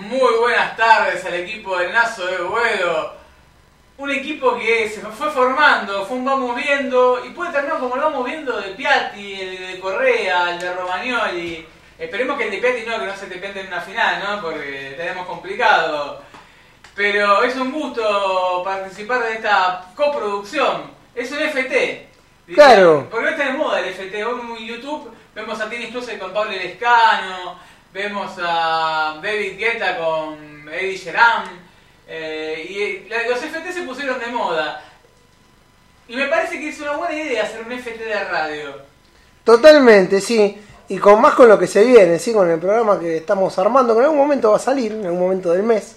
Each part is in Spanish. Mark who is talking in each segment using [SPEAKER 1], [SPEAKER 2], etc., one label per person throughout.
[SPEAKER 1] muy buenas tardes al equipo del Nazo de Buedo. Un equipo que se fue formando, fue un vamos viendo y puede terminar como lo vamos viendo de Piatti, el de Correa, el de Romagnoli. Esperemos que el de Piatti no, que no se te pende en una final, ¿no? Porque tenemos complicado. Pero es un gusto participar de esta coproducción. Es un FT.
[SPEAKER 2] Claro.
[SPEAKER 1] Porque hoy está de moda el FT. Hoy en YouTube vemos a Tini Cruce con Pablo Lescano, vemos a David Guetta con Eddie Geram. eh, y la- los FT se pusieron de moda. Y me parece que es una buena idea hacer un FT de radio.
[SPEAKER 2] Totalmente, sí. Y con más con lo que se viene, sí, con el programa que estamos armando, que en algún momento va a salir, en algún momento del mes,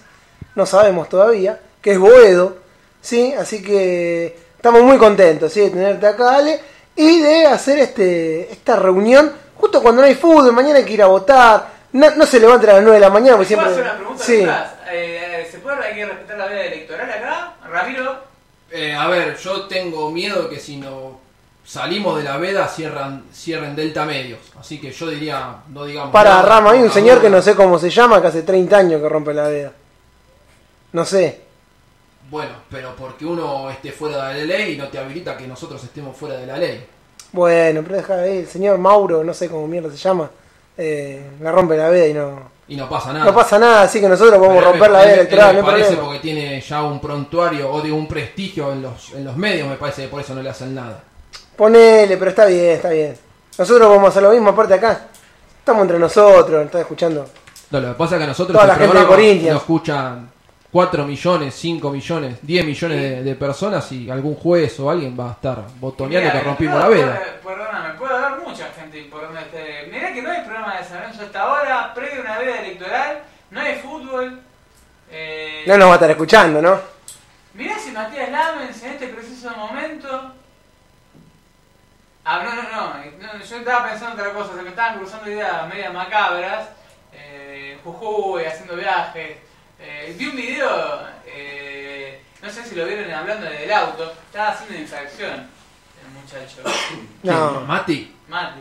[SPEAKER 2] no sabemos todavía, que es Boedo, sí, así que estamos muy contentos, sí, de tenerte acá, Ale, y de hacer este esta reunión justo cuando no hay fútbol, mañana hay que ir a votar, no, no se levante a las 9 de la mañana, porque
[SPEAKER 1] ¿Puedo
[SPEAKER 2] siempre...
[SPEAKER 1] hacer una pregunta
[SPEAKER 2] sí.
[SPEAKER 1] Lucas? Eh, ¿Se puede hay que respetar la veda electoral acá? Ramiro,
[SPEAKER 3] Eh, a ver, yo tengo miedo que si no salimos de la veda cierran, cierren Delta Medios. Así que yo diría, no digamos.
[SPEAKER 2] Para
[SPEAKER 3] nada,
[SPEAKER 2] Rama, hay un
[SPEAKER 3] a
[SPEAKER 2] señor que
[SPEAKER 3] ver.
[SPEAKER 2] no sé cómo se llama, que hace 30 años que rompe la veda. No sé.
[SPEAKER 3] Bueno, pero porque uno esté fuera de la ley no te habilita que nosotros estemos fuera de la ley.
[SPEAKER 2] Bueno, pero deja ahí, el señor Mauro, no sé cómo mierda se llama, eh, la rompe la veda y no,
[SPEAKER 3] Y no pasa nada.
[SPEAKER 2] no pasa nada, así que nosotros podemos
[SPEAKER 3] Pero
[SPEAKER 2] romper
[SPEAKER 3] me-
[SPEAKER 2] la
[SPEAKER 3] él-
[SPEAKER 2] veda
[SPEAKER 3] él
[SPEAKER 2] electoral, no
[SPEAKER 3] Me
[SPEAKER 2] hay
[SPEAKER 3] parece
[SPEAKER 2] problema.
[SPEAKER 3] porque tiene ya un prontuario o de un prestigio en los, en los medios, me parece que por eso no le hacen nada.
[SPEAKER 2] Ponele, pero está bien, está bien. Nosotros podemos hacer lo mismo, aparte acá. Estamos entre nosotros, estás escuchando.
[SPEAKER 3] No, lo que pasa es que a nosotros
[SPEAKER 2] Toda
[SPEAKER 3] el
[SPEAKER 2] la gente de
[SPEAKER 3] programa
[SPEAKER 2] Corinthians.
[SPEAKER 3] nos escuchan 4 millones, 5 millones, 10 millones de, de personas y algún juez o alguien va a estar botoneando
[SPEAKER 1] Mirá,
[SPEAKER 3] que rompimos
[SPEAKER 1] no,
[SPEAKER 3] la veda.
[SPEAKER 1] puede- Perdóname, puede haber mucha gente importante. este- Mirá que no hay programa de San Lorenzo hasta ahora, previo a una veda electoral, no hay fútbol. Eh,
[SPEAKER 2] No nos va a estar escuchando, ¿no?
[SPEAKER 1] Mirá si Matías Lamens en este preciso momento. Ah, no, no, no, eh, no, Yo estaba pensando otra cosa, se me estaban cruzando ideas media macabras. Eh, en Jujuy, haciendo viajes. Eh, vi un video, eh, no sé si lo vieron hablando del auto. Estaba haciendo infracción el muchacho.
[SPEAKER 2] No.
[SPEAKER 3] ¿Quién? Mati.
[SPEAKER 1] Mati,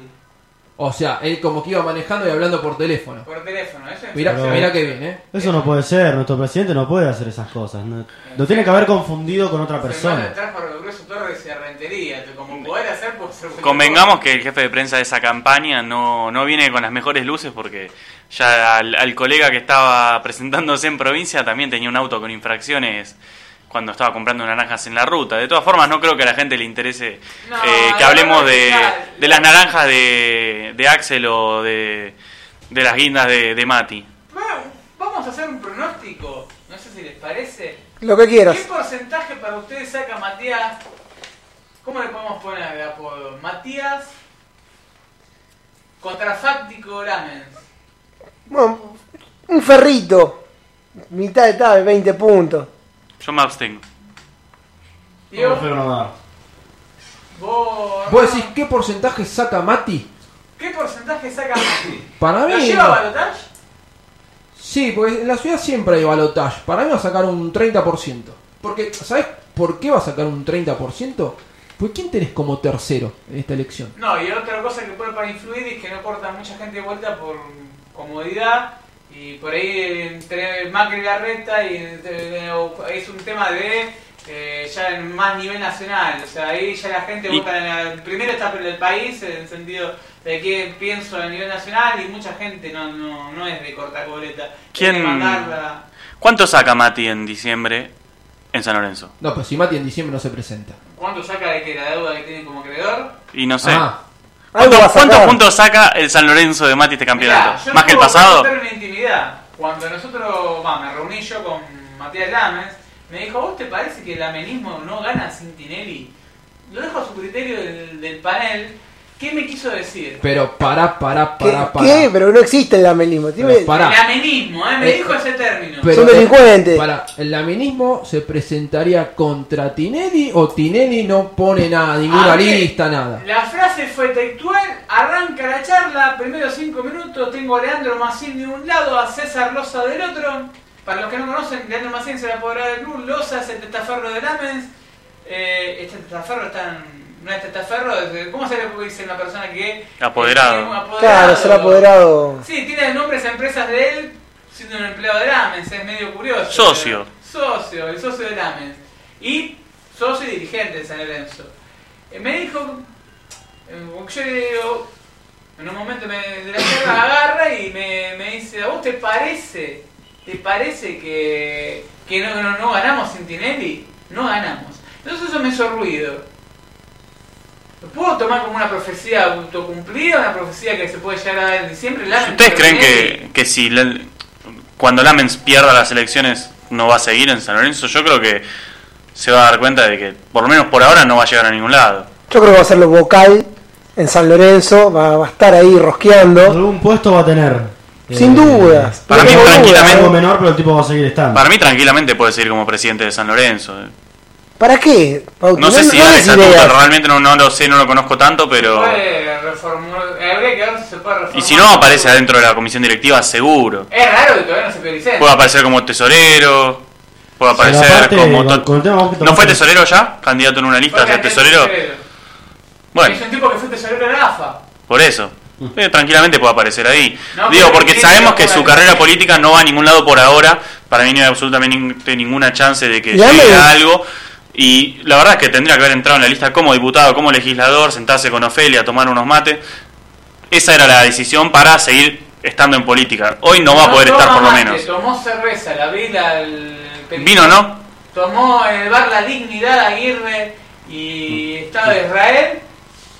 [SPEAKER 3] O sea, él como que iba manejando y hablando por teléfono.
[SPEAKER 1] por teléfono. Eso es
[SPEAKER 3] Mirá,
[SPEAKER 1] infracción.
[SPEAKER 4] Pero-
[SPEAKER 3] mirá que bien, ¿eh?
[SPEAKER 4] Eso no puede ser, nuestro presidente no puede hacer esas cosas. no- lo tiene que haber confundido con otra
[SPEAKER 1] Fernando
[SPEAKER 4] persona.
[SPEAKER 1] Trajo a Grueso Torres y a Rentería, te- como poder hacer por ser-
[SPEAKER 5] Convengamos que el jefe de prensa de esa campaña no, no viene con las mejores luces porque ya al, al colega que estaba presentándose en provincia también tenía un auto con infracciones cuando estaba comprando naranjas en la ruta. De todas formas, no creo que a la gente le interese
[SPEAKER 1] No,
[SPEAKER 5] eh, que
[SPEAKER 1] no,
[SPEAKER 5] hablemos
[SPEAKER 1] no,
[SPEAKER 5] de,
[SPEAKER 1] ya.
[SPEAKER 5] de las naranjas de, de Axel o de, de las guindas de, de Mati.
[SPEAKER 1] Bueno, vamos a hacer un pronóstico. No sé si les parece.
[SPEAKER 2] Lo que quieras.
[SPEAKER 1] ¿Qué porcentaje para ustedes saca Matías? ¿Cómo le podemos poner de apodo? Matías contrafáctico Lamens.
[SPEAKER 2] Bueno, un ferrito. Mitad de tabla, 20 puntos.
[SPEAKER 5] Yo me abstengo.
[SPEAKER 4] Yo
[SPEAKER 1] Diego,
[SPEAKER 4] prefiero no dar.
[SPEAKER 1] vos.
[SPEAKER 3] Vos decís, ¿qué porcentaje saca Mati?
[SPEAKER 1] ¿Qué porcentaje saca Mati?
[SPEAKER 3] Para
[SPEAKER 1] ¿Lo
[SPEAKER 3] mí.
[SPEAKER 1] lleva a balotaje?
[SPEAKER 3] Sí, porque en la ciudad siempre hay balotaje. Para mí va a sacar un 30%. Porque, ¿sabes por qué va a sacar un 30%? Pues ¿quién tenés como tercero en esta elección?
[SPEAKER 1] No, y otra cosa que puede para influir es que no corta mucha gente de vuelta por comodidad y por ahí entre Macri y Garreta y entre- o- es un tema de eh, ya en más nivel nacional, o sea, ahí ya la gente
[SPEAKER 5] Y-
[SPEAKER 1] vota en la- primero está por el país en el sentido de que pienso a nivel nacional y mucha gente no no, no es de cortar boleta.
[SPEAKER 5] ¿Quién-
[SPEAKER 1] Es de mandarla.
[SPEAKER 5] ¿Cuánto saca Mati en diciembre en San Lorenzo?
[SPEAKER 3] No, pues si Mati en diciembre no se presenta.
[SPEAKER 1] ¿Cuánto saca de que la deuda que tiene como creador?
[SPEAKER 5] Y no sé.
[SPEAKER 3] Ah,
[SPEAKER 2] Algo
[SPEAKER 5] ¿Cuántos,
[SPEAKER 2] va a sacar.
[SPEAKER 5] cuántos puntos saca el San Lorenzo de Mati este campeonato?
[SPEAKER 1] Mirá, yo
[SPEAKER 5] ¿Más que el
[SPEAKER 1] puedo
[SPEAKER 5] pasado?
[SPEAKER 1] contar una intimidad. Cuando nosotros, va, me reuní yo con Matías Lames, me dijo, ¿vos te parece que el amenismo no gana sin Tinelli? Lo dejo a su criterio del, del panel. ¿Qué me quiso decir?
[SPEAKER 3] pero pará, pará,
[SPEAKER 2] ¿Qué?
[SPEAKER 3] pará, pará.
[SPEAKER 2] qué? Pero no existe el lamelismo.
[SPEAKER 3] Pero
[SPEAKER 2] Tiene-
[SPEAKER 3] pará.
[SPEAKER 1] El amenismo, ¿eh? me
[SPEAKER 3] Eh,
[SPEAKER 1] dijo ese término.
[SPEAKER 3] Pero-
[SPEAKER 2] Son delincuentes.
[SPEAKER 3] Pará, ¿el laminismo se presentaría contra Tinelli o Tinelli no pone nada, ninguna
[SPEAKER 1] A mí,
[SPEAKER 3] lista, nada?
[SPEAKER 1] La frase fue textual, arranca la charla, primero cinco minutos, tengo a Leandro Massín de un lado, a César Loza del otro. Para los que no conocen, Leandro Massín es el apoderado del club, Loza es el testaferro de Lamens. Eh, este testaferro está en- No es testaferro, es- ¿cómo se le dice a una persona que...
[SPEAKER 5] Apoderado.
[SPEAKER 1] Eh, tiene un
[SPEAKER 2] Claro, será apoderado.
[SPEAKER 1] Sí, tiene nombres a empresas de él, siendo un empleado de Lamens, es medio curioso.
[SPEAKER 5] Socio.
[SPEAKER 1] Socio, el socio de Lamens. Y socio y dirigente de San Lorenzo. Eh, me dijo, eh, yo le digo, en un momento me, de la charla agarra y me, me dice, ¿a vos te parece? ¿Te parece que, que no, no, no ganamos Tinelli? No ganamos. Entonces eso me hizo ruido. ¿Lo puedo tomar como una profecía autocumplida, una profecía que se puede llegar a dar en diciembre? Lamens
[SPEAKER 5] ¿Ustedes
[SPEAKER 1] no
[SPEAKER 5] creen
[SPEAKER 1] Tinelli.
[SPEAKER 5] que, que si la- cuando Lamens pierda las elecciones no va a seguir en San Lorenzo? Yo creo que se va a dar cuenta de que, por lo menos por ahora, no va a llegar a ningún lado.
[SPEAKER 2] Yo creo que va a ser lo vocal en San Lorenzo, va, va a estar ahí rosqueando.
[SPEAKER 4] Algún puesto va a tener. Eh,
[SPEAKER 2] Sin dudas.
[SPEAKER 5] para
[SPEAKER 2] No
[SPEAKER 5] mí,
[SPEAKER 2] tengo dudas.
[SPEAKER 5] tranquilamente-
[SPEAKER 4] Algo menor, pero el tipo va a seguir estando.
[SPEAKER 5] Para mí, tranquilamente puede seguir como presidente de San Lorenzo.
[SPEAKER 2] ¿Para qué? Pauti?
[SPEAKER 5] No sé si da
[SPEAKER 2] des
[SPEAKER 5] esa
[SPEAKER 2] ideas.
[SPEAKER 5] tuta, realmente no, no lo sé, no lo conozco tanto, pero...
[SPEAKER 1] Puede reformular- habría que ver si se puede reformar.
[SPEAKER 5] Y si no, aparece adentro de la comisión directiva, seguro.
[SPEAKER 1] Es raro que todavía no se prioricen.
[SPEAKER 5] Puede aparecer como tesorero,
[SPEAKER 4] Pero
[SPEAKER 5] puede aparecer
[SPEAKER 4] aparte,
[SPEAKER 5] como...
[SPEAKER 4] con-
[SPEAKER 5] to-
[SPEAKER 4] con el tema vos que
[SPEAKER 5] ¿No fue
[SPEAKER 4] tomaste-
[SPEAKER 5] tesorero ya? ¿Candidato en una lista a ser tesorero?
[SPEAKER 1] Es
[SPEAKER 5] Bueno,
[SPEAKER 1] un tipo que fue tesorero en AFA.
[SPEAKER 5] por eso. Eh, tranquilamente puede aparecer ahí.
[SPEAKER 1] No,
[SPEAKER 5] Digo,
[SPEAKER 1] pero
[SPEAKER 5] porque
[SPEAKER 1] tiene
[SPEAKER 5] sabemos
[SPEAKER 1] que
[SPEAKER 5] que su
[SPEAKER 1] jugar.
[SPEAKER 5] carrera política no va a ningún lado por ahora. Para mí no hay absolutamente ninguna chance de que
[SPEAKER 2] Ya
[SPEAKER 5] llegue
[SPEAKER 2] me-
[SPEAKER 5] a algo. Y la verdad es que tendría que haber entrado en la lista como diputado, como legislador, sentarse con Ofelia, tomar unos mates. Esa era la decisión para seguir estando en política. Hoy no va a poder
[SPEAKER 1] toma
[SPEAKER 5] estar por lo
[SPEAKER 1] mate,
[SPEAKER 5] menos.
[SPEAKER 1] Tomó cerveza, la vida, el
[SPEAKER 5] Vino, ¿no?
[SPEAKER 1] Tomó en el bar La Dignidad Aguirre y
[SPEAKER 5] Mm.
[SPEAKER 1] Estado de Israel.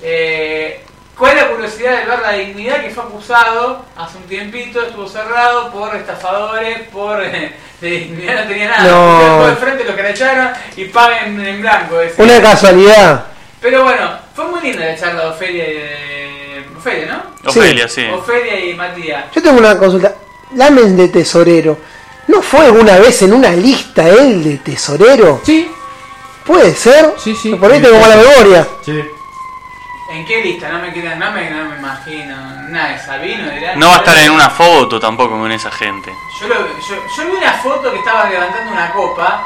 [SPEAKER 1] Eh, ¿Cuál es la curiosidad del bar La Dignidad? Que fue acusado hace un tiempito, estuvo cerrado por estafadores, por. eh, de dignidad no tenía nada.
[SPEAKER 2] No.
[SPEAKER 1] Lo de frente lo cracharon y paguen en blanco. decía.
[SPEAKER 2] Una casualidad.
[SPEAKER 1] Pero bueno, fue muy linda la charla de Ofelia y de. Ofelia, ¿no?
[SPEAKER 2] Sí.
[SPEAKER 5] Ofelia, sí.
[SPEAKER 1] Ofelia y Matías.
[SPEAKER 2] Yo tengo una consulta. Lamen de tesorero. ¿No fue alguna vez en una lista él de tesorero?
[SPEAKER 3] Sí,
[SPEAKER 2] ¿Puede ser?
[SPEAKER 3] Sí, sí.
[SPEAKER 2] Por ahí tengo mala memoria.
[SPEAKER 4] Sí.
[SPEAKER 1] ¿En qué lista? No me quedan, no me, no me imagino. Nada de Sabino, dirá.
[SPEAKER 5] No va a estar en una foto tampoco con esa gente.
[SPEAKER 1] Yo, lo- yo, yo vi una foto que estaba levantando una copa.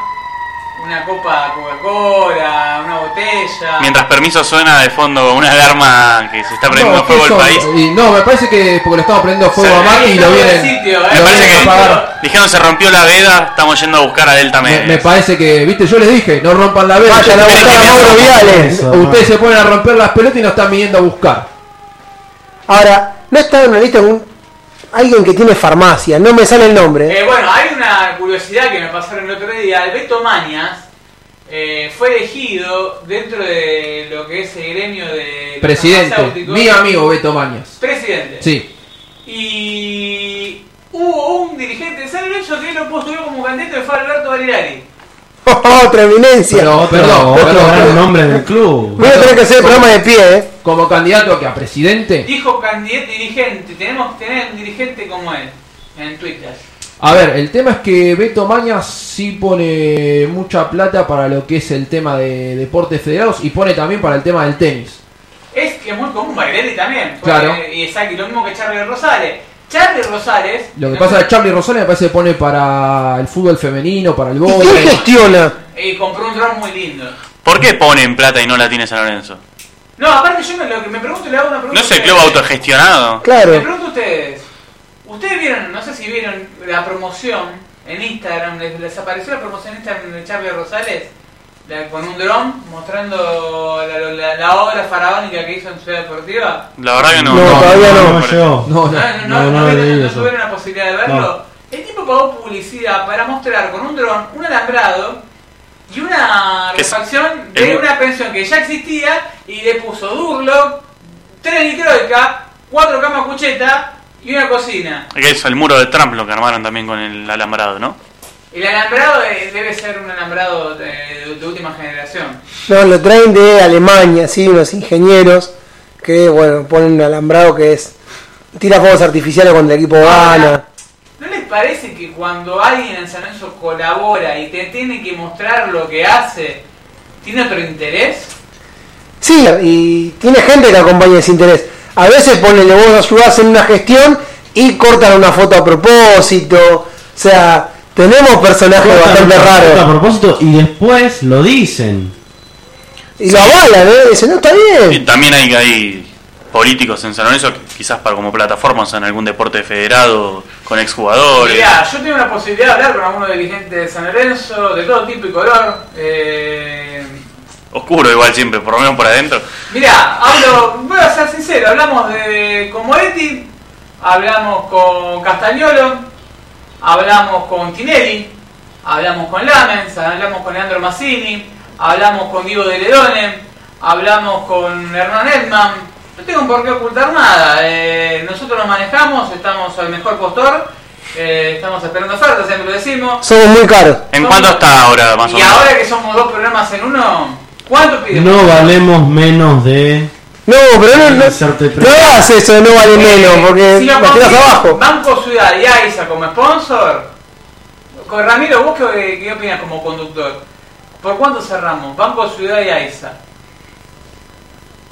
[SPEAKER 1] Una copa Coca-Cola, una botella.
[SPEAKER 5] Mientras permiso suena de fondo una alarma que se está prendiendo
[SPEAKER 3] No,
[SPEAKER 5] fuego el
[SPEAKER 3] son-
[SPEAKER 5] país.
[SPEAKER 3] y no, me parece que porque lo estaba prendiendo fuego a Mati y lo vienen.
[SPEAKER 1] Sitio,
[SPEAKER 5] Me
[SPEAKER 1] eh,
[SPEAKER 5] parece
[SPEAKER 3] vienen a
[SPEAKER 5] que
[SPEAKER 3] apagar.
[SPEAKER 5] dijeron se rompió la veda, estamos yendo a buscar a Delta
[SPEAKER 3] Me,
[SPEAKER 5] Medios.
[SPEAKER 3] me parece que, viste, yo les dije, no rompan la vela.
[SPEAKER 2] Vayan a
[SPEAKER 5] Pero
[SPEAKER 2] buscar a
[SPEAKER 5] que
[SPEAKER 2] Mauro Viales.
[SPEAKER 4] Eso,
[SPEAKER 3] Ustedes se ponen a romper las pelotas y no están viniendo a buscar.
[SPEAKER 2] Ahora, no está en una lista un, alguien que tiene farmacia. No me sale el nombre.
[SPEAKER 1] Eh, bueno, hay una curiosidad que me pasaron el otro día. Alberto Mañas eh, fue elegido dentro de lo que es el gremio de. los
[SPEAKER 3] Presidente,
[SPEAKER 1] farmacéuticos.
[SPEAKER 3] mi amigo Beto Mañas.
[SPEAKER 1] Presidente.
[SPEAKER 3] Sí,
[SPEAKER 1] Y hubo un dirigente de San Lorenzo que lo postuló como candidato y fue Alberto Barilari.
[SPEAKER 2] Otra eminencia.
[SPEAKER 3] pero, perdón,
[SPEAKER 4] otro
[SPEAKER 3] perdón,
[SPEAKER 4] gran
[SPEAKER 3] perdón.
[SPEAKER 4] nombre del club.
[SPEAKER 2] Voy a tener que hacer el programa de pie, ¿eh?
[SPEAKER 3] como candidato que a presidente.
[SPEAKER 1] Dijo candidato dirigente, tenemos que tener un dirigente como él en Twitter.
[SPEAKER 3] A ver, el tema es que Beto Mañas sí pone mucha plata para lo que es el tema de deportes federados y pone también para el tema del tenis.
[SPEAKER 1] Es que es muy común Barilari también. porque-
[SPEAKER 3] Claro.
[SPEAKER 1] Y exacto, y lo mismo que Charlie Rosales. Charlie Rosales.
[SPEAKER 3] Lo que pasa es que Charlie Rosales me parece que pone para el fútbol femenino, para el
[SPEAKER 2] ¿Y quién
[SPEAKER 3] vóley.
[SPEAKER 2] gestiona?
[SPEAKER 1] Y eh, compró un dron muy lindo.
[SPEAKER 5] ¿Por qué ponen plata y no la tiene San Lorenzo?
[SPEAKER 1] No, aparte yo me, lo que me pregunto, le hago una pregunta.
[SPEAKER 5] ¿No es el
[SPEAKER 1] a
[SPEAKER 5] club
[SPEAKER 1] ustedes.
[SPEAKER 5] autogestionado?
[SPEAKER 1] Me
[SPEAKER 2] Claro.
[SPEAKER 1] pregunto a ustedes. Ustedes vieron, no sé si vieron la promoción en Instagram, les, les apareció la promoción en Instagram de Charlie Rosales La- con un dron mostrando la, la- la obra faraónica que hizo en Ciudad Deportiva.
[SPEAKER 5] La verdad que no.
[SPEAKER 2] No, todavía no.
[SPEAKER 4] no llegó.
[SPEAKER 3] No,
[SPEAKER 1] No,
[SPEAKER 3] no.
[SPEAKER 1] no, no,
[SPEAKER 4] no,
[SPEAKER 1] no
[SPEAKER 4] no
[SPEAKER 1] vieron-
[SPEAKER 4] leí
[SPEAKER 1] no
[SPEAKER 4] eso.
[SPEAKER 1] tuvieron la posibilidad de verlo.
[SPEAKER 4] No.
[SPEAKER 1] El tipo pagó publicidad para mostrar con un dron un alambrado y una
[SPEAKER 5] Que es-
[SPEAKER 1] refacción de
[SPEAKER 5] el-
[SPEAKER 1] una pensión que ya existía y le puso Durlock, tres nitroica, cuatro camas cucheta y una cocina.
[SPEAKER 5] Que Eso, el muro de Trump lo que armaron también con el alambrado, ¿no?
[SPEAKER 1] El alambrado eh, debe ser un alambrado de, de última generación.
[SPEAKER 2] No, lo traen de Alemania, sí, unos ingenieros que, bueno, ponen un alambrado que es. Tira fuegos artificiales cuando el equipo gana.
[SPEAKER 1] ¿No les parece que cuando alguien en San Lorenzo colabora y te tiene que mostrar lo que hace, tiene otro interés?
[SPEAKER 2] Sí, y tiene gente que acompaña ese interés. A veces ponele vos ayudás en una gestión y cortan una foto a propósito. O sea, tenemos personajes bastante
[SPEAKER 4] A
[SPEAKER 2] raros.
[SPEAKER 4] propósito, y después lo dicen.
[SPEAKER 2] Y lo avalan, ¿eh? Dicen, no, está
[SPEAKER 5] Y
[SPEAKER 2] bien.
[SPEAKER 5] también hay, hay políticos en San Lorenzo, quizás para como plataforma, o sea, en algún deporte federado, con exjugadores.
[SPEAKER 1] Mirá, yo tengo una posibilidad de hablar con algunos dirigentes de San Lorenzo, de todo tipo y color. Eh,
[SPEAKER 5] Oscuro igual siempre, por lo menos por adentro.
[SPEAKER 1] mirá, hablo, voy a ser sincero, hablamos de, con Moretti, hablamos con Castagnolo, hablamos con Tinelli, hablamos con Lamens, hablamos con Leandro Massini, hablamos con Diego de Ledone, hablamos con Hernán Edman. No tengo por qué ocultar nada. eh, nosotros nos manejamos, estamos al mejor postor, eh, estamos esperando ofertas, siempre lo decimos.
[SPEAKER 2] Somos muy caros.
[SPEAKER 5] ¿En cuánto está ahora más o
[SPEAKER 1] Y
[SPEAKER 5] menos?
[SPEAKER 1] ahora que somos dos programas en uno, ¿cuánto piden?
[SPEAKER 4] No valemos menos de.
[SPEAKER 2] No, pero no, no,
[SPEAKER 4] Hacerte
[SPEAKER 2] no
[SPEAKER 4] pre-
[SPEAKER 2] hagas eso, no vale menos, porque
[SPEAKER 1] Eh, si
[SPEAKER 2] la
[SPEAKER 1] lo
[SPEAKER 2] tirás
[SPEAKER 1] consigo
[SPEAKER 2] abajo.
[SPEAKER 1] Banco Ciudad y AISA como sponsor. Con Ramiro, ¿vos qué, qué opinas como conductor? ¿Por cuánto cerramos? Banco Ciudad y AISA.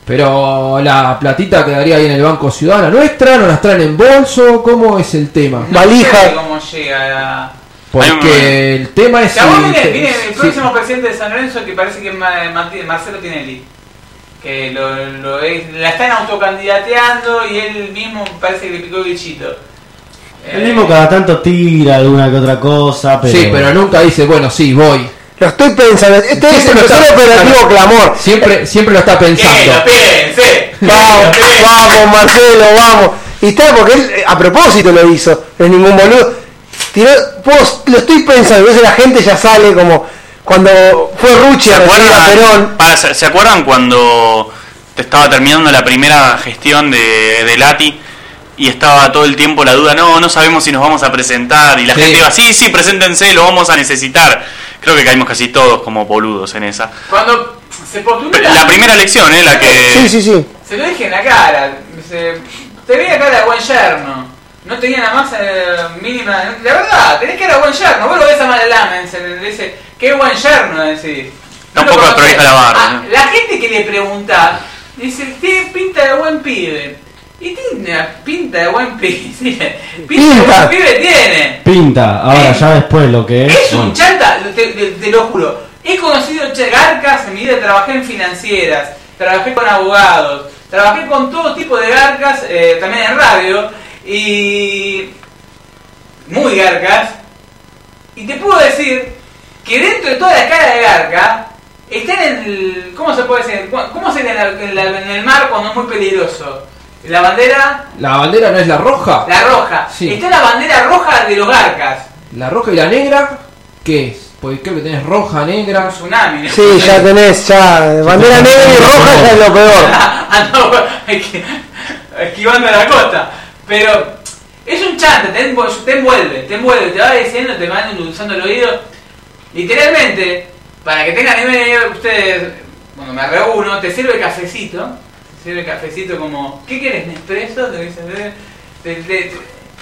[SPEAKER 3] Pero la platita quedaría ahí en el Banco Ciudad, la nuestra, nos las traen en bolso, ¿cómo es el tema?
[SPEAKER 1] No
[SPEAKER 2] Valija.
[SPEAKER 1] sé cómo llega la...
[SPEAKER 3] Porque el tema es...
[SPEAKER 1] Ya vos viene,
[SPEAKER 3] si-
[SPEAKER 1] viene el
[SPEAKER 3] sí.
[SPEAKER 1] próximo presidente de San Lorenzo que parece que es Ma- Marti- Marcelo Tinelli. Que lo, lo es- la están autocandidateando y él mismo parece que le picó el bichito.
[SPEAKER 4] El
[SPEAKER 1] Eh,
[SPEAKER 4] mismo cada tanto tira de una que otra cosa, pero.
[SPEAKER 3] Sí, pero nunca dice, bueno, sí, voy.
[SPEAKER 2] Lo estoy pensando. Este es el
[SPEAKER 3] Siempre
[SPEAKER 2] mejor
[SPEAKER 3] está-
[SPEAKER 2] operativo clamor.
[SPEAKER 3] Siempre, siempre lo está
[SPEAKER 1] Que
[SPEAKER 3] pensando.
[SPEAKER 1] lo piense.
[SPEAKER 2] Vamos, vamos, Marcelo, vamos. Y está porque él eh, a propósito lo hizo, no es ningún boludo. Tiró, vos, lo estoy pensando, a veces la gente ya sale como cuando fue Rucci
[SPEAKER 5] ¿Se
[SPEAKER 2] a recibir a
[SPEAKER 5] acuerdan,
[SPEAKER 2] Perón.
[SPEAKER 5] para, ¿se, se acuerdan cuando te estaba terminando la primera gestión de, de Lati y estaba todo el tiempo la duda, no, no sabemos si nos vamos a presentar? Y la
[SPEAKER 3] Sí.
[SPEAKER 5] gente iba, sí, sí, preséntense, lo vamos a necesitar. Creo que caímos casi todos como boludos en esa.
[SPEAKER 1] Cuando se
[SPEAKER 5] Pero
[SPEAKER 1] postula,
[SPEAKER 5] La primera elección, ¿eh? La que...
[SPEAKER 2] Sí, sí, sí.
[SPEAKER 1] se lo dije en la cara. dice, te veía cara de buen yerno. No tenía la masa eh, mínima. La verdad, tenés cara de buen yerno. Vos lo ves a Malalamens, le dice, qué buen yerno, decís. No lo
[SPEAKER 5] Tampoco
[SPEAKER 1] conocés.
[SPEAKER 5] desprolija la barra,
[SPEAKER 1] Ah,
[SPEAKER 5] ¿no?
[SPEAKER 1] La gente que le pregunta, dice, tiene pinta de buen pibe. Y tiene una pinta de buen pibe. sí, pinta de buen
[SPEAKER 2] Pinta.
[SPEAKER 1] pibe tiene.
[SPEAKER 4] Pinta, ahora
[SPEAKER 1] Eh,
[SPEAKER 4] ya después lo que es.
[SPEAKER 1] Es un
[SPEAKER 4] bueno.
[SPEAKER 1] chanta, te, te- te lo juro. He conocido che- garcas en mi vida, trabajé en financieras, trabajé con abogados, trabajé con todo tipo de garcas, eh, también en radio, y muy garcas. Y te puedo decir que dentro de toda la cara de garca, está en el... ¿Cómo se puede decir? ¿Cómo cómo se dice en, la- en la- en el mar cuando es muy peligroso? La bandera,
[SPEAKER 3] ¿La bandera no es la roja?
[SPEAKER 1] la roja.
[SPEAKER 3] Sí.
[SPEAKER 1] Está la bandera roja de los garcas.
[SPEAKER 3] ¿La roja y la negra? ¿Qué es? Porque creo que tenés roja, negra.
[SPEAKER 1] Tsunami, ¿no?
[SPEAKER 2] Sí, ya tenés, ya. Bandera negra y roja ya es lo peor.
[SPEAKER 1] Andaba esqui- pues, esquivando la costa. Pero es un chanta, te, envu- te envuelve, te envuelve, te va diciendo, te va endulzando el oído. Literalmente, para que tengan idea, ustedes, cuando me reúno, te sirve cafecito. Te sirve cafecito como, ¿qué quieres, Nespresso? Te dicen, eh, te- te-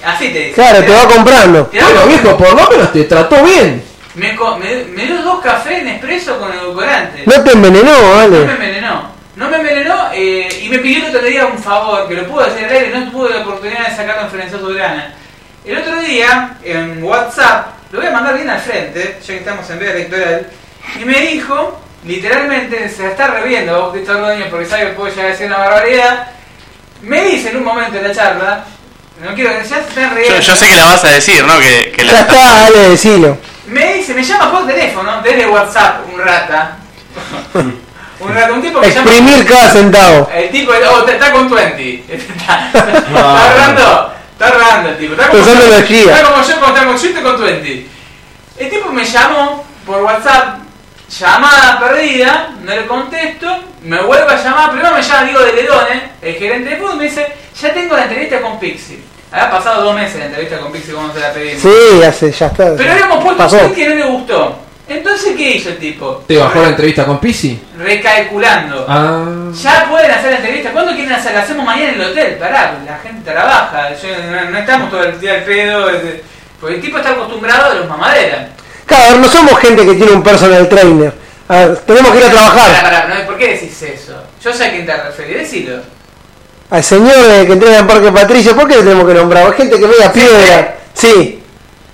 [SPEAKER 1] así te dice.
[SPEAKER 2] Claro, te va comprando.
[SPEAKER 1] Te da-
[SPEAKER 3] Bueno, viejo, por lo menos te trató bien.
[SPEAKER 1] me, co- me, me dio dos cafés Nespresso con edulcorante.
[SPEAKER 2] No te envenenó,
[SPEAKER 1] No me
[SPEAKER 2] vale.
[SPEAKER 1] envenenó. No me envenenó eh, y me pidió el otro día un favor, que lo pude hacer al aire, no tuve la oportunidad de sacarlo en Ferenzato Durana. El otro día, en WhatsApp, lo voy a mandar bien al frente, ya que estamos en veda electoral, y me dijo, literalmente, se la está reviendo vos, Cristo Ordóñez, porque sabe que puedo llegar a decir una barbaridad, me dice en un momento de la charla, no quiero que ya se están riendo.
[SPEAKER 5] Yo, yo sé que la vas a decir, ¿no? Que, que la-
[SPEAKER 2] Ya está, dale, decilo.
[SPEAKER 1] Me dice, me llama por teléfono, desde WhatsApp, un rata. un rata, un tipo que llama...
[SPEAKER 2] Exprimir cada centavo.
[SPEAKER 1] El tipo oh, está- está con 20. Está, está ahorrando. Está ahorrando el tipo. Está como,
[SPEAKER 2] Pensando
[SPEAKER 1] yo,
[SPEAKER 2] en energía.
[SPEAKER 1] está como yo, con- está como yo estoy con 20. El tipo me llamó por WhatsApp. Llamada perdida, no le contesto, me vuelve a llamar, primero me llama Diego de Ledone, el gerente de fútbol, me dice, ya tengo la entrevista con Pixie. Había pasado dos meses la entrevista con Pixie cuando se la pedimos.
[SPEAKER 2] Sí, hace, ya está.
[SPEAKER 1] Pero habíamos puesto
[SPEAKER 2] Pasó.
[SPEAKER 1] un tweet que no le gustó. Entonces, ¿qué hizo el tipo?
[SPEAKER 3] ¿Te bajó la entrevista con Pisi?
[SPEAKER 1] Recalculando.
[SPEAKER 3] Ah.
[SPEAKER 1] Ya pueden hacer la entrevista. ¿Cuándo quieren hacer? La hacemos mañana en el hotel. Pará, pues, la gente trabaja. Yo- no, no estamos todo el día al pedo. es- Porque el tipo está acostumbrado a los mamaderas.
[SPEAKER 2] Claro, no somos gente que tiene un personal trainer. A ver, tenemos que ir a
[SPEAKER 1] Pará,
[SPEAKER 2] trabajar.
[SPEAKER 1] pará, no, ¿por qué decís eso? Yo sé a quién te referís, decilo.
[SPEAKER 2] Al señor eh, que entrena en Parque Patricio, ¿por qué lo tenemos que nombrar? Gente que media piedra. Sí.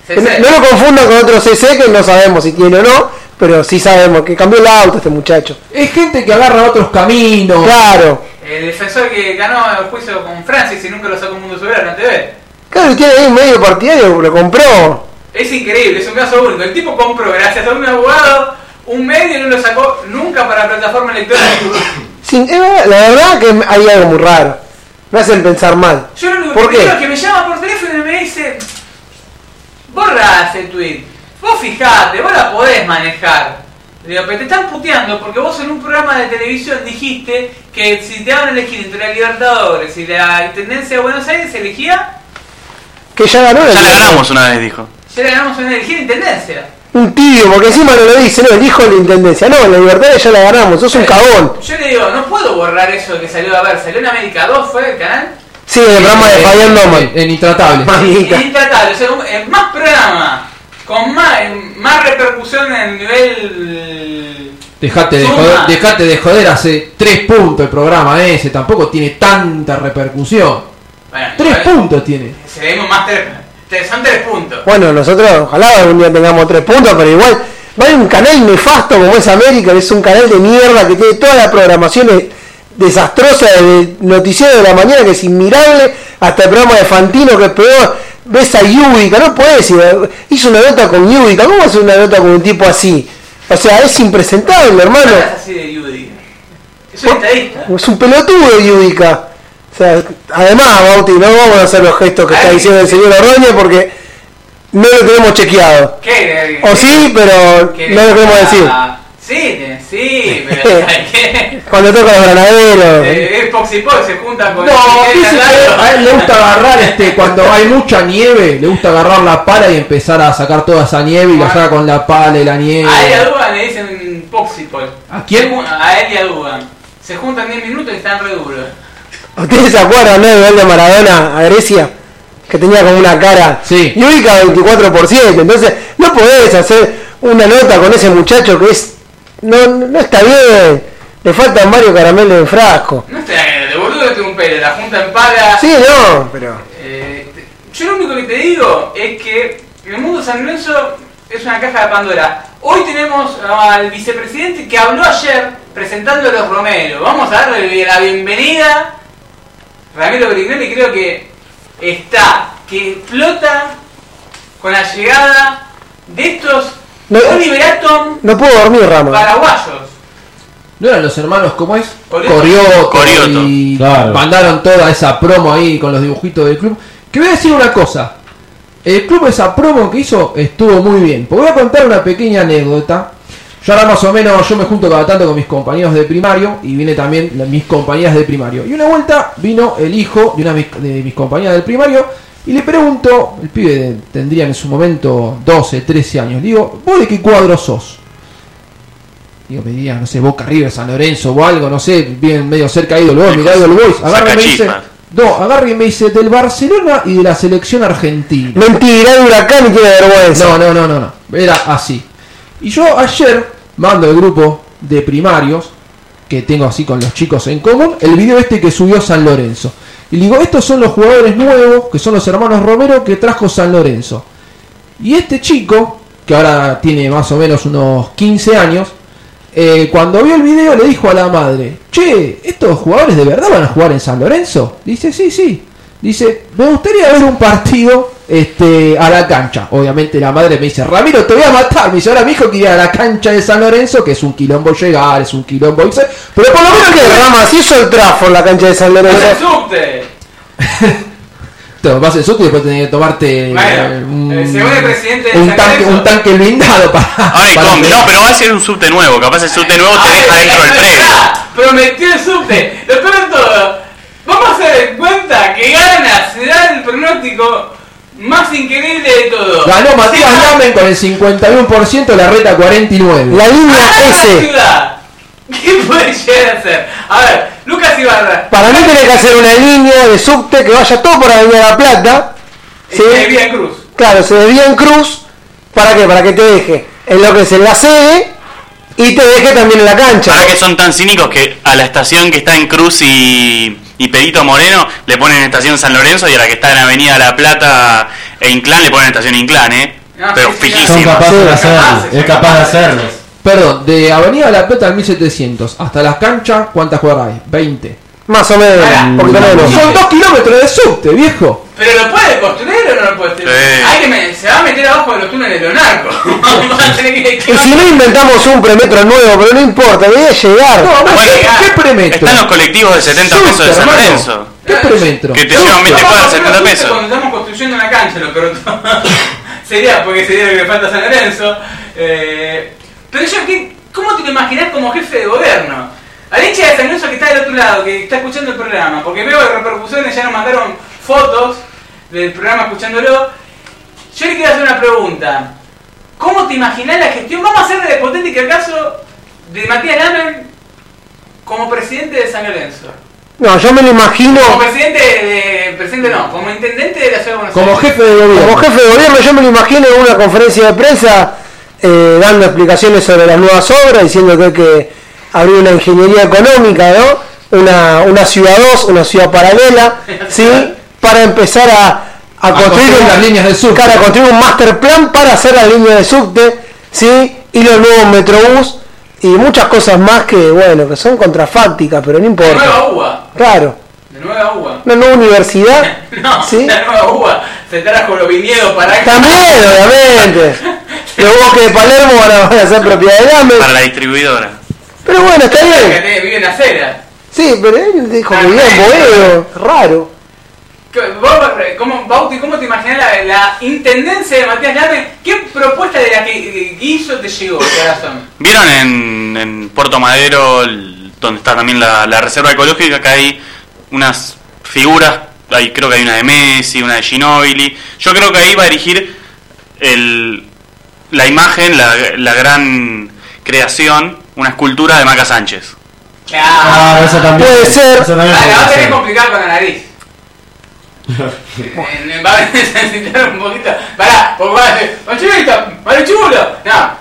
[SPEAKER 1] Se- se-
[SPEAKER 2] No lo confundan con otro CC que no sabemos si tiene o no, pero sí sabemos que cambió el auto este muchacho.
[SPEAKER 3] Es gente que agarra otros caminos.
[SPEAKER 2] Claro.
[SPEAKER 1] El defensor que ganó el juicio con Francis y nunca lo sacó un mundo soberano en TV.
[SPEAKER 2] Claro, y tiene ahí medio partidario, lo compró.
[SPEAKER 1] Es increíble, es un caso único. El tipo compró, gracias a un abogado, un medio y no lo sacó nunca para plataforma electrónica.
[SPEAKER 2] Sí, es verdad- la verdad que hay algo muy raro. Me hacen pensar mal.
[SPEAKER 1] Yo lo único
[SPEAKER 2] ¿Por
[SPEAKER 1] que
[SPEAKER 2] qué?
[SPEAKER 1] quiero es que me llama por teléfono y me dice: Borra ese tweet. Vos fijate, vos la podés manejar. Le digo, pero te están puteando porque vos en un programa de televisión dijiste que si te daban a elegir entre la Libertadores y la Intendencia de Buenos Aires, elegía.
[SPEAKER 2] Que ya ganó la
[SPEAKER 5] Ya la
[SPEAKER 2] elección.
[SPEAKER 5] ganamos una vez, dijo.
[SPEAKER 1] Ya le ganamos una elegir Intendencia.
[SPEAKER 2] Un tibio, porque encima no lo dice, no, el hijo de la intendencia. No, la libertad ya la ganamos, sos un cagón.
[SPEAKER 1] Yo le digo, no puedo borrar eso que salió a ver. Salió en América 2, fue el canal.
[SPEAKER 2] Sí, el programa de Fabián
[SPEAKER 3] En,
[SPEAKER 2] Doman.
[SPEAKER 3] en Intratable.
[SPEAKER 2] Mamita.
[SPEAKER 1] Intratable, o sea, un- eh, más programa, con más, en- más repercusión en nivel.
[SPEAKER 3] Dejate de,
[SPEAKER 1] Suma.
[SPEAKER 3] joder, dejate de joder, hace tres puntos el programa ese, tampoco tiene tanta repercusión.
[SPEAKER 1] Bueno,
[SPEAKER 3] Tres
[SPEAKER 1] igual,
[SPEAKER 3] puntos tiene.
[SPEAKER 1] Se le dimos más tres. tres- Son tres puntos.
[SPEAKER 2] Bueno, nosotros ojalá algún día tengamos tres puntos, pero igual va a haber un canal nefasto como es América, que es un canal de mierda que tiene toda la programación es- desastrosa del noticiero de la mañana que es inmirable, hasta el programa de Fantino que es peor. Ves a Yubica, no puedes hizo una nota con Yubica, ¿cómo hace una nota con un tipo así? O sea, es impresentable,
[SPEAKER 1] No
[SPEAKER 2] hermano.
[SPEAKER 1] hablas así de Judy. Es un estadista.
[SPEAKER 2] Es un pelotudo Yudica. O sea, además, Bauti, no vamos a hacer los gestos que está
[SPEAKER 1] Ay.
[SPEAKER 2] diciendo el señor Ordóñez porque no lo tenemos chequeado.
[SPEAKER 1] ¿Qué?
[SPEAKER 2] O sí, pero
[SPEAKER 1] ¿Qué?
[SPEAKER 2] no Eh, lo queremos decir.
[SPEAKER 1] Ah, Sí, te- sí, pero ¿sabes qué?
[SPEAKER 2] Cuando toca los granaderos.
[SPEAKER 1] Eh, Es Poxy Pox, se juntan
[SPEAKER 3] No,
[SPEAKER 1] con. el-
[SPEAKER 3] dice que a él le gusta agarrar este, cuando hay mucha nieve, le gusta agarrar la pala y empezar a sacar toda esa nieve y la saca con la pala y la
[SPEAKER 1] A él y a
[SPEAKER 3] nieve.
[SPEAKER 1] Dugan le dicen Poxipol.
[SPEAKER 3] ¿A quién?
[SPEAKER 1] A él y a Dugan. Se juntan 10 minutos y están re duros.
[SPEAKER 2] ¿Ustedes se acuerdan ¿no? del gol de Maradona a Grecia? Que tenía como una cara.
[SPEAKER 3] Sí.
[SPEAKER 2] Y ubica 24%. Entonces, no podés hacer una nota con ese muchacho que es. No, no está bien. Le faltan varios caramelos en frasco.
[SPEAKER 1] No está Eh, de boludo tengo un pelo, la junta en paga.
[SPEAKER 2] Sí, no, pero.
[SPEAKER 1] Eh, te- yo lo único que te digo es que el mundo San Lorenzo es una caja de Pandora. Hoy tenemos al vicepresidente que habló ayer presentando a los Romero. Vamos a darle la bienvenida. Ramiro Brignoli creo que está, que explota con la llegada de estos
[SPEAKER 2] No.
[SPEAKER 1] Oliver Atom
[SPEAKER 2] No puedo dormir, Rama.
[SPEAKER 1] paraguayos.
[SPEAKER 3] ¿No eran los hermanos cómo es?
[SPEAKER 1] Corioto.
[SPEAKER 3] Corioto.
[SPEAKER 5] Corioto.
[SPEAKER 3] Y
[SPEAKER 4] Claro.
[SPEAKER 3] mandaron toda esa promo ahí con los dibujitos del club. Que voy a decir una cosa. El club esa promo que hizo estuvo muy bien. Porque voy a contar una pequeña anécdota. Yo ahora más o menos, yo me junto cada tanto con mis compañeros de primario y viene también la- mis compañeras de primario. Y una vuelta vino el hijo de una de mis- de mis compañeras del primario y le pregunto, el pibe de- tendría en su momento 12, 13 años, le digo, ¿vos de qué cuadro sos? Digo, me diría, no sé, Boca River, San Lorenzo o algo, no sé, bien medio cerca ahí, Boys, mirá Idol Boys. Agarra y me dice,
[SPEAKER 5] Sacachispas.
[SPEAKER 3] no, agarra y me dice, del Barcelona y de la selección argentina.
[SPEAKER 2] Mentira, de huracán y tiene vergüenza.
[SPEAKER 3] No, no, no, no, no. Era así. Y yo ayer mando el grupo de primarios que tengo así con los chicos en común el video este que subió San Lorenzo. Y le digo, estos son los jugadores nuevos, que son los hermanos Romero que trajo San Lorenzo. Y este chico, que ahora tiene más o menos unos 15 años, eh, cuando vio el video le dijo a la madre, che, ¿estos jugadores de verdad van a jugar en San Lorenzo? Dice, sí, sí. Dice, me gustaría ver un partido este, a la cancha. Obviamente la madre me dice, Ramiro, te voy a matar. Me dice, ahora mi hijo quiere ir a la cancha de San Lorenzo, que es un quilombo llegar, es un quilombo irse. Pero por lo menos
[SPEAKER 2] ¿Por
[SPEAKER 3] que
[SPEAKER 2] qué, Rama? Si hizo el trafo en la cancha de
[SPEAKER 1] ¡Es
[SPEAKER 2] San
[SPEAKER 1] el
[SPEAKER 2] Lorenzo.
[SPEAKER 1] subte!
[SPEAKER 3] Te vas el suco y después tenés que tomarte
[SPEAKER 1] Bueno,
[SPEAKER 3] eh, un,
[SPEAKER 1] eh, según el presidente de
[SPEAKER 3] un
[SPEAKER 1] San
[SPEAKER 3] tanque,
[SPEAKER 1] Lorenzo-
[SPEAKER 3] un tanque blindado para.
[SPEAKER 5] Ahora hay
[SPEAKER 3] para
[SPEAKER 5] combi.
[SPEAKER 3] que-
[SPEAKER 5] No, pero va a ser un subte nuevo. Capaz el subte nuevo te
[SPEAKER 1] Ay,
[SPEAKER 5] deja dentro del
[SPEAKER 1] es
[SPEAKER 5] predio.
[SPEAKER 1] verdad, Prometió el subte. Lo peor de todo, vamos a hacer en cuenta que gana, se da el pronóstico más increíble de todo.
[SPEAKER 3] Ganó Ah, Matías
[SPEAKER 1] Se va
[SPEAKER 3] Lamen con el 51%, la reta 49.
[SPEAKER 2] La
[SPEAKER 1] a
[SPEAKER 2] línea
[SPEAKER 1] Ah, la
[SPEAKER 2] S.
[SPEAKER 1] ciudad. ¿Qué puede llegar a hacer? A ver, Lucas Ibarra.
[SPEAKER 2] Para mí tiene que hacer una línea de subte que vaya todo por Avenida La Plata. ¿sí?
[SPEAKER 1] Eh, Vía Cruz.
[SPEAKER 2] Claro, se desvía en Cruz. ¿Para qué? Para que te deje en lo que es en la sede y te deje también en la cancha.
[SPEAKER 5] Ahora que son tan cínicos que a la estación que está en Cruz y, y Pedito Moreno le ponen estación San Lorenzo y a la que está en Avenida La Plata e Inclán le ponen estación Inclán, ¿eh?
[SPEAKER 1] Ah,
[SPEAKER 5] Pero
[SPEAKER 1] sí, sí,
[SPEAKER 4] Son
[SPEAKER 5] fijísima.
[SPEAKER 4] capaces de hacerlo. Es capaz de hacerlo.
[SPEAKER 3] Perdón, de Avenida La Plata al 1700 hasta la cancha, ¿cuántas cuadras hay? 20.
[SPEAKER 2] Más o menos,
[SPEAKER 1] Pará,
[SPEAKER 2] un poquito menos.
[SPEAKER 3] Son dos kilómetros de subte, viejo.
[SPEAKER 1] Pero lo puede construir o no lo puede construir.
[SPEAKER 5] Sí.
[SPEAKER 1] Hay que me- se va a meter abajo de los túneles de los narcos. Va a tener que-
[SPEAKER 2] Y si no inventamos un premetro nuevo, pero no importa, voy a llegar.
[SPEAKER 3] No, vos,
[SPEAKER 5] Bueno,
[SPEAKER 3] ¿qué-
[SPEAKER 5] ah,
[SPEAKER 3] ¿qué premetro?
[SPEAKER 5] Están los colectivos de 70
[SPEAKER 3] Subte,
[SPEAKER 5] pesos de San
[SPEAKER 3] hermano.
[SPEAKER 5] Lorenzo.
[SPEAKER 3] ¿Qué premetro?
[SPEAKER 5] Que te llevan
[SPEAKER 1] Vamos
[SPEAKER 5] 20
[SPEAKER 1] a
[SPEAKER 5] cuadras,
[SPEAKER 1] hacer
[SPEAKER 5] 70
[SPEAKER 1] una fiesta
[SPEAKER 5] pesos.
[SPEAKER 1] Ah, Cuando estamos construyendo una cancha, lo pronto. sería, porque sería lo que le falta a San Lorenzo. Eh, pero yo, ¿qué- ¿cómo te lo imaginás como jefe de gobierno? Al hincha de San Lorenzo que está del otro lado, que está escuchando el programa, porque veo que repercusiones, ya nos mandaron fotos del programa escuchándolo. Yo le quiero hacer una pregunta. ¿Cómo te imaginás la gestión? Vamos a hacer el hipotético caso de Matías Lamen como presidente de San Lorenzo.
[SPEAKER 2] No, yo me lo imagino.
[SPEAKER 1] Como presidente de, presidente no, como intendente de la ciudad de Buenos
[SPEAKER 3] Como
[SPEAKER 1] Aires.
[SPEAKER 3] jefe de gobierno.
[SPEAKER 2] Como jefe de gobierno, yo me lo imagino en una conferencia de prensa eh, dando explicaciones sobre las nuevas obras, diciendo que hay que abrir una ingeniería económica, ¿no? Una, una ciudad 2, una ciudad paralela, ¿sí? Para empezar a, a construir
[SPEAKER 3] construir
[SPEAKER 2] un-
[SPEAKER 3] las líneas de subte.
[SPEAKER 2] Claro, a construir un master plan para hacer las líneas de subte, ¿sí? Y los nuevos metrobús y muchas cosas más que, bueno, que son contrafácticas, pero no
[SPEAKER 1] De
[SPEAKER 2] importa.
[SPEAKER 1] nueva UBA.
[SPEAKER 2] Claro,
[SPEAKER 1] De nueva UBA.
[SPEAKER 2] una nueva universidad,
[SPEAKER 1] No,
[SPEAKER 2] ¿sí?
[SPEAKER 1] la nueva UBA. Se trajo los viñedos para acá.
[SPEAKER 2] También, obviamente. Los bosques de Palermo van a, van a ser propiedad de Dame.
[SPEAKER 5] Para la distribuidora.
[SPEAKER 2] Pero bueno, está
[SPEAKER 1] Que
[SPEAKER 2] bien.
[SPEAKER 1] te- vive en la acera.
[SPEAKER 2] Sí, pero él dijo que vivía en Boedo. Raro.
[SPEAKER 1] ¿Qué- vos, eh, ¿Cómo, Bauti, ¿cómo te imaginás la, la intendencia de Matías Lamen? ¿Qué propuesta de la que Guillo te llegó, corazón?
[SPEAKER 5] ¿Vieron en, en Puerto Madero, el- donde está también la, la reserva ecológica, que hay unas figuras? Ahí creo que hay una de Messi, una de Ginobili. Yo creo que ahí va a erigir el, la imagen, la, la gran creación, una escultura de Maca Sánchez.
[SPEAKER 4] Ah, eso también.
[SPEAKER 2] Puede ser.
[SPEAKER 4] Eso también
[SPEAKER 1] Ah, la va a
[SPEAKER 4] puede
[SPEAKER 1] tener
[SPEAKER 4] ser.
[SPEAKER 1] complicada con la nariz. Eh, va a necesitar un poquito. Pará, porque va a decir, ¡Manchurita! ¡Manchulo! No,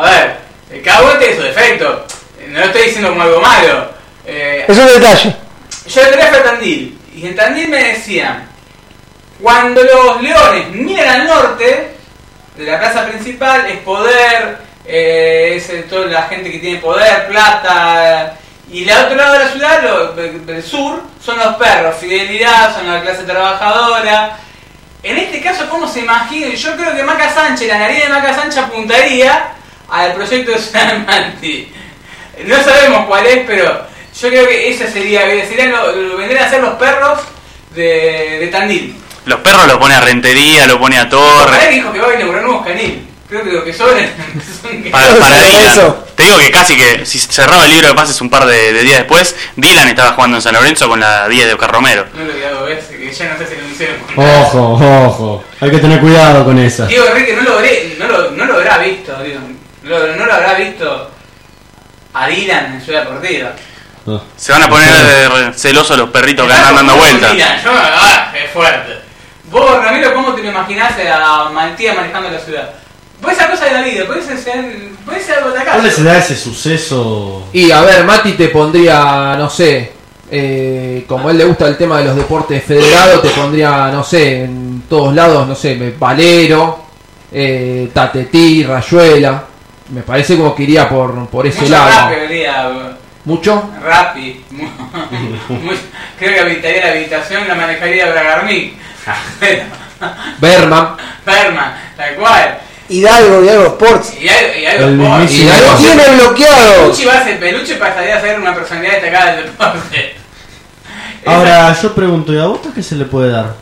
[SPEAKER 1] a ver, eh, cada uno tiene su defecto. Eh, No lo estoy diciendo como algo malo. Eh,
[SPEAKER 2] Es un detalle.
[SPEAKER 1] yo el otro día fui a Tandil, y en Tandil me decían, cuando los leones miran al norte, de la plaza principal, es poder, eh, es el- toda la gente que tiene poder, plata, y la otro lado de la ciudad, lo- del del sur, son los perros, fidelidad, son la clase trabajadora. En este caso, ¿cómo se imagina? Yo creo que Maca Sánchez, la nariz de Maca Sánchez apuntaría al proyecto de San Martín. No sabemos cuál es, pero yo creo que esa sería, serían lo, lo vendrían a ser los perros de, de Tandil.
[SPEAKER 5] Los perros lo pone a Rentería, lo pone a
[SPEAKER 1] Él
[SPEAKER 5] Torre.
[SPEAKER 1] dijo que va a inaugurar nuevos canil. Creo que lo que sobran son que-
[SPEAKER 5] Para, para Dylan.
[SPEAKER 2] Eso.
[SPEAKER 5] Te digo que casi que si cerraba el libro de pases un par de, de días después, Dylan estaba jugando en San Lorenzo con la 10 de Oscar Romero.
[SPEAKER 1] No lo que hago es que ya no sé si lo hicieron.
[SPEAKER 4] Ojo, ojo. Hay que tener cuidado con esas.
[SPEAKER 1] Diego Enrique no lo, habré- no lo, no lo habrá visto, digo, no, lo, no lo habrá visto a Dylan en Ciudad Deportiva.
[SPEAKER 4] No.
[SPEAKER 5] Se van a poner eh, celosos los perritos que andan dando vueltas.
[SPEAKER 1] Dylan, yo, ah, es fuerte. Vos, Ramiro, ¿cómo te lo imaginás a Matías manejando la ciudad? Vos esa cosa de la vida, podés ser, podés ser algo de acá.
[SPEAKER 4] ¿Dónde se da ese suceso?
[SPEAKER 3] Y a ver, Mati te pondría, no sé, eh, como a él le gusta el tema de los deportes federados, te pondría, no sé, en todos lados, no sé, me- Valero, eh, Tatetí, Rayuela. Me parece como que iría por, por ese
[SPEAKER 1] Mucho
[SPEAKER 3] lado.
[SPEAKER 1] rap habría, bro.
[SPEAKER 3] ¿Mucho?
[SPEAKER 1] Rappi. Mu- mu- Creo que habitaría la habitación, la manejaría Bragarnik. Pero,
[SPEAKER 3] Berman.
[SPEAKER 1] Berman, tal cual.
[SPEAKER 2] Hidalgo, Hidalgo Sports.
[SPEAKER 1] Y hay, y hay
[SPEAKER 4] El
[SPEAKER 1] los pobres.
[SPEAKER 4] mismísimo.
[SPEAKER 3] Y
[SPEAKER 2] Lo
[SPEAKER 3] algo así.
[SPEAKER 2] tiene bloqueado.
[SPEAKER 1] Peluche va a ser- Peluche pasaría a ser una personalidad destacada del deporte.
[SPEAKER 4] Ahora, yo pregunto, ¿y a vos qué se le puede dar?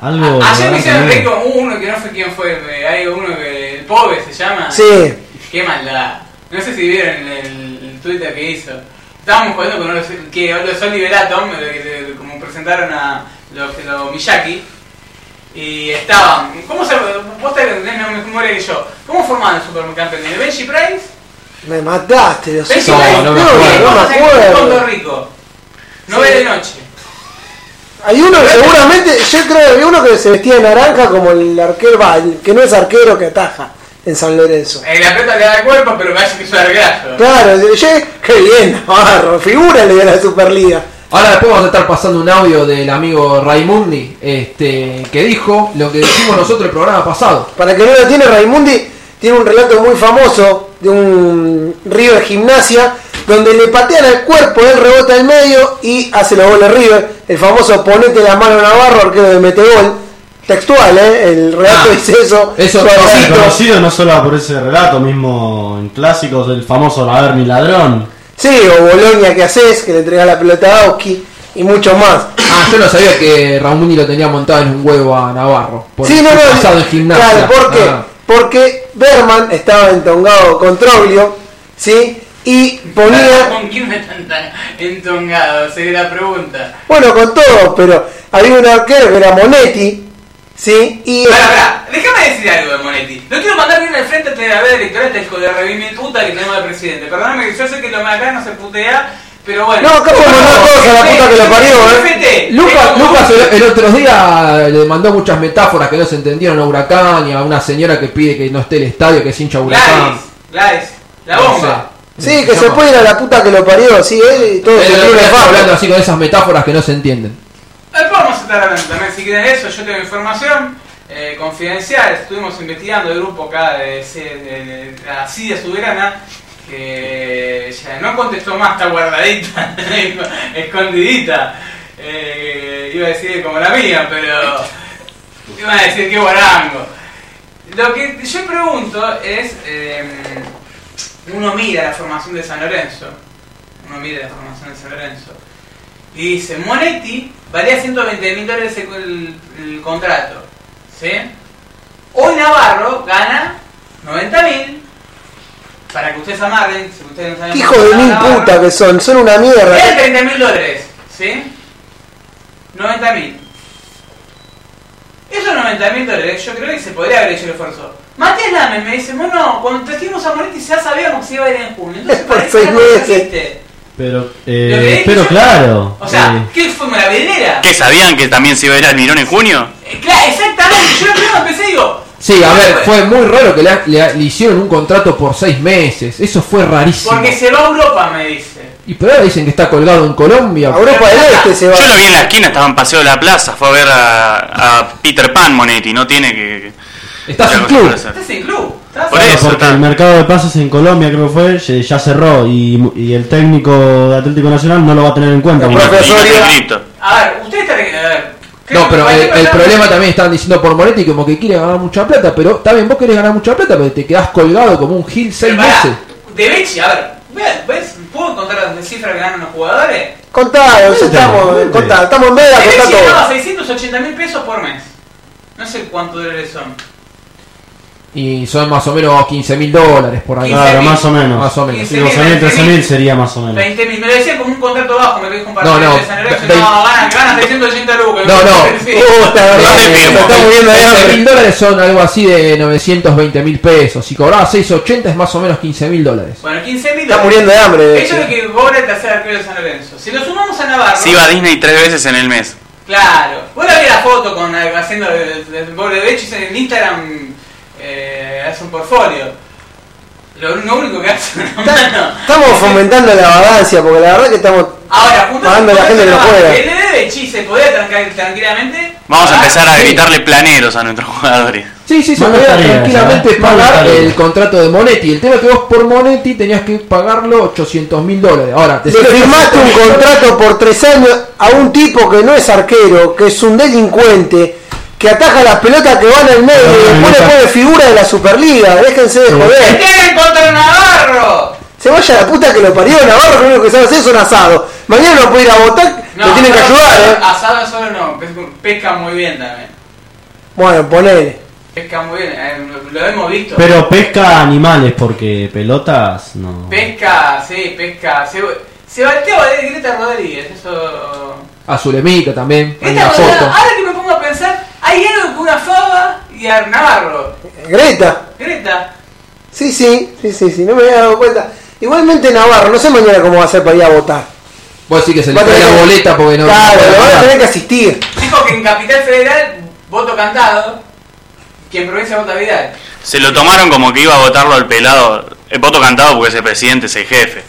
[SPEAKER 3] Ah,
[SPEAKER 4] Algo.
[SPEAKER 1] A- Ayer
[SPEAKER 4] habrán
[SPEAKER 1] me hicieron
[SPEAKER 4] comido.
[SPEAKER 1] rico uno que no sé quién fue, eh, hay uno que el Pobre se llama.
[SPEAKER 2] Sí.
[SPEAKER 1] Qué maldad. No sé si vieron el, el Twitter que hizo. Estábamos jugando con los, que los Oliver Atom, eh, que- como presentaron a los, los Miyaki. Y estaban. ¿Cómo se.? Vos tenés la misma memoria que yo. ¿Cómo formaron Supercampeón? ¿El Benji Price?
[SPEAKER 2] Me mataste, los
[SPEAKER 1] Benji
[SPEAKER 3] No,
[SPEAKER 1] Price.
[SPEAKER 3] no me
[SPEAKER 1] ¿qué?
[SPEAKER 3] acuerdo.
[SPEAKER 1] ¿Cómo
[SPEAKER 2] No me
[SPEAKER 1] se llama?
[SPEAKER 2] acuerdo.
[SPEAKER 1] Puerto Rico. 9 de noche.
[SPEAKER 2] Hay uno que seguramente, yo creo que había uno que se vestía de naranja como el arquero, va, el que no es arquero que ataja en San Lorenzo.
[SPEAKER 1] Eh, la pelota le da el cuerpo, pero me hace que suena el graso.
[SPEAKER 2] Claro, yo, qué bien, Navarro, figura le dio a la Superliga.
[SPEAKER 3] Ahora después vamos a estar pasando un audio del amigo Raimundi, este, que dijo lo que dijimos nosotros el programa pasado.
[SPEAKER 2] Para que no lo tiene, Raimundi tiene un relato muy famoso de un River Gimnasia donde le patean al cuerpo, él rebota al medio y hace los goles River. El famoso ponete la mano Navarro, arquero de mete gol. Textual, ¿eh? El relato
[SPEAKER 3] Ah,
[SPEAKER 2] dice eso.
[SPEAKER 3] eso
[SPEAKER 4] Es
[SPEAKER 2] suavecito.
[SPEAKER 4] Conocido no solo por ese relato, mismo en clásicos, el famoso La ver mi ladrón.
[SPEAKER 2] Sí, o Bolonia que haces, que le entregas la pelota a Oski y mucho más.
[SPEAKER 3] Ah, yo no sabía que Ramuni lo tenía montado en un huevo a Navarro. Por
[SPEAKER 2] sí,
[SPEAKER 3] el
[SPEAKER 2] no, no,
[SPEAKER 3] pasado en gimnasia.
[SPEAKER 2] Claro, ¿por qué?
[SPEAKER 3] Ah.
[SPEAKER 2] Porque Berman estaba entongado con Troglio, ¿sí? Y ponía,
[SPEAKER 1] ¿Con quién me están tan entongado? Sería la pregunta.
[SPEAKER 2] bueno, con todos, pero había un arquero que era Monetti, ¿sí? Y
[SPEAKER 1] Pará, pará, déjame decir algo de Monetti. Lo quiero mandar bien al frente antes de la veda electoral del hijo de revivir puta que tenemos al presidente. Perdóname que yo sé que lo más acá no se putea, pero bueno.
[SPEAKER 2] No, acá podemos mandar todos a la puta que lo parió, ¿eh?
[SPEAKER 1] Fete, es
[SPEAKER 3] Ah. Lucas,
[SPEAKER 1] como-
[SPEAKER 3] Lucas el, el otro día le mandó muchas metáforas que no se entendieron a Huracán y a una señora que pide que no esté el estadio, que es hincha Huracán.
[SPEAKER 1] Gladys, Gladys, la bomba.
[SPEAKER 3] No sé.
[SPEAKER 2] sí, que se
[SPEAKER 3] Llama.
[SPEAKER 2] puede ir a la puta que lo parió, sí, él y todo
[SPEAKER 3] El
[SPEAKER 2] se
[SPEAKER 3] otro
[SPEAKER 2] tiene
[SPEAKER 3] día estaba hablando
[SPEAKER 2] fama.
[SPEAKER 3] así con esas metáforas que no se entienden.
[SPEAKER 1] Después vamos a estar hablando también, si quieren eso, yo tengo información eh, confidencial, estuvimos investigando el grupo acá de, C- de- de- la CIDE Soberana, que ya no contestó más, está guardadita, escondidita, Eh, iba a decir como la mía, pero iba a decir que guarango. Lo que yo pregunto es, eh, uno mira la formación de San Lorenzo, uno mira la formación de San Lorenzo, y dice, Monetti valía 120 mil dólares el, el- el contrato. ¿Sí? Hoy Navarro gana 90 mil. Para que ustedes amarren, si ustedes no saben...
[SPEAKER 2] Hijo de mil puta que son, son una
[SPEAKER 1] Eran
[SPEAKER 2] mierda.
[SPEAKER 1] 30 mil dólares. ¿Sí? 90 mil. Esos 90 mil dólares yo creo que se podría haber hecho el esfuerzo. Matías Lames me dice, bueno, cuando trajimos a Monetti ya sabíamos que se iba a ir en junio. Entonces,
[SPEAKER 2] Es por
[SPEAKER 1] ¿para qué
[SPEAKER 2] seis
[SPEAKER 1] carajo lo
[SPEAKER 2] meses.
[SPEAKER 1] trajiste?
[SPEAKER 4] Pero,
[SPEAKER 1] Lo que
[SPEAKER 4] eh,
[SPEAKER 1] dije
[SPEAKER 4] pero
[SPEAKER 1] yo-
[SPEAKER 4] claro.
[SPEAKER 1] O sea,
[SPEAKER 4] eh,
[SPEAKER 1] ¿qué fue una vidriera?
[SPEAKER 5] ¿Qué sabían que también se iba a ir al Mirón en junio?
[SPEAKER 1] Eh, Claro, exactamente. Yo lo primero que empecé y digo.
[SPEAKER 3] Sí, a
[SPEAKER 1] "Ah,
[SPEAKER 3] ver,
[SPEAKER 1] pues,
[SPEAKER 3] fue muy raro que le, le- le hicieron un contrato por seis meses. Eso fue rarísimo.
[SPEAKER 1] Porque se va a Europa, me dice.
[SPEAKER 3] Y pero ahora dicen que está colgado en Colombia.
[SPEAKER 2] A Europa del Este se va.
[SPEAKER 5] Yo lo vi en la esquina, estaba en Paseo de la Plaza, fue a ver a, a Peter Pan Monetti, no tiene que...
[SPEAKER 3] Está sin
[SPEAKER 5] que-
[SPEAKER 3] club.
[SPEAKER 1] Estás sin club. Estás
[SPEAKER 5] Por
[SPEAKER 4] claro,
[SPEAKER 5] eso,
[SPEAKER 4] porque
[SPEAKER 5] está.
[SPEAKER 4] el mercado de pases en Colombia, creo que fue, ya ya cerró y, y el técnico de Atlético Nacional no lo va a tener en cuenta.
[SPEAKER 2] El
[SPEAKER 5] Y no-
[SPEAKER 4] Bueno,
[SPEAKER 5] y no
[SPEAKER 2] Profesor
[SPEAKER 5] tiene
[SPEAKER 2] Iba-
[SPEAKER 5] cripto.
[SPEAKER 1] A ver, usted está. A ver. creo
[SPEAKER 3] No,
[SPEAKER 1] que
[SPEAKER 3] pero el,
[SPEAKER 1] cualquier
[SPEAKER 3] el
[SPEAKER 1] persona-
[SPEAKER 3] problema también estaban diciendo por Monetti como que quiere ganar mucha plata, pero está bien, vos querés ganar mucha plata, pero te quedás colgado como un Gil seis
[SPEAKER 1] Pero pará,
[SPEAKER 3] meses.
[SPEAKER 1] De Becci, a ver. ve- ¿Ves? ¿Puedo contar las cifras que ganan los jugadores?
[SPEAKER 2] Contá,
[SPEAKER 4] Cuente,
[SPEAKER 2] estamos,
[SPEAKER 4] cuente.
[SPEAKER 2] contá, estamos en veda,
[SPEAKER 1] De Becci
[SPEAKER 2] contá
[SPEAKER 1] ganaba
[SPEAKER 2] todo.
[SPEAKER 1] 680 mil pesos por mes. No sé cuántos dólares son.
[SPEAKER 3] Y son más o menos 15 mil dólares por ahí.
[SPEAKER 1] Quince
[SPEAKER 4] Claro,
[SPEAKER 1] mil.
[SPEAKER 4] más o menos.
[SPEAKER 3] Más o menos.
[SPEAKER 1] Quince
[SPEAKER 4] Sí, 12.000, 13.000 sería más o menos.
[SPEAKER 1] 20 mil. Me lo decía como un contrato bajo, me lo dijo un partido
[SPEAKER 3] No, no,
[SPEAKER 1] de San Lorenzo.
[SPEAKER 3] ve-
[SPEAKER 1] No, ganan, ganan 680 lucas.
[SPEAKER 3] No, no.
[SPEAKER 1] Sí.
[SPEAKER 2] Puta, la verdad,
[SPEAKER 5] te
[SPEAKER 2] me
[SPEAKER 5] pido.
[SPEAKER 2] está muriendo de hambre.
[SPEAKER 3] mil dólares son algo así de 920 mil pesos. Si cobrás 680 es más o menos 15 mil dólares.
[SPEAKER 1] Bueno, 15 mil.
[SPEAKER 2] Está muriendo de hambre.
[SPEAKER 1] Eso es lo que cobra el tercer arquero de San Lorenzo. Si lo sumamos a Navarro.
[SPEAKER 5] Se iba a Disney tres veces en el mes.
[SPEAKER 1] Claro. Vos la vi la foto con eh, haciendo el el pobre Bechis en Instagram eh, hace un portfolio. Lo, lo único que hace una mano.
[SPEAKER 2] Estamos fomentando la vagancia, porque la verdad que estamos...
[SPEAKER 1] Ahora, juntando
[SPEAKER 2] Pagando a la gente que no juega.
[SPEAKER 1] El de Bechis se podía trancar tranquilamente.
[SPEAKER 5] Vamos a
[SPEAKER 1] pagar.
[SPEAKER 5] empezar a
[SPEAKER 3] sí.
[SPEAKER 5] gritarle planeros a nuestros jugadores.
[SPEAKER 3] Sí, sí, se
[SPEAKER 4] Mala
[SPEAKER 3] podía
[SPEAKER 4] tarea,
[SPEAKER 3] tranquilamente
[SPEAKER 4] ¿sabes? Mala
[SPEAKER 3] pagar
[SPEAKER 4] tarea.
[SPEAKER 3] el contrato de Monetti. El tema es que vos por Monetti tenías que pagarlo 800 mil dólares. Ahora,
[SPEAKER 2] Le
[SPEAKER 3] decir que-
[SPEAKER 2] firmaste un contrato por tres años a un tipo que no es arquero, que es un delincuente, que ataja las pelotas que van al medio y
[SPEAKER 4] No,
[SPEAKER 2] después le
[SPEAKER 4] nunca-
[SPEAKER 2] pone figura de la Superliga. Déjense de
[SPEAKER 4] Sí.
[SPEAKER 2] joder.
[SPEAKER 1] ¡Metele contra Navarro!
[SPEAKER 2] Se vaya a la puta que lo parió Navarro, que lo único que sabe hacer es un asado. Mañana no puede ir a votar, lo tienen que
[SPEAKER 1] asado
[SPEAKER 2] ayudar,
[SPEAKER 1] solo-
[SPEAKER 2] ¿eh?
[SPEAKER 1] Asado solo no, pes- pesca muy bien también.
[SPEAKER 2] Bueno, ponele.
[SPEAKER 1] Pesca muy bien, eh, lo- lo hemos visto.
[SPEAKER 4] Pero pesca animales, porque pelotas no.
[SPEAKER 1] Pesca, sí, pesca. Se, se bateó a Greta Rodríguez, eso.
[SPEAKER 3] A Zulemica también. Hay
[SPEAKER 1] Greta
[SPEAKER 3] una
[SPEAKER 1] Rodríguez,
[SPEAKER 3] foto.
[SPEAKER 1] ahora que me pongo a pensar, hay algo con una fava y a Navarro.
[SPEAKER 2] ¿eh? Greta.
[SPEAKER 1] Greta.
[SPEAKER 2] Sí, sí, sí, sí, sí, no me había dado cuenta. Igualmente Navarro, no sé mañana cómo va a hacer para ir a votar.
[SPEAKER 3] Vos decís que se le
[SPEAKER 2] Va a
[SPEAKER 3] cae
[SPEAKER 2] tener
[SPEAKER 3] la
[SPEAKER 2] que-
[SPEAKER 3] boleta porque no.
[SPEAKER 2] Claro,
[SPEAKER 3] no
[SPEAKER 2] Ah, lo van a
[SPEAKER 3] pagar.
[SPEAKER 2] tener que asistir.
[SPEAKER 1] Dijo que en Capital Federal, voto cantado, que en provincia vota Vidal.
[SPEAKER 5] Se lo tomaron como que iba a votarlo al pelado. El voto cantado porque es el presidente, es el jefe.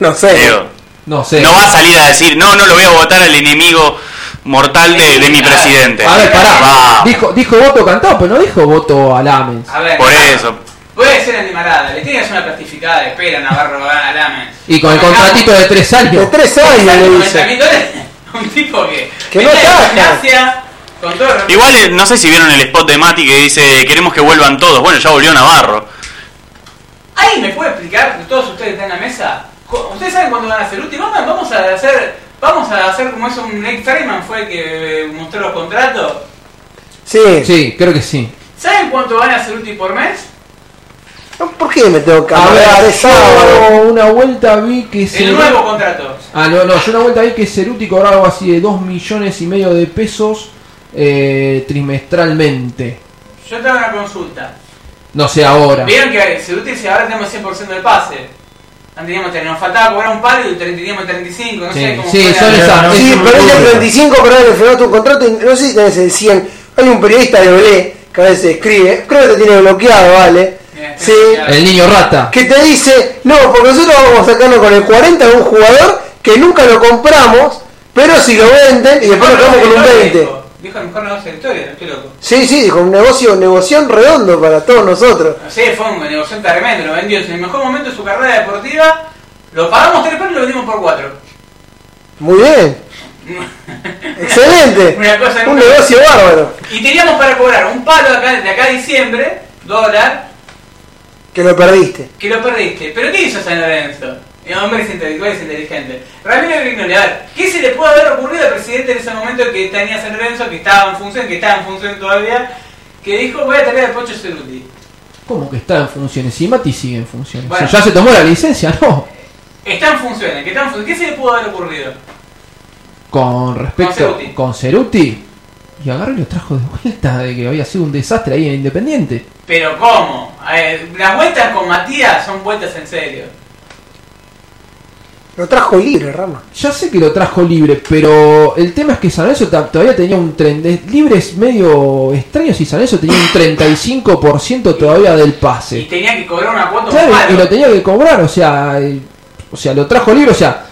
[SPEAKER 2] No sé.
[SPEAKER 5] Digo,
[SPEAKER 3] No sé.
[SPEAKER 5] No va a salir a decir, no, no lo voy a votar al enemigo mortal de, de mi presidente.
[SPEAKER 3] A ver, pará.
[SPEAKER 5] Va.
[SPEAKER 3] Dijo, dijo voto cantado, pero no dijo voto a Lamens.
[SPEAKER 1] A ver.
[SPEAKER 5] Por eso.
[SPEAKER 1] Voy a puede ser animalada, le tiene que hacer una plastificada de pera, Navarro, Alame.
[SPEAKER 3] Y con el
[SPEAKER 1] Acá,
[SPEAKER 3] contratito de tres
[SPEAKER 2] De
[SPEAKER 3] años.
[SPEAKER 2] tres años le
[SPEAKER 1] 90
[SPEAKER 2] dice.
[SPEAKER 1] mil dólares, Un tipo que.
[SPEAKER 2] Que
[SPEAKER 1] está
[SPEAKER 2] no
[SPEAKER 1] en
[SPEAKER 2] trabaja.
[SPEAKER 1] gimnasia, Con todo respeto.
[SPEAKER 5] Igual, eh, no sé si vieron el spot de Mati que dice, queremos que vuelvan todos. Bueno, ya volvió Navarro.
[SPEAKER 1] ¿Alguien me puede explicar, todos ustedes que están en la mesa, co- ustedes saben cuándo van a hacer último? Vamos- Vamos a hacer, vamos a hacer como es un Nick Freeman fue el que eh, mostró los contratos.
[SPEAKER 2] Sí.
[SPEAKER 3] Sí, creo que sí.
[SPEAKER 1] ¿Saben cuánto van a hacer útil por mes?
[SPEAKER 2] No, ¿Por qué me tengo que
[SPEAKER 3] A
[SPEAKER 2] amargar de
[SPEAKER 3] ver,
[SPEAKER 2] sábado?
[SPEAKER 3] yo una vuelta vi que
[SPEAKER 1] El
[SPEAKER 3] Ceruti-
[SPEAKER 1] nuevo contrato.
[SPEAKER 3] Ah, no, no, yo una vuelta vi que Ceruti cobraba algo así de 2 millones y medio de pesos eh, trimestralmente.
[SPEAKER 1] Yo tengo una consulta.
[SPEAKER 3] No sé ahora.
[SPEAKER 1] Vieron que Ceruti dice ahora tenemos 100% del pase. Antes teníamos, nos faltaba cobrar un palo y teníamos 35, no sé
[SPEAKER 3] Sí,
[SPEAKER 1] cómo
[SPEAKER 3] sí,
[SPEAKER 1] fuera.
[SPEAKER 3] son esas.
[SPEAKER 4] Pero
[SPEAKER 2] Sí,
[SPEAKER 4] no,
[SPEAKER 2] pero
[SPEAKER 4] no,
[SPEAKER 2] es
[SPEAKER 4] no.
[SPEAKER 2] el 35, pero le firmó tu contrato y no sé si tenés el 100. Hay un periodista de Belé que a veces escribe, creo que te tiene bloqueado, ¿vale?
[SPEAKER 1] Bien,
[SPEAKER 2] Sí,
[SPEAKER 1] bien, bien.
[SPEAKER 3] El niño rata.
[SPEAKER 2] que te dice, no, porque nosotros vamos a sacarlo con el 40 de un jugador que nunca lo compramos, pero si lo venden y después lo
[SPEAKER 1] Mejor
[SPEAKER 2] compramos con un
[SPEAKER 1] negocio de
[SPEAKER 2] 20.
[SPEAKER 1] historia, Dijo Dijo el mejor negocio de la historia, no estoy loco.
[SPEAKER 2] Sí, sí, con un negocio, negocio redondo para todos nosotros.
[SPEAKER 1] Sí, fue un negocio tremendo, lo vendió en el mejor momento de su carrera deportiva. Lo pagamos tres palos y lo vendimos por cuatro.
[SPEAKER 2] Muy bien, excelente.
[SPEAKER 1] Una cosa
[SPEAKER 2] un
[SPEAKER 1] nunca-
[SPEAKER 2] negocio bárbaro.
[SPEAKER 1] y teníamos para cobrar un palo de acá, de acá a diciembre, dólar,
[SPEAKER 2] Que lo perdiste.
[SPEAKER 1] que lo perdiste. Pero ¿qué hizo San Lorenzo? El hombre es intelectual, es inteligente. Ramiro Grignoli, a ver, ¿qué se le puede haber ocurrido al presidente en ese momento que tenía San Lorenzo, que estaba en función, que estaba en función todavía, que dijo voy a traer a Pocho Ceruti?
[SPEAKER 3] ¿Cómo que está en funciones? Y Mati sigue en funciones.
[SPEAKER 1] Bueno.
[SPEAKER 3] O sea, ya se tomó la licencia, ¿no?
[SPEAKER 1] Está en funciones, que está en funciones. ¿Qué se le pudo haber ocurrido?
[SPEAKER 3] Con respecto
[SPEAKER 1] Ceruti.
[SPEAKER 3] con Ceruti. Y agarró y lo trajo de vuelta de que había sido un desastre ahí en Independiente.
[SPEAKER 1] Pero ¿cómo? A ver, las vueltas con Matías son vueltas en serio.
[SPEAKER 2] Lo trajo libre, Rama.
[SPEAKER 3] Ya sé que lo trajo libre, pero el tema es que San Lorenzo ta- todavía tenía un tren de libres medio extraños y San Lorenzo tenía un 35% todavía del
[SPEAKER 1] Y
[SPEAKER 3] pase.
[SPEAKER 1] tenía que cobrar una cuota
[SPEAKER 3] Claro,
[SPEAKER 1] un
[SPEAKER 3] y-
[SPEAKER 1] palo.
[SPEAKER 3] y lo tenía que cobrar, o sea, eh, o sea, lo trajo libre, o sea,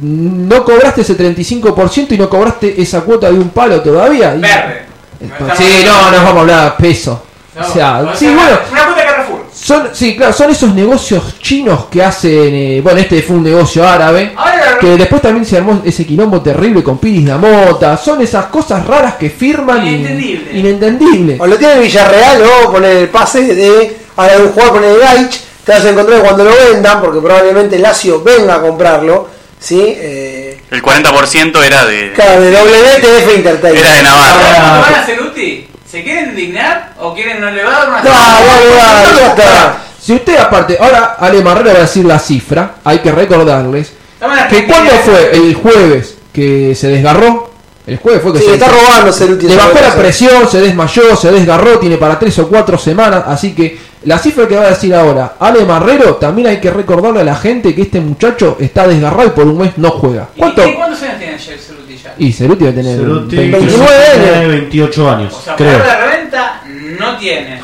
[SPEAKER 3] no cobraste ese 35% y no cobraste esa cuota de un palo todavía. Y-
[SPEAKER 1] Verde.
[SPEAKER 3] Entonces, sí, no, nos vamos a hablar peso. o sea, sí, bueno,
[SPEAKER 1] Una cuota de Carrefour.
[SPEAKER 3] son, sí, claro, son esos negocios chinos que hacen, eh, bueno, este fue un negocio árabe.
[SPEAKER 1] Ahora
[SPEAKER 3] Que después también se armó ese quilombo terrible con Piris de Mota. Son esas cosas raras que firman. y-
[SPEAKER 1] Inentendible.
[SPEAKER 3] Inentendible.
[SPEAKER 2] O lo tiene Villarreal o con el pase de a un jugador con el Gaich, te vas a encontrar cuando lo vendan, porque probablemente Lazio venga a comprarlo, ¿sí? Eh,
[SPEAKER 5] El 40% era de...
[SPEAKER 2] claro, de WTF Entertainment.
[SPEAKER 5] Eh,
[SPEAKER 2] Ah,
[SPEAKER 5] Era de Navarro.
[SPEAKER 1] ¿No van a hacer útil? ¿Se quieren indignar o quieren no le va a dar una
[SPEAKER 2] No, no, no, ya está.
[SPEAKER 3] Si usted aparte, ahora Ale Marrero va a decir la cifra, hay que recordarles.
[SPEAKER 1] Estamos en la
[SPEAKER 3] Que cuando
[SPEAKER 1] Argentina.
[SPEAKER 3] fue el jueves que se desgarró. El jueves fue que
[SPEAKER 2] Sí,
[SPEAKER 3] se
[SPEAKER 2] está robando Ceruti.
[SPEAKER 3] Le
[SPEAKER 2] esa
[SPEAKER 3] bajó la
[SPEAKER 2] cosa.
[SPEAKER 3] presión, se desmayó, se desgarró, tiene para tres o cuatro semanas, así que la cifra que va a decir ahora Ale Marrero, también hay que recordarle a la gente que este muchacho está desgarrado y por un mes no juega.
[SPEAKER 1] ¿Y
[SPEAKER 3] ¿Cuánto?
[SPEAKER 1] qué- ¿Cuántos años tiene ayer Ceruti ya?
[SPEAKER 3] Y Ceruti va a tener
[SPEAKER 4] Ceruti
[SPEAKER 3] 20.
[SPEAKER 2] 29
[SPEAKER 4] tiene 28 años,
[SPEAKER 1] O sea,
[SPEAKER 4] creo.
[SPEAKER 1] para la reventa no tiene.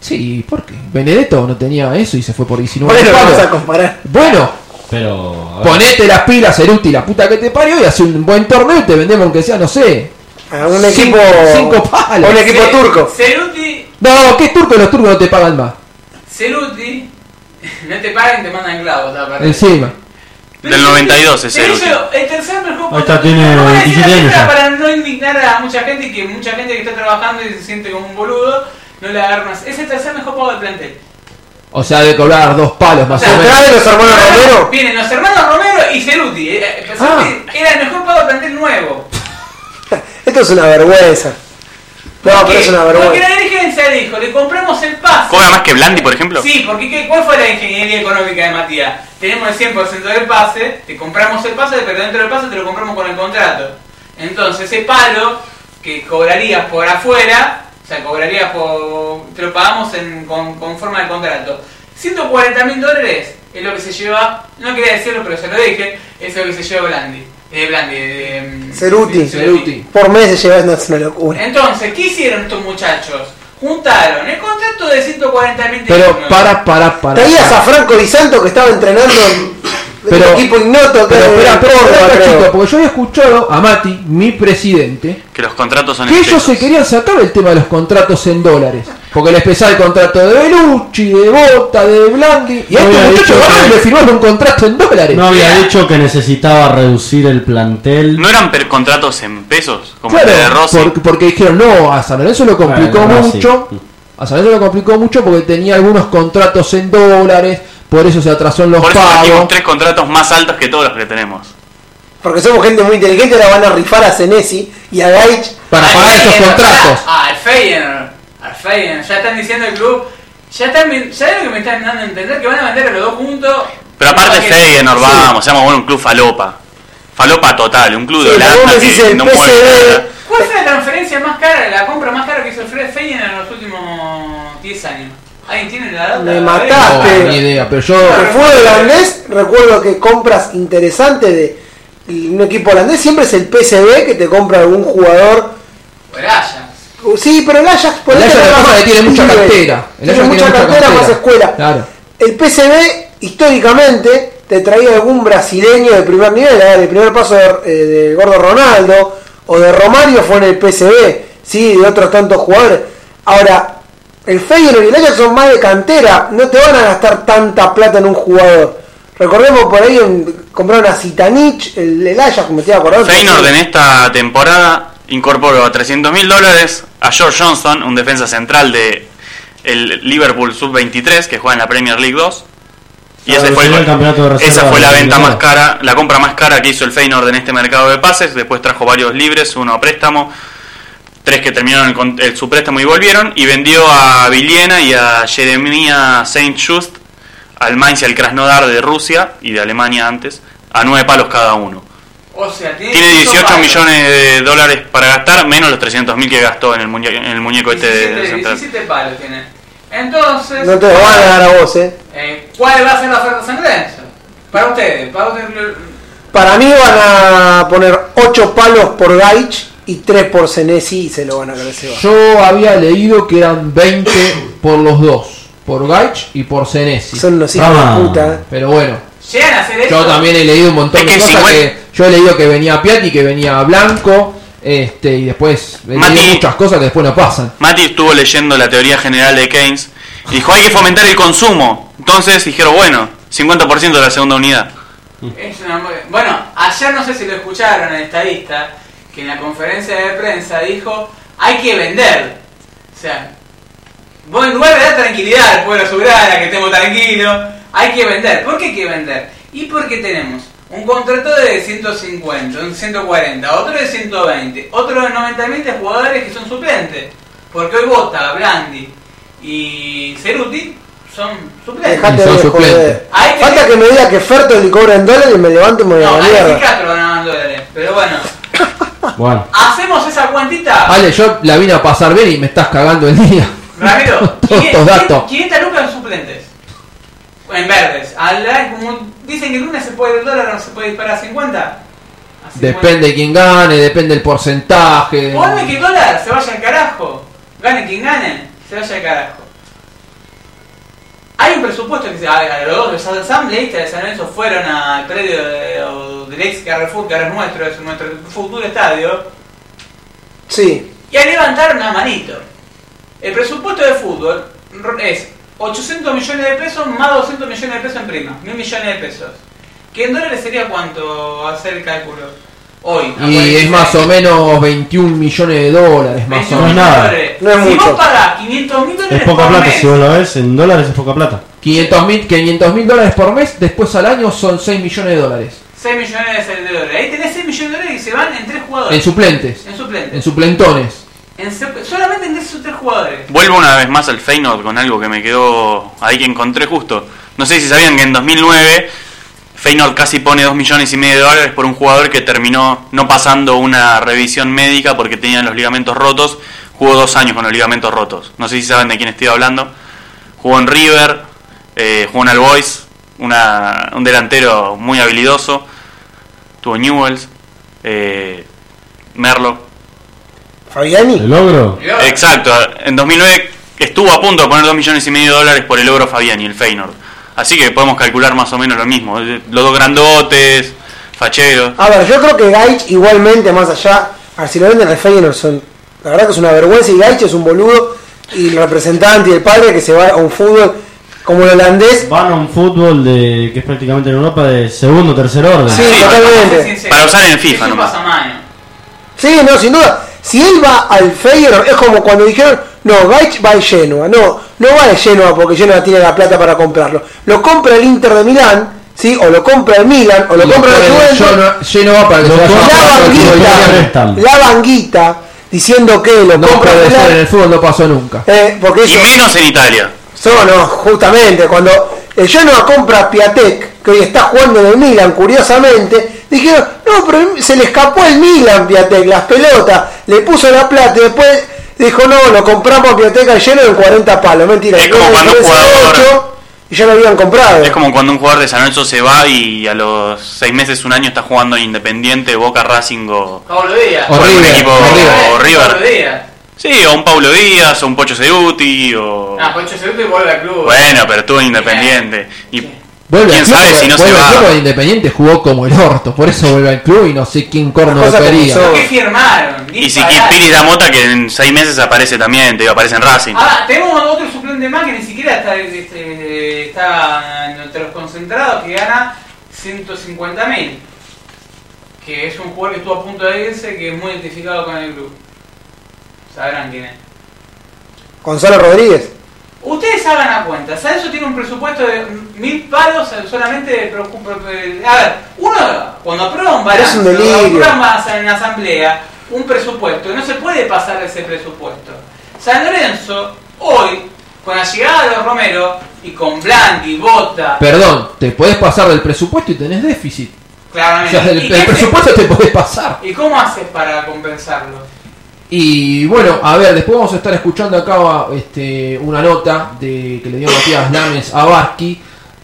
[SPEAKER 3] Sí, ¿por qué? Benedetto no tenía eso y se fue por 19
[SPEAKER 2] Bueno,
[SPEAKER 3] palos.
[SPEAKER 2] vamos a comparar.
[SPEAKER 3] Bueno,
[SPEAKER 4] Pero. a ver,
[SPEAKER 3] ponete las pilas, Ceruti, la puta que te parió y hace un buen torneo y te vendemos aunque sea, no sé.
[SPEAKER 2] A un
[SPEAKER 3] Cinco-
[SPEAKER 2] equipo.
[SPEAKER 3] cinco palos.
[SPEAKER 2] a Un equipo
[SPEAKER 1] Ce-
[SPEAKER 2] turco.
[SPEAKER 1] Ceruti,
[SPEAKER 3] No, ¿qué turco? Los turcos no te pagan más.
[SPEAKER 1] Ceruti, no te pagan, te mandan clavos. la verdad.
[SPEAKER 3] Encima.
[SPEAKER 1] Pero
[SPEAKER 5] Del 92 es
[SPEAKER 1] pero
[SPEAKER 5] Ceruti.
[SPEAKER 1] eso, El tercer mejor
[SPEAKER 4] Ahí está, tiene
[SPEAKER 1] No voy a decir
[SPEAKER 4] 17
[SPEAKER 1] la
[SPEAKER 4] años
[SPEAKER 1] cifra
[SPEAKER 4] ya.
[SPEAKER 1] Para no indignar a mucha gente que mucha gente que está trabajando y se siente como un boludo, no le agarra más. Es el tercer mejor pago del plantel.
[SPEAKER 3] O sea, de cobrar dos palos más o menos.
[SPEAKER 2] Atrás de los hermanos Romero.
[SPEAKER 1] Vienen los hermanos Romero y Ceruti. eh, Ceruti
[SPEAKER 3] Ah.
[SPEAKER 1] Era el mejor pago del plantel nuevo.
[SPEAKER 2] Esto es una vergüenza. No, pero es una
[SPEAKER 1] Porque
[SPEAKER 2] vergüenza.
[SPEAKER 1] la dirigencia dijo, le compramos el pase.
[SPEAKER 5] ¿Cobra más que Blandi, por ejemplo?
[SPEAKER 1] Sí, porque ¿qué- ¿cuál fue la ingeniería económica de Matías? Tenemos el 100% del pase, te compramos el pase, pero dentro del pase te lo compramos con el contrato. Entonces ese palo que cobrarías por afuera, o sea, cobrarías por... te lo pagamos en- con, con forma de contrato. 140 mil dólares es lo que se lleva, no quería decirlo, pero se lo dije, es lo que se lleva Blandi. Eh, Blandi, de... mm,
[SPEAKER 2] Ceruti.
[SPEAKER 3] Ceruti.
[SPEAKER 2] Por meses llevando es una locura.
[SPEAKER 1] Entonces, ¿qué hicieron estos muchachos? Juntaron el contrato de 140 mil
[SPEAKER 3] Pero para, para, para.
[SPEAKER 2] Traías
[SPEAKER 3] para.
[SPEAKER 2] a Franco Di Santo que estaba entrenando en
[SPEAKER 3] Pero-
[SPEAKER 2] un equipo ignoto que
[SPEAKER 3] Pero
[SPEAKER 2] era de
[SPEAKER 3] espera, espera,
[SPEAKER 2] Córdoba,
[SPEAKER 3] espera,
[SPEAKER 2] creo.
[SPEAKER 3] chico, porque yo había escuchado a Mati, mi presidente,
[SPEAKER 5] Que los contratos son
[SPEAKER 3] que ellos
[SPEAKER 5] estrechos.
[SPEAKER 3] se querían sacar el tema de los contratos en dólares. Porque les pesaba el contrato de Belucci, de Bota, de Blandi. Y a
[SPEAKER 4] No
[SPEAKER 3] este
[SPEAKER 4] había
[SPEAKER 3] muchacho
[SPEAKER 4] dicho
[SPEAKER 3] agarraron y
[SPEAKER 4] que-
[SPEAKER 3] le firmaron un contrato en dólares.
[SPEAKER 4] No había dicho que necesitaba reducir el plantel.
[SPEAKER 5] ¿No eran per- contratos en pesos? Como
[SPEAKER 4] este
[SPEAKER 3] Claro,
[SPEAKER 5] el de Rossi.
[SPEAKER 3] por- porque dijeron, no, a San Lorenzo lo complicó
[SPEAKER 4] Bueno, Rossi.
[SPEAKER 3] mucho. A San Lorenzo lo complicó mucho porque tenía algunos contratos en dólares. Por eso se atrasó en los
[SPEAKER 5] Por eso
[SPEAKER 3] pagos.
[SPEAKER 5] metimos tres contratos más altos que todos los que tenemos.
[SPEAKER 2] Porque somos gente muy inteligente, ahora van a rifar a Senesi y a Gaich.
[SPEAKER 3] Para
[SPEAKER 1] Al
[SPEAKER 3] pagar esos
[SPEAKER 1] Feyenoord,
[SPEAKER 3] contratos.
[SPEAKER 1] Ah, al Feyenoord. Al Feyenoord. Ya están diciendo el club. Ya están, vi- ya es lo que me están dando a entender que van a vender a los dos juntos.
[SPEAKER 5] Pero aparte
[SPEAKER 1] Porque-
[SPEAKER 5] Feyenoord, vamos, seamos bueno, un club falopa. Falopa total, un club de
[SPEAKER 2] Sí, pero
[SPEAKER 5] Holanda
[SPEAKER 2] vos me decís
[SPEAKER 5] que
[SPEAKER 2] el
[SPEAKER 5] no mueve
[SPEAKER 2] PSV.
[SPEAKER 5] nada.
[SPEAKER 1] ¿Cuál fue la transferencia más cara, la compra más cara que hizo el Fred Feyenoord en los últimos 10 años? ¿Alguien tiene la data?
[SPEAKER 2] Me
[SPEAKER 1] A ver.
[SPEAKER 2] mataste.
[SPEAKER 3] No, ni idea, pero yo.
[SPEAKER 2] El fútbol holandés, recuerdo que compras interesantes de un equipo holandés siempre es el PSV que te compra algún jugador.
[SPEAKER 1] Oraya.
[SPEAKER 2] Sí, pero el Ajax por
[SPEAKER 3] El
[SPEAKER 2] ahí te
[SPEAKER 3] Ajax lo
[SPEAKER 2] da
[SPEAKER 3] que
[SPEAKER 2] más
[SPEAKER 3] pasa es que tiene mucha
[SPEAKER 2] nivel.
[SPEAKER 3] cantera. El
[SPEAKER 2] Tiene
[SPEAKER 3] Ajax tiene
[SPEAKER 2] mucha
[SPEAKER 3] mucha
[SPEAKER 2] cantera
[SPEAKER 3] cantera.
[SPEAKER 2] más escuela.
[SPEAKER 3] Claro.
[SPEAKER 2] El PSV históricamente te traía algún brasileño de primer nivel. a ver, el primer paso de, eh, de Gordo Ronaldo o de Romario fue en el PSV, sí, de otros tantos jugadores. Ahora, el Feyenoord y el Ajax son más de cantera, no te van a gastar tanta plata en un jugador. Recordemos por ahí en- compraron a Zitanich, el, el Ajax, me estoy acordando.
[SPEAKER 5] Feyenoord en esta temporada incorporó a 300 mil dólares a George Johnston, un defensa central de el Liverpool Sub-23 que juega en la Premier League 2. Y
[SPEAKER 4] Ah,
[SPEAKER 5] ese
[SPEAKER 4] lo
[SPEAKER 5] fue el-
[SPEAKER 4] salió el campeonato de reserva
[SPEAKER 5] esa fue la
[SPEAKER 4] de
[SPEAKER 5] venta más
[SPEAKER 4] Inglaterra.
[SPEAKER 5] cara, la compra más cara que hizo el Feyenoord en este mercado de pases. Después trajo varios libres, uno a préstamo, tres que terminaron el con- el- su préstamo y volvieron. Y vendió a Viliena y a Jeremia Saint-Just al Mainz y al Krasnodar de Rusia y de Alemania antes, a nueve palos cada uno.
[SPEAKER 1] O sea, tiene,
[SPEAKER 5] Tiene 18
[SPEAKER 1] palos.
[SPEAKER 5] millones de dólares para gastar, menos los 300 mil que gastó en el, muñe- en el muñeco este de-
[SPEAKER 1] 17,
[SPEAKER 5] de central.
[SPEAKER 1] 17 palos tiene. Entonces,
[SPEAKER 2] No te lo van a dar a vos, eh.
[SPEAKER 1] eh, ¿cuál va a ser la oferta de San Lorenzo? Para ustedes, para ustedes.
[SPEAKER 2] Para mí van a poner 8 palos por Gaich y 3 por Senesi y se lo van a agradecer.
[SPEAKER 3] Yo había leído que eran 20 por los dos. Por Gaich y por Senesi.
[SPEAKER 2] Son los hijos
[SPEAKER 4] Ah.
[SPEAKER 2] de puta. eh.
[SPEAKER 3] Pero bueno,
[SPEAKER 1] ¿Llegan a hacer eso?
[SPEAKER 3] yo también he leído un montón
[SPEAKER 5] Es
[SPEAKER 3] de
[SPEAKER 5] que
[SPEAKER 3] cosas
[SPEAKER 5] si
[SPEAKER 3] que yo he leído que venía Piatti, que venía Blanco, este y después he
[SPEAKER 5] Mati.
[SPEAKER 3] leído muchas cosas que después no pasan.
[SPEAKER 5] Mati estuvo leyendo la teoría general de Keynes y dijo hay que fomentar el consumo. Entonces dijeron, bueno, 50% de la segunda unidad.
[SPEAKER 1] Es una mo- Bueno, ayer no sé si lo escucharon el estadista, que en la conferencia de prensa dijo, hay que vender. O sea, vos en lugar de dar tranquilidad al pueblo soberano, que estemos tranquilos, hay que vender. ¿Por qué hay que vender? Y porque tenemos un contrato de 150, un 140, otro de 120, otro de 90 de jugadores que son suplentes. Porque hoy Bota, Blandi y Ceruti son suplentes.
[SPEAKER 3] Dejá-
[SPEAKER 2] Dejate
[SPEAKER 3] Y son
[SPEAKER 2] de
[SPEAKER 3] suplentes.
[SPEAKER 2] joder.
[SPEAKER 1] Ahí
[SPEAKER 2] Falta
[SPEAKER 1] tenés-
[SPEAKER 2] que me diga que Ferto le cobra en dólares y me levanto y me voy a
[SPEAKER 1] No,
[SPEAKER 2] la
[SPEAKER 1] Alexis
[SPEAKER 2] mierda.
[SPEAKER 1] Castro ganaban dólares, pero bueno.
[SPEAKER 4] Bueno,
[SPEAKER 1] Hacemos esa cuantita,
[SPEAKER 3] Ale, yo la vine a pasar bien y me estás cagando el día.
[SPEAKER 1] Ramiro.
[SPEAKER 3] Todos estos
[SPEAKER 1] 500
[SPEAKER 3] datos.
[SPEAKER 1] 500 lucas en suplentes. En verdes. Al- eh, como dicen que el lunes se puede, el dólar no se puede disparar a 50. A 50.
[SPEAKER 3] Depende quién gane, depende el
[SPEAKER 2] Eh.
[SPEAKER 3] porcentaje.
[SPEAKER 1] Ponme que el dólar se vaya al carajo. Gane quien gane, se vaya al carajo. Hay un presupuesto que se. A, a los dos, los asambleístas de San Lorenzo fueron al predio de- o del ex Carrefour, que ahora es nuestro, es nuestro futuro estadio.
[SPEAKER 2] Sí.
[SPEAKER 1] Y a levantar una manito. El presupuesto de fútbol es 800 millones de pesos más 200 millones de pesos en prima, 1000 millones de pesos. ¿Que en dólares sería cuánto hacer el cálculo? Hoy. a
[SPEAKER 3] Y
[SPEAKER 1] 46.
[SPEAKER 3] es más o menos 21 millones de dólares, más o
[SPEAKER 1] 21
[SPEAKER 4] no
[SPEAKER 3] menos.
[SPEAKER 4] es nada.
[SPEAKER 1] dólares.
[SPEAKER 2] No es
[SPEAKER 1] si
[SPEAKER 2] mucho.
[SPEAKER 1] vos pagás 500 mil dólares
[SPEAKER 4] es poca
[SPEAKER 1] por
[SPEAKER 4] plata,
[SPEAKER 1] mes,
[SPEAKER 4] si vos lo ves, en dólares es poca plata.
[SPEAKER 3] 500 mil dólares por mes, después al año son 6 millones de dólares.
[SPEAKER 1] 6 millones de dólares. Ahí tenés 6 millones de dólares y se van en 3
[SPEAKER 3] En
[SPEAKER 1] jugadores.
[SPEAKER 3] suplentes,
[SPEAKER 1] En
[SPEAKER 3] en
[SPEAKER 1] suplentes.
[SPEAKER 3] suplentones.
[SPEAKER 1] En sup- solamente en esos 3 jugadores.
[SPEAKER 5] Vuelvo una vez más al Feyenoord con algo que me quedó ahí que encontré justo. No sé si sabían que en 2009 Feyenoord casi pone 2 millones y medio de dólares por un jugador que terminó no pasando una revisión médica porque tenía los ligamentos rotos. Jugó dos años con los ligamentos rotos. No sé si saben de quién estoy hablando. Jugó en River, eh, jugó en All Boys, una- un delantero muy habilidoso. Tuvo Newells, eh, Merlo.
[SPEAKER 2] Fabiani.
[SPEAKER 4] ¿El logro?
[SPEAKER 5] Exacto, en 2009 estuvo a punto de poner 2 millones y medio de dólares por el logro Fabiani, el Feyenoord. Así que podemos calcular más o menos lo mismo. Eh, Los dos grandotes, facheros.
[SPEAKER 2] A ver, yo creo que Gaich igualmente, más allá, a ver, si lo venden al Feyenoord, son, la verdad que es una vergüenza y Gaich es un boludo. y el representante y el padre que se va a un fútbol como el holandés.
[SPEAKER 4] Van a un fútbol de, que es prácticamente en Europa de segundo tercer orden.
[SPEAKER 2] Sí, totalmente.
[SPEAKER 5] Para usar en FIFA
[SPEAKER 1] no
[SPEAKER 5] nomás.
[SPEAKER 1] pasa mano.
[SPEAKER 2] Sí, no, sin duda. Si él va al Feyenoord, es como cuando dijeron, no, Gaich va al Genoa. No, no va al Genoa porque Genoa tiene la plata para comprarlo. Lo compra el Inter de Milán, ¿sí? O lo compra el Milan, o lo, compra el Juventus.
[SPEAKER 3] Genoa para que se vaya
[SPEAKER 2] La
[SPEAKER 3] a otro equipo italiano.
[SPEAKER 2] banguita,
[SPEAKER 4] prestan.
[SPEAKER 2] la banguita, diciendo que lo
[SPEAKER 3] Ah. No
[SPEAKER 2] compra
[SPEAKER 3] puede
[SPEAKER 2] el
[SPEAKER 3] ser, en
[SPEAKER 2] Milan.
[SPEAKER 3] el fútbol no pasó nunca.
[SPEAKER 2] eh, porque
[SPEAKER 5] Y
[SPEAKER 2] eso,
[SPEAKER 5] menos en Italia.
[SPEAKER 2] eso no, justamente, cuando el Genoa compra a Piatek, que hoy está jugando en el Milan, curiosamente, dijeron, no, pero se le escapó el Milan Piatek, las pelotas, le puso la plata y después dijo, no, lo compramos a Piatek al Genoa en 40 palos, mentira,
[SPEAKER 5] Es
[SPEAKER 2] el Genoa
[SPEAKER 5] como cuando
[SPEAKER 2] lo
[SPEAKER 5] un
[SPEAKER 2] hizo
[SPEAKER 5] jugador-
[SPEAKER 2] ocho y ya lo habían comprado.
[SPEAKER 5] Es como cuando un jugador de San Lorenzo se va y a los seis meses, un año está jugando en Independiente, Boca, Racing o...
[SPEAKER 1] Pablo Díaz.
[SPEAKER 5] o algún
[SPEAKER 3] River,
[SPEAKER 5] equipo
[SPEAKER 3] o River.
[SPEAKER 5] o
[SPEAKER 1] Pablo
[SPEAKER 5] River.
[SPEAKER 1] Díaz.
[SPEAKER 5] Sí, o un Paulo Díaz, o un Pocho Seguti, o...
[SPEAKER 1] Ah, Pocho se y vuelve al club.
[SPEAKER 5] Bueno, pero tú Independiente. Y
[SPEAKER 3] Vuelve al
[SPEAKER 5] quién
[SPEAKER 3] club,
[SPEAKER 5] sabe si no se
[SPEAKER 3] vuelve al
[SPEAKER 5] va.
[SPEAKER 3] club de Independiente jugó como el orto, por eso vuelve al club y no sé quién corno lo
[SPEAKER 2] Las cosas como
[SPEAKER 3] quería.
[SPEAKER 2] son.
[SPEAKER 1] ¿Qué firmaron? Ni
[SPEAKER 5] Y si
[SPEAKER 1] pagar.
[SPEAKER 5] Piri da mota, que en seis meses aparece también, te digo, aparece en Racing.
[SPEAKER 1] Ahora, tenemos Ah, otro suplente más que ni siquiera está, este, está entre los concentrados que gana 150 mil. Que es un jugador que estuvo a punto de irse, que es muy identificado con el club. Sabrán quién es.
[SPEAKER 2] Gonzalo Rodríguez.
[SPEAKER 1] Ustedes hagan la cuenta, Sanso tiene un presupuesto de mil palos solamente de preocup- eh, A ver, uno cuando aprueba un balance,
[SPEAKER 2] Es un
[SPEAKER 1] cuando
[SPEAKER 2] delirio.
[SPEAKER 1] aprueba más en la asamblea un presupuesto, no se puede pasar ese presupuesto. San Lorenzo, hoy, con la llegada de los Romero y con Blandi, Bota,
[SPEAKER 3] Perdón, te podés pasar del presupuesto y tenés déficit. O
[SPEAKER 1] claramente.
[SPEAKER 3] sea,
[SPEAKER 1] ¿y
[SPEAKER 3] del
[SPEAKER 1] qué
[SPEAKER 3] del
[SPEAKER 1] te-
[SPEAKER 3] presupuesto te podés pasar.
[SPEAKER 1] ¿Y cómo haces para compensarlo?
[SPEAKER 3] Y bueno, a ver, después vamos a estar escuchando acá este, una nota de, que le dio Matías Lames a Basqui,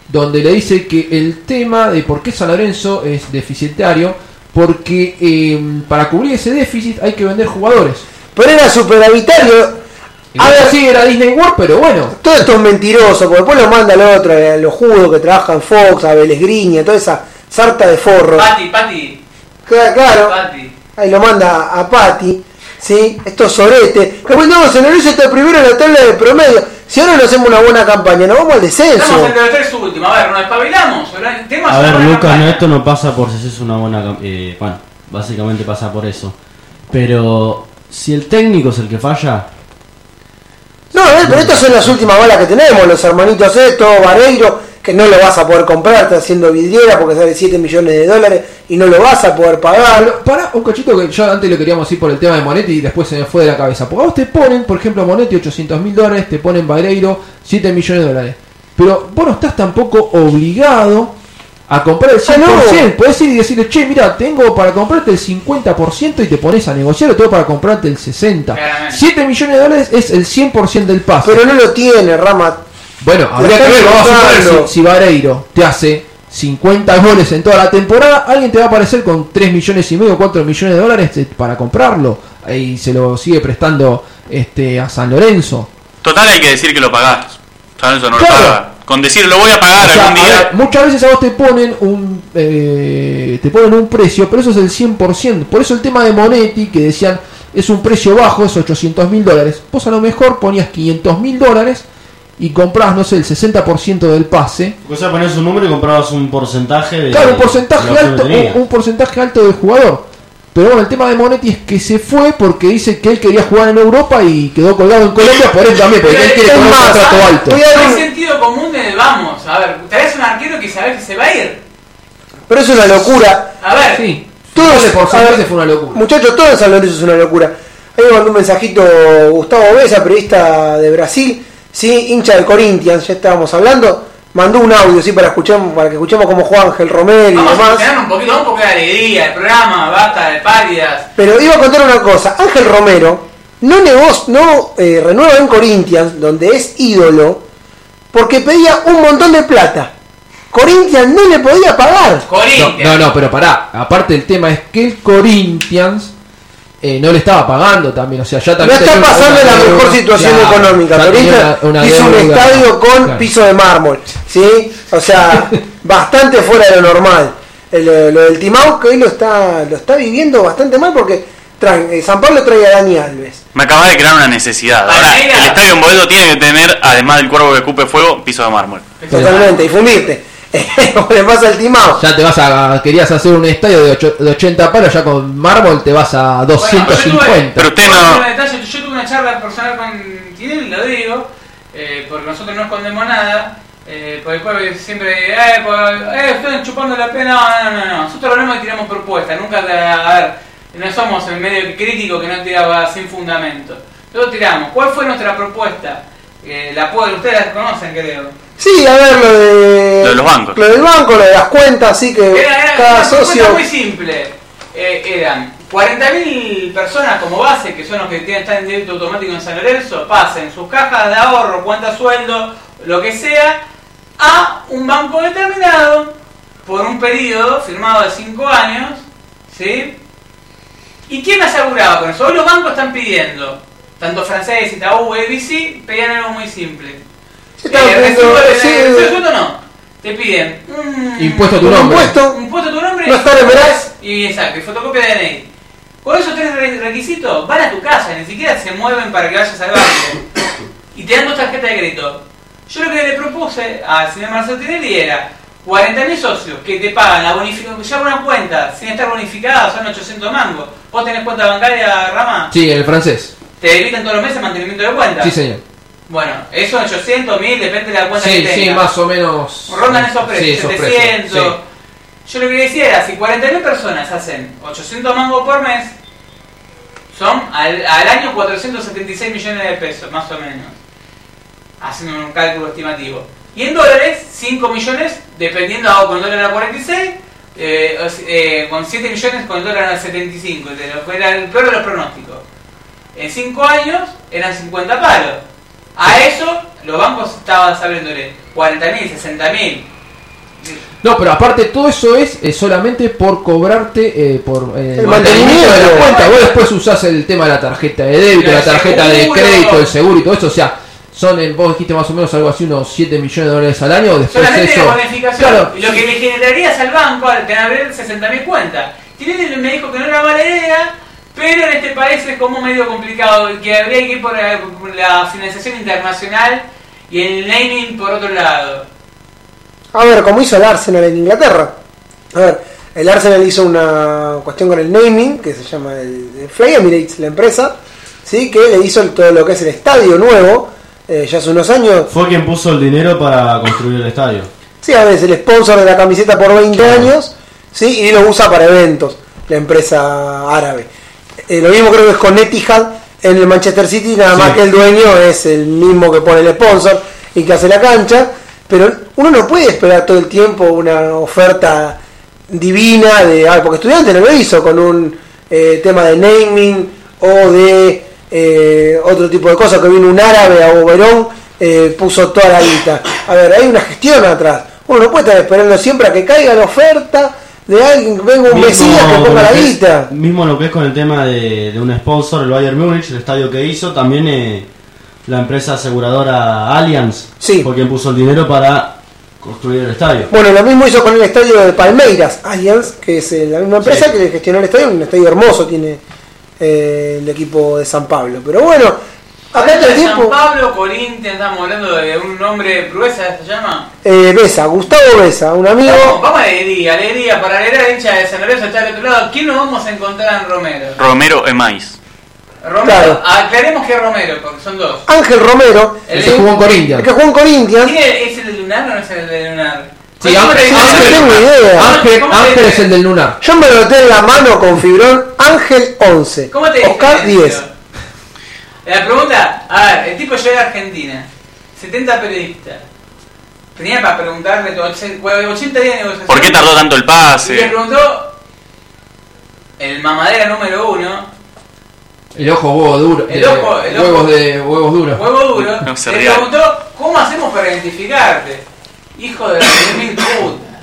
[SPEAKER 3] donde le dice que el tema de por qué San Lorenzo es deficitario, porque eh, para cubrir ese déficit hay que vender jugadores.
[SPEAKER 2] Pero era superavitario. A
[SPEAKER 3] A
[SPEAKER 2] ver,
[SPEAKER 3] sí, era Disney World, pero bueno.
[SPEAKER 2] todo esto es mentiroso, porque después lo manda al otro, a los judos que trabajan en Fox, a Vélez Griña, toda esa sarta de forros.
[SPEAKER 1] Pati, Pati,
[SPEAKER 2] Cla- Eh, Claro,
[SPEAKER 1] Pati.
[SPEAKER 2] ahí lo manda a Pati, ¿sí? Estos soretes. Que pues no, San Lorenzo está primero en la tabla de promedio. Si ahora no hacemos una buena campaña, nos vamos al
[SPEAKER 1] Estamos
[SPEAKER 2] descenso.
[SPEAKER 1] entre los tres últimos, a ver, nos espabilamos. Ahora, Tenemos
[SPEAKER 4] A
[SPEAKER 1] una
[SPEAKER 4] ver,
[SPEAKER 1] buena
[SPEAKER 4] Lucas,
[SPEAKER 1] campaña.
[SPEAKER 4] no, esto no pasa por si haces una buena. cam- eh, bueno, básicamente pasa por eso. Pero si el técnico es el que falla,
[SPEAKER 2] No, a ver, pero estas son las últimas balas que tenemos, los hermanitos estos, Vareiro, que no lo vas a poder comprar, está haciendo vidriera porque sale 7 millones de dólares y no lo vas a poder pagar.
[SPEAKER 3] Pero Pará, un cachito que yo antes lo queríamos ir por el tema de Monetti y después se me fue de la cabeza. Porque a vos te ponen, por ejemplo, a Monetti 800 mil dólares, te ponen Bagreiro 7 millones de dólares. Pero vos no estás tampoco obligado a comprar el 100%.
[SPEAKER 2] Ah, no.
[SPEAKER 3] Podés ir y decirle, che, mira, tengo para comprarte el 50% y te pones a negociar, o tengo para comprarte el 60%.
[SPEAKER 1] Claramente.
[SPEAKER 3] 7 millones de dólares es el 100% del pase.
[SPEAKER 2] Pero no lo tiene, Rama.
[SPEAKER 3] Bueno, habría
[SPEAKER 2] Lo
[SPEAKER 3] que ver,
[SPEAKER 2] están
[SPEAKER 3] vamos a
[SPEAKER 2] buscando.
[SPEAKER 3] suponer, si, si Vareiro te hace 50 goles en toda la temporada, alguien te va a aparecer con 3 millones y medio, 4 millones de dólares eh, para comprarlo. Eh, Y se lo sigue prestando este a San Lorenzo.
[SPEAKER 5] Total, hay que decir que lo pagás. San Lorenzo no
[SPEAKER 3] Claro.
[SPEAKER 5] lo paga. Con decir lo voy a pagar
[SPEAKER 3] O sea,
[SPEAKER 5] algún
[SPEAKER 3] a
[SPEAKER 5] día.
[SPEAKER 3] ver, muchas veces a vos te ponen un eh, te ponen un precio, pero eso es el 100%. Por eso el tema de Monetti, que decían es un precio bajo, es 800 mil dólares. Vos a lo mejor ponías 500 mil dólares y comprabas, no sé, el 60% del pase.
[SPEAKER 4] O sea, ponías un número y comprabas un porcentaje de.
[SPEAKER 3] Claro, un
[SPEAKER 4] de
[SPEAKER 3] porcentaje
[SPEAKER 4] lo que
[SPEAKER 3] alto,
[SPEAKER 4] tenía.
[SPEAKER 3] un, un porcentaje alto del jugador. Pero bueno, el tema de Monetti es que se fue porque dice que él quería jugar en Europa y quedó colgado en Colombia por él también, porque él quiere
[SPEAKER 2] Es
[SPEAKER 3] con un
[SPEAKER 2] más,
[SPEAKER 3] contrato alto.
[SPEAKER 2] voy a-
[SPEAKER 1] No hay sentido común de vamos. A ver, traes un arquero que sabes que se va a ir.
[SPEAKER 2] Pero es una locura.
[SPEAKER 1] A ver,
[SPEAKER 3] Sí,
[SPEAKER 2] Todos-
[SPEAKER 3] todo ese
[SPEAKER 2] a
[SPEAKER 3] porcentaje
[SPEAKER 2] ver,
[SPEAKER 3] fue una locura.
[SPEAKER 2] Muchachos, todo en San Lorenzo es una locura. Ahí me mandó un mensajito Gustavo Besa, periodista de Brasil, sí, hincha del Corinthians, ya estábamos hablando. Mandó un audio sí para escuchar, para que escuchemos cómo juega Ángel Romero y
[SPEAKER 1] vamos a tener
[SPEAKER 2] demás.
[SPEAKER 1] un poquito, un poco de alegría, el programa, basta de pálidas.
[SPEAKER 2] Pero iba a contar una cosa, Ángel Romero no negocio, no eh, renueva en Corinthians, donde es ídolo, porque pedía un montón de plata. Corinthians no le podía pagar.
[SPEAKER 3] No,
[SPEAKER 1] Corinthians.
[SPEAKER 3] no, no, pero pará, aparte el tema es que el Corinthians eh, no le estaba pagando también, o sea, ya
[SPEAKER 2] No
[SPEAKER 3] también...
[SPEAKER 2] está
[SPEAKER 3] tenía una-
[SPEAKER 2] pasando
[SPEAKER 3] una
[SPEAKER 2] la
[SPEAKER 3] deuda,
[SPEAKER 2] mejor situación
[SPEAKER 3] claro,
[SPEAKER 2] económica.
[SPEAKER 3] ya
[SPEAKER 2] Corinthians
[SPEAKER 3] tenía una- una
[SPEAKER 2] hizo un
[SPEAKER 3] deuda,
[SPEAKER 2] estadio con
[SPEAKER 3] claro.
[SPEAKER 2] piso de mármol, ¿sí? O sea, bastante fuera de lo normal. El- Lo, del eh, Timau que hoy lo está, lo está viviendo bastante mal porque traen- eh, San Pablo trae a Dani Alves.
[SPEAKER 5] Me acabas de crear una necesidad.
[SPEAKER 1] Para
[SPEAKER 5] Ahora,
[SPEAKER 1] mí era-
[SPEAKER 5] el estadio en Boedo tiene que tener, además del cuervo que cupe fuego, piso de mármol.
[SPEAKER 2] Totalmente, difundirte. Como le pasa al timao.
[SPEAKER 3] Ya te vas a. Querías hacer un estadio de, ocho- de 80 palos, ya con mármol te vas a 250.
[SPEAKER 5] Pero usted no-
[SPEAKER 1] Yo tuve, detalle, yo tuve una charla personal con Tinelli, lo digo, eh, porque nosotros no escondemos nada. Eh, porque después siempre, eh, pues, eh, están chupando la pena. No, no, no, no. Nosotros hablamos y tiramos propuestas. Nunca, la- a ver, no somos el medio crítico que no tiraba sin fundamento. Nosotros tiramos. ¿Cuál fue nuestra propuesta? Eh, la pueden, ustedes la conocen, creo.
[SPEAKER 2] Sí, a ver lo de.
[SPEAKER 5] Lo de los bancos.
[SPEAKER 2] Lo del banco, lo de las cuentas, así que
[SPEAKER 1] Era, era
[SPEAKER 2] cada
[SPEAKER 1] una
[SPEAKER 2] socio.
[SPEAKER 1] propuesta muy simple. Eh, eran 40.000 personas como base, que son los que tienen, están en débito automático en San Lorenzo, pasen sus cajas de ahorro, cuenta sueldo, lo que sea, a un banco determinado por un periodo firmado de 5 años. ¿sí? ¿Y quién aseguraba con eso? Hoy los bancos están pidiendo, tanto francés, Itaú, ABC, pedían algo muy simple.
[SPEAKER 2] Sí, estaba
[SPEAKER 1] Eh,
[SPEAKER 2] pidiendo-
[SPEAKER 1] recibo de-
[SPEAKER 2] sí,
[SPEAKER 1] de- de sueldo no. Te piden mm, un
[SPEAKER 3] Impuesto a tu
[SPEAKER 2] un
[SPEAKER 3] nombre.
[SPEAKER 2] impuesto.
[SPEAKER 1] un puesto tu nombre
[SPEAKER 2] No
[SPEAKER 1] y-
[SPEAKER 2] está de veraz.
[SPEAKER 1] y exacto, y fotocopia de DNI. Con esos tres re- requisitos van a tu casa, ni siquiera se mueven para que vayas al banco. y te dan dos tarjetas de crédito. Yo lo que le propuse al señor Marcelo Tinelli era 40.000 socios que te pagan la bonificación, ya una cuenta, sin estar bonificada, son 800 mangos. Vos tenés cuenta bancaria, Rama,
[SPEAKER 3] Sí, en el francés.
[SPEAKER 1] te debitan todos los meses mantenimiento de cuenta.
[SPEAKER 3] Sí, señor.
[SPEAKER 1] Bueno, esos 800, 1000, depende de la cuenta que
[SPEAKER 3] Sí,
[SPEAKER 1] tengas.
[SPEAKER 3] sí, más o menos.
[SPEAKER 1] Rondan esos
[SPEAKER 3] Sí,
[SPEAKER 1] precios,
[SPEAKER 3] esos precios,
[SPEAKER 1] 700. Yo lo que decía era, si 40.000 personas hacen 800 mangos por mes, son al, al año 476 millones de pesos, más o menos. Haciendo un cálculo estimativo. Y en dólares, 5 millones, dependiendo, hago con el dólar a 46, eh, o si- eh, con 7 millones con el dólar a 75, de lo que era el peor de los pronósticos. En 5 años eran 50 palos. A eso los bancos estaban sabiéndole 40.000, 60.000.
[SPEAKER 3] No, pero aparte todo eso es eh, solamente por cobrarte eh, por eh,
[SPEAKER 2] El
[SPEAKER 3] mantenimiento de la
[SPEAKER 2] mantenimiento.
[SPEAKER 3] cuenta. Vos después usás el tema de la tarjeta de débito,
[SPEAKER 1] El
[SPEAKER 3] la tarjeta de
[SPEAKER 1] seguro.
[SPEAKER 3] crédito, el seguro y todo eso. O sea, son, en- vos dijiste más o menos algo así, unos 7 millones de dólares al año. Después
[SPEAKER 1] Solamente
[SPEAKER 3] Pues eso.
[SPEAKER 1] la bonificación.
[SPEAKER 3] Claro,
[SPEAKER 1] Y lo que le generarías al banco al tener abrir 60.000 cuentas. Tinelli me dijo que no era mala idea, pero en este país es como medio complicado y que habría que ir por la, por la financiación internacional y el naming por otro lado.
[SPEAKER 2] A ver, como hizo el Arsenal en Inglaterra. A ver, el Arsenal hizo una cuestión con el naming, que se llama el, el Fly Emirates, la empresa, ¿sí? que le hizo el- todo lo que es el estadio nuevo, eh, ya hace unos años.
[SPEAKER 4] Fue quien puso el dinero para construir el estadio.
[SPEAKER 2] Sí, a ver, es el sponsor de la camiseta por 20 años, ¿sí? y lo usa para eventos, la empresa árabe. Eh, lo mismo creo que es con Etihad en el Manchester City, nada
[SPEAKER 4] Sí.
[SPEAKER 2] más que el dueño es el mismo que pone el sponsor y que hace la cancha, pero uno no puede esperar todo el tiempo una oferta divina de, ah, porque estudiante no lo hizo con un eh, tema de naming o de eh, otro tipo de cosas, que vino un árabe a Boberón, eh, puso toda la guita. A ver, hay una gestión atrás. Uno no puede estar esperando siempre a que caiga la oferta de alguien, que venga un vecino que
[SPEAKER 4] con
[SPEAKER 2] ponga
[SPEAKER 4] lo
[SPEAKER 2] la
[SPEAKER 4] que es-
[SPEAKER 2] guita.
[SPEAKER 4] mismo lo que es con el tema de, de un sponsor, el Bayern Múnich, el estadio que hizo, también eh, la empresa aseguradora Allianz
[SPEAKER 2] Sí.
[SPEAKER 4] fue quien puso el dinero para construir el estadio.
[SPEAKER 2] Bueno, lo mismo hizo con el estadio de Palmeiras, Allianz, que es eh, la misma empresa
[SPEAKER 4] Sí.
[SPEAKER 2] que le gestionó el estadio, un estadio hermoso tiene eh, el equipo de San Pablo. Pero bueno, acá
[SPEAKER 1] Hablando
[SPEAKER 2] todo el
[SPEAKER 1] de San
[SPEAKER 2] tiempo,
[SPEAKER 1] Pablo, Corinthians, estamos hablando de un nombre Bruesa, ¿se llama?
[SPEAKER 2] eh, Besa, Gustavo Besa, un amigo.
[SPEAKER 1] Vamos, vamos a alegría, alegría, para alegrar al hincha de San Lorenzo está al otro lado. ¿Quién nos vamos a encontrar en Romero?
[SPEAKER 5] Romero Emais.
[SPEAKER 1] Romero,
[SPEAKER 2] Claro.
[SPEAKER 1] aclaremos que es Romero, porque son dos.
[SPEAKER 2] Ángel Romero,
[SPEAKER 1] El
[SPEAKER 3] el
[SPEAKER 1] que
[SPEAKER 3] que jugó en
[SPEAKER 2] el que
[SPEAKER 3] Corinthians.
[SPEAKER 2] jugó en Corinthians.
[SPEAKER 1] ¿Quién es es el de Lunar o no es el de Lunar?
[SPEAKER 3] Sí,
[SPEAKER 1] ¿Cómo
[SPEAKER 3] Ángel-
[SPEAKER 1] le dicen?
[SPEAKER 2] No
[SPEAKER 5] Ángel-
[SPEAKER 2] tengo idea.
[SPEAKER 3] Ángel,
[SPEAKER 1] ¿Cómo
[SPEAKER 3] Ángel
[SPEAKER 1] te-
[SPEAKER 3] es el del lunar.
[SPEAKER 2] Yo me lo noté en la mano con fibrón Ángel 11,
[SPEAKER 1] ¿Cómo te
[SPEAKER 2] Oscar
[SPEAKER 1] diferencio?
[SPEAKER 2] 10.
[SPEAKER 1] La pregunta, a ver, el tipo llega a Argentina, 70 periodistas. Tenía para preguntarle todo, 80 días de negociación.
[SPEAKER 5] ¿Por qué tardó tanto el
[SPEAKER 1] Y le
[SPEAKER 5] pase?
[SPEAKER 1] preguntó el mamadera número uno,
[SPEAKER 3] El ojo huevo duro.
[SPEAKER 1] El
[SPEAKER 3] de-
[SPEAKER 1] ojo- el
[SPEAKER 3] huevos
[SPEAKER 1] ojo-
[SPEAKER 3] de huevos duros.
[SPEAKER 1] huevo duro,
[SPEAKER 5] No se
[SPEAKER 1] le
[SPEAKER 5] ría.
[SPEAKER 1] preguntó, ¿cómo hacemos para identificarte? Hijo de la mil puta.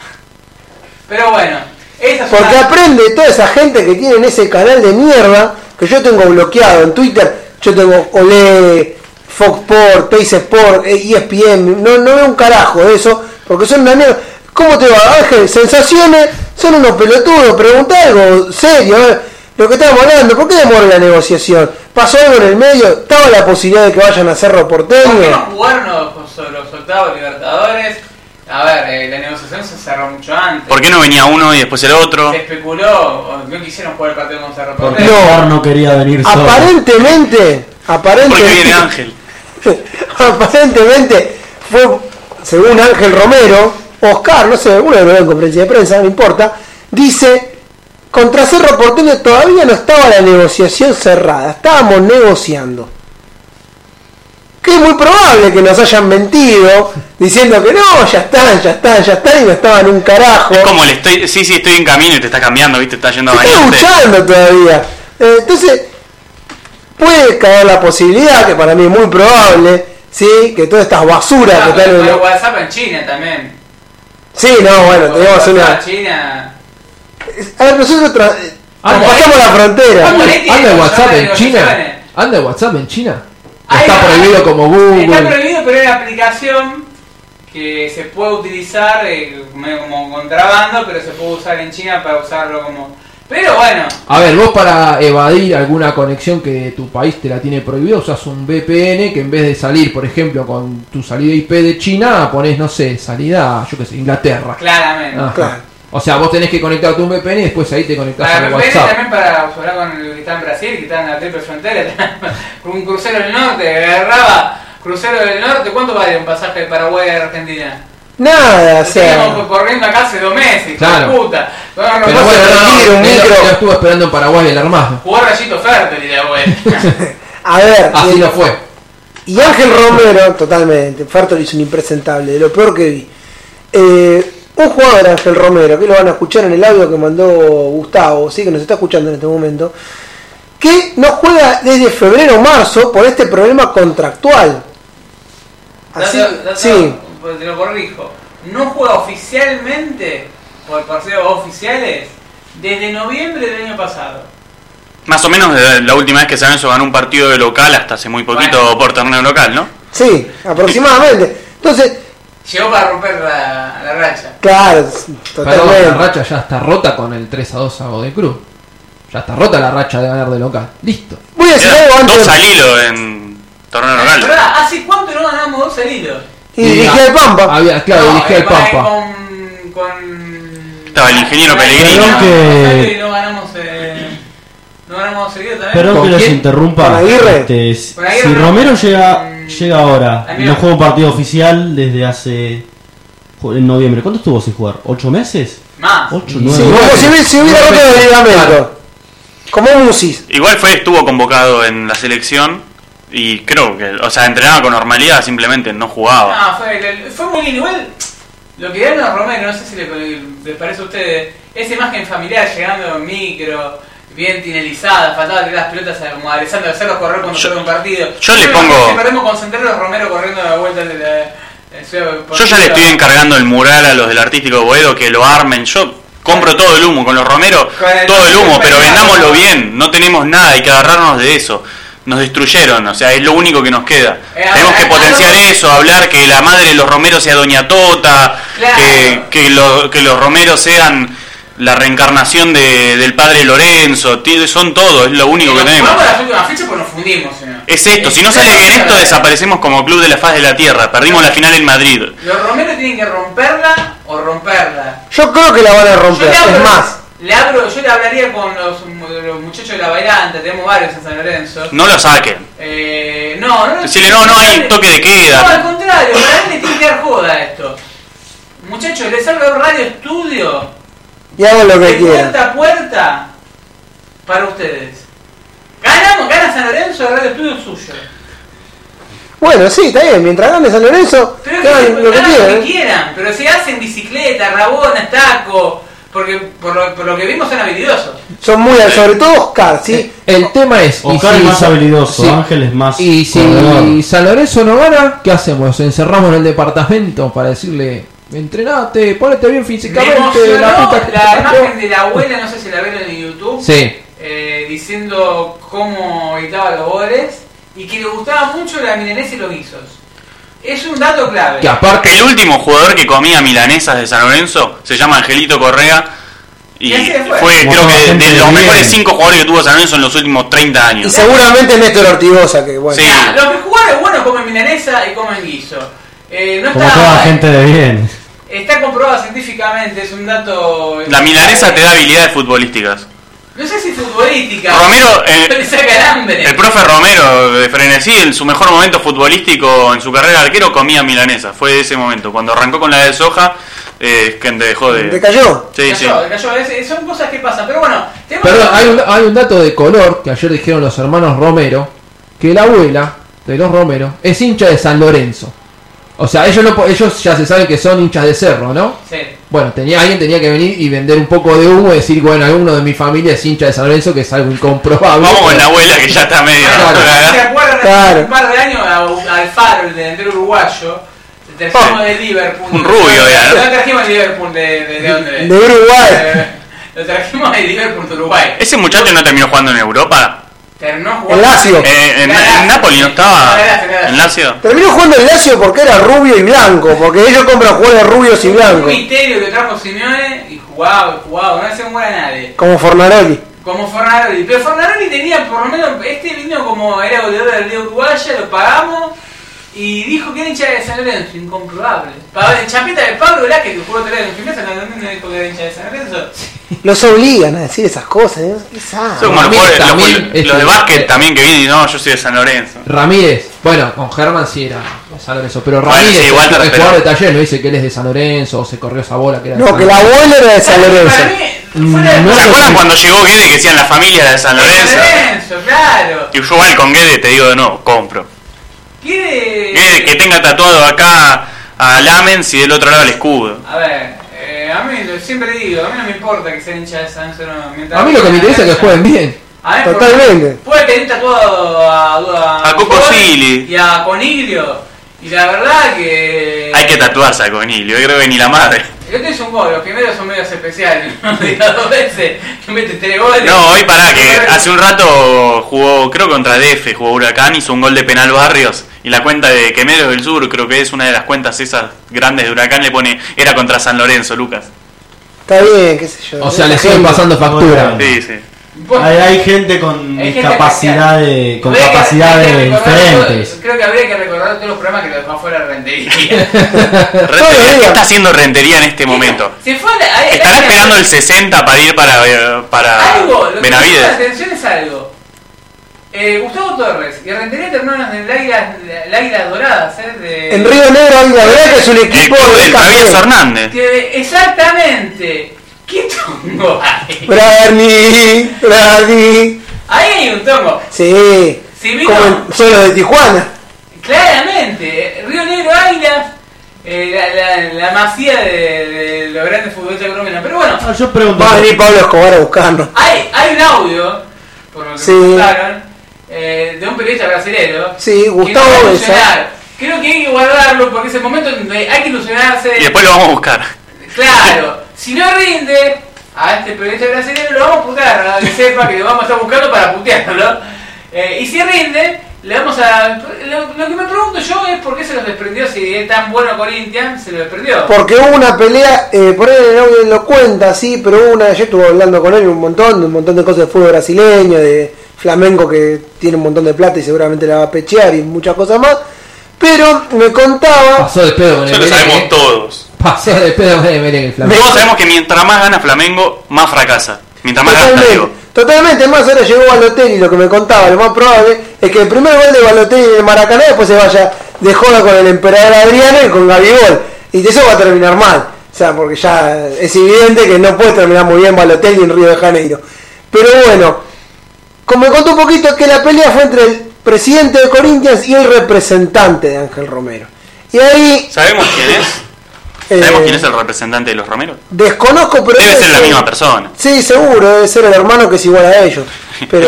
[SPEAKER 1] Pero bueno, esa es
[SPEAKER 2] Porque
[SPEAKER 1] una-
[SPEAKER 2] aprende toda esa gente que tiene en ese canal de mierda que yo tengo bloqueado en Twitter. Yo tengo Olé, Fox Sport, Pace Sport, eh, ESPN. No, no veo un carajo de eso porque son una mierda. ¿Cómo te va, Ángel? Sensaciones, son unos pelotudos. Pregunta algo serio. a ver, Lo que estábamos hablando, ¿por qué demora la negociación? Pasó algo en el medio, estaba la posibilidad de que vayan a Cerro
[SPEAKER 1] ¿Por qué no
[SPEAKER 2] Porteño.
[SPEAKER 1] jugaron los, los octavos Libertadores? A ver, eh, la negociación se cerró mucho antes.
[SPEAKER 5] ¿Por qué no venía uno y después el otro?
[SPEAKER 1] Se especuló, o no quisieron jugar el partido con Cerro
[SPEAKER 4] Porque
[SPEAKER 1] Porteño.
[SPEAKER 4] Flor no quería venir solo.
[SPEAKER 2] Aparentemente,
[SPEAKER 5] ¿Por qué viene
[SPEAKER 2] aparentemente,
[SPEAKER 5] Ángel?
[SPEAKER 2] aparentemente fue, según Ángel Romero, Oscar, no sé, uno lo veo en conferencia de prensa, no importa, dice, contra Cerro Porteño todavía no estaba la negociación cerrada, estábamos negociando. Que es muy probable que nos hayan mentido diciendo que no, ya están, ya están, ya están y no estaban un carajo.
[SPEAKER 5] Es como le estoy. Sí, sí, estoy en camino y te está cambiando, ¿viste? Está yendo a
[SPEAKER 2] Está
[SPEAKER 5] bañarte.
[SPEAKER 2] luchando todavía. Eh, entonces, puede caer la posibilidad, que para mí es muy probable, ¿sí? que todas estas basuras
[SPEAKER 1] No,
[SPEAKER 2] que están
[SPEAKER 1] Ah, pero
[SPEAKER 2] en.
[SPEAKER 1] el WhatsApp en China también.
[SPEAKER 2] Sí, no, bueno, tenemos
[SPEAKER 1] WhatsApp
[SPEAKER 2] una.
[SPEAKER 1] China.
[SPEAKER 2] A ver, nosotros tra...
[SPEAKER 3] Ah,
[SPEAKER 2] traspasamos la frontera.
[SPEAKER 3] ¿Anda,
[SPEAKER 1] Ponetti
[SPEAKER 3] anda el
[SPEAKER 1] de
[SPEAKER 3] WhatsApp
[SPEAKER 1] consola
[SPEAKER 3] en
[SPEAKER 1] de
[SPEAKER 3] China?
[SPEAKER 1] negociaciones.
[SPEAKER 3] ¿Anda el WhatsApp en China?
[SPEAKER 1] Ahí
[SPEAKER 3] Está
[SPEAKER 1] va.
[SPEAKER 3] prohibido como
[SPEAKER 2] Uh,
[SPEAKER 1] Está
[SPEAKER 3] Google.
[SPEAKER 1] prohibido, pero es una aplicación que se puede utilizar eh, medio como contrabando, pero se puede usar en China para usarlo como. Pero bueno,
[SPEAKER 3] A ver, vos para evadir alguna conexión que tu país te la tiene prohibida, usas un VPN que en vez de salir, por ejemplo, con tu salida IP de China, pones, no sé, salida, a, yo qué sé, Inglaterra.
[SPEAKER 1] claramente.
[SPEAKER 3] Ajá.
[SPEAKER 2] Ah, Claro.
[SPEAKER 3] O sea, vos tenés que conectarte a un VPN y después ahí te conectás
[SPEAKER 1] Para
[SPEAKER 3] al
[SPEAKER 1] VPN
[SPEAKER 3] WhatsApp.
[SPEAKER 1] también para hablar con el que está en Brasil, que está en la triple frontera, con un crucero del norte, agarraba crucero del norte, ¿cuánto vale un pasaje de Paraguay a Argentina?
[SPEAKER 2] Nada, o
[SPEAKER 1] Estábamos
[SPEAKER 2] sea.
[SPEAKER 1] corriendo acá hace dos meses, hijo
[SPEAKER 3] Claro.
[SPEAKER 1] de puta. Bueno,
[SPEAKER 3] Pero
[SPEAKER 2] Vos
[SPEAKER 3] bueno,
[SPEAKER 2] te
[SPEAKER 3] no,
[SPEAKER 2] dormís
[SPEAKER 3] no,
[SPEAKER 2] un
[SPEAKER 3] él-
[SPEAKER 2] micro.
[SPEAKER 3] él estuvo esperando en Paraguay el armado.
[SPEAKER 1] jugó rayito fértil y la vuelta.
[SPEAKER 2] A ver, eh,
[SPEAKER 3] Así
[SPEAKER 2] y,
[SPEAKER 3] no Ah, fue.
[SPEAKER 2] y Ángel Romero, totalmente, Fartol es un impresentable, de lo peor que vi. Eh, un jugador, Ángel Romero, que lo van a escuchar en el audio que mandó Gustavo, sí, que nos está escuchando en este momento, que no juega desde febrero o marzo por este problema contractual. Así,
[SPEAKER 1] Dato- dato-
[SPEAKER 2] sí,
[SPEAKER 1] Pues Te lo corrijo. No juega oficialmente por partidos oficiales desde noviembre del año pasado.
[SPEAKER 5] Más o menos desde la última vez que San Lorenzo ganó un partido de local hasta hace muy poquito
[SPEAKER 1] Bueno.
[SPEAKER 5] por torneo local, ¿no?
[SPEAKER 2] sí, aproximadamente. Entonces,
[SPEAKER 1] Llegó para romper la, la racha.
[SPEAKER 2] claro,
[SPEAKER 3] Perdón,
[SPEAKER 2] totalmente.
[SPEAKER 3] la racha ya está rota con el 3 a 2 a Godoy Cruz. Ya está rota la racha de ganar de local. Listo.
[SPEAKER 2] Voy a decir
[SPEAKER 5] Era
[SPEAKER 2] algo antes.
[SPEAKER 5] Dos al hilo en torneo
[SPEAKER 1] Es
[SPEAKER 5] local.
[SPEAKER 1] verdad, ¿hace cuánto no ganamos dos al hilo?
[SPEAKER 2] Y dirigí al Pampa.
[SPEAKER 3] Ah, Había, claro,
[SPEAKER 1] No,
[SPEAKER 3] dirigía
[SPEAKER 1] eh,
[SPEAKER 3] el
[SPEAKER 1] con-
[SPEAKER 3] Pampa.
[SPEAKER 1] Con, con-
[SPEAKER 5] Estaba el ingeniero
[SPEAKER 1] Ah,
[SPEAKER 5] Pellegrini.
[SPEAKER 1] no,
[SPEAKER 4] Perdón que-
[SPEAKER 1] y No ganamos, eh, no ganamos seguido también.
[SPEAKER 4] Perdón
[SPEAKER 3] ¿Con
[SPEAKER 4] que los
[SPEAKER 3] quién?
[SPEAKER 2] ¿Con
[SPEAKER 4] interrumpa.
[SPEAKER 2] Aguirre?
[SPEAKER 4] Este, si
[SPEAKER 1] Con Aguirre
[SPEAKER 4] si
[SPEAKER 1] no.
[SPEAKER 4] Romero llega,
[SPEAKER 1] Mm.
[SPEAKER 4] llega ahora y
[SPEAKER 1] Aguirre.
[SPEAKER 4] no juega un partido oficial desde hace. jo- en noviembre. ¿Cuánto estuvo sin jugar? ¿Ocho meses?
[SPEAKER 1] Más.
[SPEAKER 4] ¿Ocho,
[SPEAKER 2] Sí,
[SPEAKER 4] nueve
[SPEAKER 2] como
[SPEAKER 4] meses?
[SPEAKER 2] si hubiera, si hubiera roto el ligamento. Como un musis.
[SPEAKER 5] Igual fue, estuvo convocado en la selección y creo que, o sea, entrenaba con normalidad, simplemente no jugaba.
[SPEAKER 1] No, Ah, fue, fue muy bien. Igual, lo que dieron a Romero, no sé si le- les parece a ustedes, esa imagen familiar llegando en micro, bien tinelizada, faltaba tirar las pelotas a como a Alessandro Cerro correr cuando
[SPEAKER 5] Yo-
[SPEAKER 1] juega un partido.
[SPEAKER 5] yo le
[SPEAKER 1] me
[SPEAKER 5] pongo-
[SPEAKER 1] imagino que perdemos concentrarlo a Romero corriendo de la vuelta de la. de Ciudad
[SPEAKER 5] Yo ya le estoy encargando el mural a los del artístico de Boedo que lo armen. Yo compro todo el humo con los romeros,
[SPEAKER 1] Con el-
[SPEAKER 5] todo el humo, pero
[SPEAKER 1] con el-
[SPEAKER 5] vendámoslo bien. No tenemos nada, hay que agarrarnos de eso. Nos destruyeron, o sea, es lo único que nos queda.
[SPEAKER 1] Eh,
[SPEAKER 5] Tenemos
[SPEAKER 1] ahora-
[SPEAKER 5] que potenciar
[SPEAKER 1] ahora-
[SPEAKER 5] eso, hablar que la madre de los romeros sea Doña Tota,
[SPEAKER 1] Claro.
[SPEAKER 5] que, que lo- que los romeros sean la reencarnación de- del padre Lorenzo. ti- Son todo, es lo único que tenemos.
[SPEAKER 1] Vamos a las últimas fechas porque pues nos fundimos. si no.
[SPEAKER 5] Es esto, si no sale bien esto desaparecemos como club de la faz de la tierra, perdimos la final en Madrid.
[SPEAKER 1] Los Romero tienen que romperla o romperla.
[SPEAKER 2] Yo creo que la van a
[SPEAKER 1] Yo
[SPEAKER 2] romper.
[SPEAKER 1] le hablo-
[SPEAKER 2] Es más,
[SPEAKER 1] le hablo- yo le hablaría con los, los muchachos de la bailanta, tenemos varios en San Lorenzo.
[SPEAKER 5] No lo saquen.
[SPEAKER 1] Eh, no, no.
[SPEAKER 5] Decirle, no, no hay toque de queda.
[SPEAKER 1] No, al contrario, para él le tiene que dar joda a esto. Muchachos, les hablo de Radio Estudio,
[SPEAKER 2] y hagan lo
[SPEAKER 1] de
[SPEAKER 2] que quieran.
[SPEAKER 1] puerta a puerta, para ustedes. Ganamos, gana San Lorenzo, Radio Estudio es suyo.
[SPEAKER 2] Bueno, sí, está bien. Mientras gane San Lorenzo,
[SPEAKER 1] Pero
[SPEAKER 2] que hagan lo que
[SPEAKER 1] quieran.
[SPEAKER 2] quieran.
[SPEAKER 1] pero si hacen bicicleta, rabona, taco, porque por lo, por lo que vimos son habilidosos.
[SPEAKER 2] Son muy, sobre todo Oscar, ¿sí?
[SPEAKER 3] El tema es. y
[SPEAKER 4] Oscar
[SPEAKER 3] si
[SPEAKER 4] es más
[SPEAKER 3] Sa-
[SPEAKER 4] habilidoso,
[SPEAKER 3] sí.
[SPEAKER 4] Ángel es más.
[SPEAKER 3] Y si
[SPEAKER 4] corredor.
[SPEAKER 3] San Lorenzo no gana, ¿qué hacemos? ¿Nos encerramos en el departamento para decirle, entrenate, ponete bien
[SPEAKER 1] Me
[SPEAKER 3] físicamente, la
[SPEAKER 1] emocionó
[SPEAKER 3] puta que te
[SPEAKER 1] la
[SPEAKER 3] parió"?
[SPEAKER 1] imagen de la abuela, no sé si la vieron en YouTube.
[SPEAKER 3] Sí,
[SPEAKER 1] eh, diciendo cómo evitaba los goles y que le gustaba mucho la milanesa y los guisos. Es un dato clave.
[SPEAKER 3] que aparte.
[SPEAKER 5] El último jugador que comía milanesas de San Lorenzo se llama Angelito Correa Y
[SPEAKER 1] Y así fue.
[SPEAKER 5] fue,
[SPEAKER 4] Como
[SPEAKER 5] creo que
[SPEAKER 4] gente
[SPEAKER 5] de los
[SPEAKER 4] bien.
[SPEAKER 5] mejores 5 jugadores que tuvo San Lorenzo en los últimos 30
[SPEAKER 2] Y
[SPEAKER 5] años.
[SPEAKER 2] seguramente Néstor Ortigosa, que bueno.
[SPEAKER 5] Sí.
[SPEAKER 1] Ah, los que jugaron bueno comen milanesa y comen guiso. Eh, no
[SPEAKER 4] Como
[SPEAKER 1] está,
[SPEAKER 4] toda gente de bien.
[SPEAKER 1] está comprobado científicamente, es un dato. eh,
[SPEAKER 5] La milanesa te da habilidades futbolísticas.
[SPEAKER 1] No sé si futbolística.
[SPEAKER 5] Romero, eh,
[SPEAKER 1] Pero le saca el hambre.
[SPEAKER 5] El profe Romero de Frenesí, en su mejor momento futbolístico en su carrera de arquero, comía milanesa. Fue ese momento. Cuando arrancó con la de soja, eh, que dejó de.
[SPEAKER 2] ¿Te cayó?
[SPEAKER 5] Sí, sí.
[SPEAKER 1] Cayó, cayó, es- son cosas que pasan. Pero bueno, tenemos.
[SPEAKER 3] Perdón, hay un, hay un dato de color que ayer dijeron los hermanos Romero, que la abuela de los Romero es hincha de San Lorenzo. O sea, ellos, no, po- ellos ya se saben que son hinchas de cerro, ¿no?
[SPEAKER 1] Sí.
[SPEAKER 3] Bueno, tenía, alguien tenía que venir y vender un poco de humo y decir, bueno, alguno de mi familia es hincha de San Lorenzo, que es algo incomprobable.
[SPEAKER 5] Vamos con la abuela que ya está medio.
[SPEAKER 3] Claro.
[SPEAKER 1] ¿Se acuerdan
[SPEAKER 2] Claro.
[SPEAKER 1] hace un par de años a Alfaro, el delantero uruguayo? El tercero
[SPEAKER 5] Oh.
[SPEAKER 1] de Liverpool.
[SPEAKER 5] Un rubio era, ¿no?
[SPEAKER 1] Lo trajimos de Liverpool, ¿de, de, de dónde?
[SPEAKER 2] De Uruguay.
[SPEAKER 1] Eh, Lo trajimos de Liverpool, de Uruguay.
[SPEAKER 5] ¿Ese muchacho no terminó jugando en Europa?
[SPEAKER 1] Terminó
[SPEAKER 2] En
[SPEAKER 1] jugando.
[SPEAKER 2] Lazio.
[SPEAKER 5] Eh, en, en Napoli no estaba. ¿En Lazio?
[SPEAKER 2] Terminó jugando en Lazio porque era rubio y blanco, porque ellos compran jugadores rubios y
[SPEAKER 1] Un
[SPEAKER 2] blancos,
[SPEAKER 1] misterio que trajo Simeone y jugaba, jugaba, no hacía un gol a nadie.
[SPEAKER 2] como Fornaroli.
[SPEAKER 1] Como Fornaroli. Pero Fornaroli tenía, por lo menos, este vino como era goleador de la Liga Uruguaya, lo pagamos. Y dijo que era hincha de San Lorenzo, incomprobable. Pablo, el chapeta de Pablo Velázquez, que jugó tres años en gimnasia, no no dijo que era hincha de San Lorenzo.
[SPEAKER 2] Los obligan a decir esas cosas. ¿eh? ¿Qué saben?
[SPEAKER 5] Son como los,
[SPEAKER 3] Ramírez
[SPEAKER 5] jugadores- los
[SPEAKER 3] también,
[SPEAKER 5] jugadores-
[SPEAKER 3] este,
[SPEAKER 5] los de básquet
[SPEAKER 3] eh,
[SPEAKER 5] también que vienen y no, yo soy de San Lorenzo.
[SPEAKER 3] Ramírez, bueno, con Germán sí era de San Lorenzo, pero
[SPEAKER 5] Bueno,
[SPEAKER 3] Ramírez,
[SPEAKER 5] sí, igual te
[SPEAKER 3] el, el
[SPEAKER 5] respeto.
[SPEAKER 3] jugador de taller, no dice que él es de San Lorenzo, o se corrió esa bola que era de
[SPEAKER 2] No,
[SPEAKER 3] San
[SPEAKER 2] que la
[SPEAKER 3] Lorenzo.
[SPEAKER 2] abuela era de San Lorenzo.
[SPEAKER 1] Para mí, fuera de
[SPEAKER 3] No
[SPEAKER 5] ¿Se
[SPEAKER 3] lo
[SPEAKER 5] acuerdan
[SPEAKER 3] sé.
[SPEAKER 5] cuando llegó Guede que decían la familia era de San Lorenzo?
[SPEAKER 1] San Lorenzo, claro.
[SPEAKER 5] Y yo al con Guede, te digo de nuevo, compro. Guede que
[SPEAKER 1] ¿Quiere.?
[SPEAKER 5] tenga tatuado acá a Lamens y del otro lado el escudo.
[SPEAKER 1] A ver, eh, a mí lo- siempre digo, a mí no me importa que sea hincha de San Lorenzo. no, mientras-
[SPEAKER 3] A mí lo que me interesa es que jueguen bien.
[SPEAKER 1] A ver, por-
[SPEAKER 2] Totalmente.
[SPEAKER 1] Puede tener tatuado a. A,
[SPEAKER 5] A Coco
[SPEAKER 1] Jorge
[SPEAKER 5] Silly.
[SPEAKER 1] Y a Coniglio. Y la verdad que.
[SPEAKER 5] Hay que tatuarse a Conilio, creo que ni la madre.
[SPEAKER 1] Yo te hice un gol, los primeros son medios especiales. No digas dos veces que metes tres goles.
[SPEAKER 5] No, hoy pará, que hace un rato jugó, creo que contra DF, jugó Huracán, hizo un gol de penal Barrios. Y la cuenta de Quemeros del Sur, creo que es una de las cuentas esas grandes de Huracán, le pone, era contra San Lorenzo, Lucas.
[SPEAKER 2] Está bien, qué sé yo. ¿eh?
[SPEAKER 3] O sea, le
[SPEAKER 2] Gente.
[SPEAKER 3] siguen pasando factura.
[SPEAKER 5] Sí, sí.
[SPEAKER 4] Hay, hay gente con
[SPEAKER 1] Hay gente
[SPEAKER 4] discapacidades, con
[SPEAKER 1] Habría que- hay
[SPEAKER 4] capacidades
[SPEAKER 1] que recordar
[SPEAKER 4] diferentes.
[SPEAKER 1] todo- creo que habría que recordar todos los programas que los dejó fuera de rendería.
[SPEAKER 5] Rentería, ¿Qué
[SPEAKER 2] diga.
[SPEAKER 5] está haciendo Rentería en este momento?
[SPEAKER 1] Se fue a la- a-
[SPEAKER 5] Estará
[SPEAKER 1] a-
[SPEAKER 5] esperando el 60 para ir para, eh, para
[SPEAKER 1] Algo, lo que me llama la
[SPEAKER 5] Benavides.
[SPEAKER 1] atención es algo. Eh, Gustavo Torres y Rentería terminaron en el Águilas, el Águilas Doradas, ¿eh? De,
[SPEAKER 2] En Río Negro hay la verdad que es un
[SPEAKER 5] El
[SPEAKER 2] equipo
[SPEAKER 5] club
[SPEAKER 2] de
[SPEAKER 5] del Travieso
[SPEAKER 2] café.
[SPEAKER 5] Hernández.
[SPEAKER 1] Que- exactamente. ¿Qué tongo hay?
[SPEAKER 2] Brani, Brani.
[SPEAKER 1] Ahí hay un tongo.
[SPEAKER 2] Sí.
[SPEAKER 1] Si vino-
[SPEAKER 2] Como el- son los de Tijuana.
[SPEAKER 1] Claramente, Río Negro Águilas, eh, la, la- la masía de, de los grandes futbolistas colombianos. Pero bueno,
[SPEAKER 4] Ah, yo pregunto.
[SPEAKER 2] Va a venir Pablo Escobar a buscarnos.
[SPEAKER 1] hay, hay un audio, por lo que
[SPEAKER 2] Sí.
[SPEAKER 1] me contaron, eh, de un periodista brasileño.
[SPEAKER 2] Sí,
[SPEAKER 1] que
[SPEAKER 2] Gustavo
[SPEAKER 1] no va a
[SPEAKER 2] Besa.
[SPEAKER 1] ilusionar. Creo que hay que guardarlo porque es el momento en donde hay que ilusionarse.
[SPEAKER 5] Y después lo vamos a buscar.
[SPEAKER 1] Claro, si no rinde a este periodista brasileño lo vamos a putear, a que sepa que lo vamos a estar buscando para putearlo. Eh, y si rinde, le vamos a. Lo, lo que me pregunto yo es por qué se los desprendió si es tan bueno Corinthians, se los desprendió.
[SPEAKER 2] Porque hubo una pelea, eh, por ahí el audio lo cuenta, sí, pero hubo una, yo estuve hablando con él un montón, de un montón de cosas de fútbol brasileño, de flamenco que tiene un montón de plata y seguramente la va a pechear y muchas cosas más. Pero me contaba,
[SPEAKER 3] Pasó de pedo con el
[SPEAKER 5] Eso lo sabemos
[SPEAKER 3] merengue.
[SPEAKER 5] todos.
[SPEAKER 3] Pasó de pedo con el merengue, el Flamengo.
[SPEAKER 5] Todos sabemos que mientras más gana Flamengo, más fracasa. Mientras más gana
[SPEAKER 2] totalmente,
[SPEAKER 5] Diego.
[SPEAKER 2] totalmente más ahora llegó Balotelli, lo que me contaba, lo más probable es que el primer gol de Balotelli en el Maracaná después se vaya de joda con el emperador Adriano y con Gabigol. Y de eso va a terminar mal. O sea, porque ya es evidente que no puede terminar muy bien Balotelli en Río de Janeiro. Pero bueno, como me contó un poquito que la pelea fue entre el presidente de Corinthians y el representante de Ángel Romero. Y ahí...
[SPEAKER 5] ¿Sabemos quién es? ¿Sabemos
[SPEAKER 2] eh,
[SPEAKER 5] quién es el representante de los Romeros?
[SPEAKER 2] Desconozco, pero...
[SPEAKER 5] Debe
[SPEAKER 2] debe
[SPEAKER 5] ser la
[SPEAKER 2] ser-
[SPEAKER 5] misma persona.
[SPEAKER 2] Sí, seguro, debe ser el hermano que es igual a ellos. Pero,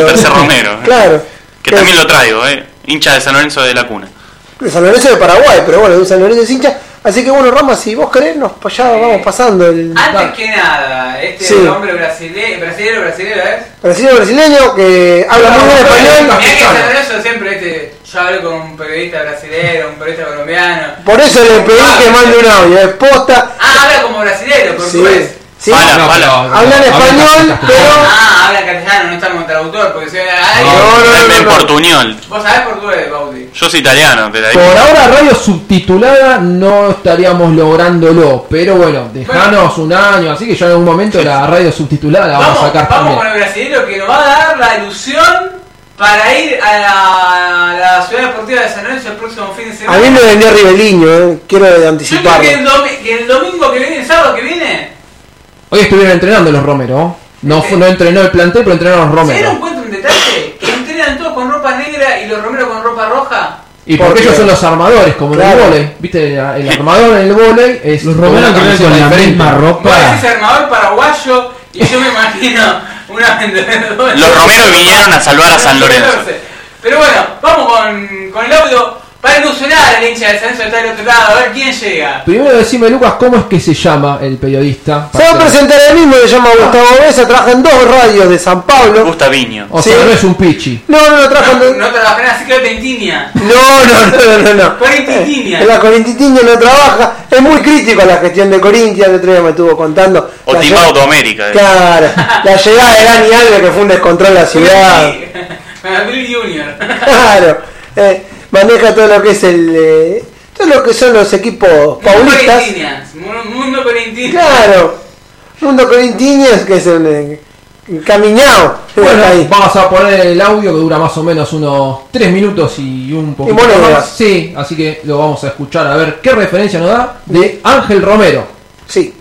[SPEAKER 5] El tercer Romero. ¿eh?
[SPEAKER 2] Claro.
[SPEAKER 5] Que también lo traigo, eh. Hincha de San Lorenzo de la cuna.
[SPEAKER 2] De San Lorenzo de Paraguay, pero bueno, de un San Lorenzo es hincha. Así que bueno, Rama, si vos querés, nos pa- ya
[SPEAKER 1] Eh,
[SPEAKER 2] vamos pasando el.
[SPEAKER 1] Antes que nada, este
[SPEAKER 2] Ah. Sí.
[SPEAKER 1] hombre brasileño, brasileño, brasileño, ¿eh?
[SPEAKER 2] Brasileño brasileño que habla muy bien
[SPEAKER 1] Mirá
[SPEAKER 2] español.
[SPEAKER 1] que San Lorenzo siempre, este, yo hablé con un periodista brasileño, un periodista colombiano.
[SPEAKER 2] Por eso le pedí que mande un audio, es posta.
[SPEAKER 1] Ah, habla como brasileño, por
[SPEAKER 2] Sí.
[SPEAKER 1] supuesto.
[SPEAKER 2] ¿sí?
[SPEAKER 5] Pala,
[SPEAKER 3] No,
[SPEAKER 5] pala.
[SPEAKER 3] pero-
[SPEAKER 2] Hablan
[SPEAKER 3] hablan
[SPEAKER 2] español,
[SPEAKER 3] castellano.
[SPEAKER 2] pero.
[SPEAKER 6] Ah, habla en castellano, no está como traductor, porque si hay
[SPEAKER 2] No, no, no,
[SPEAKER 5] Dame
[SPEAKER 2] no,
[SPEAKER 5] el
[SPEAKER 2] no.
[SPEAKER 5] portuñol.
[SPEAKER 6] Vos sabés portugués, Bauti.
[SPEAKER 5] Yo soy italiano, te la digo.
[SPEAKER 3] Por ahora radio subtitulada no estaríamos lográndolo, pero bueno, dejanos un año, así que yo en algún momento la radio subtitulada la vamos, a
[SPEAKER 6] Vamos,
[SPEAKER 3] sacar
[SPEAKER 6] vamos
[SPEAKER 3] también.
[SPEAKER 6] con el brasileño que nos va a dar la ilusión para ir a la, a la Ciudad Deportiva de San Lorenzo el próximo fin de semana.
[SPEAKER 2] A mí me vendió Ribeliño, eh,
[SPEAKER 6] Yo
[SPEAKER 2] quiero
[SPEAKER 6] creo que el,
[SPEAKER 2] anticiparlo.
[SPEAKER 6] domi- que el domingo que viene, el sábado que viene,
[SPEAKER 3] Hoy estuvieron entrenando los Romero, no, fu- no entrenó el plantel, pero entrenaron los
[SPEAKER 6] ¿se dieron
[SPEAKER 3] Romero.
[SPEAKER 6] cuenta un detalle? Que entrenan todos con ropa negra y los romeros con ropa roja.
[SPEAKER 3] Y porque
[SPEAKER 2] Porque-
[SPEAKER 3] ellos son los armadores, como en
[SPEAKER 2] Claro.
[SPEAKER 3] el volei. Viste, la- el armador en el volei es.
[SPEAKER 7] Los
[SPEAKER 3] con una
[SPEAKER 7] romanos entrenan
[SPEAKER 3] camiseta
[SPEAKER 7] con la
[SPEAKER 3] diferente.
[SPEAKER 7] misma
[SPEAKER 6] Vos decís
[SPEAKER 7] ropa.
[SPEAKER 6] armador paraguayo y yo me imagino una vendedora.
[SPEAKER 5] Los romeros vinieron a salvar a San Lorenzo.
[SPEAKER 6] Pero bueno, vamos con, con el audio para ilusionar al hincha de San Lorenzo que está del otro lado, a ver quién llega.
[SPEAKER 3] Primero decime, Lucas, ¿cómo es que se llama el periodista? Ah.
[SPEAKER 2] Se va a presentar el mismo, se llama Gustavo Mesa, trabaja en dos radios de San Pablo.
[SPEAKER 5] Gustaviño.
[SPEAKER 3] O sea,
[SPEAKER 2] Sí.
[SPEAKER 3] no es un pichi.
[SPEAKER 2] No, no, no, trabaja en
[SPEAKER 6] No,
[SPEAKER 2] dos-
[SPEAKER 6] no te la pena, así que no te intimia.
[SPEAKER 2] No, no, no, no, no.
[SPEAKER 6] Corintitinha.
[SPEAKER 2] Eh, La Corintitinha no trabaja. Es muy crítico la gestión de Corintia, el otro día me estuvo contando.
[SPEAKER 5] O
[SPEAKER 2] La
[SPEAKER 5] Team
[SPEAKER 2] llegada-
[SPEAKER 5] Automérica. eh.
[SPEAKER 2] Claro, la llegada de Dani Alves que fue un descontrol en la ciudad.
[SPEAKER 6] Bill Junior.
[SPEAKER 2] Claro, eh, maneja todo lo que es el. eh, todo lo que son los equipos paulistas.
[SPEAKER 6] Corintinians, mu- Mundo Corintinians.
[SPEAKER 2] Claro, Mundo Corintiñas que es un eh, caminado.
[SPEAKER 3] Bueno,
[SPEAKER 2] Ahí.
[SPEAKER 3] vamos a poner el audio que dura más o menos unos 3 minutos y un poquito
[SPEAKER 2] monedas.
[SPEAKER 3] más. Sí, así que lo vamos a escuchar a ver qué referencia nos da de Ángel Romero.
[SPEAKER 2] Sí.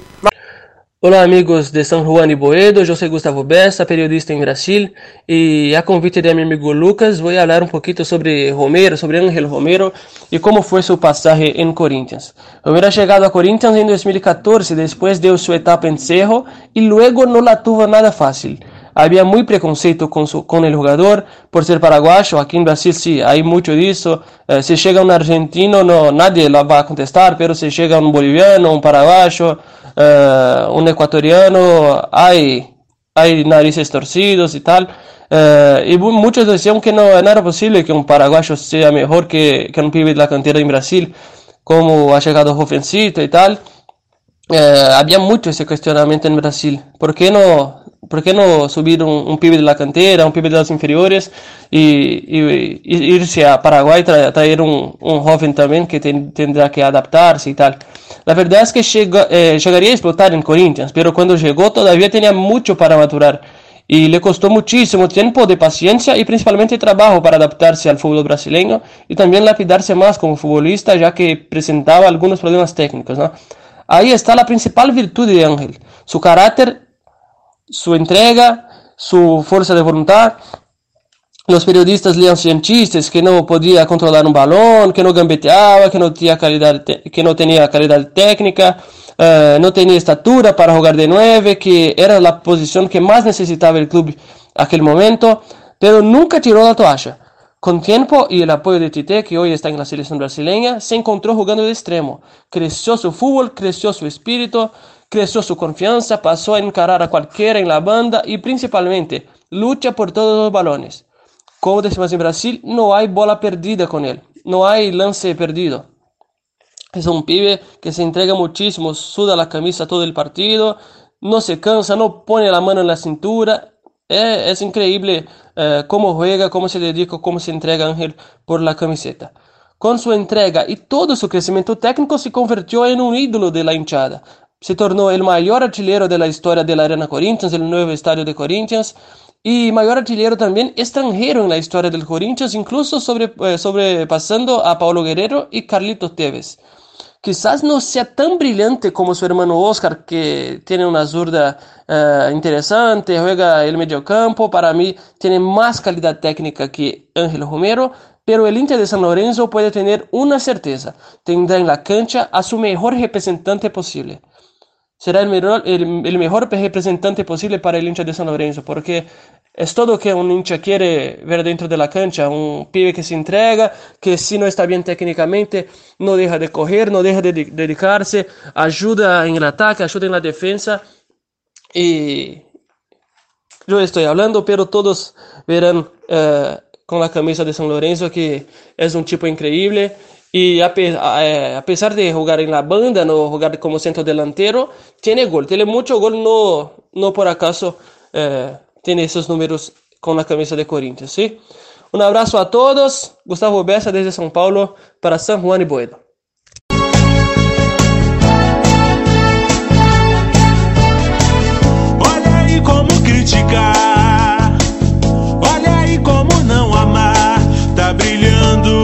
[SPEAKER 8] Olá, amigos de São Juan de Boedo. Eu sou Gustavo Bessa, periodista em Brasil. E a convite de meu amigo Lucas, vou falar um pouquinho sobre Romero, sobre Ángel Romero e como foi seu passagem em Corinthians. Romero ha chegado a Corinthians em 2014, depois deu sua etapa em Cerro e logo não la tuvo nada fácil. Havia muito preconceito com, su, com el jogador por ser paraguayo. Aqui em Brasil, sim, há muito disso. Eh, se chega um argentino, não, nadie lá vai contestar, mas se chega um boliviano, um paraguayo, eh, um equatoriano, há hay narices torcidos y tal. Eh, y mu- muchos decían que no, no era posible que un paraguayo sea mejor que, que un pibe de la cantera en Brasil, como ha llegado Jovencito y tal. Eh, había mucho ese cuestionamiento en Brasil. ¿Por qué no, por qué no subir un, un pibe de la cantera, un pibe de las inferiores y, y- y irse a Paraguay tra- traer un, un joven también que ten- tendrá que adaptarse y tal? La verdad es que llega- eh, llegaría a explotar en Corinthians, pero cuando llegó todavía tenía mucho para maturar y le costó muchísimo tiempo de paciencia y principalmente trabajo para adaptarse al fútbol brasileño y también lapidarse más como futbolista ya que presentaba algunos problemas técnicos. ¿no? Ahí está la principal virtud de Ángel, su carácter, su entrega, su fuerza de voluntad. Los periodistas le hacían chistes que no podía controlar un balón, que no gambeteaba, que no tenía calidad, te- que no tenía calidad técnica, eh, no tenía estatura para jugar de nueve, que era la posición que más necesitaba el club aquel momento, pero nunca tiró la toalla. Con tiempo y el apoyo de Tite, que hoy está en la selección brasileña, se encontró jugando de extremo. Creció su fútbol, creció su espíritu, creció su confianza, pasó a encarar a cualquiera en la banda y principalmente lucha por todos los balones. Como decimos en Brasil, no hay bola perdida con él, no hay lance perdido. Es un pibe que se entrega muchísimo, suda la camisa todo el partido, no se cansa, no pone la mano en la cintura. Eh, es increíble eh, cómo juega, cómo se dedica, cómo se entrega Ángel por la camiseta. Con su entrega y todo su crecimiento técnico se convirtió en un ídolo de la hinchada. Se tornó el mayor artillero de la historia de la Arena Corinthians, el nuevo estadio de Corinthians, y mayor artillero también extranjero en la historia del Corinthians, incluso sobre, eh, sobrepasando a Paulo Guerrero y Carlitos Tevez. Quizás no sea tan brillante como su hermano Oscar, que tiene una zurda eh, interesante, juega el mediocampo. Para mí, tiene más calidad técnica que Ángel Romero. Pero el Inter de San Lorenzo puede tener una certeza: tendrá en la cancha a su mejor representante posible será el mejor, el, el mejor representante posible para el hincha de San Lorenzo, porque es todo que un hincha quiere ver dentro de la cancha, un pibe que se entrega, que si no está bien técnicamente, no deja de correr, no deja de de- dedicarse, ayuda en el ataque, ayuda en la defensa y yo estoy hablando, pero todos verán eh, con la camisa de San Lorenzo que es un tipo increíble Y a, pe- a- eh, a pesar de jugar en la banda, no jugar como centro delantero, tiene gol, tiene mucho gol, no, no por acaso eh, tiene esos números con la camisa de Corinthians, ¿sí? Un abrazo Um a todos, Gustavo Bessa desde São Paulo para San Juan y Boedo.
[SPEAKER 7] Olha aí como criticar. Olha aí como não amar. Tá brilhando.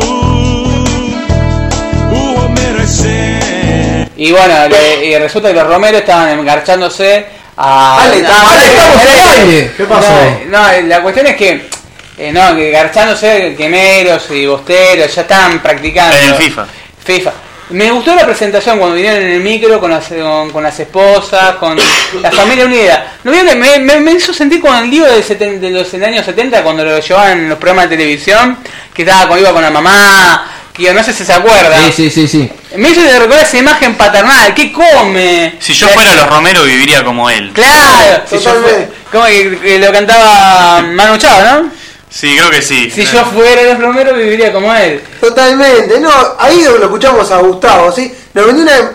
[SPEAKER 7] O Romero é sério.
[SPEAKER 1] Y bueno, le- y resulta que los romeros estaban engarchándose a. a-
[SPEAKER 2] Ale, Ale, estamos en el aire.
[SPEAKER 3] ¿Qué pasó?
[SPEAKER 1] No, no, la cuestión es que. eh, no, que garchándose quemeros y bosteros, ya estaban practicando.
[SPEAKER 5] En el FIFA.
[SPEAKER 1] FIFA. Me gustó la presentación cuando vinieron en el micro con las, con, con las esposas, con la familia unida. ¿No vieron? Me, me, me hizo sentir con el lío de, seten- de los en años 70 cuando lo llevaban en los programas de televisión, que estaba con, iba con la mamá, que no sé si se acuerdan.
[SPEAKER 3] Sí, sí, sí, sí.
[SPEAKER 1] Me hizo recordar esa imagen paternal, ¿qué come?
[SPEAKER 5] Si yo fuera los Romero viviría como él.
[SPEAKER 1] Claro, si yo
[SPEAKER 2] Totalmente.
[SPEAKER 1] fue- ¿cómo que, que lo cantaba Manu Chao, no?
[SPEAKER 5] Sí, creo que sí.
[SPEAKER 1] Si yo fuera el plomero viviría como él.
[SPEAKER 2] Totalmente, no, ahí lo escuchamos a Gustavo, ¿sí? Nos vendió una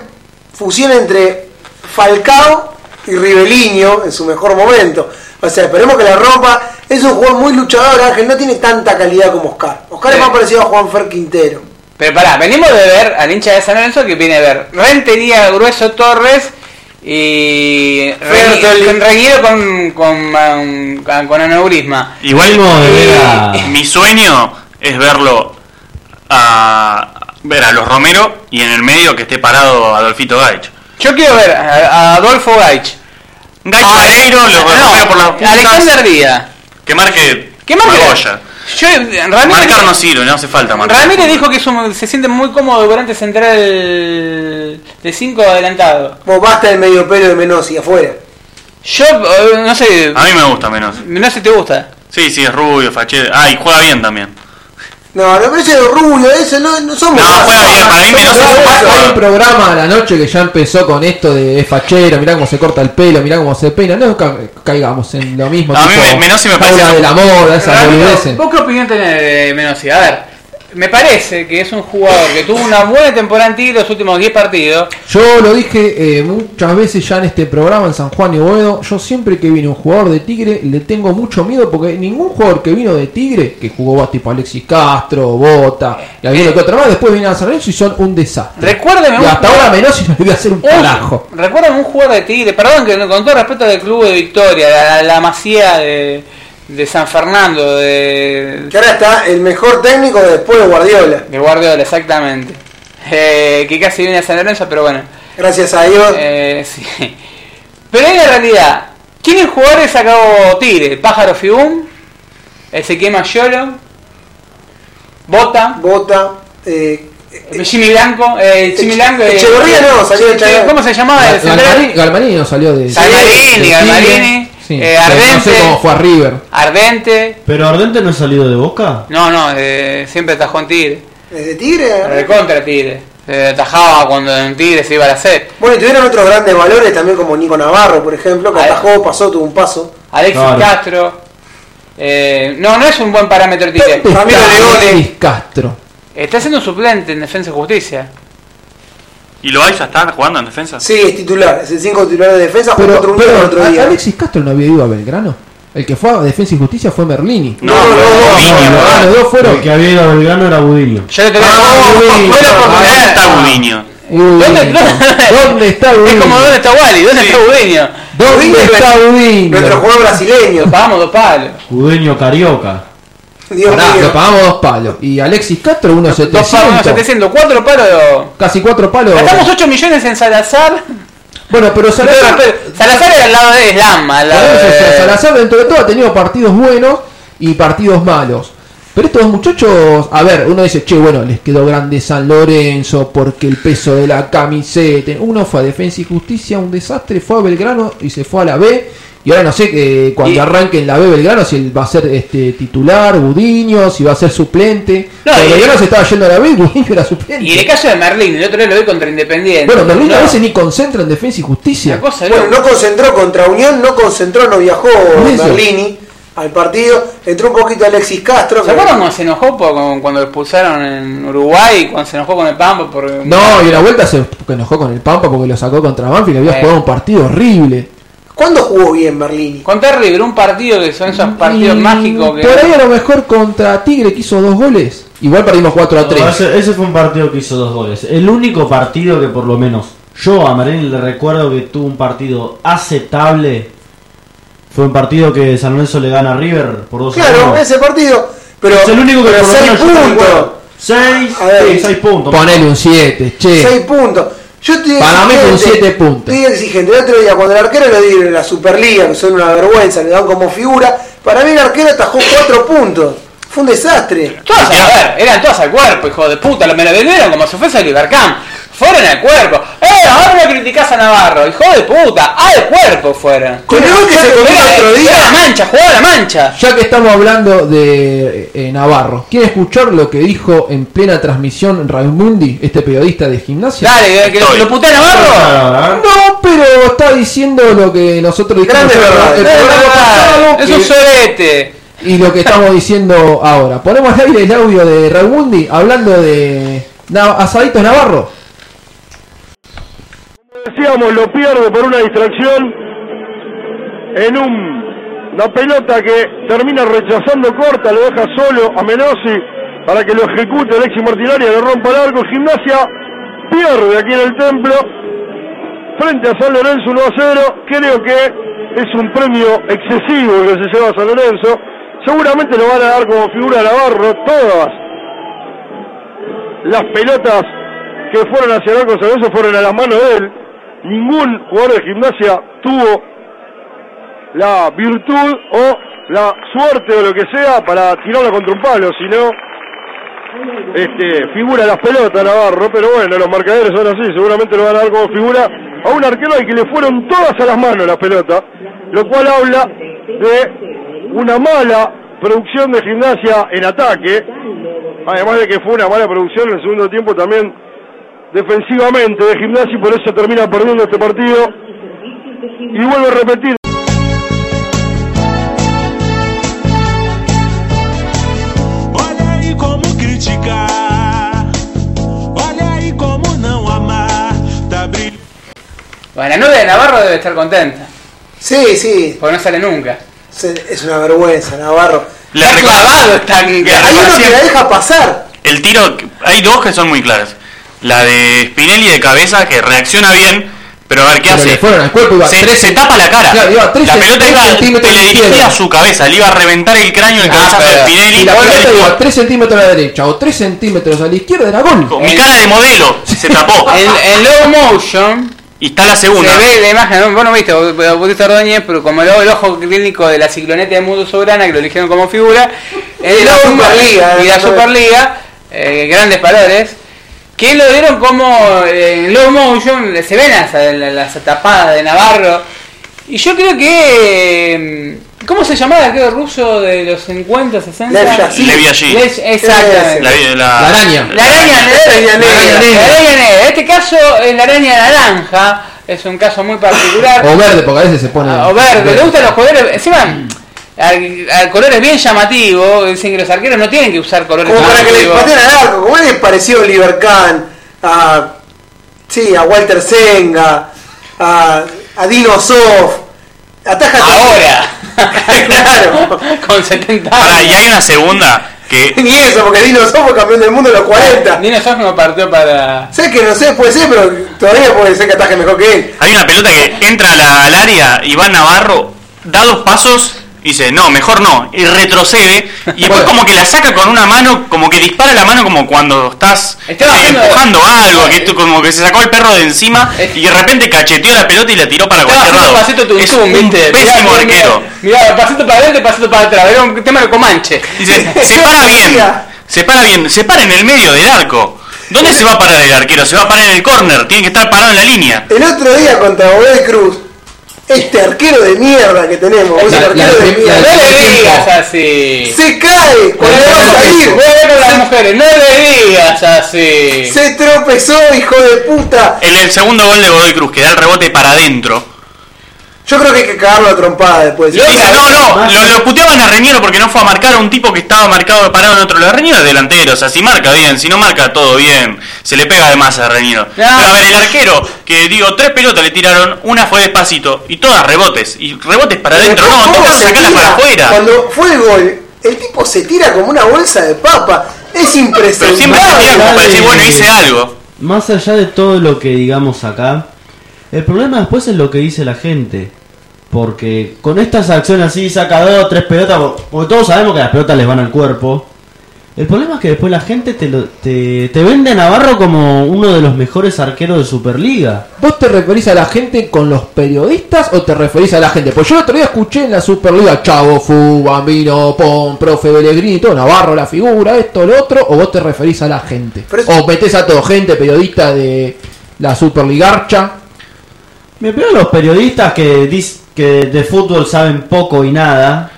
[SPEAKER 2] fusión entre Falcao y Ribeliño en su mejor momento. O sea, esperemos que la rompa. Es un jugador muy luchador, Ángel, no tiene tanta calidad como Oscar. Oscar es
[SPEAKER 1] Sí.
[SPEAKER 2] más parecido a Juan Fer Quintero.
[SPEAKER 1] Pero pará, venimos de ver al hincha de San Lorenzo que viene a ver Rentería, Grueso Torres y Reñi-
[SPEAKER 2] Fertoli.
[SPEAKER 1] con Reñido con, con, um, con, con aneurisma.
[SPEAKER 5] Igual
[SPEAKER 4] Venimos de ver a-
[SPEAKER 5] mi sueño es verlo a ver a los Romero y en el medio que esté parado Adolfito Gaich.
[SPEAKER 1] Yo quiero ver a, a Adolfo Gaich. Ah,
[SPEAKER 5] Gaich Vareiro, los Romero por las puntas,
[SPEAKER 1] Alexander Díaz.
[SPEAKER 5] que marque
[SPEAKER 1] ¿Qué más?
[SPEAKER 5] Magoya.
[SPEAKER 1] Yo, eh,
[SPEAKER 5] Marcar no
[SPEAKER 1] Ramírez,
[SPEAKER 5] sirve, no hace falta marcar.
[SPEAKER 1] Ramírez dijo que es un- se siente muy cómodo durante central de 5 adelantado.
[SPEAKER 2] Vos basta el medio pelo de Menos y afuera.
[SPEAKER 1] Yo, eh, no sé,
[SPEAKER 5] A mí me gusta menos.
[SPEAKER 1] no sé si te gusta.
[SPEAKER 5] Sí, sí, es rubio, fachete. Ah, y juega bien también.
[SPEAKER 2] No, no parece rubio, eso no, no somos.
[SPEAKER 5] No, juega bien, para mí Menos es un buen
[SPEAKER 3] Hay un
[SPEAKER 5] jugador.
[SPEAKER 3] programa a la noche que ya empezó con esto de es fachero, mirá cómo se corta el pelo, mirá cómo se peina. No ca- caigamos en lo mismo.
[SPEAKER 5] A mí
[SPEAKER 3] tipo,
[SPEAKER 5] me- Menossi me parece-
[SPEAKER 3] Paula de la moda, esas
[SPEAKER 1] Ramiro,
[SPEAKER 3] boludeces.
[SPEAKER 1] ¿Vos qué opinión tenés de Menossi? A ver, me parece que es un jugador que tuvo una buena temporada en Tigre los últimos 10 partidos.
[SPEAKER 3] Yo lo dije eh, muchas veces ya en este programa en San Juan y Boedo. Yo siempre que viene un jugador de Tigre le tengo mucho miedo porque ningún jugador que vino de Tigre, que jugó tipo Alexis Castro, Bota, y alguno que otro más, después viene a San Lorenzo y son un desastre.
[SPEAKER 1] Recuérdeme
[SPEAKER 3] y
[SPEAKER 1] un
[SPEAKER 3] hasta ahora menos y no le voy a hacer un
[SPEAKER 1] Ojo,
[SPEAKER 3] carajo.
[SPEAKER 1] Recuérdame un jugador de Tigre, perdón, que con todo respeto del club de Victoria, la, la masía de, de San Fernando, de,
[SPEAKER 2] Que ahora está el mejor técnico después de Guardiola.
[SPEAKER 1] de Guardiola, exactamente. Eh, que casi viene a San Lorenzo, pero bueno.
[SPEAKER 2] Gracias a Dios.
[SPEAKER 1] Eh, sí. Pero en la realidad, ¿quiénes jugadores sacó Tigre? Pájaro Fibum, Ezequiel Mayolo, Bota,
[SPEAKER 2] Bota. eh,
[SPEAKER 1] Jimmy Blanco, eh, Jimmy Blanco. eh,
[SPEAKER 2] Echeverría no, salió de Echeverría.
[SPEAKER 1] ¿Cómo se llamaba? el
[SPEAKER 3] Gal-
[SPEAKER 1] central?
[SPEAKER 3] Galmarini, Galmarini no salió de.
[SPEAKER 1] Galmarini,
[SPEAKER 3] de
[SPEAKER 1] Galmarini,
[SPEAKER 3] Sí,
[SPEAKER 1] eh,
[SPEAKER 3] pero No
[SPEAKER 1] Ardente.
[SPEAKER 3] sé cómo fue a River.
[SPEAKER 1] Ardente.
[SPEAKER 4] ¿Pero Ardente no ha salido de Boca?
[SPEAKER 1] No, no, eh, siempre atajó en Tigre.
[SPEAKER 2] ¿Desde Tigre?
[SPEAKER 1] Recontra Tigre. Se atajaba cuando en Tigre se iba a la sed.
[SPEAKER 2] Bueno, y tuvieron otros grandes valores también como Nico Navarro, por ejemplo, que
[SPEAKER 1] Ahí.
[SPEAKER 2] atajó, pasó, tuvo un paso.
[SPEAKER 1] Alexis
[SPEAKER 4] Claro.
[SPEAKER 1] Castro. Eh, no, no es un buen parámetro Tigre.
[SPEAKER 3] ¿Dónde
[SPEAKER 2] Ramiro
[SPEAKER 3] está
[SPEAKER 2] Leone.
[SPEAKER 3] Luis Castro.
[SPEAKER 1] Está siendo un suplente en Defensa y Justicia.
[SPEAKER 5] ¿Y lo vais a estar jugando en defensa?
[SPEAKER 2] Sí, es titular, es el 5 titular de defensa, jugó
[SPEAKER 3] Pero,
[SPEAKER 2] otro uno el
[SPEAKER 3] pero,
[SPEAKER 2] otro
[SPEAKER 3] ¿a-
[SPEAKER 2] día.
[SPEAKER 3] Alexis Castro no había ido a Belgrano. El que fue a Defensa y Justicia fue Merlini.
[SPEAKER 5] No,
[SPEAKER 2] No,
[SPEAKER 5] no,
[SPEAKER 2] no, no,
[SPEAKER 5] Gudiño,
[SPEAKER 2] no,
[SPEAKER 3] Ah,
[SPEAKER 5] ¿verdad?
[SPEAKER 3] los dos fueron.
[SPEAKER 4] El que había ido a Belgrano era Budillo.
[SPEAKER 1] Yo le tengo
[SPEAKER 5] Ah,
[SPEAKER 1] Fue
[SPEAKER 3] Gudiño,
[SPEAKER 1] la
[SPEAKER 5] ¿Dónde
[SPEAKER 1] oportunidad.
[SPEAKER 4] Ah.
[SPEAKER 5] está Gudiño?
[SPEAKER 3] Uy,
[SPEAKER 1] ¿Dónde- dónde-
[SPEAKER 3] ¿Dónde está Budinho?
[SPEAKER 1] Es como dónde está Wally, dónde
[SPEAKER 5] Sí.
[SPEAKER 1] está Budeño.
[SPEAKER 3] ¿Dónde está Budinho?
[SPEAKER 2] Nuestro jugador brasileño.
[SPEAKER 1] Vamos, dos palos.
[SPEAKER 4] Budeño Carioca.
[SPEAKER 2] Dios
[SPEAKER 3] Pará,
[SPEAKER 2] mío.
[SPEAKER 3] lo pagamos dos palos. Y Alexis Castro, unos
[SPEAKER 1] Dos palos, no,
[SPEAKER 3] 700.
[SPEAKER 1] 700, cuatro palos.
[SPEAKER 3] Casi cuatro palos.
[SPEAKER 1] Gastamos 8 millones en Salazar.
[SPEAKER 3] Bueno, pero Salazar,
[SPEAKER 1] Salazar era al lado de Islam, al
[SPEAKER 3] Por
[SPEAKER 1] lado
[SPEAKER 3] eso, o sea,
[SPEAKER 1] de-
[SPEAKER 3] Salazar dentro de todo ha tenido partidos buenos y partidos malos. Pero estos muchachos, a ver, uno dice, che, bueno, les quedó grande San Lorenzo porque el peso de la camiseta. Uno fue a Defensa y Justicia, un desastre, fue a Belgrano y se fue a la B. Y ahora no sé que cuando
[SPEAKER 1] Y-
[SPEAKER 3] arranque en la B Belgrano, si él va a ser este titular, Gudiño, si va a ser suplente.
[SPEAKER 1] No,
[SPEAKER 3] Porque
[SPEAKER 1] y-
[SPEAKER 3] Belgrano se estaba yendo a la B, Gudiño era suplente.
[SPEAKER 1] Y en el caso de Merlín, el otro día lo vi contra Independiente.
[SPEAKER 3] bueno, Merlín a
[SPEAKER 1] Eh, No,
[SPEAKER 3] veces ni concentra en Defensa y Justicia.
[SPEAKER 1] una cosa
[SPEAKER 2] Bueno,
[SPEAKER 1] loca.
[SPEAKER 2] no concentró contra Unión, no concentró, no viajó
[SPEAKER 3] Por eso.
[SPEAKER 2] Berlini. al partido. Entró un poquito Alexis Castro.
[SPEAKER 1] ¿Se
[SPEAKER 2] que-
[SPEAKER 1] acuerdan cuando se enojó por- con- cuando lo expulsaron en Uruguay? Cuando se enojó con el Pampa por...
[SPEAKER 3] No, y en la vuelta se enojó con el Pampa porque lo sacó contra Banfield y había
[SPEAKER 1] Eh.
[SPEAKER 3] jugado un partido horrible.
[SPEAKER 2] ¿Cuándo jugó bien Berlini?
[SPEAKER 1] Contra River, un partido que son esos partidos
[SPEAKER 3] Y
[SPEAKER 1] mágicos que...
[SPEAKER 3] Por ahí a lo mejor contra Tigre que hizo dos goles. Igual perdimos 4 a 3.
[SPEAKER 4] No, ese, ese fue un partido que hizo dos goles. El único partido que por lo menos yo a Marín le recuerdo que tuvo un partido aceptable. Fue un partido que San Lorenzo le gana a River por dos
[SPEAKER 2] Claro,
[SPEAKER 4] a uno.
[SPEAKER 2] ese partido. Pero,
[SPEAKER 4] es el único que
[SPEAKER 2] pero
[SPEAKER 4] por lo
[SPEAKER 2] seis
[SPEAKER 4] menos yo me
[SPEAKER 2] puntos.
[SPEAKER 4] acuerdo. Seis,
[SPEAKER 2] A ver,
[SPEAKER 4] sí, seis puntos.
[SPEAKER 3] Ponele un 7, che.
[SPEAKER 2] 6 puntos. Yo estoy
[SPEAKER 3] Para mí con
[SPEAKER 2] exigente,
[SPEAKER 3] siete puntos.
[SPEAKER 2] Estoy exigente. El otro día, cuando el arquero le dieron la Superliga, que son una vergüenza, le dan como figura. Para mí, el arquero atajó 4 puntos. Fue un desastre.
[SPEAKER 1] Todas, a ver, eran todas al cuerpo, hijo de puta, lo me lo vendieron como si fuese el Ibercam. Fueron al cuerpo. ¡Eh, ahora lo criticás a Navarro! ¡Hijo de puta! ¡Al cuerpo fueron!
[SPEAKER 2] Con el gol que se comió el otro
[SPEAKER 1] Era la
[SPEAKER 2] día.
[SPEAKER 1] mancha, jugaba la mancha.
[SPEAKER 3] Ya que estamos hablando de eh, Navarro, ¿quiere escuchar lo que dijo en plena transmisión Raimundi, este periodista de gimnasia?
[SPEAKER 1] Dale, que lo,
[SPEAKER 5] Estoy.
[SPEAKER 1] lo putea Navarro.
[SPEAKER 3] No, pero está diciendo lo que nosotros dijimos
[SPEAKER 2] Grande
[SPEAKER 3] en el
[SPEAKER 2] verdad.
[SPEAKER 3] programa
[SPEAKER 1] Es
[SPEAKER 3] pasado,
[SPEAKER 1] verdad, Es un
[SPEAKER 3] que-
[SPEAKER 1] sorete.
[SPEAKER 3] y lo que estamos diciendo ahora. Ponemos al aire el audio de Raimundi hablando de Na- Asaditos Navarro.
[SPEAKER 9] decíamos, lo pierde por una distracción en un, una pelota que termina rechazando corta, lo deja solo a Menossi para que lo ejecute Alexis Martinari, le rompa el arco, gimnasia pierde aquí en el templo frente a San Lorenzo 1 a 0, creo que es un premio excesivo que se lleva a San Lorenzo, seguramente lo van a dar como figura a Navarro todas las pelotas que fueron hacia el arco de San Lorenzo fueron a la mano de él. Ningún jugador de gimnasia tuvo la virtud o la suerte o lo que sea para tirarla contra un palo, sino este, figura las pelotas Navarro, pero bueno, los marcadores son así, seguramente lo van a dar como figura a un arquero al que le fueron todas a las manos las pelotas, lo cual habla de una mala producción de gimnasia en ataque, además de que fue una mala producción en el segundo tiempo también defensivamente de gimnasia y por eso termina perdiendo este partido. Y vuelvo a repetir,
[SPEAKER 7] Olha aí como criticar. Olha aí como não amar. Tá brilhando.
[SPEAKER 1] Bueno, la novia de Navarro debe estar contenta.
[SPEAKER 2] Sí, sí.
[SPEAKER 1] Porque no sale nunca.
[SPEAKER 2] Se- Es una vergüenza, Navarro.
[SPEAKER 5] Le
[SPEAKER 1] Está
[SPEAKER 5] recuerdo-
[SPEAKER 1] clavado, está en-
[SPEAKER 5] Le
[SPEAKER 2] Hay uno que
[SPEAKER 5] recuerdo-
[SPEAKER 2] la deja pasar.
[SPEAKER 5] El tiro, hay dos que son muy claras. La de Spinelli de cabeza, que reacciona bien, pero a ver qué
[SPEAKER 3] Pero
[SPEAKER 5] hace.
[SPEAKER 3] le fueron al cuerpo, iba
[SPEAKER 5] se,
[SPEAKER 3] tres-
[SPEAKER 5] se tapa la cara.
[SPEAKER 3] Claro, iba tres
[SPEAKER 5] la
[SPEAKER 3] cent-
[SPEAKER 5] pelota
[SPEAKER 3] tres
[SPEAKER 5] iba
[SPEAKER 3] centímetros
[SPEAKER 5] teledirigida
[SPEAKER 3] izquierda. Ah,
[SPEAKER 5] a su cabeza, le iba a reventar el cráneo el cabezazo de
[SPEAKER 1] pero-
[SPEAKER 5] Spinelli.
[SPEAKER 3] Y la
[SPEAKER 5] Gol del
[SPEAKER 3] pelota iba
[SPEAKER 5] Colo.
[SPEAKER 3] 3 centímetros a la derecha o 3 centímetros a la izquierda era gol.
[SPEAKER 5] Con Mi cara de modelo se tapó.
[SPEAKER 1] En, en low motion
[SPEAKER 5] y está la segunda.
[SPEAKER 1] se ve la imagen, ¿no? vos no viste, vos- vos viste a Ordóñez, pero como el, el ojo clínico de la cicloneta de Mundo Soberana, que lo eligieron como figura, el
[SPEAKER 2] Y la
[SPEAKER 1] low-
[SPEAKER 2] Superliga,
[SPEAKER 1] y la
[SPEAKER 2] eh,
[SPEAKER 1] Superliga, eh, grandes valores, que lo dieron como eh, en low motion, se ven las, las tapadas de Navarro, y yo creo que... eh, ¿Cómo se llamaba aquel ruso de los 50, 60?
[SPEAKER 2] Lev Yashin.
[SPEAKER 5] Lev Yashin.
[SPEAKER 1] Lev- Exactamente.
[SPEAKER 5] La, la-
[SPEAKER 3] La araña.
[SPEAKER 1] La araña negra.
[SPEAKER 2] La araña negra.
[SPEAKER 1] La araña negra. En este caso es la araña naranja. Es un caso muy particular.
[SPEAKER 3] O verde, porque a veces se pone.
[SPEAKER 1] Ah, o verde. Le gustan los colores. Encima, al, al color es bien llamativo. Dicen que los arqueros no tienen que usar colores
[SPEAKER 2] Como para que le
[SPEAKER 1] llamativos.
[SPEAKER 2] pateen al arco. Como le pareció a Oliver Kahn, a. Sí, a Walter Senga, a, a Dino Sof. Ataja
[SPEAKER 1] Ahora.
[SPEAKER 2] Claro.
[SPEAKER 1] Con 70 años.
[SPEAKER 5] Pará, y hay una segunda que
[SPEAKER 2] Ni eso, porque Dino Sof fue campeón del mundo en los 40.
[SPEAKER 1] Dino Sof no partió para.
[SPEAKER 2] Sé que no sé, puede ser, pero todavía puede ser que ataje mejor que él.
[SPEAKER 5] hay una pelota que entra a la- al área y va Navarro, da dos pasos y dice, no, mejor no, y retrocede, y después
[SPEAKER 3] Bueno.
[SPEAKER 5] como que la saca con una mano, como que dispara la mano como cuando estás
[SPEAKER 1] Estaba
[SPEAKER 5] eh,
[SPEAKER 1] haciendo-
[SPEAKER 5] empujando algo, que tú- como que se sacó el perro de encima y de repente cacheteó la pelota y la tiró para
[SPEAKER 1] Estaba
[SPEAKER 5] cualquier
[SPEAKER 1] haciendo pasito
[SPEAKER 5] lado.
[SPEAKER 1] tum
[SPEAKER 5] Es
[SPEAKER 1] tum,
[SPEAKER 5] un
[SPEAKER 1] ¿viste?
[SPEAKER 5] pésimo
[SPEAKER 1] Mirá, mirá,
[SPEAKER 5] arquero.
[SPEAKER 1] Mirá, pasito para adelante, pasito para atrás. Era un tema de Comanche.
[SPEAKER 5] Dice, se para bien, se para bien, se para en el medio del arco. ¿Dónde se va a parar el arquero? Se va a parar en el córner, tiene que estar parado en la línea.
[SPEAKER 2] El otro día contra Godoy Cruz, este arquero de mierda que tenemos, es un
[SPEAKER 3] La- la-
[SPEAKER 2] arquero de
[SPEAKER 3] la-
[SPEAKER 1] No
[SPEAKER 2] mierda, ¡Eh!
[SPEAKER 1] le digas así.
[SPEAKER 2] se cae cuando
[SPEAKER 3] la-
[SPEAKER 2] va a
[SPEAKER 3] la-
[SPEAKER 2] salir,
[SPEAKER 1] Voy a ver a las mujeres, no le digas así.
[SPEAKER 2] se tropezó, hijo de puta.
[SPEAKER 5] En el segundo gol de Godoy Cruz, que da el rebote para adentro.
[SPEAKER 2] Yo creo que hay que cagarlo a trompada después.
[SPEAKER 5] Lo hizo- no, no,
[SPEAKER 4] Más-
[SPEAKER 5] lo, lo puteaban a Reñero porque no fue a marcar a un tipo que estaba marcado parado en otro lado. Reñero es delantero, o sea, si marca bien, si no marca todo bien, se le pega de más a Reñero.
[SPEAKER 2] Ah,
[SPEAKER 5] Pero a ver, el arquero, que digo, tres pelotas le tiraron, una fue despacito, y todas rebotes, y rebotes para adentro,
[SPEAKER 2] Después,
[SPEAKER 5] no,
[SPEAKER 2] ¿cómo
[SPEAKER 5] todas
[SPEAKER 2] se
[SPEAKER 5] sacarlas
[SPEAKER 2] tira?
[SPEAKER 5] para afuera.
[SPEAKER 2] Cuando fue el gol, el tipo se tira como una bolsa de papa. Es
[SPEAKER 5] Pero
[SPEAKER 2] impresionante.
[SPEAKER 5] siempre tenía como para decir, bueno, hice algo.
[SPEAKER 4] Más allá de todo lo que digamos acá, el problema después es lo que dice la gente. Porque con estas acciones así, saca dos, tres pelotas, porque todos sabemos que las pelotas les van al cuerpo. El problema es que después la gente te, lo- te, te vende a Navarro como uno de los mejores arqueros de Superliga.
[SPEAKER 3] ¿Vos te referís a la gente con los periodistas o te referís a la gente? Pues yo el otro día escuché en la Superliga Chavo, Fu, Bambino, Pon, Profe, Belegrini, todo Navarro, la figura, esto, lo otro, o vos te referís a la gente.
[SPEAKER 2] Pero es-
[SPEAKER 3] O metés a todo gente, periodista de la Superligarcha.
[SPEAKER 4] Me pegan los periodistas que, dis- que de fútbol saben poco y nada.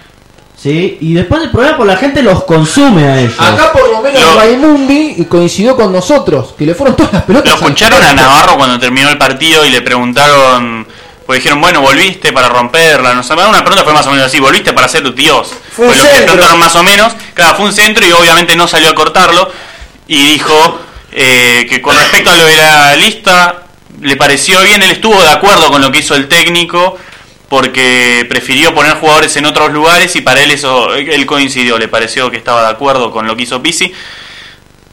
[SPEAKER 4] ¿Sí? Y después el problema por la gente los consume a ellos.
[SPEAKER 3] Acá por lo menos
[SPEAKER 5] No.
[SPEAKER 3] Raimundi y coincidió con nosotros, que le fueron todas las pelotas.
[SPEAKER 5] Lo
[SPEAKER 3] al
[SPEAKER 5] escucharon a
[SPEAKER 3] cuerpo.
[SPEAKER 5] Navarro cuando terminó el partido y le preguntaron, pues dijeron, bueno, volviste para romperla, no sé, una pregunta fue más o menos así, volviste para ser Dios.
[SPEAKER 2] Fue
[SPEAKER 5] Fue lo
[SPEAKER 2] un
[SPEAKER 5] que le
[SPEAKER 2] centro.
[SPEAKER 5] preguntaron más o menos, claro, fue un centro y obviamente no salió a cortarlo y dijo eh, que con respecto a lo de la lista, le pareció bien, él estuvo de acuerdo con lo que hizo el técnico porque prefirió poner jugadores en otros lugares y para él eso, él coincidió, le pareció que estaba de acuerdo con lo que hizo Pisi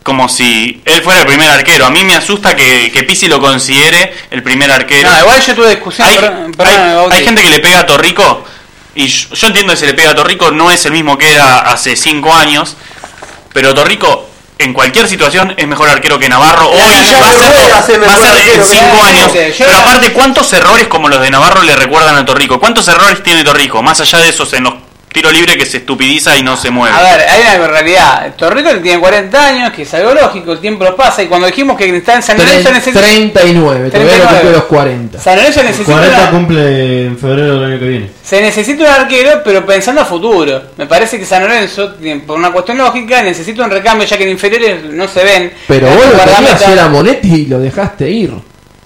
[SPEAKER 5] como si él fuera el primer arquero. A mí me asusta que, que Pizzi lo considere el primer arquero.
[SPEAKER 1] No, igual yo tuve discusión.
[SPEAKER 5] hay,
[SPEAKER 1] perdón-
[SPEAKER 5] hay-
[SPEAKER 1] perdóname, Bauti.
[SPEAKER 5] hay gente que le pega a Torrico, y yo, yo entiendo que se le pega a Torrico, no es el mismo que era hace cinco años, pero Torrico en cualquier situación es mejor arquero que Navarro. Hoy
[SPEAKER 2] La Villa
[SPEAKER 5] va a
[SPEAKER 2] Burbuja
[SPEAKER 5] serlo,
[SPEAKER 2] hace
[SPEAKER 5] va a
[SPEAKER 2] mejor
[SPEAKER 5] ser en
[SPEAKER 2] arquero que
[SPEAKER 5] cinco
[SPEAKER 1] Navarro.
[SPEAKER 5] años.
[SPEAKER 1] Yo
[SPEAKER 5] Pero
[SPEAKER 1] la-
[SPEAKER 5] aparte, ¿cuántos errores como los de Navarro le recuerdan a Torrico? ¿Cuántos errores tiene Torrico? Más allá de esos en los tiro libre que se estupidiza y no se mueve.
[SPEAKER 1] A ver, hay una realidad. Torrico tiene 40 años, que es algo lógico, el tiempo lo pasa. Y cuando dijimos que está en San Lorenzo
[SPEAKER 3] Tre-
[SPEAKER 1] necesita.
[SPEAKER 3] 39, todavía no
[SPEAKER 1] 39.
[SPEAKER 3] cumplió los 40.
[SPEAKER 1] San Lorenzo necesita.
[SPEAKER 4] 40
[SPEAKER 1] una-
[SPEAKER 4] cumple en febrero del año que viene.
[SPEAKER 1] Se necesita un arquero, pero pensando a futuro. Me parece que San Lorenzo, tiene- por una cuestión lógica, necesita un recambio, ya que en inferiores no se ven.
[SPEAKER 3] Pero
[SPEAKER 1] Hay
[SPEAKER 3] vos
[SPEAKER 1] que
[SPEAKER 3] lo
[SPEAKER 1] guardar
[SPEAKER 3] tenías
[SPEAKER 1] meta.
[SPEAKER 3] era Monetti y lo dejaste ir.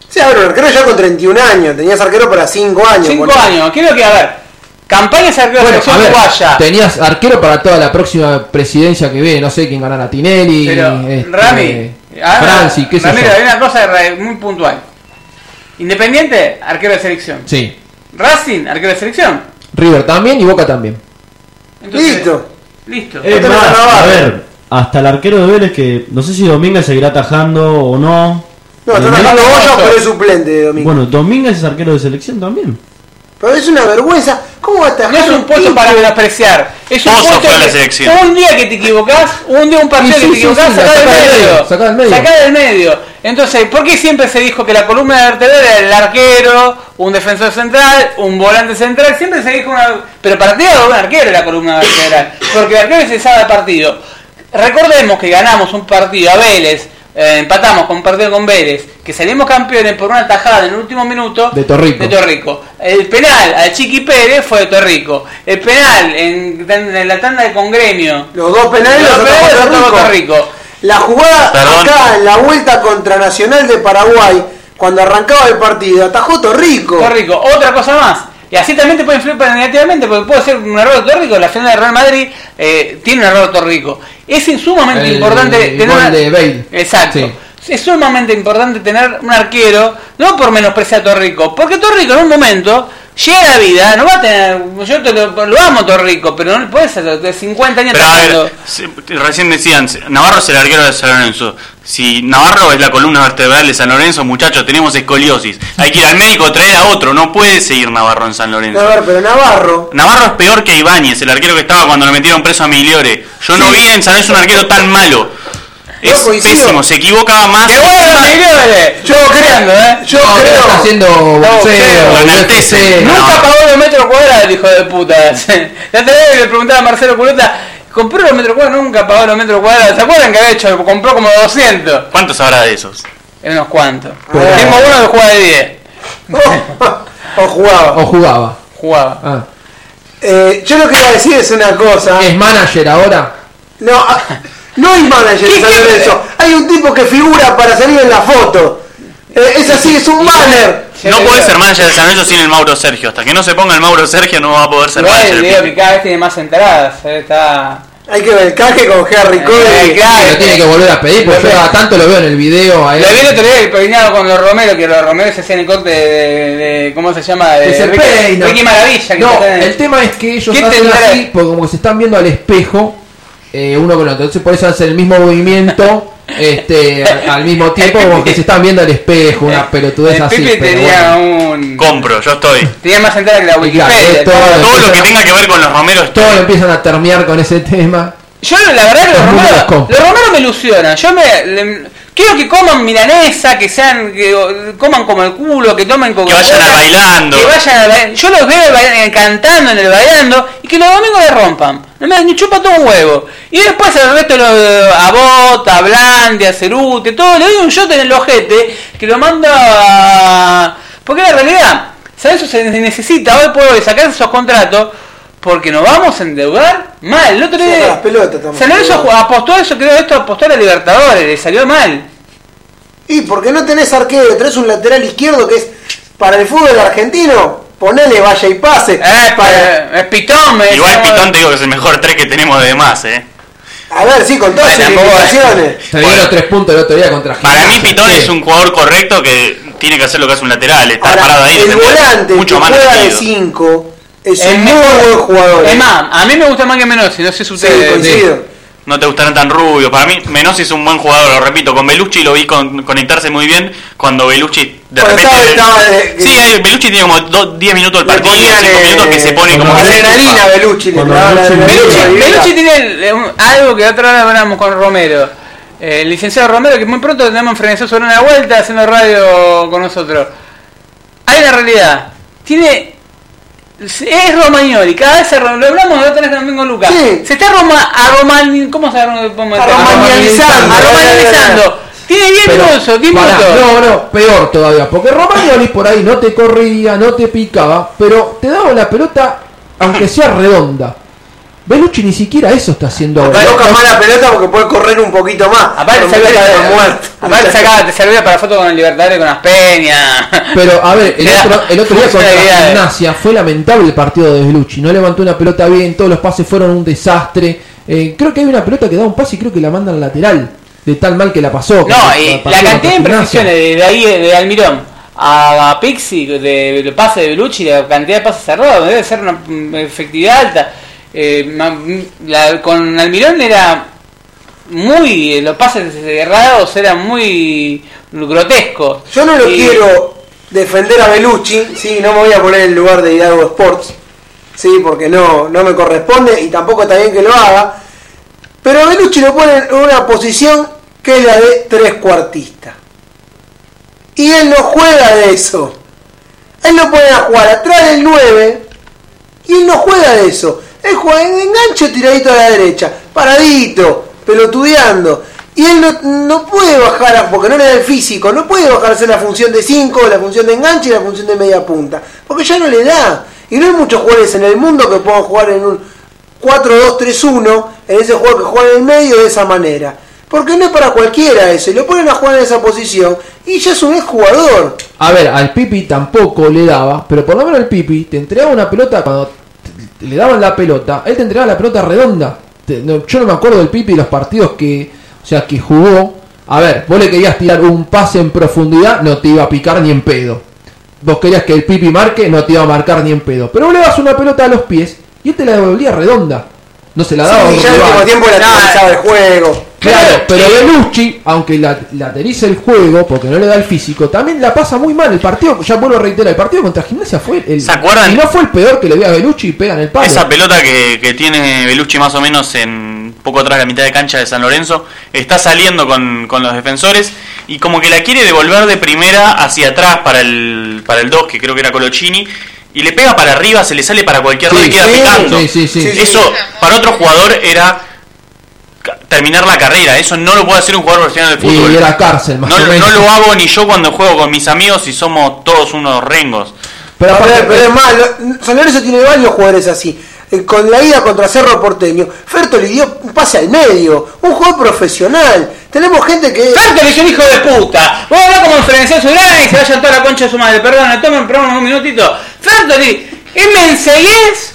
[SPEAKER 2] Sí, a ver, un arquero ya con 31 años. Tenías arquero para 5 años.
[SPEAKER 1] Cinco
[SPEAKER 2] ponele.
[SPEAKER 1] años. Quiero que, a ver, campañas arquero de
[SPEAKER 3] Bueno, a
[SPEAKER 1] selección
[SPEAKER 3] ver,
[SPEAKER 1] uruguaya.
[SPEAKER 3] tenías arquero para toda la próxima presidencia que viene, no sé quién ganará Tinelli,
[SPEAKER 1] Pero,
[SPEAKER 3] este,
[SPEAKER 1] Rami,
[SPEAKER 3] Franci, qué sé
[SPEAKER 1] Ah, Ramiro,
[SPEAKER 3] yo.
[SPEAKER 1] hay una cosa re- muy puntual. Independiente, arquero de selección.
[SPEAKER 3] Sí,
[SPEAKER 1] Racing, arquero de selección.
[SPEAKER 3] River también y Boca también.
[SPEAKER 1] Entonces,
[SPEAKER 2] Listo.
[SPEAKER 1] Listo.
[SPEAKER 4] Es
[SPEAKER 2] te
[SPEAKER 4] más,
[SPEAKER 2] metas a
[SPEAKER 4] a
[SPEAKER 5] Ah,
[SPEAKER 2] Navarro.
[SPEAKER 4] ver, hasta el arquero de Vélez que no sé si Domínguez seguirá atajando o no.
[SPEAKER 2] No, están
[SPEAKER 4] Eh,
[SPEAKER 2] hablando Goyos, pero es suplente de domingo.
[SPEAKER 4] Bueno, Domínguez es arquero de selección también.
[SPEAKER 2] Pero es una vergüenza. ¿Cómo va a estar?
[SPEAKER 1] No es un puesto para menospreciar. Es un
[SPEAKER 5] Pozo
[SPEAKER 1] puesto
[SPEAKER 5] fue a la
[SPEAKER 1] que-
[SPEAKER 5] selección.
[SPEAKER 1] Un día que te equivocás, un día un partido
[SPEAKER 3] Y sí,
[SPEAKER 1] que te
[SPEAKER 3] sí,
[SPEAKER 1] equivocás,
[SPEAKER 3] sí, la
[SPEAKER 1] sacá del
[SPEAKER 3] sacá del
[SPEAKER 1] medio.
[SPEAKER 3] medio, sacá del medio.
[SPEAKER 1] Sacá del medio. Entonces, ¿por qué siempre se dijo que la columna vertebral era el arquero, un defensor central, un volante central? Siempre se dijo una. Pero para ti era un arquero la columna vertebral. Porque el arquero es el sábado del partido. Recordemos que ganamos un partido a Vélez. eh, empatamos con un partido con Vélez, que salimos campeones por una tajada en el último minuto
[SPEAKER 3] De Torrico.
[SPEAKER 1] de Torrico. El penal al Chiqui Pérez fue de Torrico. El penal en, en la tanda de Congremio.
[SPEAKER 2] Los dos penales los
[SPEAKER 1] Los
[SPEAKER 2] atajó
[SPEAKER 1] penales los atajó
[SPEAKER 2] Torrico.
[SPEAKER 1] Torrico.
[SPEAKER 2] La jugada
[SPEAKER 5] Perdón.
[SPEAKER 2] acá en la vuelta contra Nacional de Paraguay, cuando arrancaba el partido, atajó Torrico.
[SPEAKER 1] Torrico, otra cosa más. Y así también te puede influir para- negativamente, porque puede ser un error de Torrico. La final de Real Madrid eh, tiene un error de Torrico. Es sumamente
[SPEAKER 3] El
[SPEAKER 1] importante tener.
[SPEAKER 3] gol
[SPEAKER 1] una-
[SPEAKER 3] de Bale.
[SPEAKER 1] Exacto.
[SPEAKER 3] Sí.
[SPEAKER 1] Es sumamente importante tener un arquero, no por menospreciar a Torrico, porque Torrico en un momento llega a la vida, no va a tener. Yo te lo, lo amo, Torrico, pero no le puedes hacer de 50 años
[SPEAKER 5] Pero a
[SPEAKER 1] tocando.
[SPEAKER 5] ver, se- recién decían, se- Navarro es el arquero de San Lorenzo. Si Navarro es la columna vertebral de San Lorenzo, muchachos, tenemos escoliosis. Hay que ir al médico, traer a otro. No puede seguir Navarro en San
[SPEAKER 2] No,
[SPEAKER 5] Lorenzo.
[SPEAKER 2] a ver, pero Navarro.
[SPEAKER 5] Navarro es peor que Ibáñez, el arquero que estaba cuando lo metieron preso a Migliore. Yo no vi en San Lorenzo un arquero tan malo. Es
[SPEAKER 2] coincido.
[SPEAKER 5] pésimo, se equivocaba más.
[SPEAKER 1] ¡Que bueno, Migliore!
[SPEAKER 2] Yo creo,
[SPEAKER 1] ¿eh?
[SPEAKER 2] Yo
[SPEAKER 3] No,
[SPEAKER 2] creo.
[SPEAKER 3] está haciendo
[SPEAKER 1] boxeo,
[SPEAKER 3] boxeo,
[SPEAKER 5] lo enaltece.
[SPEAKER 3] UFC.
[SPEAKER 5] No.
[SPEAKER 1] Nunca pagó los metros cuadrados, el hijo de puta. La otra vez le preguntaba a Marcelo Culota, compró los metros cuadrados, nunca pagó los metros cuadrados. ¿Se acuerdan que había hecho? Compró como 200.
[SPEAKER 5] ¿Cuántos habrá de esos?
[SPEAKER 1] En unos cuantos.
[SPEAKER 2] Pero-
[SPEAKER 1] Tengo uno que jugaba de 10.
[SPEAKER 2] o jugaba.
[SPEAKER 3] O jugaba.
[SPEAKER 1] Jugaba.
[SPEAKER 3] Ah.
[SPEAKER 2] Eh, yo lo que iba a decir es una cosa.
[SPEAKER 3] Es manager ahora.
[SPEAKER 2] No, ah, no hay manager en San Lorenzo. Hay un tipo que figura para salir en la foto. Eh, es así, es un banner.
[SPEAKER 5] No puede ser manager de San Lorenzo sin el Mauro Sergio. Hasta que no se ponga el Mauro Sergio no va a poder ser
[SPEAKER 1] Igual el video
[SPEAKER 5] manager.
[SPEAKER 1] que cada vez tiene más entradas. eh, Está.
[SPEAKER 2] Hay que ver el caje con Harry Cody.
[SPEAKER 1] Eh, claro,
[SPEAKER 3] Lo tiene que volver a pedir, porque yo cada tanto lo veo en el video a él.
[SPEAKER 1] Lo vi el otro día el peinado con los Romero, que los Romero se hacían el corte de, de- de- ¿Cómo se llama? De
[SPEAKER 3] Que se
[SPEAKER 1] Ricky,
[SPEAKER 3] peina.
[SPEAKER 1] Ricky Maravilla. Que
[SPEAKER 3] No,
[SPEAKER 1] está en-
[SPEAKER 3] el tema es que ellos
[SPEAKER 1] ¿Qué
[SPEAKER 3] hacen
[SPEAKER 1] tendrá?
[SPEAKER 3] así, porque como que se están viendo al espejo, eh, uno con otro. Entonces por eso hacen el mismo movimiento este, al, al mismo tiempo, como que se están viendo al espejo, una pelotudez
[SPEAKER 1] Eh, el
[SPEAKER 3] así.
[SPEAKER 1] Pipi
[SPEAKER 3] Ah, pero
[SPEAKER 1] tenía
[SPEAKER 3] bueno.
[SPEAKER 1] un.
[SPEAKER 5] Compro, yo estoy.
[SPEAKER 1] Tenía más entradas que la
[SPEAKER 3] Y claro,
[SPEAKER 1] Wikipedia.
[SPEAKER 3] eh, todo-
[SPEAKER 5] Todo lo que tenga que ver con los Romeros estoy.
[SPEAKER 3] Todos empiezan a termiar con ese tema.
[SPEAKER 1] Yo, la verdad, los
[SPEAKER 3] Los números
[SPEAKER 1] romanos,
[SPEAKER 3] compran.
[SPEAKER 1] los romanos me ilusionan. Yo me. le- quiero que coman milanesa, que sean. que o, coman como el culo, que tomen como.
[SPEAKER 5] Que vayan a bailando.
[SPEAKER 1] Que vayan a bailar. Yo los veo bail- cantando en el bailando y que los domingos le rompan. No me ni chupa todo un huevo. Y después el resto lo, a Bota, a Blandi, a Cerute, todo. Le doy un shot en el ojete que lo manda a. Porque la realidad, ¿sabes? Eso se necesita hoy por hoy sacar esos contratos porque nos vamos a endeudar mal. El otro
[SPEAKER 2] Se
[SPEAKER 1] día.
[SPEAKER 2] saca las pelotas, estamos
[SPEAKER 1] San Lorenzo
[SPEAKER 2] endeudados.
[SPEAKER 1] jugó- apostó eso, creo esto, apostó a la Libertadores, le salió mal.
[SPEAKER 2] Y porque no tenés arquero, tenés un lateral izquierdo que es para el fútbol argentino. Ponele vaya y pase.
[SPEAKER 1] Eh,
[SPEAKER 2] Para-
[SPEAKER 1] para, es Pitón, me
[SPEAKER 5] Igual
[SPEAKER 1] decía-
[SPEAKER 5] Pitón te digo que es el mejor tres que tenemos de más, eh.
[SPEAKER 2] A ver, sí, con todas
[SPEAKER 1] Bueno,
[SPEAKER 2] las
[SPEAKER 1] tampoco-
[SPEAKER 2] limitaciones.
[SPEAKER 3] Se dieron tres puntos el otro día contra
[SPEAKER 5] Para mí
[SPEAKER 3] Gimnasia,
[SPEAKER 5] Pitón
[SPEAKER 3] che.
[SPEAKER 5] es un jugador correcto que tiene que hacer lo que hace un lateral, estar
[SPEAKER 2] Ahora,
[SPEAKER 5] parado ahí
[SPEAKER 2] el
[SPEAKER 5] no te mueve.
[SPEAKER 2] volante
[SPEAKER 5] mucho
[SPEAKER 2] que
[SPEAKER 5] más
[SPEAKER 2] juega de
[SPEAKER 5] metido.
[SPEAKER 2] 5 es
[SPEAKER 1] Es
[SPEAKER 2] un muy
[SPEAKER 1] mejor.
[SPEAKER 2] buen jugador. eh.
[SPEAKER 1] Es más, a mí me gusta más que Menossi, no sé si
[SPEAKER 2] Sí,
[SPEAKER 1] ustedes.
[SPEAKER 2] coincido.
[SPEAKER 5] No te gustarán tan rubio. Para mí Menossi es un buen jugador, lo repito, con Belucci lo vi con- conectarse muy bien cuando Belucci de
[SPEAKER 2] Cuando
[SPEAKER 5] repente
[SPEAKER 2] estaba- estaba de-
[SPEAKER 5] Sí, eh, Belucci tiene como do- 10 minutos del
[SPEAKER 2] Le
[SPEAKER 5] partido,
[SPEAKER 2] ponían,
[SPEAKER 5] 5
[SPEAKER 2] eh,
[SPEAKER 5] minutos que se pone como que se
[SPEAKER 2] Adrenalina,
[SPEAKER 5] enchufa.
[SPEAKER 2] Belucci. Le
[SPEAKER 4] Cuando
[SPEAKER 2] clavaban la
[SPEAKER 4] Belucci-
[SPEAKER 2] adrenalina.
[SPEAKER 1] Belucci,
[SPEAKER 2] Mirá.
[SPEAKER 1] Belucci tiene el- eh, un- algo que otra hora hablamos con Romero. Eh, El licenciado Romero, que muy pronto tenemos frenesó sobre una vuelta haciendo radio con nosotros. Hay una realidad. Tiene. Es Romagnoli, cada vez se ro- lo hablamos de otra vez también con Lucas.
[SPEAKER 2] Sí.
[SPEAKER 1] Se está roma, aromani- ¿Cómo se aroma- cómo se-
[SPEAKER 2] Aromanializando.
[SPEAKER 1] Aromanializando. Tiene 10
[SPEAKER 3] Pero,
[SPEAKER 1] minutos, 10
[SPEAKER 3] pará,
[SPEAKER 1] minutos.
[SPEAKER 3] No, no, peor todavía, porque Romagnoli por ahí no te corría, no te picaba, pero te daba la pelota aunque sea redonda. Belucci ni siquiera eso está haciendo ahora.
[SPEAKER 2] Toca más la pelota porque puede correr un poquito más.
[SPEAKER 1] Aparte,
[SPEAKER 2] Pero
[SPEAKER 1] se
[SPEAKER 2] mira, está muerto.
[SPEAKER 1] aparte sacaba- te servía para foto con el Libertadores con las peñas.
[SPEAKER 3] Pero a ver, el
[SPEAKER 1] Te da-
[SPEAKER 3] otro, el otro día
[SPEAKER 1] te da una idea
[SPEAKER 3] contra
[SPEAKER 1] de-
[SPEAKER 3] Gimnasia fue lamentable el partido de Belucci, no levantó una pelota bien, todos los pases fueron un desastre. Eh, creo que hay una pelota que da un pase y creo que la manda al lateral, de tal mal que la pasó.
[SPEAKER 1] No,
[SPEAKER 3] que-
[SPEAKER 1] y
[SPEAKER 3] partido
[SPEAKER 1] la cantidad de
[SPEAKER 3] contra Gimnasia.
[SPEAKER 1] imprecisiones de, de ahí, de Almirón a, a Pixi, de, de pase de Belucci, la cantidad de pases cerrados, debe ser una mm, efectividad alta. Eh, ma- la- con Almirón era muy. eh, Los pases cerrados eran muy grotescos.
[SPEAKER 2] Yo no lo
[SPEAKER 1] Y-
[SPEAKER 2] quiero defender a Belucci, sí, no me voy a poner en el lugar de Hidalgo Sports, sí, porque no, no me corresponde y tampoco está bien que lo haga. Pero a Belucci lo pone en una posición que es la de trescuartista. Y él no juega de eso. Él lo pone a jugar atrás del 9 y él no juega de eso. Él juega en enganche tiradito a la derecha, paradito, pelotudeando. Y él no, no puede bajar, a- porque no le da el físico, no puede bajarse la función de 5, la función de enganche y la función de media punta. Porque ya no le da. Y no hay muchos jugadores en el mundo que puedan jugar en un 4-2-3-1, en ese juego que juega en el medio de esa manera. Porque no es para cualquiera eso. Y lo ponen a jugar en esa posición y ya es un ex jugador.
[SPEAKER 3] A ver, al Pipi tampoco le daba, pero por lo menos al Pipi te entregaba una pelota cuando te- te- le daban la pelota, él te entregaba la pelota redonda. Te- no, yo no me acuerdo del Pipi los partidos que, o sea, que jugó. A ver, vos le querías tirar un pase en profundidad, no te iba a picar ni en pedo. Vos querías que el Pipi marque, no te iba a marcar ni en pedo. Pero vos le das una pelota a los pies y él te la devolvía redonda. No se la daba. a
[SPEAKER 2] Sí,
[SPEAKER 3] un
[SPEAKER 2] ya el
[SPEAKER 3] rival.
[SPEAKER 2] último tiempo la
[SPEAKER 1] Nah.
[SPEAKER 2] el juego.
[SPEAKER 3] Claro, pero Belucci, aunque la, lateriza el juego porque no le da el físico, también la pasa muy mal. El partido, ya vuelvo a reiterar, el partido contra Gimnasia fue el.
[SPEAKER 5] ¿Se acuerdan?
[SPEAKER 3] Si no fue el peor que le vi a Belucci y pegan el palo.
[SPEAKER 5] Esa pelota que, que tiene Belucci más o menos en poco atrás de la mitad de cancha de San Lorenzo, está saliendo con, con los defensores y como que la quiere devolver de primera hacia atrás para el para el 2, que creo que era Colocini, y le pega para arriba, se le sale para cualquier lado y
[SPEAKER 3] Sí,
[SPEAKER 5] queda
[SPEAKER 3] sí,
[SPEAKER 5] picando.
[SPEAKER 3] sí, sí, sí.
[SPEAKER 5] Eso para otro jugador era ca- terminar la carrera, eso no lo puede hacer un jugador profesional de
[SPEAKER 3] y,
[SPEAKER 5] fútbol.
[SPEAKER 3] era cárcel, más
[SPEAKER 5] no,
[SPEAKER 3] o
[SPEAKER 5] lo-
[SPEAKER 3] menos.
[SPEAKER 5] no lo hago ni yo cuando juego con mis amigos y somos todos unos rengos.
[SPEAKER 3] Pero
[SPEAKER 2] A ver,
[SPEAKER 3] aparte,
[SPEAKER 2] pero es malo. San Lorenzo tiene varios jugadores así. Eh, Con la ida contra Cerro Porteño, Ferto le dio un pase al medio, un jugador profesional. Tenemos gente que.
[SPEAKER 1] Carter es un hijo de puta. Vos hablás como Florencial Zulán y se vayan toda la concha de su madre. Perdón, no tomen perdón, un minutito. Fertoli, es Mensegués.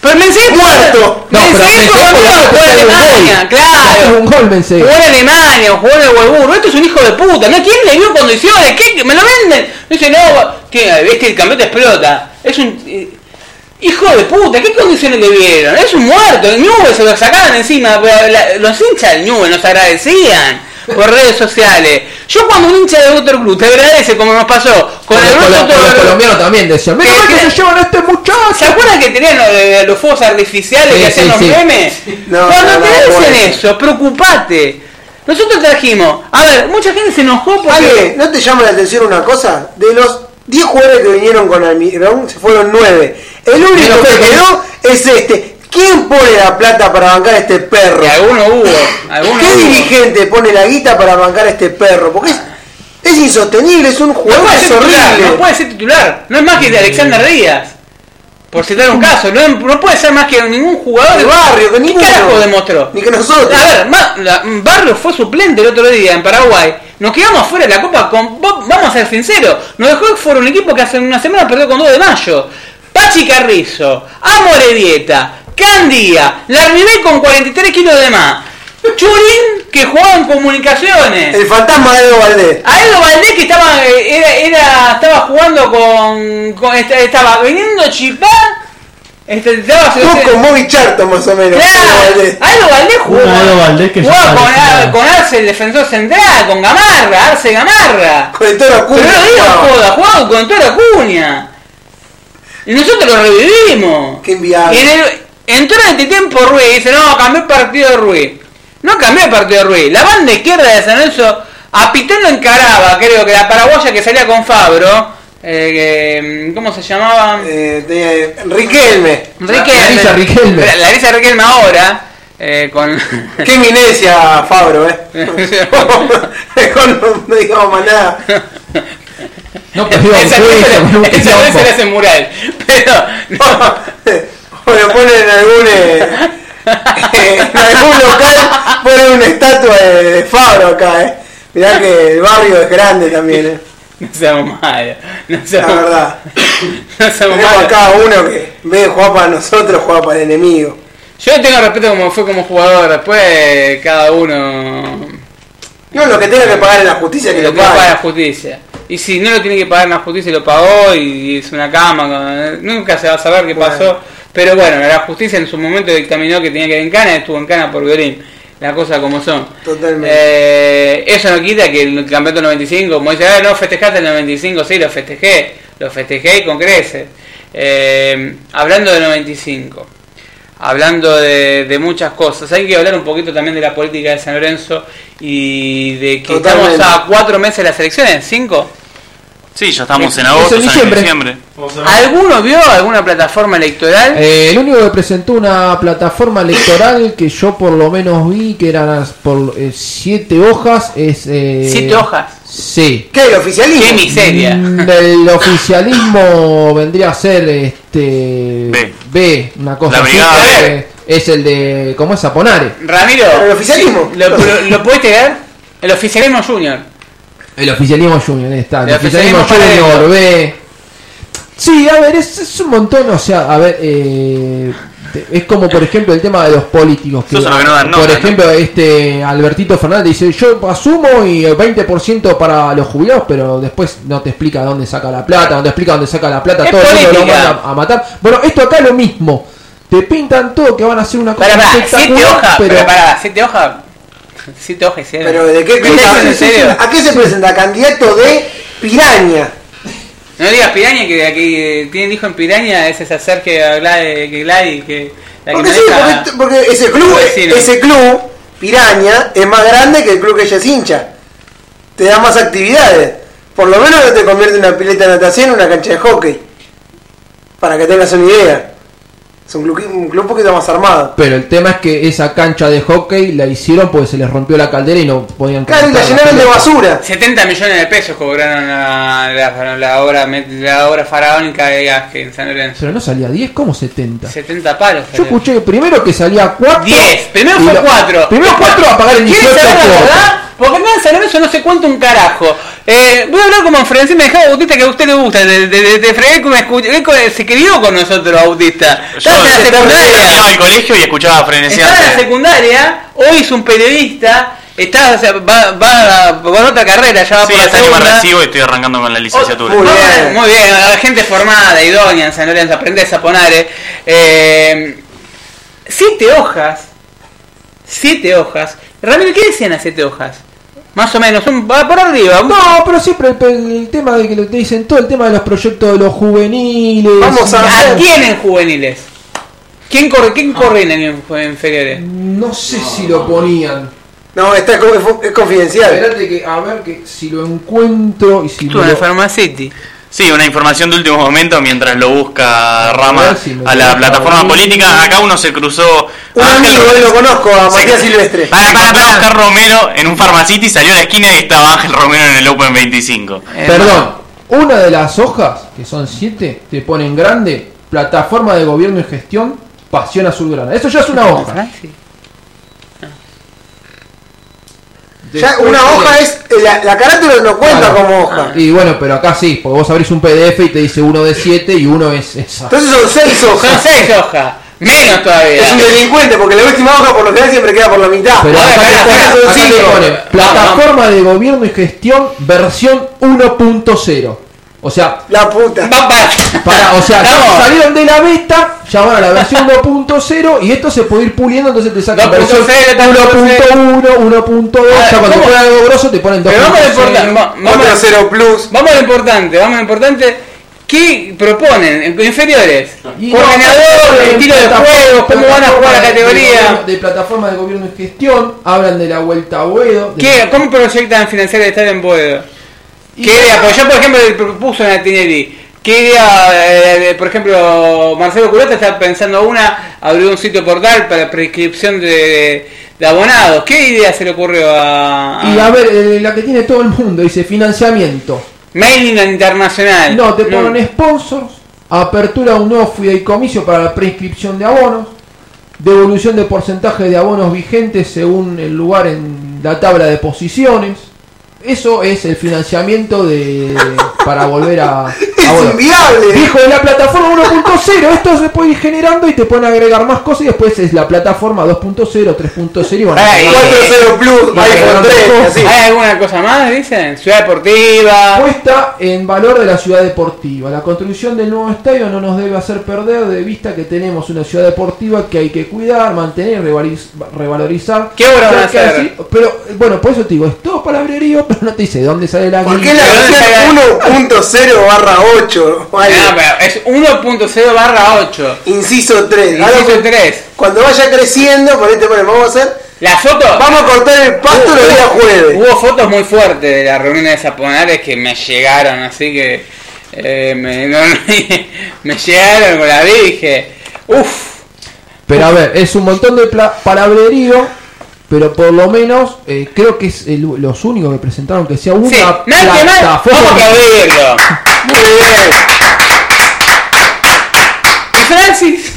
[SPEAKER 1] Pero Mensegués
[SPEAKER 2] Muerto.
[SPEAKER 1] No,
[SPEAKER 3] No, pero
[SPEAKER 1] Mensegués jugó
[SPEAKER 3] Mensegués por
[SPEAKER 1] acá, jugó en
[SPEAKER 3] hacer un
[SPEAKER 1] Alemania,
[SPEAKER 3] gol.
[SPEAKER 1] claro.
[SPEAKER 3] un gol, Mense.
[SPEAKER 1] Jugó en Alemania, jugó en el Wolfsburgo. Esto es un hijo de puta. ¿No? ¿Quién le vio condiciones? ¿Qué? ¿Me lo venden? Dice, no, que este el campeón te explota. Es un. eh, Hijo de puta, ¿qué condiciones le vieron? Es un muerto, el Nube se lo sacaban encima, pero la- los hinchas del Nube nos agradecían por redes sociales. Yo cuando un hincha de otro club te agradece como nos pasó con el
[SPEAKER 3] Con los,
[SPEAKER 1] otro
[SPEAKER 3] con los colombianos también decían, mira
[SPEAKER 1] Sí,
[SPEAKER 3] mal que
[SPEAKER 1] sí.
[SPEAKER 3] se llevan a este muchacho.
[SPEAKER 1] ¿Se acuerdan que tenían los, eh, los fuegos artificiales
[SPEAKER 3] Sí,
[SPEAKER 1] que hacían
[SPEAKER 3] sí,
[SPEAKER 1] los
[SPEAKER 3] sí.
[SPEAKER 1] memes?
[SPEAKER 2] No,
[SPEAKER 1] Cuando
[SPEAKER 2] no, no,
[SPEAKER 1] te dicen
[SPEAKER 2] bueno.
[SPEAKER 1] eso, preocupate. Nosotros trajimos, a ver, mucha gente se enojó porque...
[SPEAKER 2] Ale, ¿no te llama la atención una cosa? De los 10 jugadores que vinieron con Almirón, se fueron 9. El único
[SPEAKER 3] Menos
[SPEAKER 2] que
[SPEAKER 3] Fertoli.
[SPEAKER 2] quedó es este. ¿Quién pone la plata para bancar a este perro?
[SPEAKER 1] Y alguno hubo, alguno
[SPEAKER 2] ¿Qué
[SPEAKER 1] hubo.
[SPEAKER 2] dirigente pone la guita para bancar a este perro? Porque es, es insostenible, es un
[SPEAKER 1] No
[SPEAKER 2] jugador
[SPEAKER 1] puede,
[SPEAKER 2] es
[SPEAKER 1] ser titular,
[SPEAKER 2] horrible.
[SPEAKER 1] no puede ser titular. No es más que de Alexander Díaz. Por citar un caso, no, no puede ser más que ningún jugador de
[SPEAKER 2] barrio, que
[SPEAKER 1] ¿Qué
[SPEAKER 2] ninguno.
[SPEAKER 1] carajo demostró?
[SPEAKER 2] Ni que nosotros.
[SPEAKER 1] A ver, Ma- la- Barrio fue suplente el otro día en Paraguay. Nos quedamos fuera de la Copa con... va- Vamos a ser sinceros. Nos dejó fuera un equipo que hace una semana perdió con 2 de mayo. Pachi Carrizo, Amore Dieta, Candía, Larribey con 43 kilos de más. Churín, que jugaba en comunicaciones.
[SPEAKER 2] El fantasma de Edo Valdés.
[SPEAKER 1] A Edo Valdés que estaba, eh, era, era- estaba jugando con, con- est- estaba viniendo a chipar, este, estaba
[SPEAKER 2] Tú con Bobby Charlton más o menos.
[SPEAKER 1] Claro,
[SPEAKER 2] Edo Valdés.
[SPEAKER 1] a Edo Valdés jugó,
[SPEAKER 4] Un Edo Valdés que
[SPEAKER 1] jugaba
[SPEAKER 4] ya
[SPEAKER 1] con,
[SPEAKER 4] parecía-
[SPEAKER 1] con Arce el defensor central, con Gamarra, Arce Gamarra.
[SPEAKER 2] Con el toro
[SPEAKER 1] Pero
[SPEAKER 2] Cunha,
[SPEAKER 1] no digo
[SPEAKER 2] jugaba.
[SPEAKER 1] joda, jugaba con toda cuña. Y nosotros lo revivimos.
[SPEAKER 2] Qué enviable.
[SPEAKER 1] Y en el, entró en este tiempo Ruiz y dice, no, cambió el partido de Ruiz. No cambió el partido de Ruiz. La banda izquierda de San Lorenzo, a Pitón lo encaraba, creo que la paraguaya que salía con Fabro, eh, que, ¿cómo se llamaba?
[SPEAKER 2] Eh, tenía, eh, Riquelme.
[SPEAKER 1] Riquelme.
[SPEAKER 3] Larisa Riquelme.
[SPEAKER 1] La- Larisa Riquelme ahora, eh, con...
[SPEAKER 2] Qué eminencia, Fabro, eh. Con- no digamos más nada.
[SPEAKER 3] No, pues,
[SPEAKER 1] En
[SPEAKER 3] perdió un
[SPEAKER 1] San Lorenzo
[SPEAKER 3] juicio, con un
[SPEAKER 1] le- en San Lorenzo le
[SPEAKER 3] quilombo.
[SPEAKER 1] hacen mural. Pero... no.
[SPEAKER 2] o lo ponen en algún, eh, en algún local, ponen Ah, una estatua de, de Fabro acá, eh. Mirá que el barrio es grande también, eh.
[SPEAKER 1] No seamos malos. No
[SPEAKER 2] La
[SPEAKER 1] seamos,
[SPEAKER 2] verdad.
[SPEAKER 1] No seamos
[SPEAKER 2] Tenemos
[SPEAKER 1] malos.
[SPEAKER 2] acá uno que en vez de jugar para nosotros, juega para el enemigo.
[SPEAKER 1] Yo tengo respeto como fue como jugador. Después cada uno
[SPEAKER 2] No, lo que tenga que pagar en la justicia que
[SPEAKER 1] lo
[SPEAKER 2] lo
[SPEAKER 1] que paga la
[SPEAKER 2] pague.
[SPEAKER 1] justicia. Y si no lo tiene que pagar la justicia, lo pagó y es una cama. con- Nunca se va a saber qué pasó. Pero bueno, la justicia en su momento dictaminó que tenía que ir en cana, estuvo en cana por violín. Las cosas como son.
[SPEAKER 2] Totalmente.
[SPEAKER 1] Eh, eso no quita que el campeonato 95, como dice, ah, no festejaste el 95, sí, lo festejé. Lo festejé y con creces. Eh, hablando del 95 hablando de, de muchas cosas. Hay que hablar un poquito también de la política de San Lorenzo y de que
[SPEAKER 2] Totalmente.
[SPEAKER 1] estamos a cuatro meses de las elecciones, cinco.
[SPEAKER 5] Sí, ya estamos en
[SPEAKER 3] Es
[SPEAKER 5] agosto,
[SPEAKER 3] en
[SPEAKER 5] ya en
[SPEAKER 3] diciembre.
[SPEAKER 5] diciembre.
[SPEAKER 1] ¿Alguno vio alguna plataforma electoral?
[SPEAKER 3] Eh, el único que presentó una plataforma electoral que yo por lo menos vi que eran por eh, siete hojas es eh,
[SPEAKER 1] Siete hojas.
[SPEAKER 3] Sí.
[SPEAKER 2] ¿Qué? ¿El
[SPEAKER 1] ¡Qué
[SPEAKER 2] oficialismo?
[SPEAKER 1] miseria!
[SPEAKER 3] Mm, El oficialismo vendría a ser este
[SPEAKER 5] B.
[SPEAKER 3] B, una cosa
[SPEAKER 5] La
[SPEAKER 3] así,
[SPEAKER 5] brigada
[SPEAKER 3] que
[SPEAKER 5] B.
[SPEAKER 3] es el de ¿cómo es Aponare?
[SPEAKER 2] ¿El
[SPEAKER 1] Ramiro,
[SPEAKER 2] oficialismo?
[SPEAKER 1] ¿lo, lo, lo pudiste ver? El oficialismo junior.
[SPEAKER 3] El oficialismo junior, ahí está. El,
[SPEAKER 1] El
[SPEAKER 3] oficialismo,
[SPEAKER 1] oficialismo
[SPEAKER 3] junior, B. Sí, a ver, es, es un montón, o sea, a ver, eh, te- es como por ejemplo el tema de los políticos.
[SPEAKER 5] Eso es lo que no dan
[SPEAKER 3] por
[SPEAKER 5] nota,
[SPEAKER 3] ejemplo, este Albertito Fernández dice, yo asumo y el 20% para los jubilados, pero después no te explica dónde saca la plata, no te explica dónde saca la plata,
[SPEAKER 1] Es
[SPEAKER 3] todo el mundo lo
[SPEAKER 1] política.
[SPEAKER 3] manda a matar. Bueno, esto acá es lo mismo. Te pintan todo que van a hacer una cosa
[SPEAKER 1] Para, para, siete
[SPEAKER 3] espectacular,
[SPEAKER 1] hojas,
[SPEAKER 3] pero-
[SPEAKER 1] pero para, siete hojas. Siete hojas, ¿sí?
[SPEAKER 2] ¿Pero de qué
[SPEAKER 1] ¿Me estás en
[SPEAKER 2] Sí, sí, sí.
[SPEAKER 1] serio?
[SPEAKER 2] ¿A qué se presenta? Candidato de Piraña.
[SPEAKER 1] No digas piraña, que aquí eh, tienen hijo en piraña, ese sacer que habla de que Gladys, que la que
[SPEAKER 2] Porque sí,
[SPEAKER 1] maneja-
[SPEAKER 2] porque, porque ese club,
[SPEAKER 1] Los vecinos.
[SPEAKER 2] ese club, Piraña, es más grande que el club que ella es hincha. Te da más actividades. Por lo menos no te convierte en una pileta de natación en una cancha de hockey. Para que tengas una idea. Es un club, un club un poquito más armado.
[SPEAKER 3] Pero el tema es que esa cancha de hockey la hicieron porque se les rompió la caldera y no podían
[SPEAKER 2] Claro, y la
[SPEAKER 3] calentar la
[SPEAKER 2] llenaron
[SPEAKER 3] pelota.
[SPEAKER 2] de basura.
[SPEAKER 1] 70 millones de pesos cobraron la, la- la obra, la obra faraónica de Gasque en San Lorenzo.
[SPEAKER 3] Pero no salía 10, ¿cómo 70?
[SPEAKER 1] 70 palos.
[SPEAKER 3] Yo escuché primero que salía 4.
[SPEAKER 1] 10, primero fue 4.
[SPEAKER 3] Primero 4 a pagar el 18
[SPEAKER 1] ¿Quieres saber la
[SPEAKER 3] cuotas.
[SPEAKER 1] verdad? Porque acá en San Lorenzo no se cuenta un carajo. Eh, voy a hablar como Francisco Mejado Bautista que a usted le gusta. De, de, de, de fregué que me escucha- él co- se crió con nosotros Bautista. Estaba en la secundaria.
[SPEAKER 5] Estaba en el colegio y escuchaba
[SPEAKER 1] Estaba en la
[SPEAKER 5] frenesía.
[SPEAKER 1] secundaria, hoy es un periodista, está, o sea, va, va por otra carrera, ya va
[SPEAKER 5] Sí,
[SPEAKER 1] por la
[SPEAKER 5] este año me
[SPEAKER 1] segunda.
[SPEAKER 5] recibo y estoy arrancando con la licenciatura.
[SPEAKER 2] Uy.
[SPEAKER 1] Muy
[SPEAKER 2] Muy
[SPEAKER 1] bien,
[SPEAKER 2] bien.
[SPEAKER 1] muy bien, la gente formada, idónea en San Lorenzo, aprendés a poner. Eh, siete hojas, siete hojas. Realmente, ¿qué decían las siete hojas? Más o menos, un, va por arriba. un-
[SPEAKER 3] No, pero siempre el, el tema de que lo- te dicen todo el tema de los proyectos de los juveniles.
[SPEAKER 2] Vamos a-
[SPEAKER 1] ¿A quién en juveniles? ¿Quién corre, quién corre en, en inferiores?
[SPEAKER 3] Ah. No sé si lo ponían.
[SPEAKER 2] No, esta es, co- es confidencial.
[SPEAKER 3] Esperate que a ver que si lo encuentro y si
[SPEAKER 1] Estuvo en
[SPEAKER 3] lo-
[SPEAKER 1] el Pharmacity.
[SPEAKER 5] Sí, una información de último momento mientras lo busca
[SPEAKER 3] A
[SPEAKER 5] Rama
[SPEAKER 3] ver si me
[SPEAKER 5] a la
[SPEAKER 3] gusta.
[SPEAKER 5] plataforma política. Acá uno se cruzó.
[SPEAKER 2] Un
[SPEAKER 1] Ah,
[SPEAKER 5] Ángel
[SPEAKER 2] amigo,
[SPEAKER 5] Romero.
[SPEAKER 2] él lo conozco, a
[SPEAKER 5] Se-
[SPEAKER 2] Matías Silvestre.
[SPEAKER 5] Pará, encontró a Oscar Romero en un Pharmacity, salió a la esquina y estaba Ángel Romero en el Open 25.
[SPEAKER 3] Perdón, Eh, una de las hojas, que son siete, te ponen grande, plataforma de gobierno y gestión, pasión azulgrana. Eso ya es una hoja. Ah.
[SPEAKER 2] Ya una hoja es. Eh, La, la carátula no cuenta
[SPEAKER 3] Claro.
[SPEAKER 2] como hoja.
[SPEAKER 3] Y bueno, pero acá sí, porque vos abrís un PDF y te dice uno de siete y uno es esa.
[SPEAKER 2] Entonces son seis
[SPEAKER 1] Son
[SPEAKER 2] hojas.
[SPEAKER 1] seis hojas, menos todavía.
[SPEAKER 2] Es un delincuente porque la última hoja por lo general siempre queda por la mitad.
[SPEAKER 3] Pero
[SPEAKER 1] A ver,
[SPEAKER 3] acá
[SPEAKER 1] pará,
[SPEAKER 3] te
[SPEAKER 1] pará,
[SPEAKER 3] ponen-
[SPEAKER 1] pará,
[SPEAKER 3] acá
[SPEAKER 1] sí,
[SPEAKER 3] te
[SPEAKER 1] pero-
[SPEAKER 3] ponen plataforma de gobierno y gestión versión 1.0. O sea,
[SPEAKER 2] La puta.
[SPEAKER 1] Va- va.
[SPEAKER 3] para, o sea, ya
[SPEAKER 1] Vamos.
[SPEAKER 3] salieron de la beta, ya van a la versión 1.0 y esto se puede ir puliendo, entonces te sacan versión
[SPEAKER 1] 2.0,
[SPEAKER 3] 1.1, 1.2, ya
[SPEAKER 1] Ah,
[SPEAKER 3] cuando
[SPEAKER 1] ¿cómo?
[SPEAKER 3] ponen algo grosso te ponen
[SPEAKER 1] Pero vamos a lo
[SPEAKER 3] 2.0.
[SPEAKER 1] importante, va- vamos,
[SPEAKER 2] Otro
[SPEAKER 1] a-
[SPEAKER 2] cero plus.
[SPEAKER 1] vamos a lo importante, vamos a lo importante. ¿Qué proponen en inferiores?
[SPEAKER 3] Y
[SPEAKER 1] Ordenador,
[SPEAKER 3] no,
[SPEAKER 1] estilo de
[SPEAKER 3] plataforma-
[SPEAKER 1] juego, cómo van a jugar la
[SPEAKER 3] plataforma de gobierno-
[SPEAKER 1] categoría.
[SPEAKER 3] De plataforma de gobierno y gestión, hablan de la vuelta a Boedo. de-
[SPEAKER 1] ¿Qué, ¿Cómo proyectan financiar el estadio en Boedo?
[SPEAKER 3] Y-
[SPEAKER 1] ¿Qué idea? Porque yo, por ejemplo, le propuso a Tinelli. ¿Qué idea? eh, por ejemplo, Marcelo Curata está pensando una, abrir un sitio portal para prescripción de, de abonados. ¿Qué idea se le ocurrió a,
[SPEAKER 3] Y a ver, eh, la que tiene todo el mundo, dice financiamiento.
[SPEAKER 1] Mailing Internacional? Mm.
[SPEAKER 3] No, te ponen sponsors, apertura de un nuevo fideicomiso para la prescripción de abonos, devolución de porcentaje de abonos vigentes según el lugar en la tabla de posiciones. Eso es el financiamiento de para volver a, a
[SPEAKER 2] Es
[SPEAKER 3] abonos.
[SPEAKER 2] inviable.
[SPEAKER 3] Dijo de la plataforma 1.0, esto se puede ir generando y te pueden agregar más cosas y después es la plataforma 2.0, 3.0 y van a
[SPEAKER 1] Ay,
[SPEAKER 3] agregar
[SPEAKER 2] 4-0 plus,
[SPEAKER 3] Va a
[SPEAKER 2] iPhone
[SPEAKER 3] quedar
[SPEAKER 2] 3,
[SPEAKER 3] otra
[SPEAKER 2] así.
[SPEAKER 1] ¿Hay alguna cosa más, dicen? Ciudad Deportiva.
[SPEAKER 3] Puesta en valor de la ciudad deportiva. La construcción del nuevo estadio no nos debe hacer perder de vista que tenemos una ciudad deportiva que hay que cuidar, mantener, revaliz- revalorizar.
[SPEAKER 1] ¿Qué obra van a
[SPEAKER 3] Hay que
[SPEAKER 1] hacer?
[SPEAKER 3] decir- Pero eh, bueno, por eso te digo, es todo palabrerío, pero no te dice de dónde sale la
[SPEAKER 2] ¿Por qué
[SPEAKER 3] guita.
[SPEAKER 2] la versión 1.0 barra 8?
[SPEAKER 1] No, Ah, pero es 1.0 barra 8.
[SPEAKER 2] Inciso 3.
[SPEAKER 1] Inciso 3.
[SPEAKER 2] Cuando vaya creciendo, ponete, bueno, vamos a hacer.
[SPEAKER 1] La foto.
[SPEAKER 2] Vamos a cortar el pasto los días jueves.
[SPEAKER 1] Hubo fotos muy fuertes de las reuniones de Zaponares que me llegaron, así que eh, me, no- me llegaron con la vi y dije, uff,
[SPEAKER 3] Pero a ver, es un montón de pla- palabrerío, pero por lo menos eh, creo que es el- los únicos que presentaron que sea una
[SPEAKER 1] sí, nada que mal, vamos a aplaudirlo.
[SPEAKER 2] Muy bien.
[SPEAKER 1] Y Francis,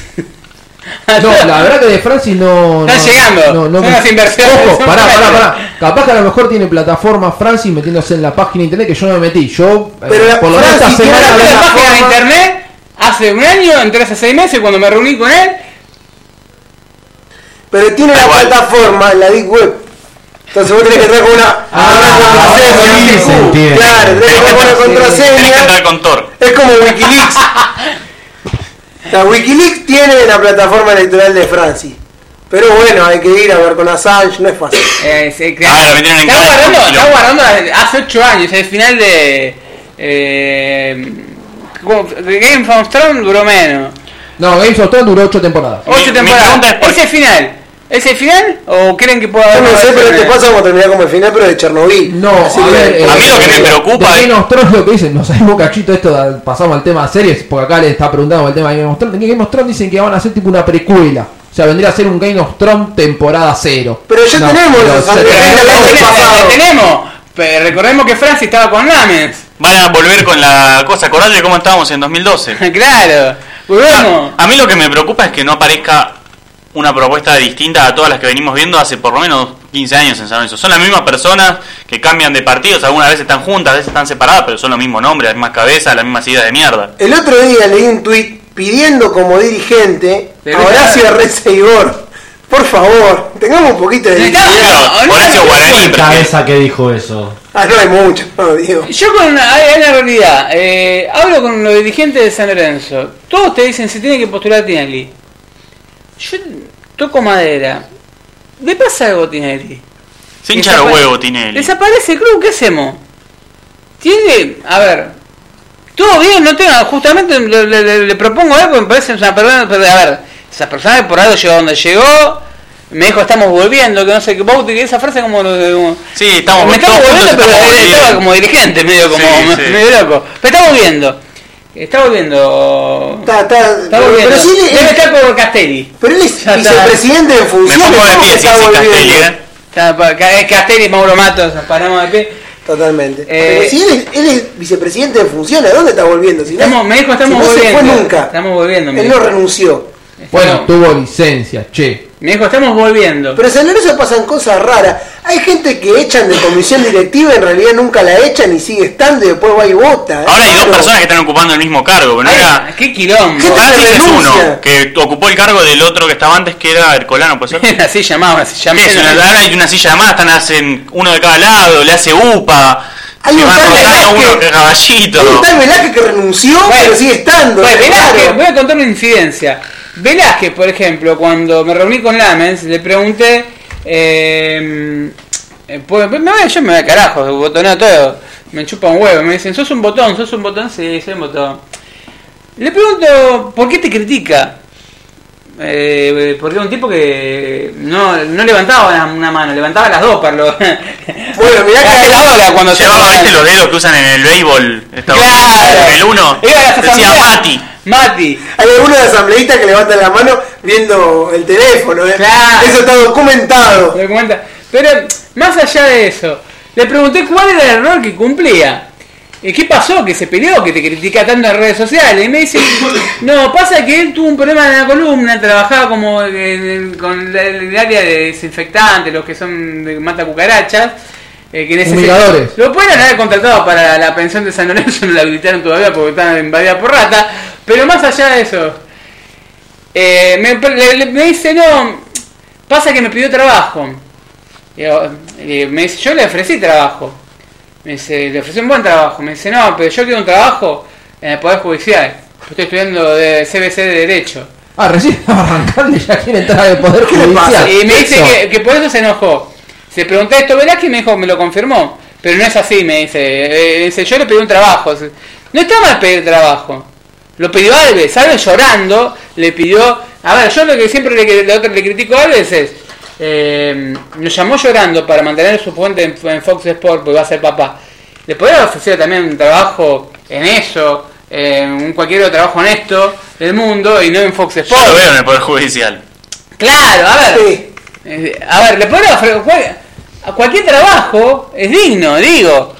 [SPEAKER 3] No, la verdad que de Francis no.
[SPEAKER 1] Están
[SPEAKER 3] no-
[SPEAKER 1] llegando.
[SPEAKER 3] No, no
[SPEAKER 1] Son
[SPEAKER 3] me-
[SPEAKER 1] las inversiones,
[SPEAKER 3] Ojo,
[SPEAKER 1] son
[SPEAKER 3] pará, pará,
[SPEAKER 1] grandes.
[SPEAKER 3] pará. Capaz que a lo mejor tiene plataforma Francis metiéndose en la página de internet que yo no me metí. Yo, eh,
[SPEAKER 2] Pero la-
[SPEAKER 3] por lo menos esta
[SPEAKER 2] Francis tiene
[SPEAKER 3] semana.
[SPEAKER 1] Yo
[SPEAKER 2] la
[SPEAKER 1] abrí la
[SPEAKER 3] hablé-
[SPEAKER 1] página de
[SPEAKER 2] forma-
[SPEAKER 1] internet hace un año, entré hace seis meses cuando me reuní con él.
[SPEAKER 2] Pero tiene la
[SPEAKER 5] Igual.
[SPEAKER 2] plataforma, la Deep Web. Entonces vos tenés que entrar con una.
[SPEAKER 3] Ah,
[SPEAKER 2] una contraseña.
[SPEAKER 4] sí, se entiende.
[SPEAKER 2] Claro, tenés que entrar con una
[SPEAKER 5] Tenés que
[SPEAKER 2] contraseña.
[SPEAKER 5] entrar con Thor.
[SPEAKER 2] Es como Wikileaks. La Wikileaks tiene la plataforma electoral de Francia. Pero bueno, hay que ir a ver con Assange, no es fácil.
[SPEAKER 1] Eh, se
[SPEAKER 5] Ah, lo metieron en
[SPEAKER 1] está,
[SPEAKER 5] cada
[SPEAKER 1] guardando,
[SPEAKER 5] capítulo.
[SPEAKER 1] está guardando desde hace 8 años, el final de. Eh, como- de Game of Thrones duró menos.
[SPEAKER 3] No, Games of Thrones duró 8 temporadas.
[SPEAKER 5] Mi-
[SPEAKER 1] 8
[SPEAKER 5] mi
[SPEAKER 1] temporadas.
[SPEAKER 5] pregunta es por-
[SPEAKER 1] Ese final. ¿Es el final? ¿O creen que pueda
[SPEAKER 2] Yo
[SPEAKER 1] haber.?
[SPEAKER 2] no sé, pero
[SPEAKER 1] Eh,
[SPEAKER 2] este paso vamos a terminar como el final, pero de Chernobyl.
[SPEAKER 3] No,
[SPEAKER 2] Así
[SPEAKER 3] a
[SPEAKER 2] que-
[SPEAKER 3] ver, eh,
[SPEAKER 5] a mí lo que me preocupa
[SPEAKER 3] de
[SPEAKER 5] es-
[SPEAKER 3] Game of Thrones lo que dicen, nos sabemos cachito esto, da- pasamos al tema series, porque acá le está preguntando el tema de Game of Thrones. De Game of Thrones dicen que van a hacer tipo una precuela. O sea, vendría a ser un Game of Thrones temporada cero.
[SPEAKER 2] Pero ya tenemos los
[SPEAKER 3] se-
[SPEAKER 2] anteriores.
[SPEAKER 1] Pero
[SPEAKER 2] Pero
[SPEAKER 1] la
[SPEAKER 2] el pasado.
[SPEAKER 1] tenemos. Pero recordemos que Francia estaba con Lamens.
[SPEAKER 5] Van a volver con la cosa. Acordate de cómo estábamos en 2012.
[SPEAKER 1] claro. Volvemos.
[SPEAKER 5] Ah, A mí lo que me preocupa es que no aparezca una propuesta distinta a todas las que venimos viendo hace por lo menos 15 años en San Lorenzo. Son las mismas personas que cambian de partidos, algunas veces están juntas, a veces están separadas, pero son los mismos nombres, las mismas cabezas, las mismas ideas de mierda.
[SPEAKER 2] El otro día leí un tuit pidiendo como dirigente
[SPEAKER 1] Pero
[SPEAKER 2] a Horacio
[SPEAKER 1] claro.
[SPEAKER 2] Rezeigor. Por favor, tengamos un poquito de
[SPEAKER 1] Está-
[SPEAKER 2] dignidad.
[SPEAKER 5] Claro,
[SPEAKER 1] no,
[SPEAKER 5] Horacio
[SPEAKER 1] no,
[SPEAKER 5] Guaraní,
[SPEAKER 4] La
[SPEAKER 5] pero
[SPEAKER 4] cabeza que dijo eso.
[SPEAKER 2] Ah, no hay mucho, no digo.
[SPEAKER 1] Yo con una, hay hay una realidad. Eh, hablo con los dirigentes de San Lorenzo. Todos te dicen si tiene que postular a Tinelli. Yo toco madera. ¿Le pasa algo a Tinelli?
[SPEAKER 5] se hincha los
[SPEAKER 1] Desapa-
[SPEAKER 5] huevos Tinelli.
[SPEAKER 1] Desaparece el club, ¿qué hacemos? Tiene, a ver, todo bien, no tengo, justamente le, le- le- le propongo algo porque me parece una persona, pero a ver, esa persona por algo llegó donde llegó, me dijo estamos volviendo, que no sé qué, vos utilizás esa frase como... lo de- como-
[SPEAKER 5] Sí, estamos
[SPEAKER 1] me estaba
[SPEAKER 5] todos
[SPEAKER 1] volviendo,
[SPEAKER 5] juntos,
[SPEAKER 1] pero
[SPEAKER 5] estamos
[SPEAKER 1] él estaba
[SPEAKER 5] volviendo.
[SPEAKER 1] como dirigente, medio como,
[SPEAKER 5] Sí, sí.
[SPEAKER 1] medio loco, pero está volviendo, está volviendo,
[SPEAKER 2] Está, está,
[SPEAKER 1] está
[SPEAKER 2] pero,
[SPEAKER 1] volviendo,
[SPEAKER 2] pero sí, él-
[SPEAKER 1] debe estar por Castelli.
[SPEAKER 2] pero él es
[SPEAKER 1] Ya está.
[SPEAKER 2] vicepresidente en
[SPEAKER 5] Me
[SPEAKER 2] funciones.
[SPEAKER 5] pongo de
[SPEAKER 2] ¿cómo
[SPEAKER 5] pie si
[SPEAKER 2] está
[SPEAKER 5] es
[SPEAKER 2] volviendo?
[SPEAKER 5] Castelli, ¿eh?
[SPEAKER 1] Está por- Es Castelli, Mauro Matos, paramos de pie.
[SPEAKER 2] Totalmente.
[SPEAKER 1] Eh,
[SPEAKER 2] Pero si él es, él es vicepresidente en funciones, ¿a dónde está volviendo? Si no-
[SPEAKER 1] Estamos- me dijo, estamos
[SPEAKER 2] si no se
[SPEAKER 1] volviendo.
[SPEAKER 2] fue nunca.
[SPEAKER 1] Estamos volviendo, me
[SPEAKER 2] Él no
[SPEAKER 1] dijo.
[SPEAKER 2] renunció.
[SPEAKER 3] Bueno,
[SPEAKER 1] Estamos-
[SPEAKER 3] tuvo licencia, che.
[SPEAKER 1] Me dijo, estamos volviendo.
[SPEAKER 2] Pero en San Lorenzo pasan cosas raras. Hay gente que echan de comisión directiva, en realidad nunca la echan y sigue estando y después va y vota. ¿eh?
[SPEAKER 5] Ahora hay dos
[SPEAKER 2] Claro.
[SPEAKER 5] personas que están ocupando el mismo cargo, ¿no?
[SPEAKER 1] Ay,
[SPEAKER 5] Era...
[SPEAKER 1] ¡Qué quilombo!
[SPEAKER 2] ¿Qué tal?
[SPEAKER 5] Tasis es
[SPEAKER 2] renuncia.
[SPEAKER 5] uno, que ocupó el cargo del otro que estaba antes, que era Ercolano, ¿puede ser?
[SPEAKER 1] así llamaba, así
[SPEAKER 5] ¿Qué
[SPEAKER 1] llamaba.
[SPEAKER 5] es? Una- Ahora hay una silla de más, están hacen uno de cada lado, le hace UPA,
[SPEAKER 2] Hay
[SPEAKER 5] le
[SPEAKER 2] un
[SPEAKER 5] van
[SPEAKER 2] tal
[SPEAKER 5] rotando
[SPEAKER 2] Velázquez.
[SPEAKER 5] uno que caballito.
[SPEAKER 2] Ahí está el Velázquez que renunció,
[SPEAKER 1] Bueno.
[SPEAKER 2] pero sigue estando.
[SPEAKER 1] Bueno,
[SPEAKER 2] es
[SPEAKER 1] Velázquez,
[SPEAKER 2] raro.
[SPEAKER 1] voy a contar una incidencia. Velázquez, por ejemplo, cuando me reuní con Lamens, le pregunté. eh, eh, pues, me voy- yo me voy al carajo, botoneo todo. Me chupa un huevo. Me dicen, sos un botón, sos un botón. Sí, soy un botón. Le pregunto, ¿por qué te critica? Eh, porque era un tipo que no, no levantaba una, una mano, levantaba las dos para los.
[SPEAKER 2] Bueno, mirá que-
[SPEAKER 1] la hora cuando se
[SPEAKER 5] Llevaba,
[SPEAKER 1] van.
[SPEAKER 5] viste, los dedos que usan en el béisbol. estadounidense,
[SPEAKER 1] Claro.
[SPEAKER 5] En el uno.
[SPEAKER 1] Iba a las
[SPEAKER 5] Decía
[SPEAKER 1] asambleas.
[SPEAKER 5] Mati.
[SPEAKER 1] Mati.
[SPEAKER 2] Hay algunos asambleístas que levantan la mano viendo el teléfono. ¿eh?
[SPEAKER 1] Claro.
[SPEAKER 2] Eso está documentado.
[SPEAKER 1] lo comenta. Pero más allá de eso, le pregunté cuál era el error que cumplía. ¿Y "Eh, qué pasó? ¿Que se peleó? ¿Que te critica tanto en redes sociales? Y me dice, no, pasa que él tuvo un problema en la columna, trabajaba como en el- con la- el área de desinfectantes, los que son de mata cucarachas. eh, que necesita-
[SPEAKER 3] Fumigadores.
[SPEAKER 1] Lo pueden haber contratado para la pensión de San Lorenzo, no la habilitaron todavía porque están invadida por rata. Pero más allá de eso, eh, me, le- le- me dice, no, pasa que me pidió trabajo. Digo, eh, me dice, yo le ofrecí trabajo. Me dice, le ofrecí un buen trabajo. Me dice, no, pero yo quiero un trabajo en el Poder Judicial. Yo Estoy estudiando de CBC de Derecho.
[SPEAKER 3] Ah, recién estaba arrancando y ya quiere entrar al Poder
[SPEAKER 2] le pasa?
[SPEAKER 3] Judicial.
[SPEAKER 1] Y me dice
[SPEAKER 3] Eso.
[SPEAKER 1] que, que por eso se enojó. Se pregunté esto, ¿verdad? Que me dijo, me lo confirmó. Pero no es así, me dice. Eh, dice, yo le pedí un trabajo. No está mal pedir trabajo. Lo pidió Alves. Alves llorando le pidió... A ver, yo lo que siempre le, lo que le critico a Alves es... eh, nos llamó llorando para mantener su fuente en, en Fox Sport porque va a ser papá. Le podría ofrecer también un trabajo en eso, en un cualquier otro trabajo honesto del mundo y no en Fox
[SPEAKER 5] Yo lo
[SPEAKER 1] Sport.
[SPEAKER 5] veo en el Poder Judicial.
[SPEAKER 1] Claro, a ver.
[SPEAKER 2] Sí.
[SPEAKER 1] Eh, A ver, le podrá ofrecer cual- a cualquier trabajo es digno, digo.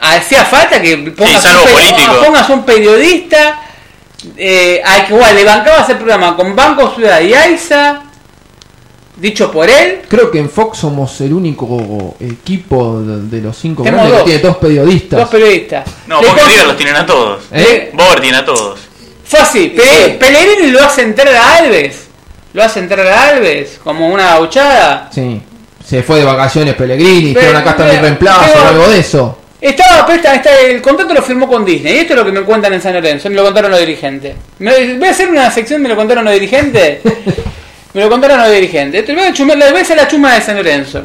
[SPEAKER 1] Hacía falta que pongas,
[SPEAKER 5] salvo
[SPEAKER 1] un, peri-
[SPEAKER 5] político.
[SPEAKER 1] pongas un periodista eh, al que igual le bancabas el programa con Banco Ciudad y AISA, dicho por él.
[SPEAKER 3] Creo que en Fox somos el único equipo de, de los cinco
[SPEAKER 1] Tenemos
[SPEAKER 3] grandes
[SPEAKER 1] dos.
[SPEAKER 3] que tiene dos periodistas.
[SPEAKER 1] Dos periodistas.
[SPEAKER 5] No,
[SPEAKER 1] Le
[SPEAKER 5] vos
[SPEAKER 1] pon-
[SPEAKER 5] River los tienen a todos.
[SPEAKER 3] ¿Eh?
[SPEAKER 5] Bor tiene a todos.
[SPEAKER 1] Fue así, Pe- Pellegrini lo hace entrar a Alves. Lo hace entrar a Alves como una gauchada.
[SPEAKER 3] Sí. Se fue de vacaciones Pellegrini,
[SPEAKER 1] Pero-
[SPEAKER 3] dijeron acá está mi
[SPEAKER 1] pero-
[SPEAKER 3] reemplazo
[SPEAKER 1] pero-
[SPEAKER 3] o algo de eso.
[SPEAKER 1] Estaba, pero esta- esta- el contrato lo firmó con Disney. Y esto es lo que me cuentan en San Lorenzo. Me lo contaron los dirigentes. Me lo- voy a hacer una sección, me lo contaron los dirigentes. me lo contaron los dirigentes. Te voy a chumar, voy a hacer la chuma de San Lorenzo.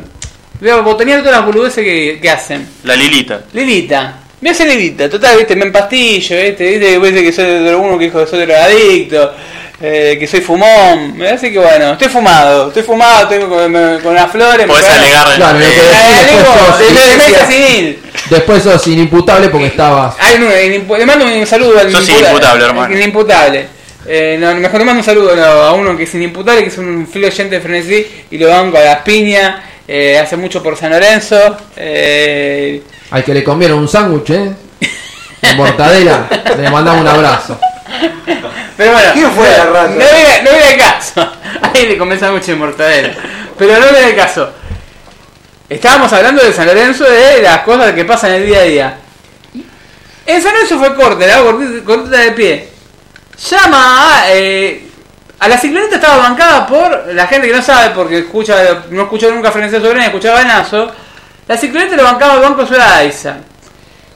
[SPEAKER 1] Voy a botanear todas las boludeces que, que hacen.
[SPEAKER 5] La Lilita.
[SPEAKER 1] Lilita. Me hace levita, total, viste, me empastillo, viste, viste, viste que soy de uno que dijo que soy drogadicto, eh, que soy fumón, me hace que bueno, estoy fumado, estoy fumado, tengo con, me- con las flores, me
[SPEAKER 5] Podés
[SPEAKER 1] pegaron-
[SPEAKER 5] alegar.
[SPEAKER 3] Claro, lo que
[SPEAKER 5] eh,
[SPEAKER 1] Eh,
[SPEAKER 3] decís
[SPEAKER 1] alego,
[SPEAKER 3] después
[SPEAKER 1] de- de- de
[SPEAKER 3] sos-
[SPEAKER 1] mesa civil.
[SPEAKER 3] Después sos inimputable porque estabas.
[SPEAKER 1] Ay, no, el impu- le mando un saludo al
[SPEAKER 5] Sos inimputable, hermano.
[SPEAKER 1] El inimputable. Eh, no, mejor le mando un saludo no, a uno que es inimputable, que es un fiel oyente de Frenesí y lo banco a las piñas. eh, hace mucho por San Lorenzo. eh,
[SPEAKER 3] Al que le comieron un sándwich, ¿eh? Con mortadela, le mandamos un abrazo.
[SPEAKER 1] pero bueno,
[SPEAKER 2] ¿Quién fue la rata?
[SPEAKER 1] No viene no viene al caso. Ahí le comenzó mucho de mortadela. Pero no viene el caso. Estábamos hablando de San Lorenzo, de las cosas que pasan el día a día. En San Lorenzo fue corte, la hago corti- cortita de pie. Llama a. eh, a la cicloneta estaba bancada por la gente que no sabe, porque escucha, no escuchó nunca Frenesí Sobrana, escuchaba Banazo. La cicloneta lo bancaba el Banco Ciudadaiza.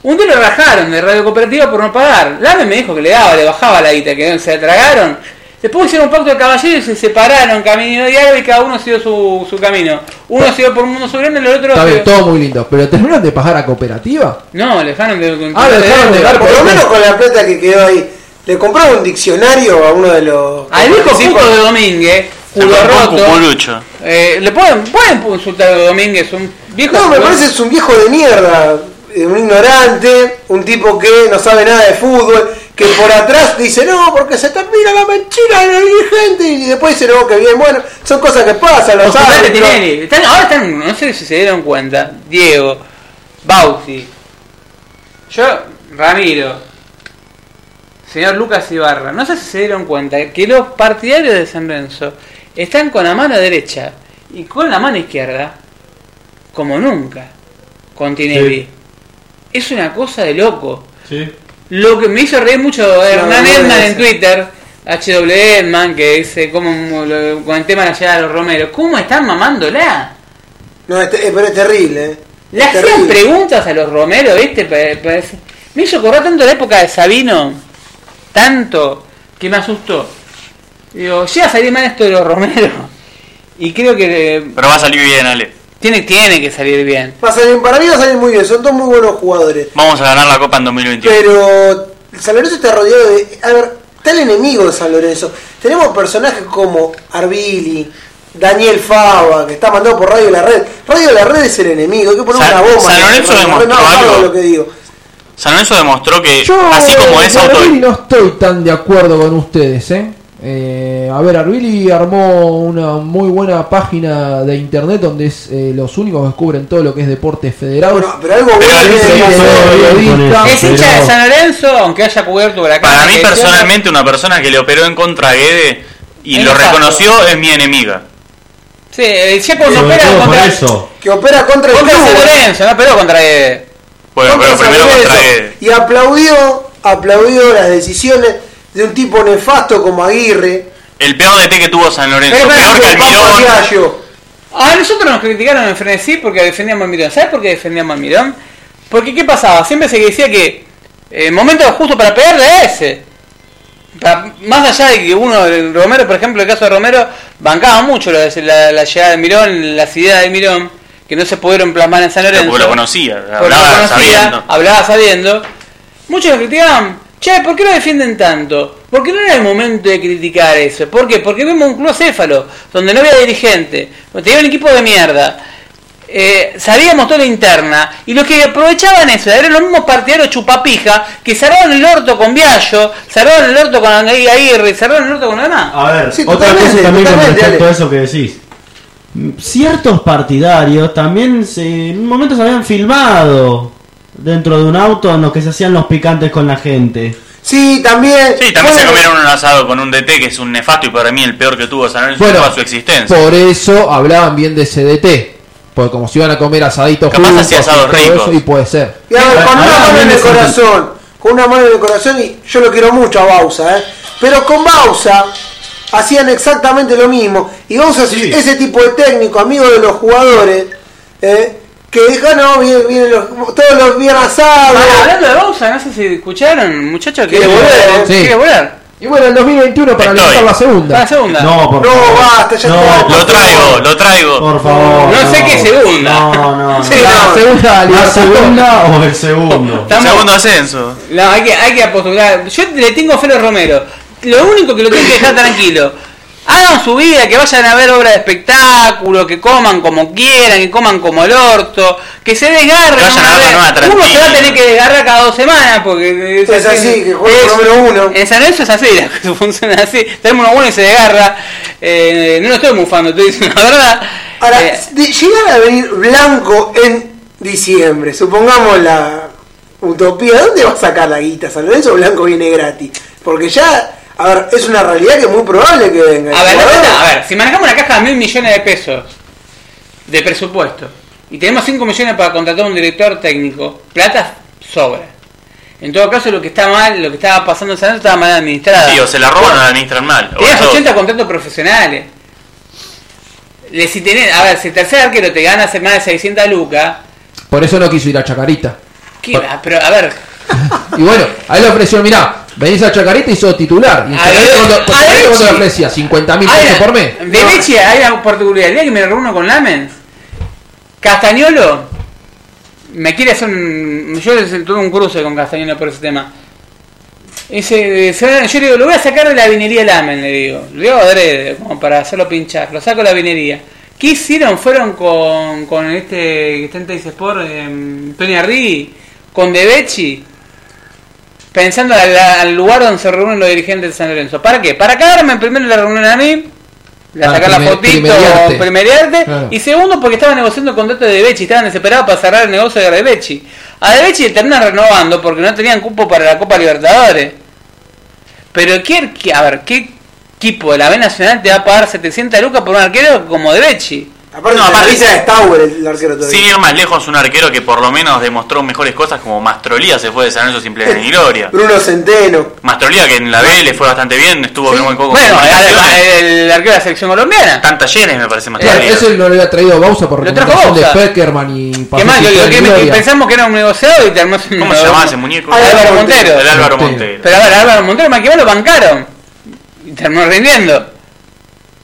[SPEAKER 1] Un día lo rajaron de Radio Cooperativa por no pagar. Lame me dijo que le daba, le bajaba la guita, que se la tragaron. Después hicieron un pacto de caballeros y se separaron camino de diario y cada uno siguió su, su camino. Uno siguió por Mundo Soberano y el otro...
[SPEAKER 3] Está bien,
[SPEAKER 1] siguió-
[SPEAKER 3] todo muy lindo. Pero terminaron de pagar a cooperativa.
[SPEAKER 1] No, le dejaron de...
[SPEAKER 3] Ah, le dejaron de dar
[SPEAKER 2] Por lo menos con la plata que quedó ahí. Le compraba un diccionario a uno de los.
[SPEAKER 1] Al viejo Pico de Domínguez, culo
[SPEAKER 5] sacó un
[SPEAKER 1] roto...
[SPEAKER 5] cucurucho.
[SPEAKER 1] eh, le pueden, pueden insultar a Domínguez, un viejo...
[SPEAKER 2] No, me
[SPEAKER 1] culo-
[SPEAKER 2] parece que es un viejo de mierda. eh, Un ignorante, un tipo que no sabe nada de fútbol, que por atrás dice no, porque se termina la mentira de la dirigente, y después dice no, que bien, bueno, son cosas que pasan, lo
[SPEAKER 1] Los jugadores
[SPEAKER 2] saben.
[SPEAKER 1] de Tinelli. Están- ahora están, no sé si se dieron cuenta, Diego, Bauti, yo, Ramiro, señor Lucas Ibarra, no sé si se dieron cuenta que los partidarios de San Lorenzo están con la mano derecha y con la mano izquierda como nunca con Tinelli.
[SPEAKER 4] Sí.
[SPEAKER 1] Es una cosa de loco.
[SPEAKER 4] Sí.
[SPEAKER 1] Lo que me hizo reír mucho Hernán
[SPEAKER 2] no, no,
[SPEAKER 1] Edman
[SPEAKER 2] no,
[SPEAKER 1] en
[SPEAKER 2] no.
[SPEAKER 1] Twitter, HW Edman, que dice como con el tema de la llegada de los Romero, ¿cómo están mamándola?
[SPEAKER 2] No, es te- eh, pero es terrible. eh.
[SPEAKER 1] Le
[SPEAKER 2] Es
[SPEAKER 1] hacían
[SPEAKER 2] terrible.
[SPEAKER 1] preguntas a los Romero, ¿viste? Pa- pa- Me hizo correr tanto la época de Sabino, tanto, que me asustó. Digo, llega a salir mal esto de los Romero. Y creo que eh,
[SPEAKER 5] Pero va a salir bien, Ale.
[SPEAKER 1] tiene, tiene que salir bien.
[SPEAKER 2] Va a salir- para mí va a salir muy bien, son dos muy buenos jugadores.
[SPEAKER 5] Vamos a ganar la Copa en 2021.
[SPEAKER 2] Pero San Lorenzo está rodeado de. A ver, está el enemigo de San Lorenzo. Tenemos personajes como Arbili, Daniel Fava, que está mandado por Radio La Red. Radio La Red es el enemigo, hay que poner
[SPEAKER 5] San-
[SPEAKER 2] una bomba.
[SPEAKER 5] San Lorenzo
[SPEAKER 2] No,
[SPEAKER 5] demostró
[SPEAKER 2] no, no,
[SPEAKER 5] algo.
[SPEAKER 2] no, lo que digo.
[SPEAKER 5] San Lorenzo demostró que,
[SPEAKER 3] Yo,
[SPEAKER 5] así
[SPEAKER 1] eh,
[SPEAKER 5] como es
[SPEAKER 3] con
[SPEAKER 5] auto.
[SPEAKER 3] Arbili no estoy tan de acuerdo con ustedes, ¿eh? Eh, a ver, Arbili armó una muy buena página de internet donde es eh, los únicos que cubren todo lo que es deportes federados.
[SPEAKER 2] Bueno, Ah, pero algo
[SPEAKER 5] Pero
[SPEAKER 2] bueno
[SPEAKER 5] él
[SPEAKER 2] tiene
[SPEAKER 4] se
[SPEAKER 2] que
[SPEAKER 4] hizo
[SPEAKER 2] hacer.
[SPEAKER 4] bien.
[SPEAKER 1] Es
[SPEAKER 4] pero-
[SPEAKER 1] hincha de San Lorenzo, aunque haya cubierto por acá.
[SPEAKER 5] Para mí,
[SPEAKER 1] que-
[SPEAKER 5] personalmente, una persona que le operó en contra a Guede y
[SPEAKER 1] Es
[SPEAKER 5] lo
[SPEAKER 1] nefasto.
[SPEAKER 5] reconoció es mi enemiga.
[SPEAKER 1] Sí, el Checo no
[SPEAKER 4] Sobre
[SPEAKER 1] opera
[SPEAKER 4] todo por
[SPEAKER 1] contra,
[SPEAKER 4] eso.
[SPEAKER 2] Que opera contra el
[SPEAKER 1] contra
[SPEAKER 2] club.
[SPEAKER 1] San Lorenzo, no operó contra Guede.
[SPEAKER 5] Bueno,
[SPEAKER 2] Contra
[SPEAKER 5] pero
[SPEAKER 2] San
[SPEAKER 5] primero
[SPEAKER 2] Lorenzo.
[SPEAKER 5] contra Guede.
[SPEAKER 2] Y aplaudió, aplaudió las decisiones de un tipo nefasto como Aguirre.
[SPEAKER 5] El peor DT que tuvo San Lorenzo.
[SPEAKER 1] Pero, pero,
[SPEAKER 5] peor
[SPEAKER 2] como
[SPEAKER 5] que
[SPEAKER 2] Pampa
[SPEAKER 5] Almirón.
[SPEAKER 2] Diallo.
[SPEAKER 1] A Ah, nosotros nos criticaron en Frenesí porque defendíamos a Mirón. ¿Sabes por qué defendíamos a Mirón? Porque ¿qué pasaba? Siempre se decía que el momento justo para pegarle era ese. Pa- más allá de que uno, el Romero, por ejemplo, el caso de Romero, bancaba mucho la, la- la llegada de Mirón, las ideas de Mirón, que no se pudieron plasmar en San Lorenzo.
[SPEAKER 5] Porque lo conocía,
[SPEAKER 1] Porque lo
[SPEAKER 5] hablaba
[SPEAKER 1] conocía,
[SPEAKER 5] sabiendo.
[SPEAKER 1] Hablaba sabiendo. Muchos lo criticaban. Che, ¿por qué lo defienden tanto? Porque no era el momento de criticar eso. ¿Por qué? Porque vimos un club acéfalo, donde no había dirigente, donde tenía un equipo de mierda. Eh, sabíamos toda la interna. Y los que aprovechaban eso, eran los mismos partidarios chupapija, que cerraron el orto con Viallo, cerraron el orto con Aguirre, cerraron el orto con lo demás.
[SPEAKER 4] A ver,
[SPEAKER 2] Sí,
[SPEAKER 4] otra
[SPEAKER 2] totalmente,
[SPEAKER 4] cosa también con
[SPEAKER 2] totalmente,
[SPEAKER 4] respecto
[SPEAKER 2] Ale.
[SPEAKER 4] a eso que decís. M- Ciertos partidarios también se- en un momento se habían filmado dentro de un auto en los que se hacían los picantes con la gente.
[SPEAKER 2] Sí, también.
[SPEAKER 5] Sí, también se
[SPEAKER 2] Bueno,
[SPEAKER 5] comieron un asado con un DT que es un nefasto y para mí el peor que tuvo San Lorenzo en
[SPEAKER 3] Bueno,
[SPEAKER 5] toda su existencia.
[SPEAKER 3] Por eso hablaban bien de CDT. Porque como se iban a comer asaditos
[SPEAKER 5] Capaz
[SPEAKER 3] juntos
[SPEAKER 5] hacía
[SPEAKER 3] y
[SPEAKER 5] asados
[SPEAKER 3] todo
[SPEAKER 5] ricos.
[SPEAKER 3] eso, y puede ser.
[SPEAKER 2] Y a ver, con
[SPEAKER 4] Ahora
[SPEAKER 2] una mano en el
[SPEAKER 4] también es un-
[SPEAKER 2] corazón, con una mano en el corazón, y yo lo quiero mucho a Bausa, ¿eh? Pero con Bausa hacían exactamente lo mismo. Y Bausa
[SPEAKER 4] Sí.
[SPEAKER 2] es ese tipo de técnico, amigo de los jugadores, ¿eh? que dijo, no, vienen, vienen los, todos los viernes asados.
[SPEAKER 1] Ahora, hablando de Bausa, no sé si escucharon, muchachos, que
[SPEAKER 2] Quiere
[SPEAKER 1] quiere
[SPEAKER 2] volver,
[SPEAKER 1] volver.
[SPEAKER 3] ¿eh?
[SPEAKER 1] quiere
[SPEAKER 3] Sí.
[SPEAKER 1] volver.
[SPEAKER 3] Y bueno, el 2021 para
[SPEAKER 5] Estoy.
[SPEAKER 3] levantar la segunda.
[SPEAKER 1] La segunda.
[SPEAKER 4] No, por
[SPEAKER 2] No,
[SPEAKER 4] favor.
[SPEAKER 2] basta, ya
[SPEAKER 4] No,
[SPEAKER 2] está.
[SPEAKER 5] Lo traigo, lo traigo.
[SPEAKER 4] Por favor.
[SPEAKER 1] No sé qué segunda.
[SPEAKER 4] No, no, no.
[SPEAKER 1] Sí,
[SPEAKER 4] ¿La
[SPEAKER 1] no.
[SPEAKER 3] La segunda Libertadores.
[SPEAKER 4] segunda o el segundo?
[SPEAKER 1] Estamos-
[SPEAKER 5] Segundo ascenso.
[SPEAKER 1] No, hay que, hay que apostular. Yo le tengo fe a los Romero. Lo único que lo tengo que dejar tranquilo. Hagan su vida, que vayan a ver obras de espectáculo, que coman como quieran, que coman como el orto, que se desgarren.
[SPEAKER 5] Que vayan
[SPEAKER 1] una
[SPEAKER 5] a ver
[SPEAKER 1] vez.
[SPEAKER 5] la nueva
[SPEAKER 1] Uno se va a
[SPEAKER 5] Tarantino.
[SPEAKER 1] tener que desgarrar cada dos semanas porque
[SPEAKER 2] Es así, que juega
[SPEAKER 1] es-
[SPEAKER 2] por lo menos uno.
[SPEAKER 1] En San Lorenzo es así, la cosa funciona así. Tenemos uno bueno y se desgarra. Eh, no lo estoy mufando, estoy diciendo la verdad.
[SPEAKER 2] Ahora,
[SPEAKER 1] Eh,
[SPEAKER 2] de llegar a venir blanco en diciembre, supongamos la utopía, ¿dónde va a sacar la guita? San Lorenzo blanco viene gratis. Porque ya, a ver, es una realidad que es muy probable que venga.
[SPEAKER 1] A
[SPEAKER 2] El
[SPEAKER 1] ver, la
[SPEAKER 2] jugador-
[SPEAKER 1] verdad, a ver, si manejamos una caja de mil millones de pesos de presupuesto y tenemos 5 millones para contratar un director técnico, plata sobra. En todo caso, lo que está mal, lo que estaba pasando en San Lorenzo estaba mal administrado.
[SPEAKER 5] Sí, o se la roban o la administran mal. O las
[SPEAKER 1] Tenías
[SPEAKER 5] dos.
[SPEAKER 1] 80 contratos profesionales. Le- si tenés- a ver, si el tercer arquero te gana hace más de 600 lucas,
[SPEAKER 3] Por eso no quiso ir a Chacarita.
[SPEAKER 1] ¿qué va? Pero, a ver,
[SPEAKER 3] Y bueno, ahí le ofreció, mirá, venís a Chacarita y sos titular. Y
[SPEAKER 1] A
[SPEAKER 3] Chacarita
[SPEAKER 1] ver,
[SPEAKER 3] cuando,
[SPEAKER 1] a
[SPEAKER 3] Chacarita
[SPEAKER 1] ver,
[SPEAKER 3] cuando le
[SPEAKER 1] sí.
[SPEAKER 3] ofrecía 50 mil
[SPEAKER 1] Hay
[SPEAKER 3] pesos
[SPEAKER 1] una-
[SPEAKER 3] por mes.
[SPEAKER 1] De Beche hay una particularidad. El día que me reúno con Lamens, Castañolo me quiere hacer un. Yo les- tuve un cruce con Castañolo por ese tema. Ese, yo le digo, lo voy a sacar de la vinería Lamen, le digo. Lo digo adrede, como para hacerlo pinchar. Lo saco de la vinería. ¿Qué hicieron? Fueron con, con este que está en Teis Sport, em, Tony Ardi, con Debechi pensando al, al lugar donde se reúnen los dirigentes de San Lorenzo. ¿Para qué? Para cagarme primero la reunión a mí, la
[SPEAKER 3] Para
[SPEAKER 1] sacar la
[SPEAKER 3] Ah, primer-
[SPEAKER 1] fotito,
[SPEAKER 3] primerearte.
[SPEAKER 1] primerearte,
[SPEAKER 3] Claro.
[SPEAKER 1] y segundo porque estaba negociando el contrato de Debechi, estaban desesperados para cerrar el negocio de Debechi. A Debechi le terminan renovando porque no tenían cupo para la Copa Libertadores. Pero ¿qué, arque- a ver, ¿qué equipo de la B Nacional te va a pagar 700 lucas por un arquero como Debechi?
[SPEAKER 2] Aparte,
[SPEAKER 5] No,
[SPEAKER 2] la
[SPEAKER 5] aparte-
[SPEAKER 2] paliza de Stauber el arquero todavía.
[SPEAKER 5] Sin ir más lejos, un arquero que por lo menos demostró mejores cosas como Mastrolía se fue de San Lorenzo sin planes ni gloria.
[SPEAKER 2] Bruno Centeno.
[SPEAKER 5] Mastrolía que en la B le fue bastante bien, estuvo bien con
[SPEAKER 1] Bueno, además,
[SPEAKER 5] Talleres
[SPEAKER 1] el arquero de la selección colombiana.
[SPEAKER 5] me parece
[SPEAKER 3] Claro,
[SPEAKER 5] Mastrolía.
[SPEAKER 3] ese no lo había traído Bausa por
[SPEAKER 1] Lo trajo
[SPEAKER 3] recomendación de
[SPEAKER 1] Bausa.
[SPEAKER 3] Peckerman y
[SPEAKER 1] Que
[SPEAKER 3] Patricio
[SPEAKER 1] más, lo- lo que me-
[SPEAKER 3] Gloria.
[SPEAKER 1] pensamos que era un negociado y terminó siendo
[SPEAKER 5] ¿Cómo se llamaba ese muñeco?
[SPEAKER 1] Álvaro Montero.
[SPEAKER 5] El Álvaro
[SPEAKER 3] Montero.
[SPEAKER 5] Montero.
[SPEAKER 1] Pero a ver, Álvaro Montero más que mal lo bancaron. Y terminó rindiendo.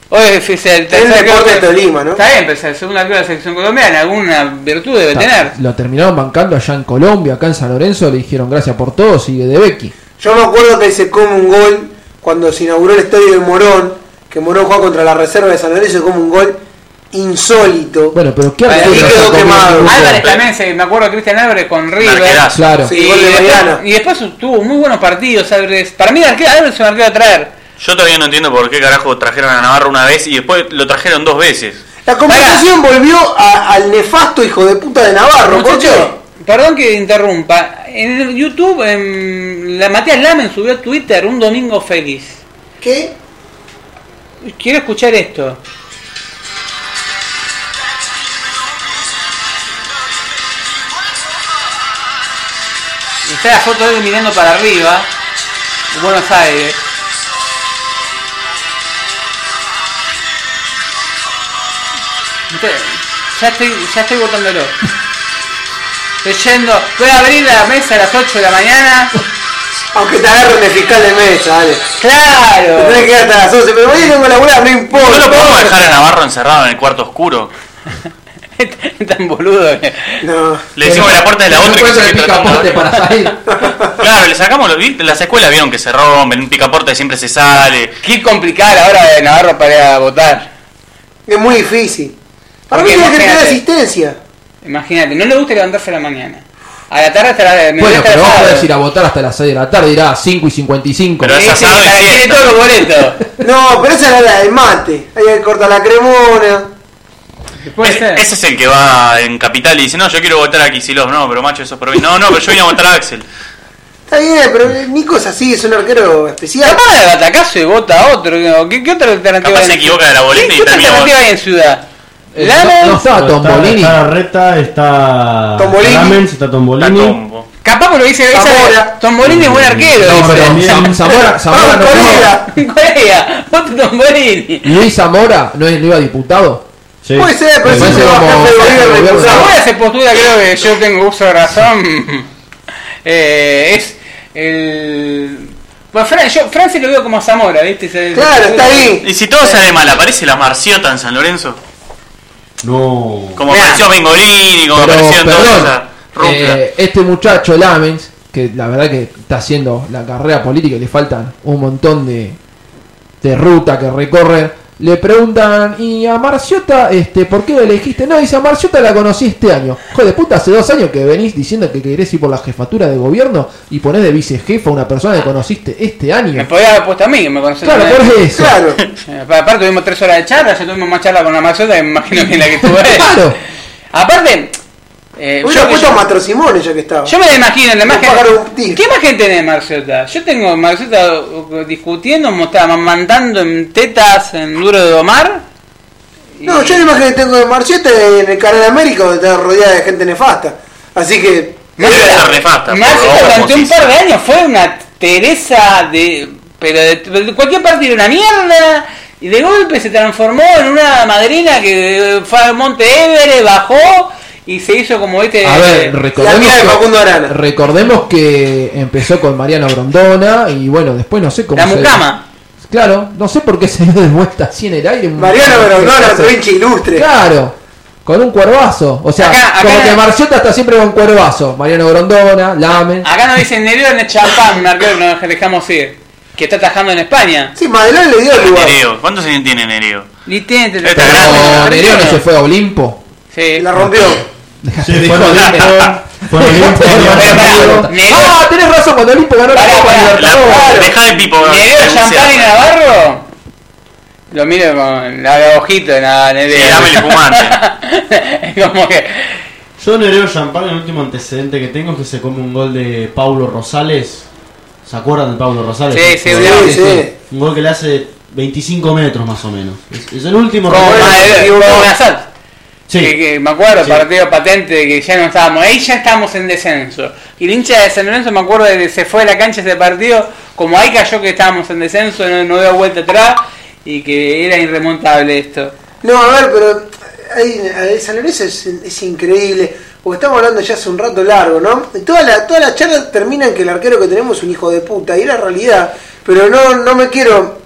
[SPEAKER 1] Hoy es es el tercer
[SPEAKER 2] Deportes
[SPEAKER 1] arquero que-
[SPEAKER 2] Tolima, ¿no?
[SPEAKER 1] Está bien, pero es el segundo arquero de la selección colombiana. Alguna virtud debe tener.
[SPEAKER 3] Lo terminaron bancando allá en Colombia, acá en San Lorenzo, le dijeron gracias por todo, sigue de Becky.
[SPEAKER 2] Yo me acuerdo que se come un gol cuando se inauguró el estadio de Morón, que Morón juega contra la reserva de San Lorenzo y se come un gol insólito.
[SPEAKER 3] Bueno, pero qué
[SPEAKER 1] Para mí
[SPEAKER 3] arquero
[SPEAKER 1] quedó
[SPEAKER 3] sacó
[SPEAKER 2] quemado.
[SPEAKER 3] Bruno?
[SPEAKER 1] Álvarez también, se, me acuerdo de Cristian Álvarez con River.
[SPEAKER 5] Arquerazo.
[SPEAKER 3] Claro.
[SPEAKER 2] Sí.
[SPEAKER 1] Y,
[SPEAKER 2] gol de
[SPEAKER 1] después,
[SPEAKER 2] Mariano.
[SPEAKER 1] y después tuvo muy buenos partidos Álvarez. Para mí el arquero Álvarez es un arquero a traer.
[SPEAKER 5] Yo todavía no entiendo por qué carajo trajeron a Navarro una vez y después lo trajeron dos veces.
[SPEAKER 2] La conversación volvió a- al nefasto hijo de puta de Navarro. ¿Por qué?
[SPEAKER 1] Muchacho, Perdón que interrumpa. En YouTube, en la Matías Lamen subió a Twitter un domingo feliz.
[SPEAKER 2] ¿Qué?
[SPEAKER 1] Quiero escuchar esto. Y Está la foto de él mirando para arriba, en Buenos Aires. Entonces, Ya estoy, ya estoy votándolo. Estoy yendo. Voy a abrir la mesa a las 8 de la mañana.
[SPEAKER 2] Aunque te agarren de fiscal de mesa, dale. Te
[SPEAKER 1] ¡Claro!
[SPEAKER 2] tenés que quedar hasta las 11, pero mañana tengo que laburar, no importa.
[SPEAKER 5] No lo podemos dejar a Navarro encerrado en el cuarto oscuro.
[SPEAKER 1] Tan boludo que.
[SPEAKER 2] No.
[SPEAKER 5] Le decimos la puerta de la
[SPEAKER 3] No
[SPEAKER 5] otra y que
[SPEAKER 3] encuentran
[SPEAKER 5] se
[SPEAKER 3] el
[SPEAKER 5] meta todo.
[SPEAKER 3] picaporte para salir.
[SPEAKER 5] Claro, le sacamos los ¿viste? las escuelas vieron que se rompen, un picaporte siempre se sale.
[SPEAKER 1] Qué complicada la hora de Navarro para ir a votar.
[SPEAKER 2] Es muy difícil. Para mí
[SPEAKER 1] Porque
[SPEAKER 2] tienes que tener
[SPEAKER 1] imagínate.
[SPEAKER 2] asistencia.
[SPEAKER 1] Imagínate, no le gusta levantarse a la mañana. A la tarde hasta la me
[SPEAKER 3] Bueno,
[SPEAKER 1] gusta
[SPEAKER 3] pero
[SPEAKER 1] el
[SPEAKER 3] vos
[SPEAKER 1] sábado.
[SPEAKER 3] podés ir a votar hasta las 6 de la tarde, irá 5 y 55.
[SPEAKER 5] Pero-
[SPEAKER 1] Sí,
[SPEAKER 5] Es
[SPEAKER 1] sí,
[SPEAKER 5] asado y
[SPEAKER 1] para que
[SPEAKER 5] fiesta.
[SPEAKER 1] tiene todos los boletos.
[SPEAKER 2] No, pero esa es la del mate. Ahí que corta la cremona.
[SPEAKER 1] Puede
[SPEAKER 5] Ese-
[SPEAKER 1] ser.
[SPEAKER 5] Ese es el que va en Capital y dice, no, yo quiero votar a Kicillof, no, pero macho, eso es provincia. No, no, pero yo vine a votar a Axel.
[SPEAKER 2] Está bien, pero Nico es así, es un arquero especial.
[SPEAKER 1] Capaz de batacazo y vota a otro. ¿no? ¿Qué, qué otra alternativa
[SPEAKER 5] Capaz
[SPEAKER 1] hay
[SPEAKER 5] se
[SPEAKER 1] en-
[SPEAKER 5] equivoca de la boleta
[SPEAKER 1] ¿Qué,
[SPEAKER 5] y
[SPEAKER 1] qué otra
[SPEAKER 5] termina
[SPEAKER 1] alternativa
[SPEAKER 5] votando.
[SPEAKER 1] hay en Ciudad?
[SPEAKER 3] Eh,
[SPEAKER 1] Lamens,
[SPEAKER 3] no, no estaba Tombolini.
[SPEAKER 4] Está Reta, está
[SPEAKER 2] Tombolini.
[SPEAKER 4] Lamens, está
[SPEAKER 5] Está
[SPEAKER 4] Tombolini.
[SPEAKER 5] tombo.
[SPEAKER 1] capaz porque lo dice esa-
[SPEAKER 2] Zamora.
[SPEAKER 1] Tombolini es buen arquero.
[SPEAKER 3] No, pero
[SPEAKER 4] también-
[SPEAKER 3] Sam- Zamora, Zamora no
[SPEAKER 2] Vamos,
[SPEAKER 3] jugaba.
[SPEAKER 2] colega.
[SPEAKER 1] Corea, vota Tombolini.
[SPEAKER 3] Luis Zamora no es- no iba diputado.
[SPEAKER 4] Sí.
[SPEAKER 2] Puede ser, pero
[SPEAKER 3] Me
[SPEAKER 2] eso
[SPEAKER 3] parece
[SPEAKER 2] no va
[SPEAKER 3] como-
[SPEAKER 2] a jefe de
[SPEAKER 3] como
[SPEAKER 2] gobierno
[SPEAKER 3] gobierno.
[SPEAKER 2] impulsado.
[SPEAKER 1] Ahora se postula, creo que yo tengo uso de razón. eh, es el Bueno, Fran, yo Fran sí lo veo como a Zamora, ¿viste? Se-
[SPEAKER 2] Claro, está ahí.
[SPEAKER 5] Y si todo sale mal, aparece la Marciota en San Lorenzo.
[SPEAKER 4] No.
[SPEAKER 5] Como
[SPEAKER 1] Mirá.
[SPEAKER 5] apareció Bengolini, como
[SPEAKER 3] Pero,
[SPEAKER 5] apareció toda
[SPEAKER 3] perdón,
[SPEAKER 5] esa rupla.
[SPEAKER 3] eh, este muchacho Lamens, que la verdad que está haciendo la carrera política y le faltan un montón de, de ruta que recorrer, le preguntan, ¿y a Marciota este, por qué le elegiste? No, dice, a Marciota la conocí este año. Joder, puta, hace dos años que venís diciendo que querés ir por la jefatura de gobierno y ponés de vicejefa a una persona que conociste este
[SPEAKER 1] Me
[SPEAKER 3] año.
[SPEAKER 1] podías haber puesto a mí, que me conocés.
[SPEAKER 3] Claro,
[SPEAKER 1] también.
[SPEAKER 3] por eso.
[SPEAKER 2] Claro.
[SPEAKER 1] Eh, Aparte tuvimos tres horas de charla, ya tuvimos más charla con la Mazota, me imagino que la que tuve.
[SPEAKER 3] Claro.
[SPEAKER 1] Aparte, eh,
[SPEAKER 2] Hubiera
[SPEAKER 1] que
[SPEAKER 2] puesto a Matrosimone ya que estaba.
[SPEAKER 1] yo me la imagino, la
[SPEAKER 2] No
[SPEAKER 1] imagen.
[SPEAKER 2] pagaron un tip.
[SPEAKER 1] ¿Qué imagen tenés, Marciota? Yo tengo Marciota uh, discutiendo, mostrando, mandando en tetas, en duro de domar. y-
[SPEAKER 2] No, yo la imagen que tengo de Marcheta es en el Canal América donde está rodeada de gente nefasta. Así que.
[SPEAKER 5] Debe
[SPEAKER 1] Marciota-
[SPEAKER 5] ser nefasta, por
[SPEAKER 1] Marciota
[SPEAKER 5] favor,
[SPEAKER 1] durante un
[SPEAKER 5] famosísima.
[SPEAKER 1] par de años fue una Teresa de. Pero de, de cualquier partido era una mierda. Y de golpe se transformó en una madrina que eh, fue al Monte Everest, bajó y se hizo como este.
[SPEAKER 3] A ver,
[SPEAKER 2] La
[SPEAKER 3] recordemos
[SPEAKER 2] mía de
[SPEAKER 3] que,
[SPEAKER 2] Facundo Arana.
[SPEAKER 3] recordemos que empezó con Mariano Grondona y bueno, después no sé cómo
[SPEAKER 1] la
[SPEAKER 3] se-
[SPEAKER 1] mucama.
[SPEAKER 3] Claro, no sé por qué se dio de vuelta así en el aire. un-
[SPEAKER 2] Mariano Grondona, trinche ilustre.
[SPEAKER 3] Claro, con un cuervazo. O sea,
[SPEAKER 1] Acá- acá
[SPEAKER 3] como
[SPEAKER 1] en-
[SPEAKER 3] que Marciota está siempre con cuervazo. Mariano Grondona, Lamen.
[SPEAKER 1] Acá nos dicen Nereo en Champán, un arquero que nos dejamos ir. Que está atajando en España.
[SPEAKER 2] Sí, Madelán le dio el lugar.
[SPEAKER 5] Nereo. ¿Cuántos años tiene Nereo?
[SPEAKER 1] Ni tiene tele-
[SPEAKER 5] Está
[SPEAKER 3] Pero
[SPEAKER 5] grande,
[SPEAKER 3] Nereo no se fue a Olimpo.
[SPEAKER 1] Sí.
[SPEAKER 2] La rompió.
[SPEAKER 4] Sí,
[SPEAKER 3] Dejó
[SPEAKER 4] fue
[SPEAKER 3] de-
[SPEAKER 4] Olimpo. Fue Olimpo.
[SPEAKER 1] Nereo-
[SPEAKER 3] Ah, tenés razón, cuando Olimpo ganó la
[SPEAKER 1] Pará,
[SPEAKER 3] Copa
[SPEAKER 1] pará,
[SPEAKER 3] Libertadores.
[SPEAKER 5] La, deja de pipo.
[SPEAKER 1] Nereo,
[SPEAKER 5] balbucear.
[SPEAKER 1] Champán y Navarro. Lo miro con la ojito, nada, Nereo.
[SPEAKER 5] Sí, dame el
[SPEAKER 1] Es como que.
[SPEAKER 4] Yo Nereo Champagne, el último antecedente que tengo es que se come un gol de Paulo Rosales. ¿Se acuerdan de Paulo Rosales?
[SPEAKER 1] Sí, sí,
[SPEAKER 2] Sí, sí.
[SPEAKER 4] Un gol que le hace de 25 metros más o menos. Es, es el último
[SPEAKER 1] Como eh.
[SPEAKER 4] recuerdo.
[SPEAKER 1] Madre- como Nazar.
[SPEAKER 4] Sí.
[SPEAKER 1] Que, que me acuerdo,
[SPEAKER 4] Sí.
[SPEAKER 1] partido patente, que ya no estábamos, ahí ya estábamos en descenso. Y el hincha de San Lorenzo, me acuerdo, de, se fue a la cancha ese partido, como ahí cayó que estábamos en descenso, no, no dio vuelta atrás, y que era irremontable esto.
[SPEAKER 2] No, a ver, pero ahí, ahí San Lorenzo es, es increíble. Porque estamos hablando ya hace un rato largo, ¿no? Y toda la, toda la charla termina en que el arquero que tenemos es un hijo de puta. Y es la realidad. Pero no, no me quiero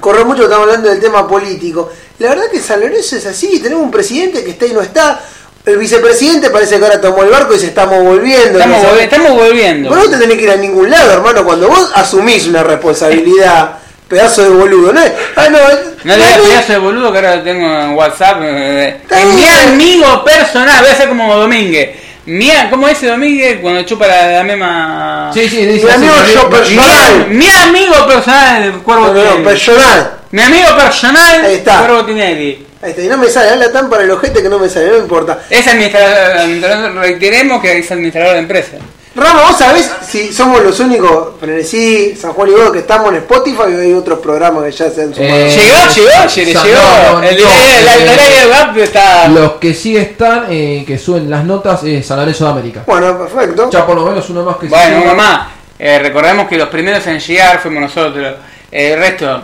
[SPEAKER 2] correr mucho, estamos hablando del tema político. La verdad que San Lorenzo es así. Tenemos un presidente que está y no está. El vicepresidente parece que ahora tomó el barco y se estamos volviendo.
[SPEAKER 1] Estamos,
[SPEAKER 2] ¿no?
[SPEAKER 1] volvi- estamos volviendo.
[SPEAKER 2] Vos no te tenés que ir a ningún lado, hermano, cuando vos asumís una responsabilidad, pedazo de boludo, ¿no? es, Ah, no,
[SPEAKER 1] No le
[SPEAKER 2] no,
[SPEAKER 1] digas
[SPEAKER 2] no,
[SPEAKER 1] pedazo de boludo que ahora lo tengo en WhatsApp. eh,
[SPEAKER 2] Está
[SPEAKER 1] En mi
[SPEAKER 2] bien.
[SPEAKER 1] amigo personal, voy a ser como Domínguez. Mira, ¿cómo dice Domínguez cuando chupa la, la mema?
[SPEAKER 3] Sí, sí, dice
[SPEAKER 2] Mi
[SPEAKER 3] así,
[SPEAKER 2] amigo
[SPEAKER 3] Nereo-
[SPEAKER 2] yo personal.
[SPEAKER 1] Mi amigo personal del Cuervo
[SPEAKER 2] No, no, no,
[SPEAKER 1] Tinelli.
[SPEAKER 2] personal.
[SPEAKER 1] Mi amigo personal
[SPEAKER 2] Ahí está.
[SPEAKER 1] Cuervo Tinelli.
[SPEAKER 2] Ahí está, y no me sale, habla tan para el ojete que no me sale, no importa.
[SPEAKER 1] Es administrador, administrador- reiteremos que es administrador de empresa.
[SPEAKER 2] Rama, vos sabés si somos los únicos, Frenesí, San Juan y vos, que estamos en Spotify o hay otros programas que ya se han sumado.
[SPEAKER 3] Eh,
[SPEAKER 1] llegó, llegó, Yere,
[SPEAKER 3] San-
[SPEAKER 1] llegó.
[SPEAKER 3] no, no,
[SPEAKER 1] el
[SPEAKER 3] no,
[SPEAKER 1] el- el-
[SPEAKER 3] eh,
[SPEAKER 1] el- el- el- el-
[SPEAKER 2] Ah.
[SPEAKER 1] está.
[SPEAKER 3] Los que sí están, eh, que suben las notas, es San Lorenzo de América.
[SPEAKER 2] Bueno, perfecto.
[SPEAKER 3] Ya por lo menos uno más que se
[SPEAKER 1] Bueno,
[SPEAKER 3] suma.
[SPEAKER 1] mamá, eh, recordemos que los primeros en llegar fuimos nosotros. Eh, el resto,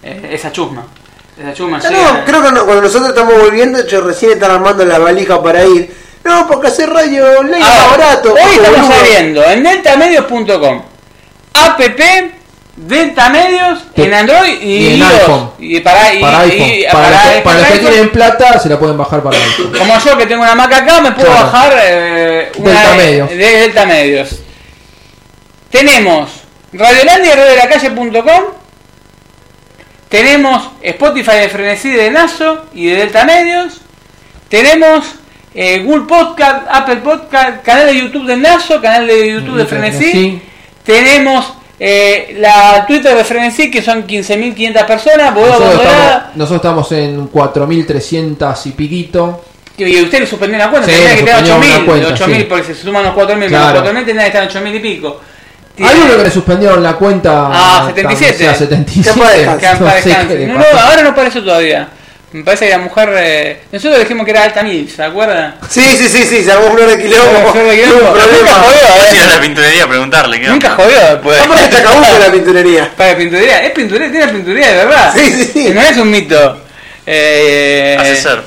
[SPEAKER 1] eh, esa chusma. Esa chusma
[SPEAKER 2] Ya
[SPEAKER 1] llega.
[SPEAKER 2] no, creo que no, cuando nosotros estamos volviendo, yo recién están armando la valija para ir. No, porque hacer radio online es más
[SPEAKER 1] Ahora,
[SPEAKER 2] barato.
[SPEAKER 1] Hoy
[SPEAKER 2] porque,
[SPEAKER 1] estamos
[SPEAKER 2] boludo.
[SPEAKER 1] saliendo en deltamedios.com, app deltamedios
[SPEAKER 3] Sí.
[SPEAKER 1] en Android y,
[SPEAKER 3] Y en
[SPEAKER 1] iOS.
[SPEAKER 3] iPhone.
[SPEAKER 1] Y para, y-
[SPEAKER 3] para
[SPEAKER 1] y-
[SPEAKER 3] iPhone.
[SPEAKER 1] y-
[SPEAKER 3] para, los que,
[SPEAKER 1] para
[SPEAKER 3] para los que
[SPEAKER 1] iPhone.
[SPEAKER 3] tienen plata, se la pueden bajar para iPhone.
[SPEAKER 1] Como yo que tengo una maca acá, me puedo
[SPEAKER 3] Claro.
[SPEAKER 1] bajar eh, una
[SPEAKER 3] Delta
[SPEAKER 1] de-
[SPEAKER 3] Medios.
[SPEAKER 1] de Delta Medios. Tenemos Radiolandia y Radiolacalle.com. Tenemos Spotify de Frenesí de Nazo y de Delta Medios. Tenemos eh, Google Podcast, Apple Podcast, canal de YouTube de Nazo, canal de YouTube de
[SPEAKER 3] de
[SPEAKER 1] Frenesí.
[SPEAKER 3] Frenesí.
[SPEAKER 1] Tenemos eh, la Twitter de Frenesí, que son 15.500 personas. Bodo
[SPEAKER 3] Nosotros
[SPEAKER 1] Abandonada,
[SPEAKER 3] estamos, nosotros estamos en 4300 y piquito.
[SPEAKER 1] Que y usted le suspendió la cuenta,
[SPEAKER 3] Sí,
[SPEAKER 1] tendría
[SPEAKER 3] le
[SPEAKER 1] que estar
[SPEAKER 3] suspendió una
[SPEAKER 1] 8000,
[SPEAKER 3] cuenta,
[SPEAKER 1] 8000
[SPEAKER 3] sí.
[SPEAKER 1] porque se suman los 4000 menos
[SPEAKER 3] Claro.
[SPEAKER 1] 4000 tendría que estar en 8000 y pico.
[SPEAKER 3] Hay uno que le suspendieron la cuenta.
[SPEAKER 1] Ah, 77.
[SPEAKER 3] O sea,
[SPEAKER 2] Que para
[SPEAKER 3] 77.
[SPEAKER 2] descansar,
[SPEAKER 1] Que en paz
[SPEAKER 3] No sé
[SPEAKER 1] descanse.
[SPEAKER 3] qué le
[SPEAKER 1] No,
[SPEAKER 3] pasó.
[SPEAKER 1] no, ahora no apareció todavía. Me parece que la mujer. eh, Nosotros dijimos que era alta mil, ¿se acuerdan?
[SPEAKER 2] Sí, sí, sí, sí, se armó un flor de
[SPEAKER 1] Flor
[SPEAKER 2] quilombo.
[SPEAKER 1] de
[SPEAKER 2] Tuvo
[SPEAKER 1] quilombo.
[SPEAKER 2] un problema.
[SPEAKER 1] Nunca jodió,
[SPEAKER 5] Vas a ir
[SPEAKER 1] eh.
[SPEAKER 5] a la pinturería a preguntarle. ¿qué
[SPEAKER 1] Nunca
[SPEAKER 5] onda?
[SPEAKER 1] jodió después.
[SPEAKER 2] Está para Chacabuco la pinturería.
[SPEAKER 1] Para pinturería, es pinturería, tiene pinturería de verdad.
[SPEAKER 2] Sí, sí, sí.
[SPEAKER 1] No es un mito. Eh,
[SPEAKER 5] Asesor.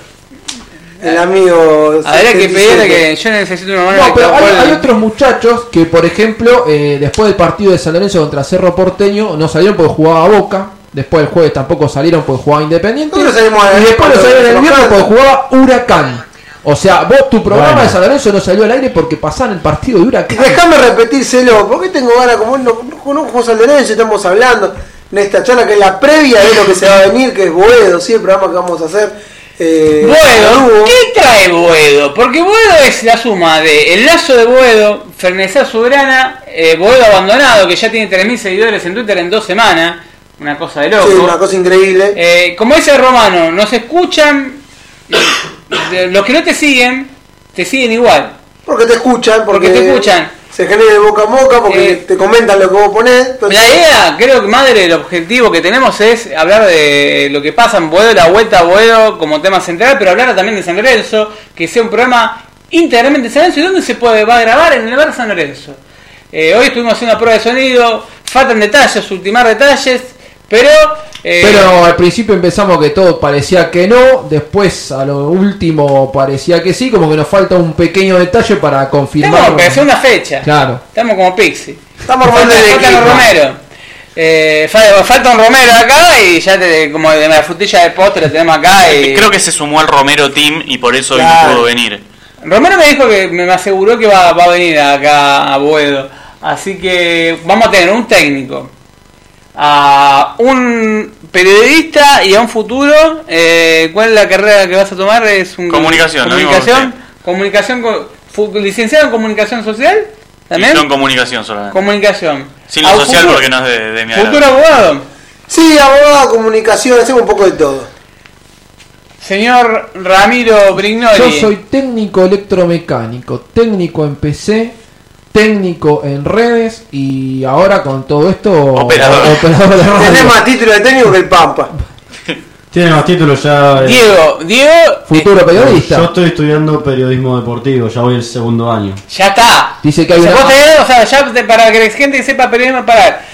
[SPEAKER 2] el amigo.
[SPEAKER 1] Habrá que
[SPEAKER 2] 77.
[SPEAKER 1] pedirle que yo necesito una mano
[SPEAKER 3] No,
[SPEAKER 1] de
[SPEAKER 3] pero hay,
[SPEAKER 1] Cristóbal.
[SPEAKER 3] hay otros muchachos que, por ejemplo, eh, después del partido de San Lorenzo contra Cerro Porteño, no salieron porque jugaba Boca. Después del jueves tampoco salieron porque jugaba Independiente.
[SPEAKER 2] Nosotros salimos a-
[SPEAKER 3] y después no salieron el
[SPEAKER 2] los
[SPEAKER 3] viernes porque
[SPEAKER 2] cantos.
[SPEAKER 3] jugaba Huracán. O sea, vos tu programa
[SPEAKER 4] Bueno.
[SPEAKER 3] de San Lorenzo no salió al aire porque pasaron el partido de Huracán.
[SPEAKER 2] Déjame repetírselo, porque tengo ganas, como no, no conozco San Lorenzo, estamos hablando en esta charla que es la previa de lo que se va a venir, que es Boedo, ¿sí? el programa que vamos a hacer. Eh,
[SPEAKER 1] Boedo,
[SPEAKER 2] Hugo.
[SPEAKER 1] ¿qué trae Boedo? Porque Boedo es la suma de El Lazo de Boedo, Fernesá Sobrana, eh, Boedo Abandonado, que ya tiene 3.000 seguidores en Twitter en dos semanas, una cosa de loco.
[SPEAKER 2] Sí, una cosa increíble.
[SPEAKER 1] Eh, como dice Romano, nos escuchan, de- los que no te siguen, te siguen igual.
[SPEAKER 2] Porque te escuchan, porque,
[SPEAKER 1] Porque te escuchan.
[SPEAKER 2] Se genera de boca a boca, porque
[SPEAKER 1] Eh,
[SPEAKER 2] te comentan lo que vos ponés. entonces-
[SPEAKER 1] La idea, creo que madre, el objetivo que tenemos es hablar de lo que pasa en Boedo, la vuelta a Boedo como tema central, pero hablar también de San Lorenzo, que sea un programa íntegramente de San Lorenzo. ¿Y dónde se puede, va a grabar? En el bar San Lorenzo. Eh, hoy estuvimos haciendo una prueba de sonido, faltan detalles, ultimar detalles, pero... eh,
[SPEAKER 3] Pero al principio empezamos que todo parecía que no, después a lo último parecía que sí, como que nos falta un pequeño detalle para
[SPEAKER 1] estamos
[SPEAKER 3] confirmar.
[SPEAKER 1] como que hacer una fecha.
[SPEAKER 3] Claro.
[SPEAKER 1] Estamos como Pixie.
[SPEAKER 2] Estamos armando
[SPEAKER 1] Falta,
[SPEAKER 2] el
[SPEAKER 1] falta
[SPEAKER 2] equipo.
[SPEAKER 1] un Romero. Eh, fal- falta un Romero acá y ya te, como de la frutilla de postre lo tenemos acá y...
[SPEAKER 5] Creo que se sumó al Romero Team y por eso hoy
[SPEAKER 1] Claro.
[SPEAKER 5] no pudo venir.
[SPEAKER 1] Romero me dijo que me aseguró que va, va a venir acá a Boedo. Así que vamos a tener un técnico, a un periodista y a un futuro. eh, ¿Cuál es la carrera que vas a tomar? Es un,
[SPEAKER 5] Comunicación, lo mismo que
[SPEAKER 1] comunicación, comunicación, con- fu- licenciado en comunicación social, también.
[SPEAKER 5] Y no en comunicación solamente.
[SPEAKER 1] comunicación.
[SPEAKER 5] Sin lo
[SPEAKER 1] A un
[SPEAKER 5] social
[SPEAKER 1] futuro-
[SPEAKER 5] porque no es de, de mi agrado.
[SPEAKER 1] Futuro abogado,
[SPEAKER 2] Sí, abogado, comunicación, hacemos un poco de todo.
[SPEAKER 1] señor Ramiro Brignoli.
[SPEAKER 3] Yo soy técnico electromecánico, técnico en PC, técnico en redes y ahora con todo esto
[SPEAKER 5] Operador.
[SPEAKER 3] o- operador de radio.
[SPEAKER 2] Tenés más título de técnico que el Pampa.
[SPEAKER 4] Tiene más títulos ya. eh,
[SPEAKER 1] Diego, Diego, eh,
[SPEAKER 3] futuro periodista.
[SPEAKER 4] Yo estoy estudiando periodismo deportivo, ya voy el segundo año.
[SPEAKER 1] ya está.
[SPEAKER 3] Dice que hay
[SPEAKER 1] O sea,
[SPEAKER 3] una-
[SPEAKER 1] vos tenés- o sea, ya te- para que la gente que sepa periodismo, parar.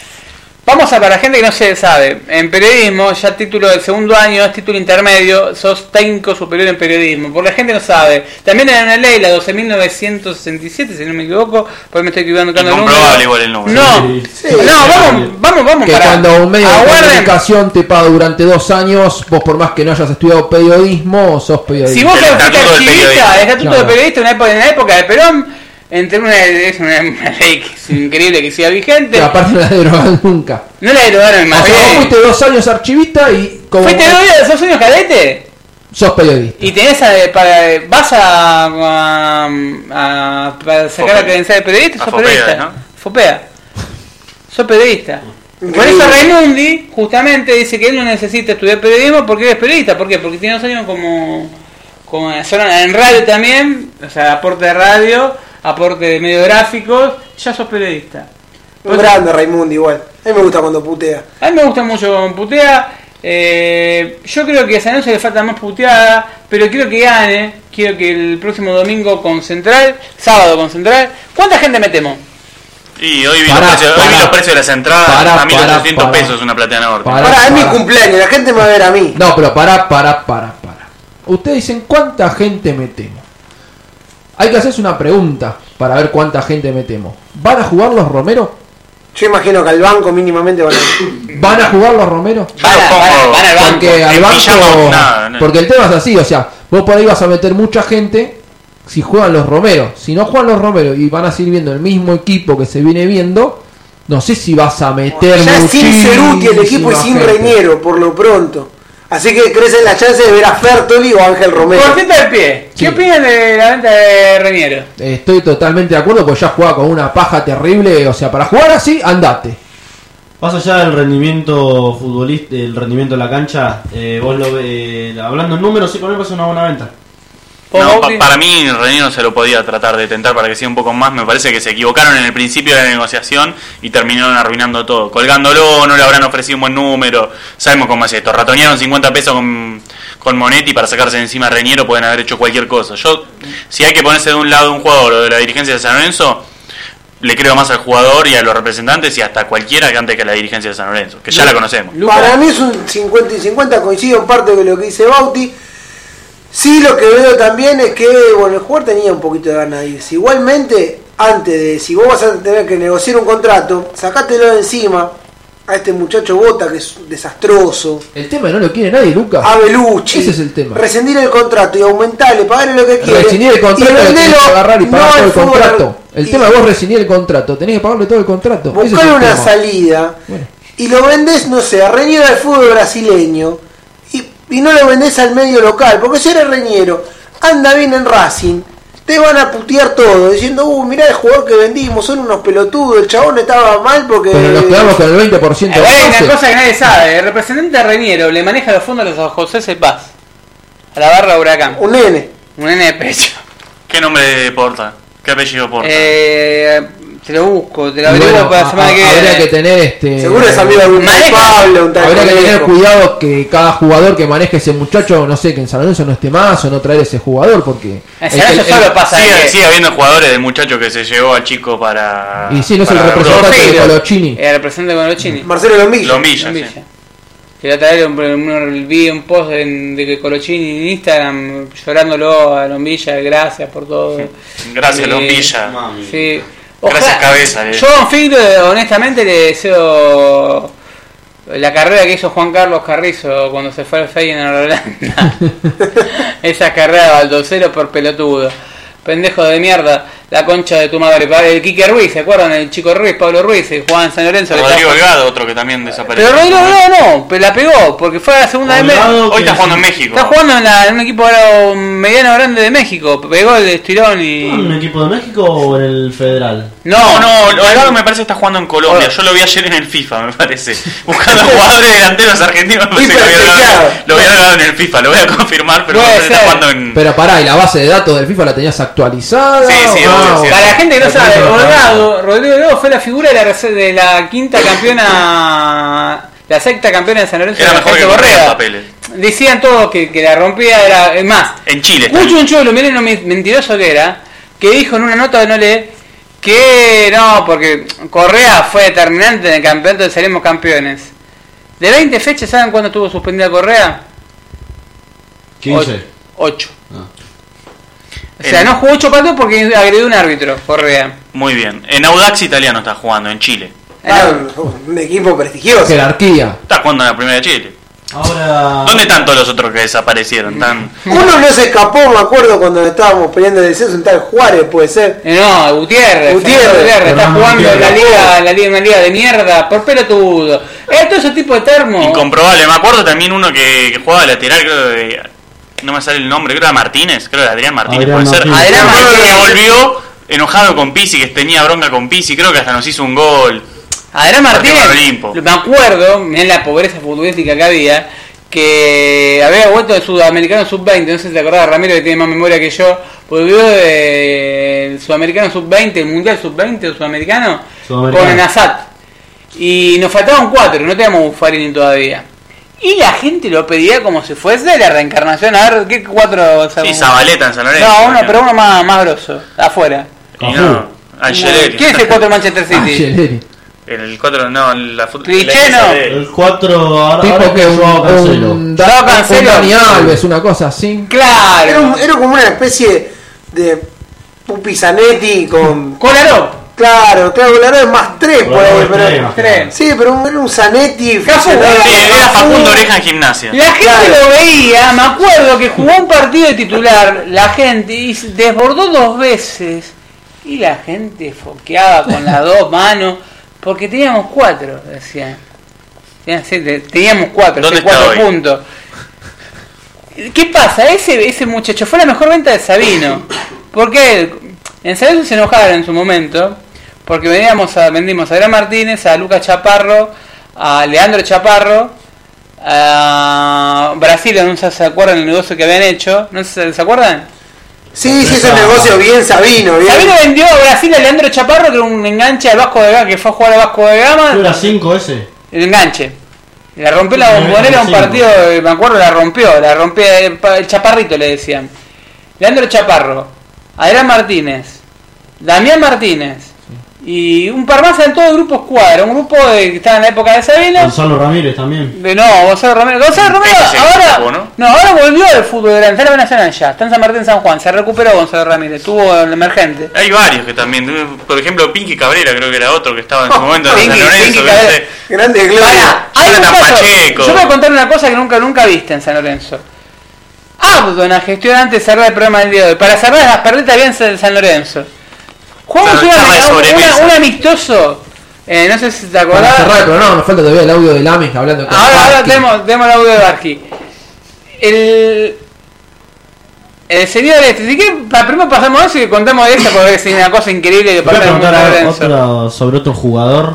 [SPEAKER 1] Vamos a para gente que no se sabe. En periodismo, ya título del segundo año, es título intermedio, sos técnico superior en periodismo. Por la gente no sabe. También hay una ley, la 12.967, si no me equivoco, pues me estoy equivocando con el número.
[SPEAKER 5] Incomprobable igual el número.
[SPEAKER 1] No,
[SPEAKER 4] Sí,
[SPEAKER 1] no,
[SPEAKER 4] sí,
[SPEAKER 1] vamos,
[SPEAKER 4] sí.
[SPEAKER 1] vamos, vamos.
[SPEAKER 3] que
[SPEAKER 1] pará.
[SPEAKER 3] cuando un medio de
[SPEAKER 1] Aguarden.
[SPEAKER 3] comunicación te paga durante dos años, vos por más que no hayas estudiado periodismo, sos periodista.
[SPEAKER 1] Si vos
[SPEAKER 5] El
[SPEAKER 1] fuiste
[SPEAKER 5] estatuto del
[SPEAKER 1] archivista,
[SPEAKER 5] periodista.
[SPEAKER 1] el estatuto
[SPEAKER 3] Claro.
[SPEAKER 1] del periodista en la época, en la época de Perón, entre una, es una, una ley que es increíble que siga vigente.
[SPEAKER 3] Pero aparte no la drogas nunca.
[SPEAKER 1] No la derogaron más
[SPEAKER 3] O sea, vos
[SPEAKER 1] bien.
[SPEAKER 3] fuiste dos años archivista y como
[SPEAKER 1] Fuiste dos días, sos unos cadete
[SPEAKER 3] sos periodista.
[SPEAKER 1] y tenés a, para, vas a, a, a- para sacar la
[SPEAKER 5] Fopea.
[SPEAKER 1] credencial de periodista,
[SPEAKER 5] A
[SPEAKER 1] sos
[SPEAKER 5] Fopea,
[SPEAKER 1] periodista.
[SPEAKER 5] ¿no?
[SPEAKER 1] Fopea. Sos periodista. Por eso Raimundi justamente dice que él no necesita estudiar periodismo porque él es periodista. ¿Por qué? Porque tiene dos años como, como en son- en radio también, o sea, aporte de radio, aporte de medios gráficos, ya sos periodista.
[SPEAKER 2] Un grande Raimundo igual. A mí me gusta cuando putea.
[SPEAKER 1] A mí me gusta mucho con putea. eh, yo creo que a San Lorenzo le falta más puteada, pero quiero que gane. Quiero que el próximo domingo con Central, sábado con Central. ¿Cuánta gente metemos?
[SPEAKER 5] Y hoy vi,
[SPEAKER 3] Pará,
[SPEAKER 5] los, precios, hoy vi
[SPEAKER 3] pará.
[SPEAKER 5] los precios de las entradas.
[SPEAKER 3] Pará,
[SPEAKER 5] a
[SPEAKER 3] pará,
[SPEAKER 5] 1.800
[SPEAKER 3] pará.
[SPEAKER 5] pesos una platea norte.
[SPEAKER 3] Pará.
[SPEAKER 2] Ahora, es mi
[SPEAKER 3] para.
[SPEAKER 2] cumpleaños, la gente me va a ver a mí.
[SPEAKER 3] No, pero para, para, para, para. Ustedes dicen cuánta gente metemos. Hay que hacerse una pregunta para ver cuánta gente metemos. ¿Van a jugar los Romero?
[SPEAKER 2] Yo imagino que al banco mínimamente van a
[SPEAKER 3] ¿Van a jugar los Romero?
[SPEAKER 5] Yo lo pongo-
[SPEAKER 1] van al banco.
[SPEAKER 3] Porque al
[SPEAKER 5] En
[SPEAKER 3] banco-
[SPEAKER 5] pijama, nada, no.
[SPEAKER 3] Porque el tema es así, o sea, vos por ahí vas a meter mucha gente si juegan los Romero. Si no juegan los Romero y van a seguir viendo el mismo equipo que se viene viendo, no sé si vas a meter
[SPEAKER 2] Ya es sin
[SPEAKER 3] muchísima
[SPEAKER 2] Ceruti el equipo y sin
[SPEAKER 3] gente.
[SPEAKER 2] Reñero, por lo pronto. Así que crecen las chances de ver a Fertoli o a Ángel Romero.
[SPEAKER 1] Cortita del pie.
[SPEAKER 3] Sí.
[SPEAKER 1] ¿Qué opinan de la venta de Reñero?
[SPEAKER 3] Eh, Estoy totalmente de acuerdo porque ya jugaba con una paja terrible, o sea, para jugar así, andate.
[SPEAKER 4] Más allá del rendimiento futbolista, el rendimiento de la cancha, eh, vos lo ve- eh, hablando en números, sí, para mí pasa una buena venta.
[SPEAKER 5] No, pa-
[SPEAKER 1] Bauti?
[SPEAKER 5] para mí René no se lo podía tratar de tentar para que sea un poco más. Me parece que se equivocaron en el principio de la negociación y terminaron arruinando todo. Colgándolo, no le habrán ofrecido un buen número. Sabemos cómo es esto. Ratonearon 50 pesos con, con Monetti para sacarse de encima a Reñero. Pueden haber hecho cualquier cosa. Yo, si hay que ponerse de un lado de un jugador o de la dirigencia de San Lorenzo, le creo más al jugador y a los representantes y hasta cualquiera que antes que a la dirigencia de San Lorenzo, que ya la conocemos.
[SPEAKER 2] Para mí es un 50 y 50, coincido en parte con lo que dice Bauti. Sí, lo que veo también es que, bueno, el jugador tenía un poquito de ganas de irse. Igualmente, antes de, si vos vas a tener que negociar un contrato, sacátelo de encima a este muchacho Bota, que es desastroso,
[SPEAKER 3] El tema no lo quiere nadie, Lucas.
[SPEAKER 2] a Belucci.
[SPEAKER 3] Ese es el tema.
[SPEAKER 2] Rescindir el contrato y aumentarle, pagarle lo que quiere.
[SPEAKER 3] Rescindir el contrato,
[SPEAKER 2] y
[SPEAKER 3] lo tenés
[SPEAKER 2] vendelo,
[SPEAKER 3] que agarrar y
[SPEAKER 2] no
[SPEAKER 3] pagar todo
[SPEAKER 2] al
[SPEAKER 3] el
[SPEAKER 2] fútbol.
[SPEAKER 3] contrato. El
[SPEAKER 2] Y
[SPEAKER 3] tema es vos rescindir el contrato, tenés que pagarle todo el contrato. Ese es
[SPEAKER 2] Buscar
[SPEAKER 3] el
[SPEAKER 2] una
[SPEAKER 3] tema.
[SPEAKER 2] salida
[SPEAKER 3] Bueno.
[SPEAKER 2] y lo vendés, no sé, a Reñero del fútbol brasileño y, y no lo vendés al medio local, porque si eres Reñero, anda bien en Racing, te van a putear todo, diciendo, uh, mirá el jugador que vendimos, son unos pelotudos, el chabón estaba mal porque...
[SPEAKER 3] Pero nos quedamos con el 20% de
[SPEAKER 1] Eh, bueno,
[SPEAKER 3] pase.
[SPEAKER 1] una cosa que nadie sabe, el representante de Reñero le maneja los fondos a los José Cepaz, a la barra Huracán,
[SPEAKER 2] Un nene.
[SPEAKER 1] un nene de pecho.
[SPEAKER 5] ¿Qué nombre porta? ¿Qué apellido porta?
[SPEAKER 1] Eh, te lo busco, te lo
[SPEAKER 3] Y
[SPEAKER 1] averiguo
[SPEAKER 3] bueno,
[SPEAKER 1] para
[SPEAKER 3] ha-
[SPEAKER 1] la semana que
[SPEAKER 3] ha-
[SPEAKER 1] viene.
[SPEAKER 3] Habría que tener este.
[SPEAKER 2] Seguro es amigo de algún
[SPEAKER 1] Maneja.
[SPEAKER 2] culpable, un tal
[SPEAKER 3] Habría que tener
[SPEAKER 2] Conejo.
[SPEAKER 3] cuidado que cada jugador que maneje ese muchacho, no sé, que en San Lorenzo no esté más o no traer ese jugador, porque.
[SPEAKER 1] En
[SPEAKER 3] el-
[SPEAKER 1] San Lorenzo
[SPEAKER 3] el-
[SPEAKER 1] solo pasa
[SPEAKER 5] sigue,
[SPEAKER 1] que-
[SPEAKER 5] sigue habiendo jugadores de muchachos que se llevó al chico para.
[SPEAKER 3] Y sí, no es
[SPEAKER 5] para
[SPEAKER 3] el representante
[SPEAKER 5] Europa.
[SPEAKER 3] de
[SPEAKER 1] Rosario.
[SPEAKER 3] Colochini.
[SPEAKER 1] Eh, representante con los chinos.
[SPEAKER 2] Marcelo Lomillo.
[SPEAKER 5] Lo humilla, sí.
[SPEAKER 1] Quería traer un, un- vi un post en- de que Colochini en Instagram llorándolo a Lombilla, gracias por todo.
[SPEAKER 5] Gracias,
[SPEAKER 1] Eh,
[SPEAKER 5] Lombilla.
[SPEAKER 4] Mami.
[SPEAKER 1] Sí.
[SPEAKER 5] Gracias, cabeza, eh. le-
[SPEAKER 1] Yo a Bonfiglio, honestamente, le deseo la carrera que hizo Juan Carlos Carrizo cuando se fue al Feyenoord a Holanda. Esa carrera de baldocero por pelotudo. Pendejo de mierda, la concha de tu madre. Pa- El Quique Ruiz, ¿se acuerdan? El chico Ruiz, Pablo Ruiz, el Juan San Lorenzo. que está-
[SPEAKER 5] Rodrigo Holgado, otro que también desapareció.
[SPEAKER 1] Pero Rodrigo Holgado no, pe- la pegó, porque fue a la segunda de México.
[SPEAKER 4] Colgado
[SPEAKER 5] Hoy está
[SPEAKER 4] que-
[SPEAKER 5] jugando en México.
[SPEAKER 1] Está jugando en, la- en un equipo ahora un mediano grande de México. Pegó el estirón
[SPEAKER 4] ¿Un
[SPEAKER 1] y.
[SPEAKER 4] equipo de México o en el federal?
[SPEAKER 5] No, no, Holgado me parece que está jugando en Colombia.
[SPEAKER 1] Hola.
[SPEAKER 5] Yo lo vi ayer en el FIFA, me parece. Buscando jugadores delanteros argentinos. me parece que lo había
[SPEAKER 2] Hiperfechado.
[SPEAKER 5] grabado- Lo había grabado en el FIFA, lo voy a confirmar, pero me
[SPEAKER 1] Puede
[SPEAKER 5] parece que está
[SPEAKER 1] ser.
[SPEAKER 5] jugando en.
[SPEAKER 3] Pero pará, ¿y la base de datos del FIFA la tenías actualizada?
[SPEAKER 5] Sí, sí,
[SPEAKER 3] Ah,
[SPEAKER 5] obvio, sí.
[SPEAKER 1] Para la gente que no
[SPEAKER 3] Pero
[SPEAKER 1] sabe,
[SPEAKER 3] no se lo
[SPEAKER 1] Holgado, Rodrigo Holgado fue la figura de la, rece- de la quinta campeona, la sexta campeona de San Lorenzo
[SPEAKER 5] Era
[SPEAKER 1] de
[SPEAKER 5] mejor que
[SPEAKER 1] Alberto
[SPEAKER 5] Correa en
[SPEAKER 1] Correa.
[SPEAKER 5] papeles.
[SPEAKER 1] Decían todos que, que la rompía, era, es más,
[SPEAKER 5] En Chile. está.
[SPEAKER 1] Mucho un cholo, miren lo men- mentiroso que era, que dijo en una nota de no leer que no, porque Correa fue determinante en el campeonato de Salimos Campeones. De 20 fechas, ¿saben cuándo estuvo suspendida Correa?
[SPEAKER 4] 15.
[SPEAKER 1] 8.
[SPEAKER 4] Ah.
[SPEAKER 1] O sea,
[SPEAKER 5] El-
[SPEAKER 1] no jugó 8 partidos porque agredió un árbitro, Correa.
[SPEAKER 5] Muy bien. En Audax italiano está jugando, en Chile.
[SPEAKER 2] Ah, un equipo prestigioso.
[SPEAKER 3] Jerarquía.
[SPEAKER 5] Está jugando en la primera de Chile.
[SPEAKER 4] Ahora.
[SPEAKER 5] ¿Dónde están todos los otros que desaparecieron? Están-
[SPEAKER 2] Uno no se escapó, me acuerdo, cuando estábamos peleando el descenso, un tal Juárez, puede ser.
[SPEAKER 1] Eh, No, Gutiérrez.
[SPEAKER 2] Gutiérrez.
[SPEAKER 1] Fernando está
[SPEAKER 4] Fernando
[SPEAKER 1] jugando en la
[SPEAKER 4] Gutiérrez.
[SPEAKER 1] liga, la liga, una liga de mierda, por pelotudo. Eh, todo ese tipo de termo.
[SPEAKER 5] Incomprobable. Me acuerdo también uno que, que jugaba lateral, creo de- No me sale el nombre, creo que era Martínez. Creo que era Adrián Martínez,
[SPEAKER 4] Adrián
[SPEAKER 5] puede ser.
[SPEAKER 4] Martínez.
[SPEAKER 1] Adrián
[SPEAKER 5] Me acuerdo que
[SPEAKER 1] Martínez.
[SPEAKER 5] volvió enojado con Pisi, que tenía bronca con Pisi. Creo que hasta nos hizo un gol.
[SPEAKER 1] Adrián
[SPEAKER 5] Porque para
[SPEAKER 1] Martínez,
[SPEAKER 5] Olimpo.
[SPEAKER 1] me acuerdo, en la pobreza futbolística que había, que había vuelto de Sudamericano Sub-20, no sé si te acordás, Ramiro, que tiene más memoria que yo, volvió del Sudamericano Sub-20, el Mundial Sub-20 o Sudamericano,
[SPEAKER 4] Sudamericano.
[SPEAKER 1] con Anasat. Y nos faltaban cuatro, no teníamos Buffarini todavía. Y la gente lo pedía como si fuese la reencarnación, a ver, ¿qué cuatro? o sea,
[SPEAKER 5] Sí,
[SPEAKER 1] como-
[SPEAKER 5] Zabaleta en San Lorenzo.
[SPEAKER 1] No, uno,
[SPEAKER 5] creo.
[SPEAKER 1] pero uno más, más grosso, afuera.
[SPEAKER 5] Y no, Angeleri.
[SPEAKER 1] ¿Quién es el 4 de Manchester City?
[SPEAKER 3] Angeleri.
[SPEAKER 5] El 4 no, la fut-
[SPEAKER 1] Cliché,
[SPEAKER 5] la
[SPEAKER 1] no.
[SPEAKER 5] de-
[SPEAKER 4] El 4 ahora. ahora
[SPEAKER 3] Tipo que un,
[SPEAKER 4] Joao Cancelo.
[SPEAKER 3] un,
[SPEAKER 1] Joao
[SPEAKER 3] Da- un
[SPEAKER 1] Cancelo.
[SPEAKER 3] Dani Alves, una cosa así.
[SPEAKER 1] Claro.
[SPEAKER 2] Era, un- era como una especie de Pupi Zanetti con.
[SPEAKER 1] Kolarov.
[SPEAKER 2] Claro, claro, claro, es más tres por ahí,
[SPEAKER 4] Bueno,
[SPEAKER 2] pero.
[SPEAKER 4] tres,
[SPEAKER 1] tres.
[SPEAKER 2] Sí, pero un, era un Zanetti.
[SPEAKER 1] Cafu,
[SPEAKER 2] aficionado.
[SPEAKER 5] Sí, era Facundo
[SPEAKER 1] Facundo.
[SPEAKER 5] Oreja en gimnasia.
[SPEAKER 1] La gente lo veía, me acuerdo que jugó un partido de titular, la gente y se desbordó dos veces y la gente foqueaba con las dos manos porque teníamos cuatro, decían. Tenían siete, Teníamos cuatro,
[SPEAKER 5] ¿Dónde
[SPEAKER 1] sí,
[SPEAKER 5] está
[SPEAKER 1] cuatro
[SPEAKER 5] hoy?
[SPEAKER 1] puntos. ¿Qué pasa? Ese, ese muchacho fue la mejor venta de Sabino. Porque él, en Sabino se enojaron en su momento. Porque veníamos a, vendimos a Gran Martínez, a Lucas Chaparro, a Leandro Chaparro, a Brasil, no sé si se acuerdan el negocio que habían hecho. ¿No sé, se acuerdan?
[SPEAKER 2] Sí, sí, es un negocio bien Sabino, bien.
[SPEAKER 1] Sabino vendió a Brasil a Leandro Chaparro, que era un enganche al Vasco de Gama, que fue a jugar al Vasco de Gama.
[SPEAKER 4] ¿No era 5 ese?
[SPEAKER 1] El enganche. La rompió la
[SPEAKER 4] Sí,
[SPEAKER 1] bombonera un
[SPEAKER 4] sí.
[SPEAKER 1] partido, eh, me acuerdo, la rompió, la rompió el, pa- el chaparrito le decían. Leandro Chaparro, Adrián Martínez, Damián Martínez Y un par más eran todos grupos cuadros, un grupo de, que estaba en la época de Sabino.
[SPEAKER 4] Gonzalo Ramírez también.
[SPEAKER 1] De no, Gonzalo Romero. Gonzalo Romero
[SPEAKER 5] Ese es el
[SPEAKER 1] ahora,
[SPEAKER 5] capo, ¿no?
[SPEAKER 1] ahora volvió al fútbol grande, está en la Nacional ya, está en San Martín San Juan, se recuperó Gonzalo Ramírez, tuvo el emergente.
[SPEAKER 5] Hay varios que también, por ejemplo, Pinky Cabrera creo que era otro que estaba en su momento en San
[SPEAKER 1] Pinky,
[SPEAKER 5] Lorenzo.
[SPEAKER 1] Pinky
[SPEAKER 5] que no sé.
[SPEAKER 1] Cabrera.
[SPEAKER 2] Grande gloria.
[SPEAKER 1] Pará, hay un
[SPEAKER 5] Jonathan
[SPEAKER 1] caso.
[SPEAKER 5] Pacheco.
[SPEAKER 1] Yo voy a contar una cosa que nunca, nunca viste en San Lorenzo. Abdon, a gestionar antes de cerrar el programa del día de hoy. Para cerrar las perditas bien en San Lorenzo. Jugamos
[SPEAKER 5] Claro,
[SPEAKER 1] una-
[SPEAKER 5] charla de
[SPEAKER 1] una-
[SPEAKER 5] sobremesa.
[SPEAKER 1] un amistoso. Eh, no sé si te
[SPEAKER 3] Para
[SPEAKER 1] acordás.
[SPEAKER 3] cerrar el programa, nos falta todavía el audio de Lames hablando
[SPEAKER 5] Ah.
[SPEAKER 3] con
[SPEAKER 1] Ahora, ahora
[SPEAKER 3] Barty.
[SPEAKER 1] tenemos, tenemos el audio de Barky. El. El señor este, si quieren, pa- primero pasamos a eso y contamos de eso porque es una cosa increíble que
[SPEAKER 4] Te voy a
[SPEAKER 1] pasó en
[SPEAKER 4] preguntar
[SPEAKER 1] San
[SPEAKER 4] a-
[SPEAKER 1] Lorenzo.
[SPEAKER 4] otro- sobre otro jugador.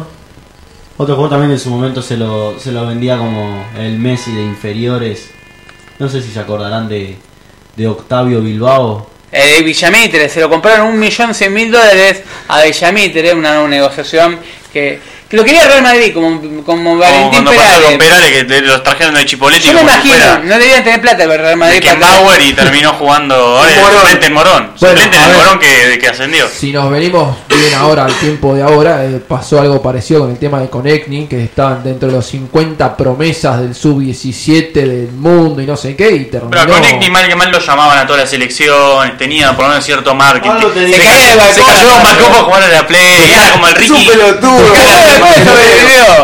[SPEAKER 4] Otro jugador también en su momento se lo, se lo vendía como el Messi de inferiores. No sé si se acordarán de, de Octavio Bilbao.
[SPEAKER 1] Eh, Villamitre, se lo compraron un millón cien mil dólares a Villamitre, una, una negociación que, que lo quería Real Madrid, como, como
[SPEAKER 5] Como
[SPEAKER 1] Valentín
[SPEAKER 5] cuando pasó con
[SPEAKER 1] Perales.
[SPEAKER 5] Perales que te- los trajeron de Chipolete
[SPEAKER 1] Yo me
[SPEAKER 5] como si
[SPEAKER 1] imagino,
[SPEAKER 5] fuera
[SPEAKER 1] no debían tener plata para Real
[SPEAKER 5] de
[SPEAKER 1] Madrid. para-
[SPEAKER 5] Beckenbauer y terminó jugando ahora es
[SPEAKER 2] Morón.
[SPEAKER 5] suplente en Morón.
[SPEAKER 3] Bueno,
[SPEAKER 5] Suplente en
[SPEAKER 3] a
[SPEAKER 5] el
[SPEAKER 3] ver.
[SPEAKER 5] Morón que, que ascendió.
[SPEAKER 3] Si nos venimos bien ahora al tiempo de ahora, eh, pasó algo parecido con el tema de Connecting, que estaban dentro de los 50 promesas del sub-17 del mundo y no sé qué, y terminó.
[SPEAKER 5] Pero a Connecti mal que mal lo llamaban a todas las selecciones, tenía por lo menos cierto marketing.
[SPEAKER 4] Algo tenía.
[SPEAKER 5] Se,
[SPEAKER 1] Se cae del
[SPEAKER 5] cayó, se
[SPEAKER 1] balcón,
[SPEAKER 5] cayó
[SPEAKER 1] ¿no?
[SPEAKER 5] Macó para jugar a la play, era como el
[SPEAKER 2] Es un
[SPEAKER 5] Ricky.
[SPEAKER 2] pelotudo.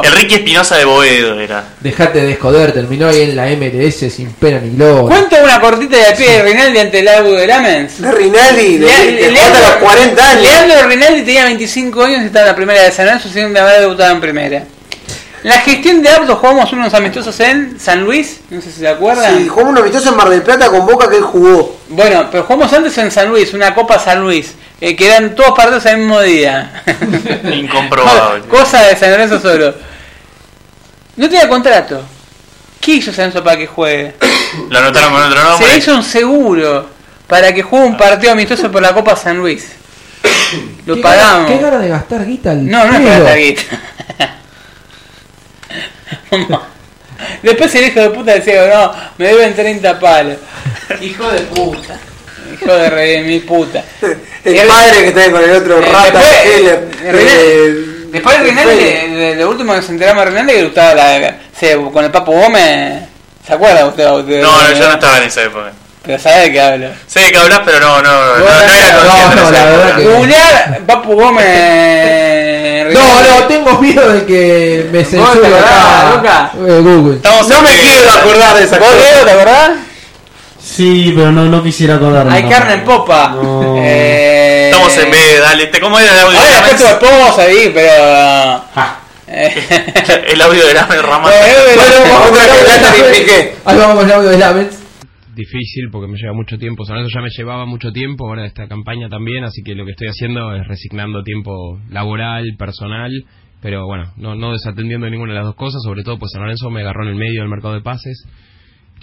[SPEAKER 5] El Ricky Espinosa de Boedo era.
[SPEAKER 3] Dejate de joder, terminó ahí en la MLS sin pena ni globo.
[SPEAKER 1] Cuento una cortita de a pie de Rinaldi ante el audio de Lamens.
[SPEAKER 2] De Rinaldi, de, de,
[SPEAKER 1] Le-
[SPEAKER 2] jugando a los 40 años.
[SPEAKER 1] Leandro Rinaldi tenía 25 años y estaba en la primera de San Lorenzo, sin haber debutado en primera. La gestión de Abdo jugamos unos amistosos en San Luis, no sé si se acuerdan.
[SPEAKER 2] Sí, jugó un amistoso en Mar del Plata con Boca que él jugó.
[SPEAKER 1] Bueno, pero jugamos antes en San Luis, una Copa San Luis, eh, que eran todos partidos el mismo día.
[SPEAKER 5] Incomprobable.
[SPEAKER 1] Cosa de San Lorenzo solo. No tenía contrato. ¿Qué hizo San Lorenzo para que juegue?
[SPEAKER 5] Lo anotaron con otro nombre.
[SPEAKER 1] Se hizo un seguro para que juegue un partido amistoso por la Copa San Luis. Lo
[SPEAKER 3] ¿Qué gana-
[SPEAKER 1] pagamos.
[SPEAKER 3] ¿Qué gana de gastar guita el
[SPEAKER 1] No, no es
[SPEAKER 3] pedo?
[SPEAKER 1] para la guita. Después el hijo de puta decía, no, me deben 30 palos.
[SPEAKER 6] Hijo de puta.
[SPEAKER 1] Hijo de re, mi puta.
[SPEAKER 2] El
[SPEAKER 1] Y el-
[SPEAKER 2] padre que está con el otro
[SPEAKER 1] Eh,
[SPEAKER 2] rata.
[SPEAKER 1] después-
[SPEAKER 2] Heller,
[SPEAKER 1] eh, Rinaldi-
[SPEAKER 2] eh,
[SPEAKER 1] Después de Rinaldi,
[SPEAKER 2] Fede.
[SPEAKER 1] de, de- lo último que nos enteramos de Rinaldi que le gustaba la, se- con el Papo Gómez. ¿Se acuerda usted? usted-
[SPEAKER 5] No, no, yo no estaba en esa época.
[SPEAKER 1] Pero sabe de qué hablo.
[SPEAKER 5] Sé de qué hablas, pero no, no, no, no,
[SPEAKER 1] Bueno, no,
[SPEAKER 5] era
[SPEAKER 3] no,
[SPEAKER 5] consciente en esa
[SPEAKER 3] la
[SPEAKER 5] época.
[SPEAKER 3] verdad que-
[SPEAKER 1] Googlear Papo Gómez.
[SPEAKER 3] No, no, tengo miedo de que me censure
[SPEAKER 1] te acordás,
[SPEAKER 3] acá, eh, Google.
[SPEAKER 5] Estamos
[SPEAKER 2] No
[SPEAKER 5] en
[SPEAKER 2] me
[SPEAKER 5] que-
[SPEAKER 2] quiero acordar de esa
[SPEAKER 1] ¿Vos, Leo, te acordás?
[SPEAKER 4] Sí, pero no, no quisiera acordarme.
[SPEAKER 1] Hay
[SPEAKER 4] tampoco.
[SPEAKER 1] carne en popa.
[SPEAKER 4] No.
[SPEAKER 1] Eh,
[SPEAKER 5] Estamos en B, dale. Este, ¿Cómo era el audio
[SPEAKER 1] Ahora después
[SPEAKER 5] de
[SPEAKER 1] te podemos ahí, pero.
[SPEAKER 3] Ah.
[SPEAKER 4] Ja.
[SPEAKER 1] Eh,
[SPEAKER 5] Rames? El audio de Rames Ramón.
[SPEAKER 2] Bueno, otra que Plata ni Piqué.
[SPEAKER 3] Ahí vamos con el audio de Lamens.
[SPEAKER 10] difícil porque me lleva mucho tiempo. San Lorenzo ya me llevaba mucho tiempo, ahora esta campaña también, así que lo que estoy haciendo es resignando tiempo laboral, personal, pero bueno, no, no desatendiendo ninguna de las dos cosas, sobre todo pues San Lorenzo me agarró en el medio del mercado de pases,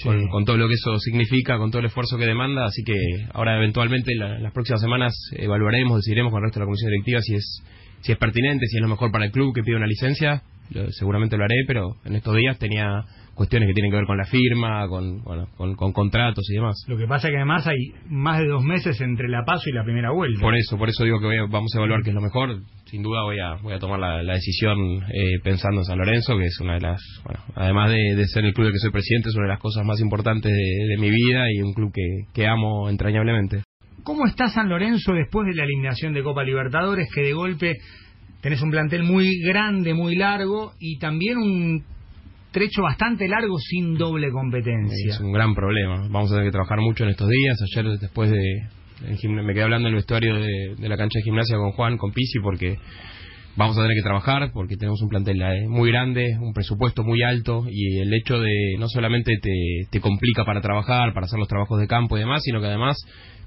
[SPEAKER 10] con, con todo lo que eso significa, con todo el esfuerzo que demanda, así que ahora eventualmente la- las próximas semanas evaluaremos, decidiremos con el resto de la comisión directiva si es si es pertinente, si es lo mejor para el club que pide una licencia, lo- seguramente lo haré, pero en estos días tenía cuestiones que tienen que ver con la firma, con, bueno, con, con contratos y demás.
[SPEAKER 11] Lo que pasa es que además hay más de dos meses entre la paso y la primera vuelta.
[SPEAKER 10] Por eso, por eso digo que voy a- vamos a evaluar qué es lo mejor. Sin duda voy a, voy a tomar la, la decisión eh, pensando en San Lorenzo, que es una de las, bueno, además de, de ser el club del que soy presidente, es una de las cosas más importantes de, de mi vida y un club que, que amo entrañablemente.
[SPEAKER 11] ¿Cómo está San Lorenzo después de la eliminación de Copa Libertadores? Que de golpe tenés un plantel muy grande, muy largo y también un trecho bastante largo sin doble competencia.
[SPEAKER 10] Es un gran problema. Vamos a tener que trabajar mucho en estos días. Ayer, después de. en gimna- me quedé hablando en el vestuario de, de la cancha de gimnasia con Juan, con Pisi, porque vamos a tener que trabajar, porque tenemos un plantel eh, muy grande, un presupuesto muy alto, y el hecho de no solamente te, te complica para trabajar, para hacer los trabajos de campo y demás, sino que además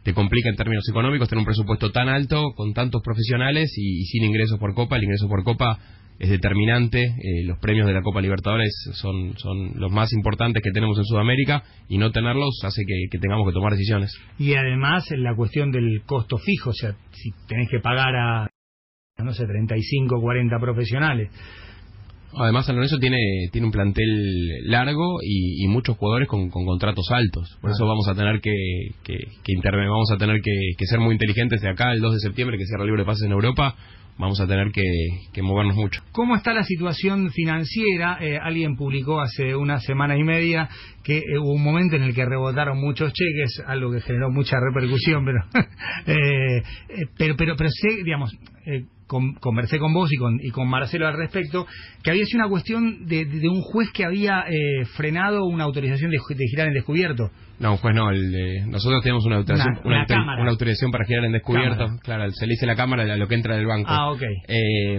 [SPEAKER 10] te complica en términos económicos tener un presupuesto tan alto, con tantos profesionales y, y sin ingresos por copa. El ingreso por copa es determinante. eh, los premios de la Copa Libertadores son, son los más importantes que tenemos en Sudamérica y no tenerlos hace que, que tengamos que tomar decisiones.
[SPEAKER 11] Y además en la cuestión del costo fijo, o sea, si tenés que pagar a, no sé, 35, 40 profesionales.
[SPEAKER 10] Además, San Lorenzo tiene, tiene un plantel largo y, y muchos jugadores con, con contratos altos. Por eso
[SPEAKER 11] Ah.
[SPEAKER 10] vamos a tener que, que, que intervenir, vamos a tener que, que ser muy inteligentes de acá, el 2 de septiembre, que cierra el libre de pases en Europa. Vamos a tener que, que movernos mucho.
[SPEAKER 11] ¿Cómo está la situación financiera? Eh, alguien publicó hace una semana y media que eh, hubo un momento en el que rebotaron muchos cheques, algo que generó mucha repercusión, pero eh, eh, pero, pero, pero sé, digamos, eh, con- conversé con vos y con, y con Marcelo al respecto, que había sido una cuestión de, de- de un juez que había eh, frenado una autorización de, ju- de girar en descubierto.
[SPEAKER 10] No, juez no. el, eh, nosotros tenemos una autorización,
[SPEAKER 11] Una-
[SPEAKER 10] una,
[SPEAKER 11] una
[SPEAKER 10] autor-
[SPEAKER 11] cámara.
[SPEAKER 10] una autorización para girar en descubierto.
[SPEAKER 11] Cámara.
[SPEAKER 10] Claro, se le dice la cámara a lo que entra del banco.
[SPEAKER 11] Ah, ok.
[SPEAKER 10] Eh,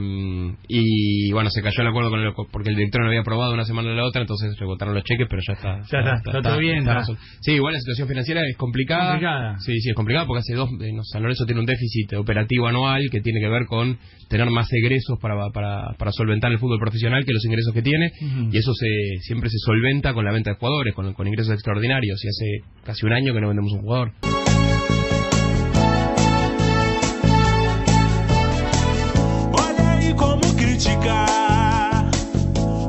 [SPEAKER 10] y bueno, se cayó el acuerdo con el, porque el director no lo había aprobado una semana a la otra, entonces rebotaron los cheques, pero ya está.
[SPEAKER 11] Ya está, está todo bien, está.
[SPEAKER 10] resol- Sí, igual la situación financiera es complicada.
[SPEAKER 11] Complicada.
[SPEAKER 10] Sí, sí, es complicada porque hace dos. eh, no, San Lorenzo tiene un déficit operativo anual que tiene que ver con tener más egresos para, para, para solventar el fútbol profesional que los ingresos que tiene.
[SPEAKER 11] Ujú.
[SPEAKER 10] Y eso se, siempre se solventa con la venta de jugadores, con, con ingresos extraordinarios. Y hace casi un año que no vendemos un jugador.
[SPEAKER 7] Olha aí como criticar.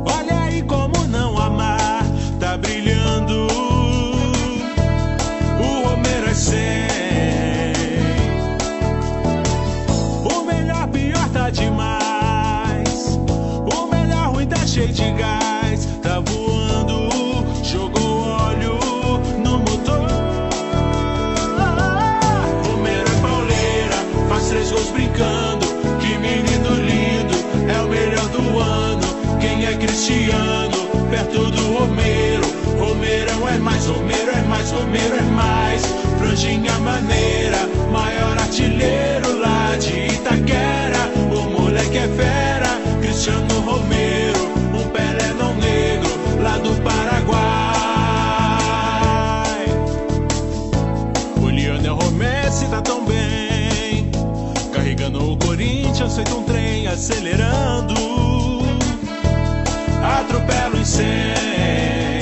[SPEAKER 7] Olha aí como não amar. Tá brilhando. O Romero é 100. O melhor pior tá demais. O melhor ruim tá cheio de gás. Tá voando. Jogou óleo no motor. Romero é pauleira. Faz três gols brincando. Que menino lindo. É o melhor do ano. Quem é Cristiano? Perto do Romero. Romero é mais, Romero é mais, Romero é mais. Franjinha maneira. Maior artilheiro lá de Itaquera. O moleque é fera. Cristiano Romero. Um Pelé não negro. Lá do Paraguai. O Lionel Messi tá tão bem Carregando o Corinthians feito um trem acelerando Atropelo em 100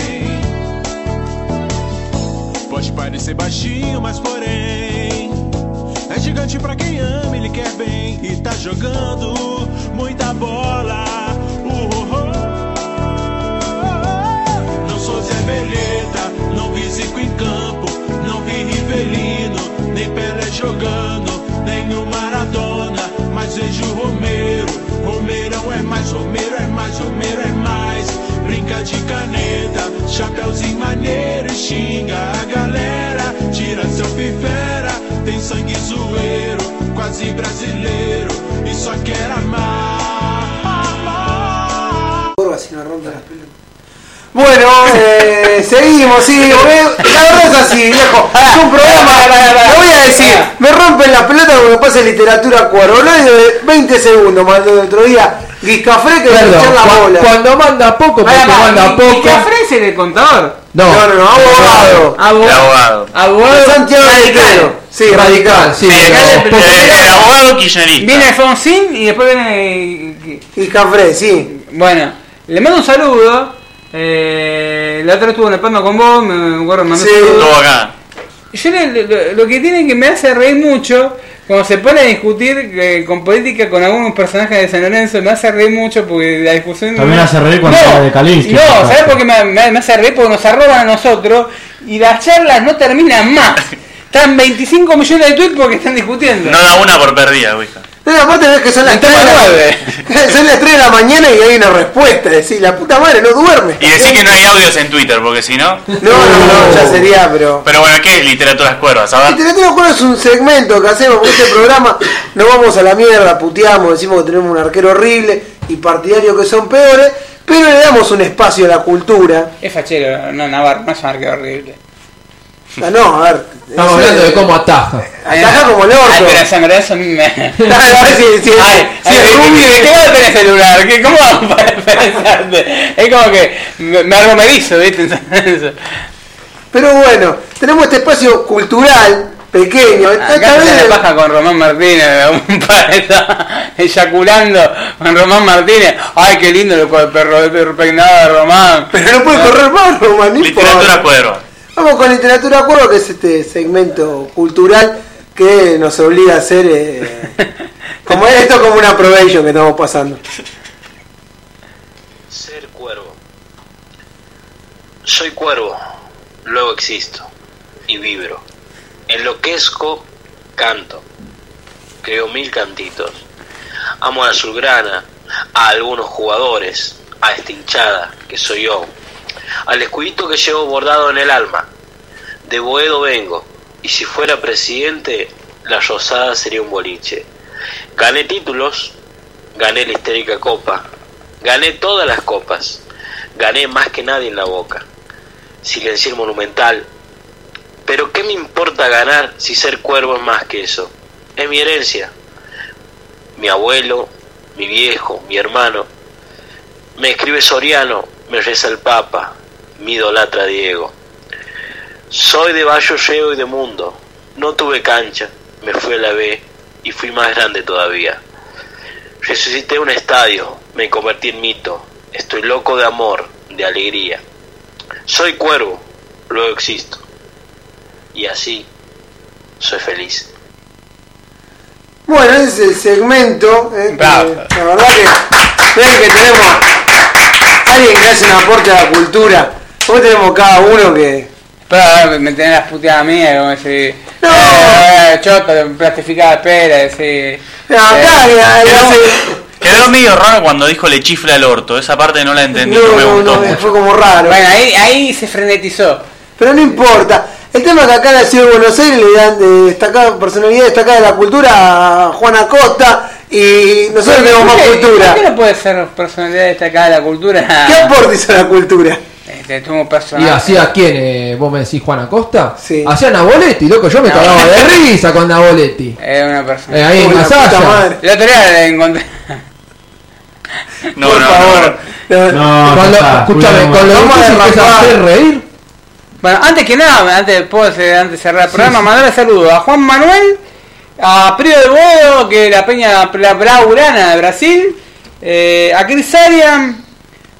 [SPEAKER 7] Pode parecer baixinho, mas porém É gigante pra quem ama, ele quer bem E tá jogando muita bola Uh, Uhô. Não sou Zé Beleta, não vi Zico em campo, não vi Rivelino, nem Pelé jogando, nem o Maradona, mas vejo o Romero. Romeirão é mais, Romero é mais, Romero é mais. Brinca de caneta, chapéuzinho maneiro, e xinga a galera, tira seu pifera, tem sangue zoeiro, quase brasileiro, e só quer amar.
[SPEAKER 2] Curva si no rompe las pelotas. Bueno, eh, seguimos, sí, porque la verdad es así, viejo. Es un programa, lo voy a decir, me rompen las pelotas cuando me pasa literatura cuaroloide de 20 segundos, mandó el otro día. Guiscafré que
[SPEAKER 3] Perdón,
[SPEAKER 2] le echar la
[SPEAKER 3] cua-
[SPEAKER 2] bola.
[SPEAKER 3] cuando manda poco, porque
[SPEAKER 2] Pará, pará,
[SPEAKER 3] manda
[SPEAKER 2] Gui-
[SPEAKER 3] poco.
[SPEAKER 2] Guiscafré
[SPEAKER 1] es el contador?
[SPEAKER 3] No,
[SPEAKER 2] No, no, no, abogado.
[SPEAKER 5] abogado.
[SPEAKER 2] Abogado. Santiago Radical. Sí, radical.
[SPEAKER 3] sí,
[SPEAKER 2] Radical
[SPEAKER 5] El, el abogado kirchnerista.
[SPEAKER 1] Viene Alfonsín y después viene.
[SPEAKER 2] Guiscafré, sí.
[SPEAKER 1] Bueno, le mando un saludo. Eh, la otra estuvo en el pando con vos, me, me acuerdo, me mandó
[SPEAKER 2] Sí.
[SPEAKER 1] un saludo.
[SPEAKER 5] Todo acá.
[SPEAKER 1] Yo le- le- lo, lo que tiene que me hace reír mucho cuando se pone a discutir eh, con política con algunos personajes de San Lorenzo, me hace reír mucho porque la discusión.
[SPEAKER 4] También hace reír cuando habla de Kalinsky.
[SPEAKER 1] No,
[SPEAKER 4] Exacto.
[SPEAKER 1] ¿sabes por qué me, me- me hace reír? Porque nos arroban a nosotros y las charlas no terminan más. Están 25 millones de tweets porque están discutiendo.
[SPEAKER 5] No da una por perdida, Ouija.
[SPEAKER 2] Pero aparte ves que son las
[SPEAKER 1] Toma
[SPEAKER 2] 3 de la-
[SPEAKER 1] nueve.
[SPEAKER 2] son las 3 de la mañana y hay una respuesta, decís, la puta madre no duerme.
[SPEAKER 5] Y decir que no hay audios en Twitter, porque si no.
[SPEAKER 2] No, no, no,
[SPEAKER 3] Uh.
[SPEAKER 2] ya sería, pero.
[SPEAKER 5] Pero bueno, ¿qué es literaturas cuervas? A ver.
[SPEAKER 2] Literatura Cuerva es un segmento que hacemos con este programa. Nos vamos a la mierda, puteamos, decimos que tenemos un arquero horrible y partidarios que son peores, pero le damos un espacio a la cultura.
[SPEAKER 1] Es fachero, no, Navarro, no es un arqueo horrible.
[SPEAKER 2] Ah, no, a ver.
[SPEAKER 3] Estamos
[SPEAKER 2] es-
[SPEAKER 3] hablando de cómo ataja.
[SPEAKER 2] Atajá como el orto.
[SPEAKER 1] Ah, Ay, pero San Lorenzo a mí me.
[SPEAKER 2] Dale, a ver si, si-
[SPEAKER 1] Ay,
[SPEAKER 2] si es rubio.
[SPEAKER 1] ¿de qué lado tenés celular? ¿Qué, ¿Cómo hago para pensarte? Es como que me, me arromerizo, ¿viste? Entonces,
[SPEAKER 2] Pero bueno, tenemos este espacio cultural pequeño.
[SPEAKER 1] Acá
[SPEAKER 2] Esta
[SPEAKER 1] Ah, se
[SPEAKER 2] vez-
[SPEAKER 1] la paja con Román Martínez, un padre está eyaculando con Román Martínez. Ay, qué lindo el co- perro perro peinado de Román. Ah.
[SPEAKER 2] pero no puede correr más, Román. no importa.
[SPEAKER 5] Literatura cuerva.
[SPEAKER 2] Vamos con Literatura Cuervo, que es este segmento cultural que nos obliga a hacer eh, como esto como una probation que estamos pasando.
[SPEAKER 12] Ser cuervo. Soy cuervo, luego existo y vibro. Enloquezco, canto. Creo mil cantitos. Amo a la Zulgrana, a algunos jugadores, a esta hinchada que soy yo, al escudito que llevo bordado en el alma. De Boedo vengo, y si fuera presidente, la Rosada sería un boliche. Gané títulos, gané la histérica copa, gané todas las copas, gané más que nadie en la boca. Silencié el monumental. Pero ¿qué me importa ganar si ser cuervo es más que eso? Es mi herencia. Mi abuelo, mi viejo, mi hermano. Me escribe Soriano, me reza el Papa, mi idolatra Diego. Soy de Valle Lleo y de Mundo. No tuve cancha, me fui a la B y fui más grande todavía. Resucité un estadio, me convertí en mito. Estoy loco de amor, de alegría. Soy cuervo, luego existo. Y así soy feliz.
[SPEAKER 2] Bueno, ese es el segmento. eh,
[SPEAKER 12] Bravo.
[SPEAKER 2] que la verdad que, mirá que tenemos alguien que hace un aporte a la cultura. Hoy tenemos cada uno que.
[SPEAKER 1] Pero me tenés las puteadas mías, como decir. ¡No! choto, plastificada de Eh. pera, decir.
[SPEAKER 5] Quedó medio raro cuando dijo le chifla el orto. Esa parte no la entendí, no, me gustó mucho.
[SPEAKER 2] fue como raro.
[SPEAKER 1] Bueno, ahí, ahí se frenetizó.
[SPEAKER 2] Pero no importa. El tema es que acá en la ciudad de Buenos Aires le dan de destacada personalidad destacada de la cultura a Juan Acosta y nosotros tenemos más
[SPEAKER 1] ¿Por qué-
[SPEAKER 2] cultura.
[SPEAKER 1] ¿Por qué no puede ser personalidad destacada de la cultura?
[SPEAKER 2] ¿Qué aportes a la cultura?
[SPEAKER 1] Este, tuvo
[SPEAKER 3] ¿Y
[SPEAKER 1] personalidad.
[SPEAKER 3] hacía quién? eh, ¿Vos me decís Juan Acosta?
[SPEAKER 2] Sí.
[SPEAKER 3] Hacía Naboletti, loco, yo me cagaba de risa con Naboletti.
[SPEAKER 1] Era una persona.
[SPEAKER 3] Eh, ahí en
[SPEAKER 2] Uy, la
[SPEAKER 3] Masaya.
[SPEAKER 2] puta madre.
[SPEAKER 1] El otro día la encontré.
[SPEAKER 5] No, no, no,
[SPEAKER 2] No,
[SPEAKER 4] No,
[SPEAKER 3] Cuando-
[SPEAKER 4] ya está,
[SPEAKER 3] escúchame,
[SPEAKER 4] cuidemos.
[SPEAKER 3] con lo
[SPEAKER 2] Vamos
[SPEAKER 3] difícil
[SPEAKER 2] a
[SPEAKER 3] que es
[SPEAKER 2] derrapar.
[SPEAKER 3] hacer reír,
[SPEAKER 1] Bueno, antes que nada, antes, puedo hacer- antes de cerrar el programa, mandarle saludos a Juan Manuel, a Prio de Bodo, que es la peña la Braurana de Brasil, eh, a Chris Arian,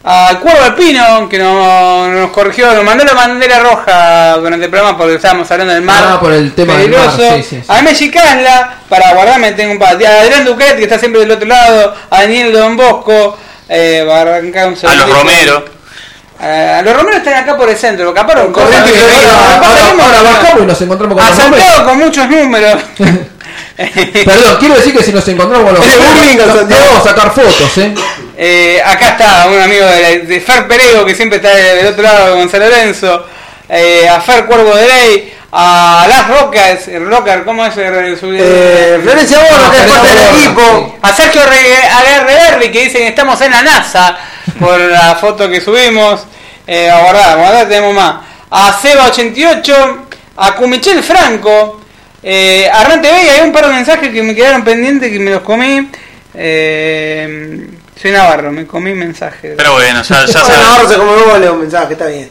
[SPEAKER 1] al Cuervo Alpino, que nos, nos corrigió, nos mandó la bandera roja durante el programa porque estábamos hablando del mar.
[SPEAKER 3] Ah, por el tema del mar, sí, sí, sí.
[SPEAKER 1] A Messi Casla, para guardarme tengo un par. A Adrián Ducret, que está siempre del otro lado, a Daniel Don Bosco, eh, va a arrancar un
[SPEAKER 5] A los
[SPEAKER 1] segundito.
[SPEAKER 5] Romero.
[SPEAKER 1] Eh, los romeros están acá por el centro, lo caparon
[SPEAKER 2] Corriente y Florida.
[SPEAKER 3] ahora, ahora bajamos y nos encontramos con
[SPEAKER 1] A
[SPEAKER 3] los hombres.
[SPEAKER 1] Santiago con muchos números.
[SPEAKER 3] Perdón, quiero decir que si nos encontramos con los
[SPEAKER 2] Tiene
[SPEAKER 3] hombres,
[SPEAKER 2] bullying a
[SPEAKER 3] no- no
[SPEAKER 2] Santiago.
[SPEAKER 3] vamos a sacar fotos, ¿eh?
[SPEAKER 1] Eh, acá está un amigo de, de Fer Perego que siempre está del otro lado con San Lorenzo. Eh, a Fer Cuervo de Ley. A Las Rocas. el Rocker, ¿cómo es? el- su-
[SPEAKER 2] Eh, Florencia Borro, que es parte del
[SPEAKER 3] Florencia Borro,
[SPEAKER 2] equipo.
[SPEAKER 1] A Sergio Aguerreberri que dicen que estamos en la NASA por la foto que subimos. Eh, aguardá, aguardá, tenemos más. A Seba88, a Cumichel Franco, eh, a Ran TV, y hay un par de mensajes que me quedaron pendientes que me los comí. Eh, soy Navarro, me comí mensajes.
[SPEAKER 5] Pero bueno, ya, ya
[SPEAKER 2] Bueno,
[SPEAKER 5] sabes.
[SPEAKER 2] ahora se como goles un mensaje, está bien.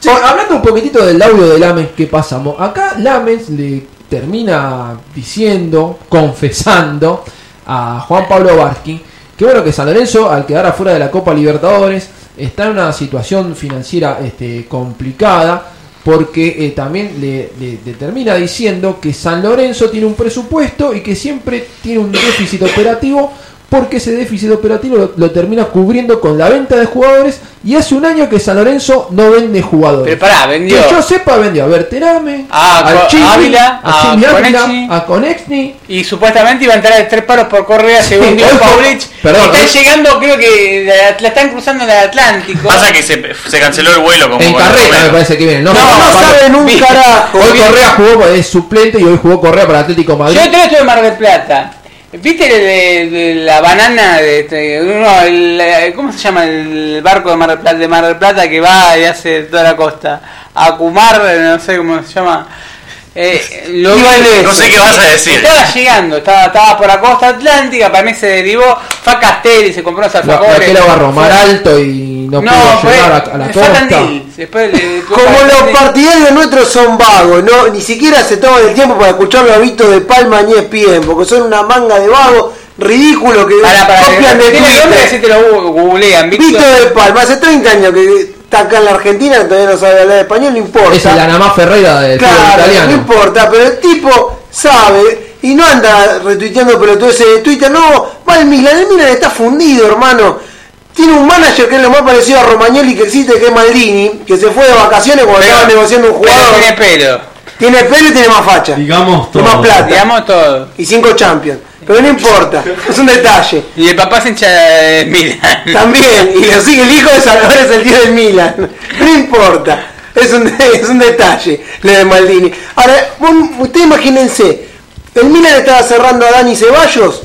[SPEAKER 3] Che, hablando un poquitito del audio de Lamens que pasamos, acá Lamens le termina diciendo, confesando a Juan Pablo Barsky que bueno que San Lorenzo al quedar afuera de la Copa Libertadores está en una situación financiera este, complicada porque eh, también le, le- le termina diciendo que San Lorenzo tiene un presupuesto y que siempre tiene un déficit operativo porque ese déficit operativo lo, lo termina cubriendo con la venta de jugadores y hace un año que San Lorenzo no vende jugadores.
[SPEAKER 1] Pero pará, vendió.
[SPEAKER 3] Que yo sepa, vendió a Berterame,
[SPEAKER 1] Ah, a Co-
[SPEAKER 3] Chimi,
[SPEAKER 1] Ávila, Ah,
[SPEAKER 3] a
[SPEAKER 1] a
[SPEAKER 3] Chimi Ávila,
[SPEAKER 1] Konechny.
[SPEAKER 3] a Konechny.
[SPEAKER 1] Y supuestamente iban a entrar tres paros por correa, según dijo
[SPEAKER 3] ojo,
[SPEAKER 1] Paulich.
[SPEAKER 3] perdón,
[SPEAKER 1] Están
[SPEAKER 3] ¿no?
[SPEAKER 1] llegando, creo que la, la están cruzando en el Atlántico.
[SPEAKER 5] Pasa que se, se canceló el vuelo como
[SPEAKER 3] En
[SPEAKER 5] con los
[SPEAKER 3] carrera me
[SPEAKER 5] Romero.
[SPEAKER 3] parece que viene. No,
[SPEAKER 2] No,
[SPEAKER 3] no,
[SPEAKER 2] no
[SPEAKER 3] Pablo.
[SPEAKER 2] saben un
[SPEAKER 1] Viste.
[SPEAKER 2] carajo.
[SPEAKER 3] Hoy Correa jugó, es suplente y hoy jugó Correa para Atlético Madrid.
[SPEAKER 1] Yo otro día estuve en Mar del Plata. ¿Viste el- el- el- la banana de este- uno, el- eh, ¿cómo se llama el barco de Mar del Plata, de Mar del Plata que va y hace toda la costa? Acumar, no sé cómo se llama. Eh, lo
[SPEAKER 2] Iba en eso.
[SPEAKER 5] No sé qué vas a decir.
[SPEAKER 1] Estaba llegando, estaba, estaba por la costa atlántica, para mí se derivó, fue a Castelli, se compró unos
[SPEAKER 3] La,
[SPEAKER 1] alfajores.
[SPEAKER 3] la que la agarró
[SPEAKER 1] Fue-
[SPEAKER 3] Mar Alto y no,
[SPEAKER 1] no,
[SPEAKER 3] pudo
[SPEAKER 1] fue,
[SPEAKER 3] llegar a, a la
[SPEAKER 1] fue a
[SPEAKER 3] costa.
[SPEAKER 1] Tandil. Después le-
[SPEAKER 2] Como los partidarios nuestros son vagos, no, ni siquiera se toman el tiempo para escuchar los Vito de Palma ni ESPN, porque son una manga de vagos ridículos que
[SPEAKER 1] Pará, pará,
[SPEAKER 2] copian de
[SPEAKER 1] tiene nombre, si
[SPEAKER 2] Twitter.
[SPEAKER 1] te lo googlean,
[SPEAKER 2] Vito
[SPEAKER 1] Víctor.
[SPEAKER 2] de Palma, hace 30 años que está acá en la Argentina, todavía no sabe hablar español, no importa.
[SPEAKER 3] Es el Anamá Ferreira del fútbol
[SPEAKER 2] Claro,
[SPEAKER 3] italiano.
[SPEAKER 2] no importa, pero el tipo sabe y no anda retuiteando pelotudeces de Twitter, no, va al Milan, el Milan está fundido, hermano. Tiene un manager que es lo más parecido a Romagnoli que existe, que es Maldini, que se fue de vacaciones cuando estaba negociando un jugador.
[SPEAKER 1] tiene pelo.
[SPEAKER 2] Tiene pelo y tiene más facha.
[SPEAKER 4] Digamos
[SPEAKER 2] Y más plata.
[SPEAKER 1] Digamos todo.
[SPEAKER 2] Y cinco champions. Pero no importa, es un detalle.
[SPEAKER 1] Y el papá se hincha de Milan.
[SPEAKER 2] También, y lo sigue el hijo de Salvador es el tío del Milan. No importa, es un, es un detalle lo de Maldini. Ahora, vos- ustedes imagínense, el Milan estaba cerrando a Dani Ceballos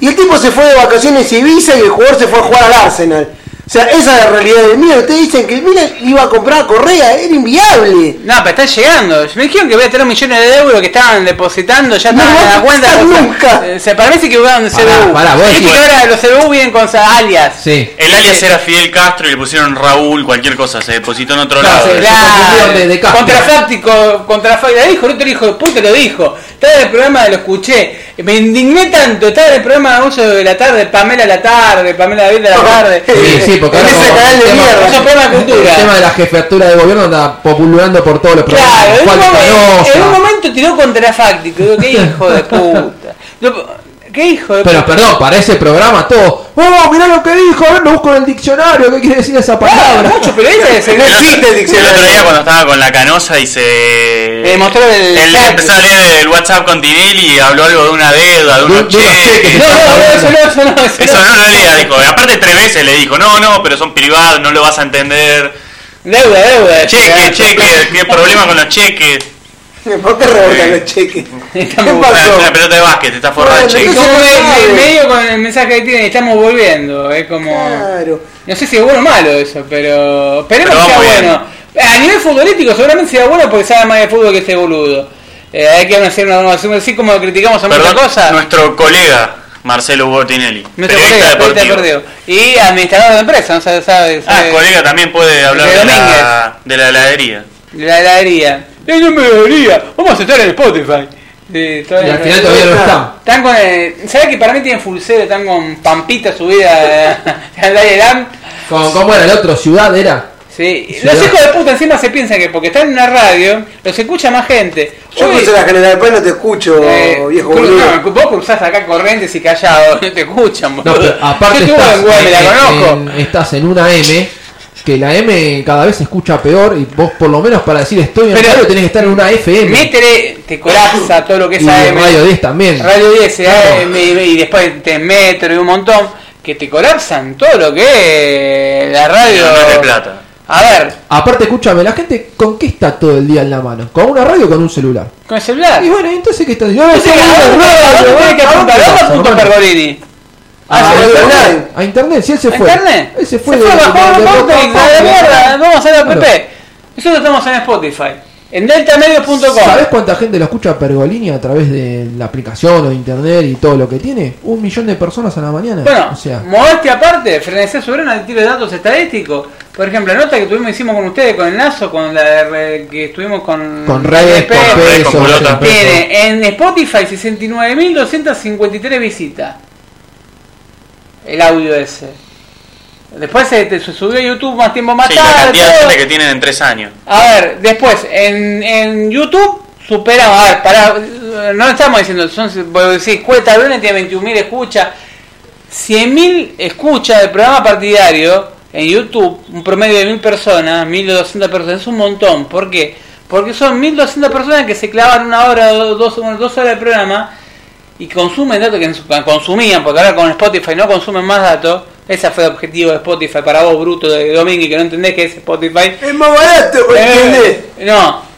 [SPEAKER 2] y el tipo se fue de vacaciones a Ibiza y el jugador se fue a jugar al Arsenal. O sea, esa es la realidad del Milan. Ustedes dicen que el Milan iba a comprar a Correa, era inviable.
[SPEAKER 1] No, pero están llegando. Me dijeron que voy a tener millones de euros que estaban depositando, ya
[SPEAKER 2] No
[SPEAKER 1] estaban
[SPEAKER 2] va
[SPEAKER 1] en
[SPEAKER 2] a
[SPEAKER 1] la cuenta.
[SPEAKER 2] pasar
[SPEAKER 1] O sea,
[SPEAKER 2] nunca.
[SPEAKER 1] eh, Se, para mí se equivocaron de
[SPEAKER 3] Pará,
[SPEAKER 1] CBU.
[SPEAKER 3] pará, vos
[SPEAKER 1] Viste
[SPEAKER 3] decís-
[SPEAKER 1] que ahora los CBU vienen con sa- alias.
[SPEAKER 3] Sí.
[SPEAKER 5] El alias era Fidel Castro y le pusieron Raúl, cualquier cosa, se depositó en otro
[SPEAKER 3] No,
[SPEAKER 5] lado.
[SPEAKER 3] se- confundieron de- de casta.
[SPEAKER 1] Contrafáctico, contrafáctico, lo dijo, el otro hijo de puta lo dijo. Estaba en el programa, lo escuché. Me indigné tanto, estaba en el programa a las 11 de la tarde, Pamela a la tarde, Pamela David de la tarde.
[SPEAKER 3] Sí, sí, porque
[SPEAKER 2] En
[SPEAKER 3] ahora
[SPEAKER 2] ese
[SPEAKER 3] como
[SPEAKER 2] canal
[SPEAKER 3] el
[SPEAKER 2] de
[SPEAKER 3] tema-
[SPEAKER 2] mierda.
[SPEAKER 1] Eso es problema de cultura.
[SPEAKER 3] El tema de la jefatura de gobierno anda populando por todos los programas.
[SPEAKER 1] Claro, en un,
[SPEAKER 3] Juan
[SPEAKER 1] momento, en un
[SPEAKER 3] Canosa.
[SPEAKER 1] momento tiró contrafáctico, digo, qué hijo de puta. Lo- Qué hijo de
[SPEAKER 3] Pero
[SPEAKER 1] puta.
[SPEAKER 3] perdón, para ese programa todo. ¡Oh, mirá lo que dijo! A ver, lo busco en el diccionario. ¿Qué quiere decir esa palabra?
[SPEAKER 1] Ah, muchos periodistas se-
[SPEAKER 2] No
[SPEAKER 5] El otro-
[SPEAKER 2] existe el
[SPEAKER 5] El otro día
[SPEAKER 2] diccionario.
[SPEAKER 5] cuando estaba con la canosa y se...
[SPEAKER 1] Eh, mostró el-
[SPEAKER 5] empezó a leer el WhatsApp con Tinelli y habló algo de una deuda, de
[SPEAKER 3] De- de
[SPEAKER 5] unos
[SPEAKER 3] unos cheques.
[SPEAKER 5] cheques.
[SPEAKER 1] No, no, no, eso no, eso no, eso
[SPEAKER 5] Eso
[SPEAKER 1] no.
[SPEAKER 5] no lo lea, dijo. Aparte tres veces le dijo, no, no, pero son privados, no lo vas a entender.
[SPEAKER 1] Deuda, deuda.
[SPEAKER 5] Cheque, cheque, qué problema con los cheques.
[SPEAKER 2] ¿Por qué rebotan los cheques? ¿Qué
[SPEAKER 1] Estamos
[SPEAKER 5] Una,
[SPEAKER 2] pasó?
[SPEAKER 5] una pelota de básquet, está forrada de
[SPEAKER 2] Bueno,
[SPEAKER 5] cheques.
[SPEAKER 1] Como
[SPEAKER 2] Eso no
[SPEAKER 1] me- me-
[SPEAKER 2] sabe.
[SPEAKER 1] medio con el mensaje que tiene, estamos volviendo, es como...
[SPEAKER 2] Claro.
[SPEAKER 1] No sé si es bueno o malo eso, pero... Esperemos que
[SPEAKER 5] Pero
[SPEAKER 1] sea
[SPEAKER 5] vamos bien.
[SPEAKER 1] bueno. A nivel futbolístico seguramente sea bueno porque sabe más de fútbol que este boludo. Eh, hay que hacer una normación así como criticamos a muchas
[SPEAKER 5] Perdón,
[SPEAKER 1] cosas.
[SPEAKER 5] nuestro colega Marcelo Hugo Tinelli,
[SPEAKER 1] Nuestro colega,
[SPEAKER 5] periodista
[SPEAKER 1] periodista
[SPEAKER 5] deportivo.
[SPEAKER 1] deportivo. Y administrador de empresa, no sabe, sabe,
[SPEAKER 5] Ah,
[SPEAKER 2] Eh,
[SPEAKER 1] sabe-
[SPEAKER 5] colega también puede hablar
[SPEAKER 1] De
[SPEAKER 5] de
[SPEAKER 1] Domínguez.
[SPEAKER 5] la, de la heladería.
[SPEAKER 1] de la heladería.
[SPEAKER 5] Eh,
[SPEAKER 1] Es una heladería, vamos a estar en Spotify. Sí, todo
[SPEAKER 3] Y al
[SPEAKER 1] en-
[SPEAKER 3] final todavía no está.
[SPEAKER 1] Están con el, ¿Sabes que para mí tienen fulcero? Están con Pampita subida eh, al aire Dam.
[SPEAKER 3] Con, ¿Cómo era el otro? ¿Ciudad era?
[SPEAKER 1] Sí.
[SPEAKER 3] Sí,
[SPEAKER 1] Los
[SPEAKER 3] ¿verdad?
[SPEAKER 1] hijos de puta encima se piensan que porque están en una radio, los escucha más gente.
[SPEAKER 2] Yo
[SPEAKER 1] vi-
[SPEAKER 2] crucé la general después no te escucho,
[SPEAKER 1] eh,
[SPEAKER 2] viejo
[SPEAKER 1] cru-
[SPEAKER 2] boludo.
[SPEAKER 1] no, vos cruzás acá corrientes y callado, no te escuchan,
[SPEAKER 3] No,
[SPEAKER 1] boludo.
[SPEAKER 3] pero aparte
[SPEAKER 1] Yo estuve
[SPEAKER 3] estás,
[SPEAKER 1] en Güemes, la
[SPEAKER 3] en-
[SPEAKER 1] conozco.
[SPEAKER 3] en- estás en una M que la M cada vez se escucha peor y vos por lo menos para decir estoy en
[SPEAKER 1] Pero-
[SPEAKER 3] radio tenés que estar en una FM
[SPEAKER 1] Metre te colapsa todo lo que es
[SPEAKER 3] y en
[SPEAKER 1] AM.
[SPEAKER 3] Radio 10 también.
[SPEAKER 1] Radio 10,
[SPEAKER 3] Claro.
[SPEAKER 1] AM, y después te metro y un montón. Que te colapsan todo lo que es la radio.
[SPEAKER 5] Pero no es de plata.
[SPEAKER 1] A ver,
[SPEAKER 3] Aparte, escúchame, la gente con qué está todo el día en la mano, con una radio o con un celular.
[SPEAKER 1] con el celular.
[SPEAKER 3] Y bueno, entonces qué estás diciendo?
[SPEAKER 1] Entonces, ¿a dónde- a dónde tenés que apuntar? ¿A dónde apuntó Pergolini?
[SPEAKER 3] A
[SPEAKER 1] Ah,
[SPEAKER 2] se fue
[SPEAKER 3] internet,
[SPEAKER 2] online.
[SPEAKER 3] a internet, si él se
[SPEAKER 1] ¿A
[SPEAKER 3] fue.
[SPEAKER 1] internet?
[SPEAKER 3] Él se fue
[SPEAKER 1] se
[SPEAKER 3] de- de-
[SPEAKER 1] bajó
[SPEAKER 3] de-
[SPEAKER 1] un
[SPEAKER 3] de-
[SPEAKER 1] podcast,
[SPEAKER 3] de-
[SPEAKER 1] la de
[SPEAKER 3] de-
[SPEAKER 1] mierda.
[SPEAKER 3] de-
[SPEAKER 1] Vamos a la app.
[SPEAKER 3] Claro.
[SPEAKER 1] Nosotros estamos en Spotify. En deltamedios.com.
[SPEAKER 3] ¿Sabés cuánta gente la escucha Pergolini a través de la aplicación o de internet y todo lo que tiene? Un millón de personas a la mañana.
[SPEAKER 1] Bueno,
[SPEAKER 3] o sea,
[SPEAKER 1] modestia aparte, frenesí soberana al tiro de datos estadísticos. Por ejemplo, la nota que tuvimos hicimos con ustedes, con el Nazo, con la de re- que estuvimos con...
[SPEAKER 3] con redes,
[SPEAKER 1] RP,
[SPEAKER 3] con
[SPEAKER 5] redes,
[SPEAKER 3] pesos,
[SPEAKER 5] con pelotas.
[SPEAKER 3] con pesos.
[SPEAKER 1] Tiene en Spotify 69.253 visitas. El audio ese. Después se, te- se subió a YouTube más tiempo más
[SPEAKER 5] Sí, la
[SPEAKER 1] tarde.
[SPEAKER 5] cantidad de
[SPEAKER 1] todo.
[SPEAKER 5] gente que tienen en tres años.
[SPEAKER 1] A ver, después, en, en YouTube superamos, a ver, pará, no estamos diciendo, son, vos decís, Cueta Brune tiene 21.000 escuchas, 100.000 escuchas del programa partidario en YouTube, un promedio de 1.000 personas, 1.200 personas, es un montón, ¿por qué? Porque son 1.200 personas que se clavan una hora, o dos, dos horas de programa y consumen datos que en su- ah, consumían, porque ahora con Spotify no consumen más datos. Ese fue el objetivo de Spotify para vos, bruto de domingo, que no entendés que es Spotify.
[SPEAKER 2] Es más barato, ¿me entendés?
[SPEAKER 1] Eh, no.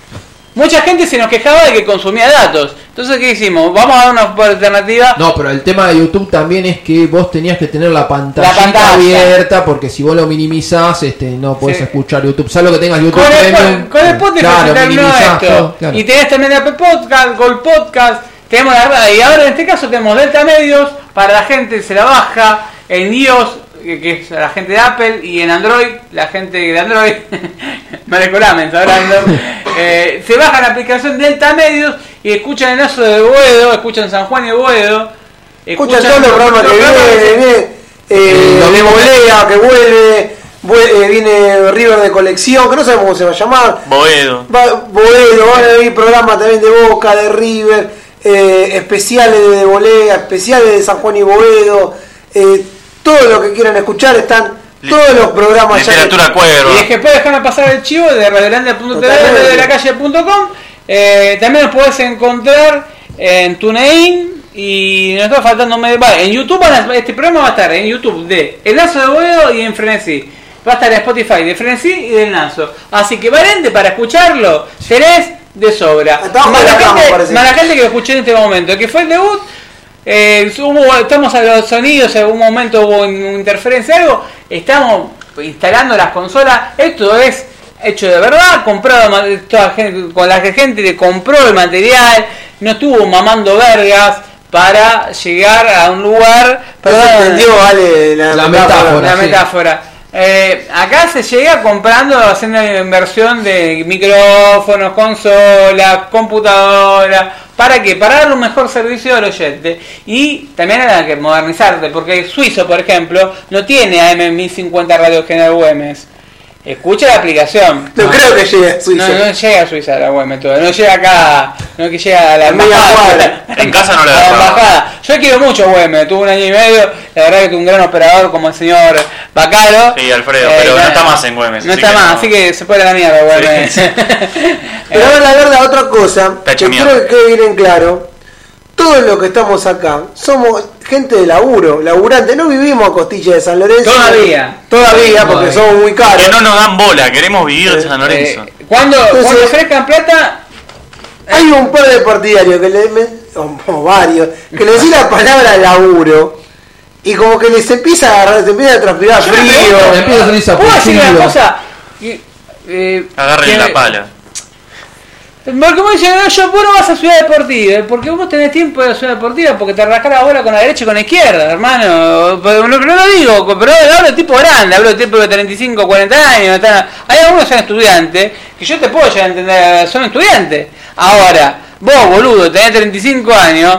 [SPEAKER 1] Mucha gente se nos quejaba de que consumía datos. Entonces, ¿qué hicimos? Vamos a dar una alternativa.
[SPEAKER 3] No, pero el tema de YouTube también es que vos tenías que tener la pantalla,
[SPEAKER 1] La pantalla.
[SPEAKER 3] abierta porque si vos lo minimizás, este, no podés
[SPEAKER 1] Sí.
[SPEAKER 3] escuchar YouTube. Salvo que tengas YouTube
[SPEAKER 1] Con el,
[SPEAKER 3] Premium.
[SPEAKER 1] po- con el podcast
[SPEAKER 3] claro,
[SPEAKER 1] se terminó
[SPEAKER 3] minimizás
[SPEAKER 1] esto.
[SPEAKER 3] todo, claro.
[SPEAKER 1] Y tenés también Apple Podcast, Gold Podcast, tenemos la radio. Y ahora en este caso tenemos Delta Medios, para la gente se la baja, en iOS, que, que es la gente de Apple, y en Android, la gente de Android, me recolamen, hablando, eh, se baja la aplicación Delta Medios y escuchan el Aso de Boedo, escuchan San Juan de Boedo,
[SPEAKER 2] Escuchan todos los programas que vienen, viene, eh,
[SPEAKER 3] El
[SPEAKER 2] de
[SPEAKER 3] domingo.
[SPEAKER 2] volea que vuelve, vuel- eh, viene River de colección, que no sabemos cómo se va a llamar.
[SPEAKER 5] Boedo.
[SPEAKER 2] Va, Boedo, van a haber programas también de Boca, de River, eh, especiales de volea, especiales de San Juan y Boedo, eh, todo lo que quieran escuchar están todos los programas ya hechos.
[SPEAKER 1] Y es que puedes dejarnos pasar el chivo de radiolandia.tv, de la calle.com. Eh, también nos podés encontrar en TuneIn y nos está faltando medio. Vale, en YouTube, van a- este programa va a estar en YouTube de El Nazo de Boedo y en Frenesí. Va a estar en Spotify de Frenesí y del Nazo. Así que valente para escucharlo, tenés de sobra. Más la, gente, más la gente que lo escuché en este momento, que fue el debut. Eh, hubo- estamos a los sonidos, en algún momento hubo in- interferencia, algo. Estamos instalando las consolas. Esto es hecho de verdad, comprado ma- toda gente, con la que gente le compró el material, no estuvo mamando vergas para llegar a un lugar.
[SPEAKER 2] Perdón, entendió, vale, Ah, la metáfora,
[SPEAKER 1] La
[SPEAKER 2] sí.
[SPEAKER 1] metáfora. Eh, acá se llega comprando, haciendo una inversión de micrófonos, consolas, computadoras. ¿Para qué? Para darle un mejor servicio al oyente. Y también hay que modernizarte, porque el suizo, por ejemplo, no tiene AM1050 Radio General Güemes. Escucha la aplicación.
[SPEAKER 2] No creo que llegue a Suiza.
[SPEAKER 1] No, no llega a Suiza la Güemes todavía. No llega acá. No que llega a la embajada.
[SPEAKER 5] En casa no la
[SPEAKER 1] La
[SPEAKER 5] agarraba.
[SPEAKER 1] embajada. Yo quiero mucho Güemes. Tuve un año y medio. La verdad que tuve un gran operador como el señor Bacaro.
[SPEAKER 5] Sí, Alfredo,
[SPEAKER 1] Eh,
[SPEAKER 5] pero no
[SPEAKER 1] bueno,
[SPEAKER 5] está más en Güemes.
[SPEAKER 1] No
[SPEAKER 5] así
[SPEAKER 1] está
[SPEAKER 5] que
[SPEAKER 1] más,
[SPEAKER 5] no.
[SPEAKER 1] así que se puede la mierda Güemes.
[SPEAKER 2] Pero ahora la verdad, otra cosa
[SPEAKER 5] Está hecho
[SPEAKER 2] que
[SPEAKER 5] mierda.
[SPEAKER 2] creo que quede bien en claro. Todos los que estamos acá somos gente de laburo, laburante. No vivimos a costilla de San Lorenzo.
[SPEAKER 1] Todavía.
[SPEAKER 2] Todavía, porque
[SPEAKER 1] Todavía.
[SPEAKER 2] somos muy caros.
[SPEAKER 5] Que no nos dan bola, queremos vivir en San Lorenzo.
[SPEAKER 1] Eh, cuando,
[SPEAKER 2] Entonces-
[SPEAKER 1] cuando ofrezcan plata, eh.
[SPEAKER 2] Hay un par de partidarios que le me- o, o varios que le decís la palabra laburo y como que les empieza a agarrar, te empieza a transpirar
[SPEAKER 1] yo me
[SPEAKER 2] frío.
[SPEAKER 1] pregunto,
[SPEAKER 3] empieza a salir
[SPEAKER 1] ¿Puedo decir una
[SPEAKER 3] sapullido.
[SPEAKER 1] cosa? Que, eh,
[SPEAKER 5] Agarren
[SPEAKER 1] que-
[SPEAKER 5] la pala.
[SPEAKER 1] Porque como dicen, no, yo vos no vas a Ciudad Deportiva, eh, porque vos tenés tiempo de Ciudad Deportiva, porque te arrancás la bola con la derecha y con la izquierda, hermano. Pero No, no lo digo, pero hablo de tipo grande, hablo de tipo de 35, 40 años. están- hay algunos que son estudiantes, que yo te puedo llegar a entender, son estudiantes. Ahora, vos, boludo, tenés 35 años,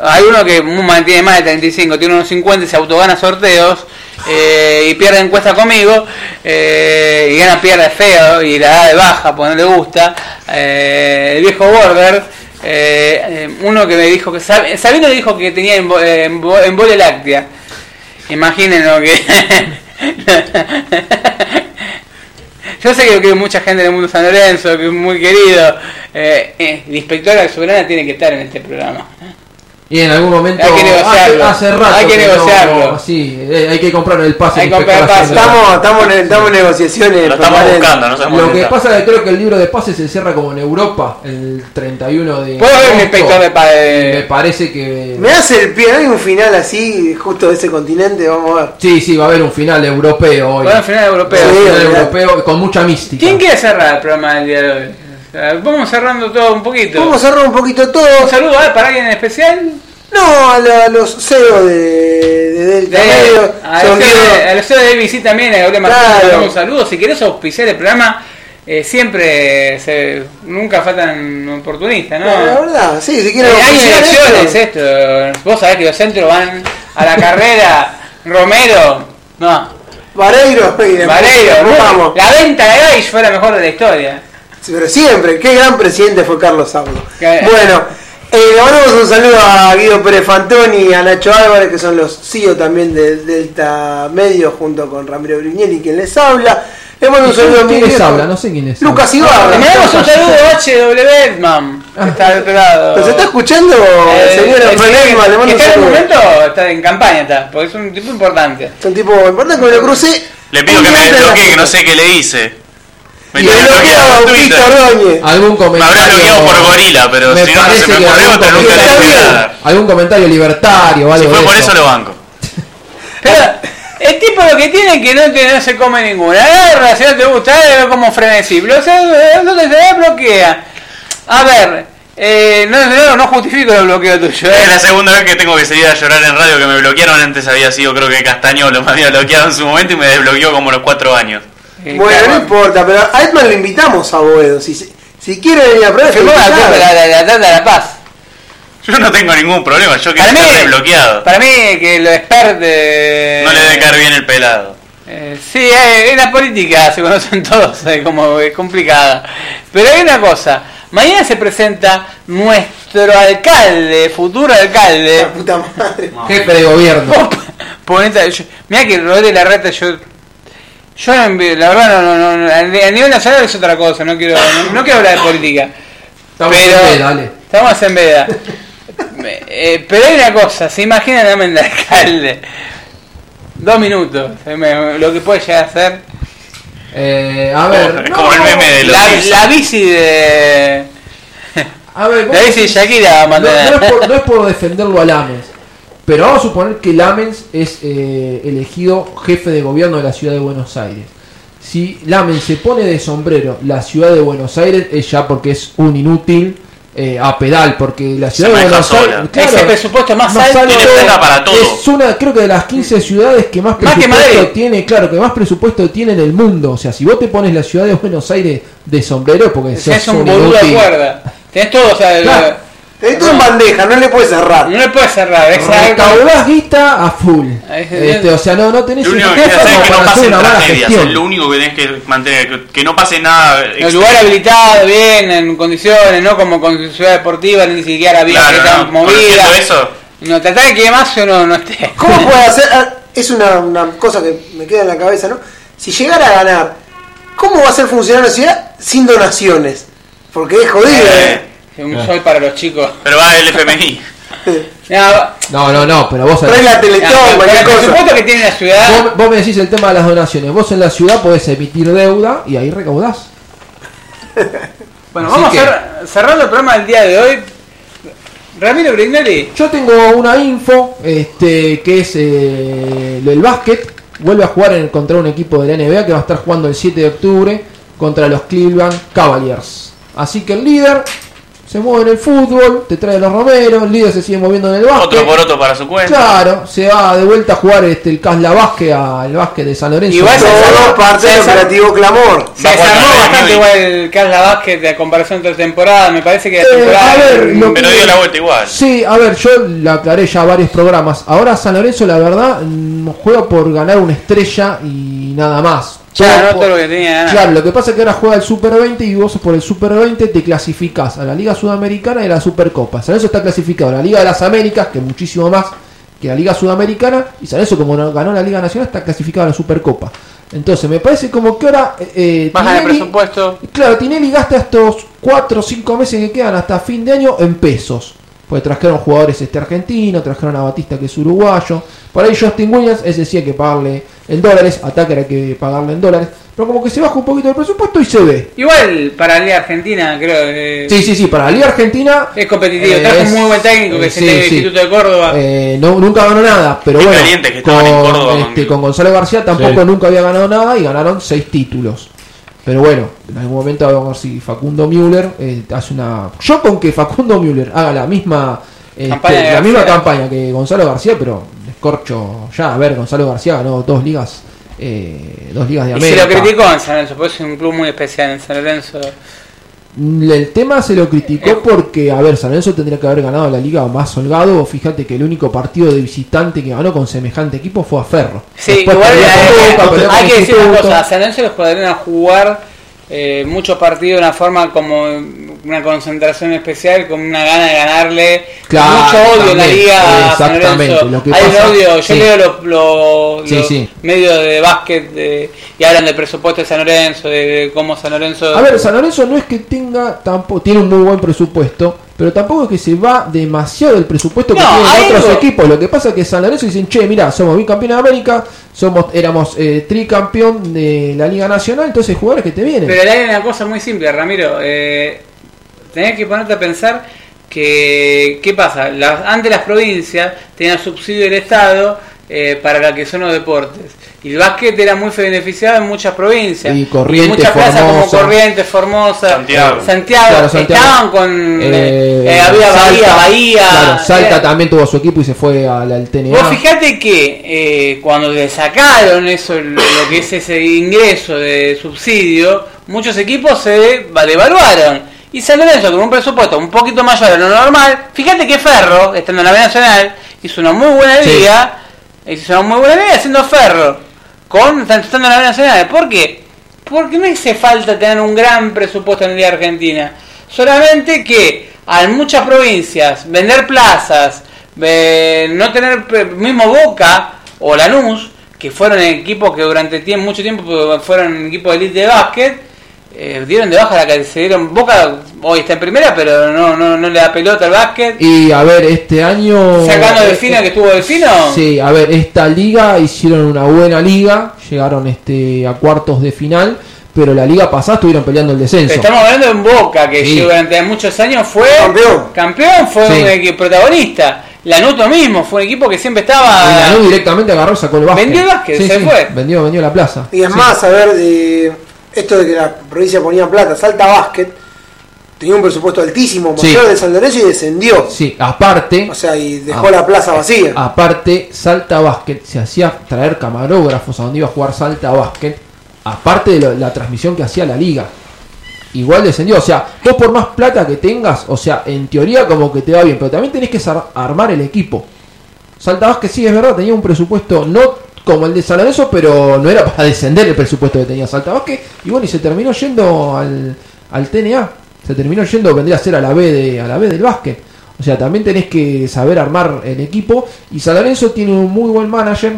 [SPEAKER 1] hay uno que mu- tiene más de 35, tiene unos 50 y se autogana sorteos. eh, y pierde encuesta conmigo eh, y gana pierde feo y la da de baja porque no le gusta eh, el viejo border eh, eh, uno que me dijo que sab- sabiendo le dijo que tenía embo- eh, embo- embolia láctea imaginen lo que yo sé que, que mucha gente del mundo San Lorenzo que es muy querido eh, eh, el inspector de soberana tiene que estar en este programa
[SPEAKER 3] Y en algún momento.
[SPEAKER 1] Hay que negociarlo.
[SPEAKER 3] Hace, hace rato
[SPEAKER 1] Hay que
[SPEAKER 3] no-
[SPEAKER 1] negociarlo.
[SPEAKER 3] sí, eh, hay que comprar el pase.
[SPEAKER 1] Hay que
[SPEAKER 3] del
[SPEAKER 1] comprar el
[SPEAKER 3] espectador
[SPEAKER 1] pase.
[SPEAKER 3] haciendo-
[SPEAKER 2] Estamos, estamos, en, estamos en negociaciones.
[SPEAKER 5] Lo estamos
[SPEAKER 2] permanentes.
[SPEAKER 5] buscando, no sabemos
[SPEAKER 3] Lo
[SPEAKER 5] dónde
[SPEAKER 3] que
[SPEAKER 5] está.
[SPEAKER 3] pasa es que creo que el libro de pases se cierra como en Europa el 31 de.
[SPEAKER 1] puedo ver un
[SPEAKER 3] agosto.
[SPEAKER 1] inspector de, pa- de-
[SPEAKER 3] Me parece que.
[SPEAKER 2] Me hace el pie, hay un final así, justo de ese continente, vamos a ver.
[SPEAKER 3] Sí, sí, va a haber un final europeo hoy.
[SPEAKER 1] bueno, final europeo
[SPEAKER 3] Un
[SPEAKER 2] Sí.
[SPEAKER 3] final
[SPEAKER 2] mirá.
[SPEAKER 3] europeo con mucha mística.
[SPEAKER 1] ¿Quién quiere cerrar el programa del día de hoy? O sea, Vamos cerrando todo un poquito.
[SPEAKER 2] Vamos a cerrar un poquito todo.
[SPEAKER 1] Un saludo ah, para alguien en especial.
[SPEAKER 2] No, a, la- a los CEO de, de Delta Medio. son Diego-
[SPEAKER 1] Al CEO Ah, de ABC también, a Gabriel Martínez,
[SPEAKER 2] Claro.
[SPEAKER 1] le damos un saludo. Si querés auspiciar el programa, eh, siempre, se- nunca faltan oportunistas, eh, ¿no?
[SPEAKER 2] La verdad, sí, si quieren
[SPEAKER 1] Eh, hay
[SPEAKER 2] auspiciar esto.
[SPEAKER 1] elecciones esto. Vos sabés que los centros van a la carrera. Romero, no.
[SPEAKER 2] Vareiro, y después
[SPEAKER 1] Valero,
[SPEAKER 2] nos vamos.
[SPEAKER 1] eh, La venta de Gaish fue la mejor de la historia.
[SPEAKER 2] Pero siempre, qué gran presidente fue Carlos Aulo.
[SPEAKER 1] Que-
[SPEAKER 2] Bueno, eh, le mandamos un saludo a Guido Pérez Fantoni y a Nacho Álvarez, que son los CEO también de Delta Medio, junto con Ramiro Brignelli, quien les habla. Le mando un saludo a mi
[SPEAKER 3] ¿Quién les
[SPEAKER 2] viejo,
[SPEAKER 3] habla? No sé quién es.
[SPEAKER 2] Lucas
[SPEAKER 1] Le
[SPEAKER 2] Ibarra.
[SPEAKER 1] mandamos un saludo a HW Edman, que está del otro lado.
[SPEAKER 2] ¿Nos está escuchando,
[SPEAKER 1] Eh,
[SPEAKER 2] señora
[SPEAKER 1] el señor
[SPEAKER 2] Fernanda? Le
[SPEAKER 1] que
[SPEAKER 2] mando un
[SPEAKER 1] está en el
[SPEAKER 2] saludo.
[SPEAKER 1] momento, está en campaña, está, porque es un tipo importante.
[SPEAKER 2] Es un tipo importante que me lo crucé.
[SPEAKER 5] Le pido
[SPEAKER 2] un
[SPEAKER 5] que me
[SPEAKER 2] día antes de la
[SPEAKER 5] desbloquee, que no
[SPEAKER 2] fiesta.
[SPEAKER 5] sé qué le hice. Me
[SPEAKER 2] Y
[SPEAKER 5] tiene
[SPEAKER 2] lo
[SPEAKER 5] bloqueado
[SPEAKER 2] quiero a
[SPEAKER 5] en Twitter.
[SPEAKER 2] Bautista Ordóñez.
[SPEAKER 3] Algún
[SPEAKER 5] Me
[SPEAKER 3] comentario.
[SPEAKER 5] habrá bloqueado por gorila,
[SPEAKER 3] Me
[SPEAKER 5] pero si no, no se
[SPEAKER 3] parece
[SPEAKER 5] me
[SPEAKER 3] que
[SPEAKER 5] ocurrió,
[SPEAKER 3] algún
[SPEAKER 5] te nunca
[SPEAKER 3] comentario-
[SPEAKER 5] le dije
[SPEAKER 2] Está
[SPEAKER 5] nada.
[SPEAKER 3] Algún comentario libertario o algo
[SPEAKER 5] Si fue
[SPEAKER 3] de
[SPEAKER 5] por
[SPEAKER 3] eso.
[SPEAKER 5] eso, lo banco.
[SPEAKER 1] Pero el tipo lo que tiene es que no, te- no se come ninguna. Agarra, si no te gusta, agarra como frenesí. Pero, o sea, no te se da, bloquea. A ver, eh, no, no, no justifico el bloqueo tuyo.
[SPEAKER 5] Es
[SPEAKER 1] eh.
[SPEAKER 5] la segunda vez que tengo que salir a llorar en radio que me bloquearon. Antes había sido, creo que Castaño lo me había bloqueado en su momento y me desbloqueó como a los cuatro años.
[SPEAKER 1] Eh,
[SPEAKER 2] Bueno, no
[SPEAKER 1] claro.
[SPEAKER 2] importa, pero a Edman lo invitamos a Boedo. Si, si quiere venir a prueba,
[SPEAKER 1] Firmó la Copa de la, la, la Tata de la Paz.
[SPEAKER 5] Yo no tengo ningún problema, yo quiero
[SPEAKER 1] Para mí-
[SPEAKER 5] estar desbloqueado.
[SPEAKER 1] Para mí, que lo expert de.
[SPEAKER 5] No le debe caer bien el pelado.
[SPEAKER 1] Eh, sí, eh, en la política se conocen todos, eh, como es complicada. Pero hay una cosa, mañana se presenta nuestro alcalde, futuro alcalde,
[SPEAKER 2] puta madre.
[SPEAKER 3] Jefe de gobierno.
[SPEAKER 1] Pop- Poneta, yo- mirá que lo de la rata yo. Yo, en vez- la verdad, no, no, no, a ni- a nivel nacional es otra cosa, no quiero, no, no quiero hablar de política.
[SPEAKER 3] Estamos en
[SPEAKER 1] Pero-
[SPEAKER 3] veda, dale.
[SPEAKER 1] Estamos en veda. Me- eh, pero hay una cosa, se imaginan a Menda Alcalde. Dos minutos, se me- lo que puede llegar a ser.
[SPEAKER 3] Eh, a ver, Es como no. el meme de los
[SPEAKER 1] la,
[SPEAKER 3] Simpsons.
[SPEAKER 1] la bici de.
[SPEAKER 3] A ver,
[SPEAKER 1] la bici de Shakira,
[SPEAKER 3] No, no
[SPEAKER 1] mandala.
[SPEAKER 3] es por, no es por defenderlo a Lamens, pero vamos a suponer que Lamens es eh, elegido jefe de gobierno de la ciudad de Buenos Aires. Si Lamens se pone de sombrero la ciudad de Buenos Aires, es ya porque es un inútil eh, a pedal, porque la ciudad de
[SPEAKER 5] maneja
[SPEAKER 3] Buenos
[SPEAKER 5] sola.
[SPEAKER 3] Aires.
[SPEAKER 1] Ese presupuesto más alto.
[SPEAKER 5] Tiene plata para todo.
[SPEAKER 3] Es una, creo que de las 15 ciudades que más
[SPEAKER 1] Más que
[SPEAKER 3] presupuesto
[SPEAKER 1] Madrid.
[SPEAKER 3] tiene, claro, que más presupuesto tiene en el mundo. O sea, si vos te pones la ciudad de Buenos Aires de sombrero, es porque
[SPEAKER 1] Si es
[SPEAKER 3] sos
[SPEAKER 1] un boludo de
[SPEAKER 3] inútil.
[SPEAKER 1] cuerda. Tenés todo, o sea.
[SPEAKER 3] Claro.
[SPEAKER 2] Tenés todo en bandeja, no le puedes cerrar.
[SPEAKER 1] No le puedes cerrar, exacto.
[SPEAKER 3] Recaudás guita a full.
[SPEAKER 1] Ahí se
[SPEAKER 3] Este,
[SPEAKER 1] viene.
[SPEAKER 3] o sea, no, no tenés
[SPEAKER 5] Lo único que
[SPEAKER 3] ingresos
[SPEAKER 5] tenés que hacer es que
[SPEAKER 3] como
[SPEAKER 5] no
[SPEAKER 3] para hacer
[SPEAKER 5] pasen
[SPEAKER 3] una mala
[SPEAKER 5] tragedias.
[SPEAKER 3] gestión.
[SPEAKER 5] Es lo único que tenés que mantener. que- Que no pase nada.
[SPEAKER 1] El
[SPEAKER 5] extra.
[SPEAKER 1] lugar habilitado bien, en condiciones, no como con ciudad deportiva, ni siquiera bien, que
[SPEAKER 5] Claro,
[SPEAKER 1] están
[SPEAKER 5] no, conociendo
[SPEAKER 1] movidas.
[SPEAKER 5] eso.
[SPEAKER 1] No, tratá de que más o no, no esté.
[SPEAKER 2] ¿Cómo puede hacer? ah, Es una, una cosa que me queda en la cabeza, ¿no? Si llegara a ganar, ¿cómo va a ser funcionar la ciudad sin donaciones? Porque es jodido, ¿eh?
[SPEAKER 1] Un sol para los chicos.
[SPEAKER 5] Pero va el FMI.
[SPEAKER 1] Nada,
[SPEAKER 3] No, no, no, pero vos,
[SPEAKER 2] Trae la
[SPEAKER 1] nada,
[SPEAKER 2] Teletón,
[SPEAKER 1] pero
[SPEAKER 2] cualquier
[SPEAKER 1] el
[SPEAKER 2] cosa.
[SPEAKER 1] presupuesto que tiene la ciudad.
[SPEAKER 3] vos, vos me decís el tema de las donaciones. Vos en la ciudad podés emitir deuda y ahí recaudás.
[SPEAKER 1] Bueno,
[SPEAKER 3] Así
[SPEAKER 1] vamos
[SPEAKER 3] que-
[SPEAKER 1] a cer- cerrar el programa del día de hoy. Ramiro Brindoli.
[SPEAKER 3] Yo tengo una info este, que es eh, lo del básquet. Vuelve a jugar en, contra un equipo de la NBA que va a estar jugando el 7 de octubre contra los Cleveland Cavaliers. Así que el líder se mueve en el fútbol, te trae los romeros, el líder se sigue moviendo en el básquet.
[SPEAKER 5] Otro por otro para su cuenta.
[SPEAKER 3] Claro, se va de vuelta a jugar este, el Casla Vázquez al Vázquez de San Lorenzo.
[SPEAKER 1] Y va a
[SPEAKER 2] Todo
[SPEAKER 1] ser-
[SPEAKER 2] dos partes del
[SPEAKER 1] César-
[SPEAKER 2] operativo Clamor.
[SPEAKER 1] Se
[SPEAKER 5] Va contra
[SPEAKER 1] desarmó
[SPEAKER 5] Real
[SPEAKER 1] bastante
[SPEAKER 5] Madrid.
[SPEAKER 1] igual el Carla Vázquez a comparación entre temporadas. Me parece que la
[SPEAKER 3] Eh,
[SPEAKER 1] temporada.
[SPEAKER 3] a ver, lo-
[SPEAKER 5] Pero dio la vuelta igual.
[SPEAKER 3] Sí, a ver, yo la aclaré ya varios programas. Ahora San Lorenzo, la verdad, mm, juega por ganar una estrella y nada más.
[SPEAKER 1] Ya
[SPEAKER 3] Juega
[SPEAKER 1] ganó
[SPEAKER 3] por-
[SPEAKER 1] todo lo que tenía ganado.
[SPEAKER 3] Claro, lo que pasa es que ahora juega el Super 20 y vos por el Super 20 te clasificás a la Liga Sudamericana y a la Supercopa. San Lorenzo está clasificado a la Liga de las Américas, que muchísimo más que la Liga Sudamericana, y San Lorenzo como no- ganó la Liga Nacional está clasificado a la Supercopa. Entonces me parece como que ahora... eh, eh,
[SPEAKER 1] Baja de
[SPEAKER 3] Tinelli-
[SPEAKER 1] presupuesto.
[SPEAKER 3] Claro, Tinelli gasta estos 4 o 5 meses que quedan hasta fin de año en pesos. Porque trajeron jugadores este argentino, trajeron a Batista que es uruguayo. Por ahí Justin Williams, ese sí hay que pagarle en dólares, a Tucker hay que pagarle en dólares. Pero como que se baja un poquito el presupuesto y se ve.
[SPEAKER 1] Igual para la Liga Argentina, creo que.
[SPEAKER 3] Sí, sí, sí, para la Liga Argentina.
[SPEAKER 1] Es competitivo,
[SPEAKER 3] Eh,
[SPEAKER 1] trajo
[SPEAKER 3] es-
[SPEAKER 1] un muy buen técnico que
[SPEAKER 3] eh,
[SPEAKER 1] se
[SPEAKER 3] sí,
[SPEAKER 1] tiene el
[SPEAKER 3] sí.
[SPEAKER 1] Instituto de Córdoba.
[SPEAKER 3] eh, no, nunca ganó nada, pero
[SPEAKER 5] Qué
[SPEAKER 3] bueno,
[SPEAKER 5] calientes que
[SPEAKER 3] con,
[SPEAKER 5] estaban en Córdoba con-
[SPEAKER 3] este, con Gonzalo García tampoco
[SPEAKER 4] Sí.
[SPEAKER 3] nunca había ganado nada y ganaron seis títulos. Pero bueno, en algún momento vamos a ver si Facundo Müller eh, hace una. Yo con que Facundo Müller haga la misma este,
[SPEAKER 1] Campaña de
[SPEAKER 3] la misma
[SPEAKER 1] García.
[SPEAKER 3] campaña que Gonzalo García, pero descorcho ya. A ver, Gonzalo García ganó dos ligas, eh, dos ligas de
[SPEAKER 1] y se
[SPEAKER 3] América.
[SPEAKER 1] lo criticó en San Lorenzo, porque es un club muy especial en San Lorenzo.
[SPEAKER 3] Mm, El tema se lo
[SPEAKER 1] Eh.
[SPEAKER 3] criticó porque, a ver, San Lorenzo tendría que haber ganado la liga más holgado. Fíjate que el único partido de visitante que ganó con semejante equipo fue a Ferro.
[SPEAKER 1] Sí,
[SPEAKER 3] Después
[SPEAKER 1] igual
[SPEAKER 3] perdió con
[SPEAKER 1] eh,
[SPEAKER 3] Boca, perdió
[SPEAKER 1] hay
[SPEAKER 3] con
[SPEAKER 1] que decir una
[SPEAKER 3] Instituto.
[SPEAKER 1] cosa, a San Lorenzo les podrían jugar eh, muchos partidos de una forma como una concentración especial, con una gana de ganarle,
[SPEAKER 3] Claro,
[SPEAKER 1] mucho odio en la
[SPEAKER 3] también,
[SPEAKER 1] liga a San
[SPEAKER 3] exactamente,
[SPEAKER 1] Lorenzo.
[SPEAKER 3] lo que
[SPEAKER 1] hay un
[SPEAKER 3] pasa-
[SPEAKER 1] odio, yo
[SPEAKER 3] sí.
[SPEAKER 1] leo los, los-
[SPEAKER 3] Sí,
[SPEAKER 1] los
[SPEAKER 3] sí.
[SPEAKER 1] medios de básquet de- y hablan del presupuesto de San Lorenzo, de, de cómo San Lorenzo...
[SPEAKER 3] A ver, San Lorenzo no es que tenga tampoco tiene un muy buen presupuesto, pero tampoco es que se va demasiado el presupuesto que
[SPEAKER 1] No, hay
[SPEAKER 3] tienen otros
[SPEAKER 1] algo.
[SPEAKER 3] equipos. Lo que pasa es que San Lorenzo dicen, che, mira, somos bicampeón de América, somos, éramos eh, tricampeón de la Liga Nacional, entonces jugadores que te vienen.
[SPEAKER 1] Pero hay una cosa muy simple, Ramiro. Eh, tenés que ponerte a pensar que, ¿qué pasa? Las- antes las provincias tenían subsidio del Estado eh, para lo que son los deportes. Y el básquet era muy beneficiado en muchas provincias.
[SPEAKER 3] Y Corrientes,
[SPEAKER 1] muchas plazas como
[SPEAKER 3] Formosa.
[SPEAKER 1] Corrientes, Formosa,
[SPEAKER 5] Santiago.
[SPEAKER 3] Claro, Santiago.
[SPEAKER 1] Estaban con... eh,
[SPEAKER 3] Eh,
[SPEAKER 1] eh, había Bahía,
[SPEAKER 3] Salta.
[SPEAKER 1] Bahía.
[SPEAKER 3] Claro, Salta
[SPEAKER 1] Era-
[SPEAKER 3] también tuvo su equipo y se fue al, al TNA.
[SPEAKER 1] Vos fijate que eh, cuando le sacaron eso, lo lo que es ese ingreso de subsidio, muchos equipos se va- devaluaron. Y San Lorenzo, con un presupuesto un poquito mayor a lo normal, fíjate que Ferro, estando en la B Nacional, hizo una muy buena
[SPEAKER 3] Sí.
[SPEAKER 1] liga, hizo una muy buena liga haciendo Ferro, con estando en la B Nacional. ¿Por qué? Porque no hace falta tener un gran presupuesto en la Liga Argentina. Solamente que hay muchas provincias, vender plazas, eh, no tener pe- mismo Boca o Lanús, que fueron equipos que durante tiemp- mucho tiempo fueron equipos de elite de básquet, eh, dieron de baja la que se dieron Boca, hoy está en primera, pero no, no, no le da pelota al básquet.
[SPEAKER 3] Y a ver, este año.
[SPEAKER 1] Sacando a Delfino, que estuvo Delfino.
[SPEAKER 3] Sí, a ver, esta liga hicieron una buena liga, llegaron este a cuartos de final, pero la liga pasada estuvieron peleando el descenso.
[SPEAKER 1] Estamos hablando de un Boca que
[SPEAKER 3] Sí.
[SPEAKER 1] durante muchos años fue campeón, fue
[SPEAKER 3] Sí.
[SPEAKER 1] un equi- protagonista. Lanús lo mismo, fue un equipo que siempre
[SPEAKER 3] Y
[SPEAKER 1] estaba
[SPEAKER 3] Lanús directamente agarró, sacó el básquet.
[SPEAKER 1] Vendió el básquet,
[SPEAKER 3] Sí,
[SPEAKER 1] se
[SPEAKER 3] sí,
[SPEAKER 1] fue.
[SPEAKER 3] Vendió, vendió la plaza.
[SPEAKER 2] Y es
[SPEAKER 3] Sí.
[SPEAKER 2] más, a ver, de- esto de que la provincia ponía plata, Salta Basket, tenía un presupuesto altísimo,
[SPEAKER 3] Sí.
[SPEAKER 2] mayor de San Lorenzo y descendió.
[SPEAKER 3] Sí, aparte.
[SPEAKER 2] O sea, y dejó
[SPEAKER 3] Ah.
[SPEAKER 2] la plaza vacía.
[SPEAKER 3] Aparte, Salta Basket se hacía traer camarógrafos a donde iba a jugar Salta Basket, aparte de lo- la transmisión que hacía la liga. Igual descendió, o sea, vos por más plata que tengas, o sea, en teoría como que te va bien, pero también tenés que sar- armar el equipo. Salta Basket sí, es verdad, tenía un presupuesto no como el de San Lorenzo, pero no era para descender el presupuesto que tenía Salta Basket. Y bueno, y se terminó yendo al, al TNA, se terminó yendo, vendría a ser a la B, de, a la B del básquet. O sea, también tenés que saber armar el equipo. Y San Lorenzo tiene un muy buen manager,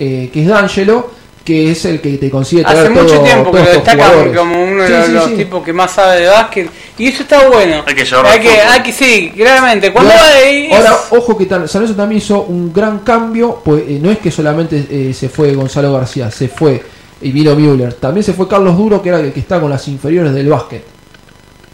[SPEAKER 3] eh, que es D'Angelo, que es el que te consigue traer
[SPEAKER 1] hace mucho
[SPEAKER 3] todo-
[SPEAKER 1] tiempo que
[SPEAKER 3] todos
[SPEAKER 1] lo
[SPEAKER 3] estos
[SPEAKER 1] destacan
[SPEAKER 3] jugadores.
[SPEAKER 1] como uno de
[SPEAKER 3] Sí,
[SPEAKER 1] los,
[SPEAKER 3] sí,
[SPEAKER 1] los
[SPEAKER 3] sí.
[SPEAKER 1] tipos que más sabe de básquet. Y eso está bueno.
[SPEAKER 5] Hay que llevarlo
[SPEAKER 1] Hay
[SPEAKER 5] al
[SPEAKER 1] que,
[SPEAKER 5] fútbol.
[SPEAKER 1] hay que sí, claramente. Cuando
[SPEAKER 3] ahora,
[SPEAKER 1] va ahí, es-
[SPEAKER 3] ahora, ojo que tal, San Lorenzo también hizo un gran cambio, pues eh, no es que solamente eh, se fue Gonzalo García, se fue y vino Müller, también se fue Carlos Duro, que era el que está con las inferiores del básquet.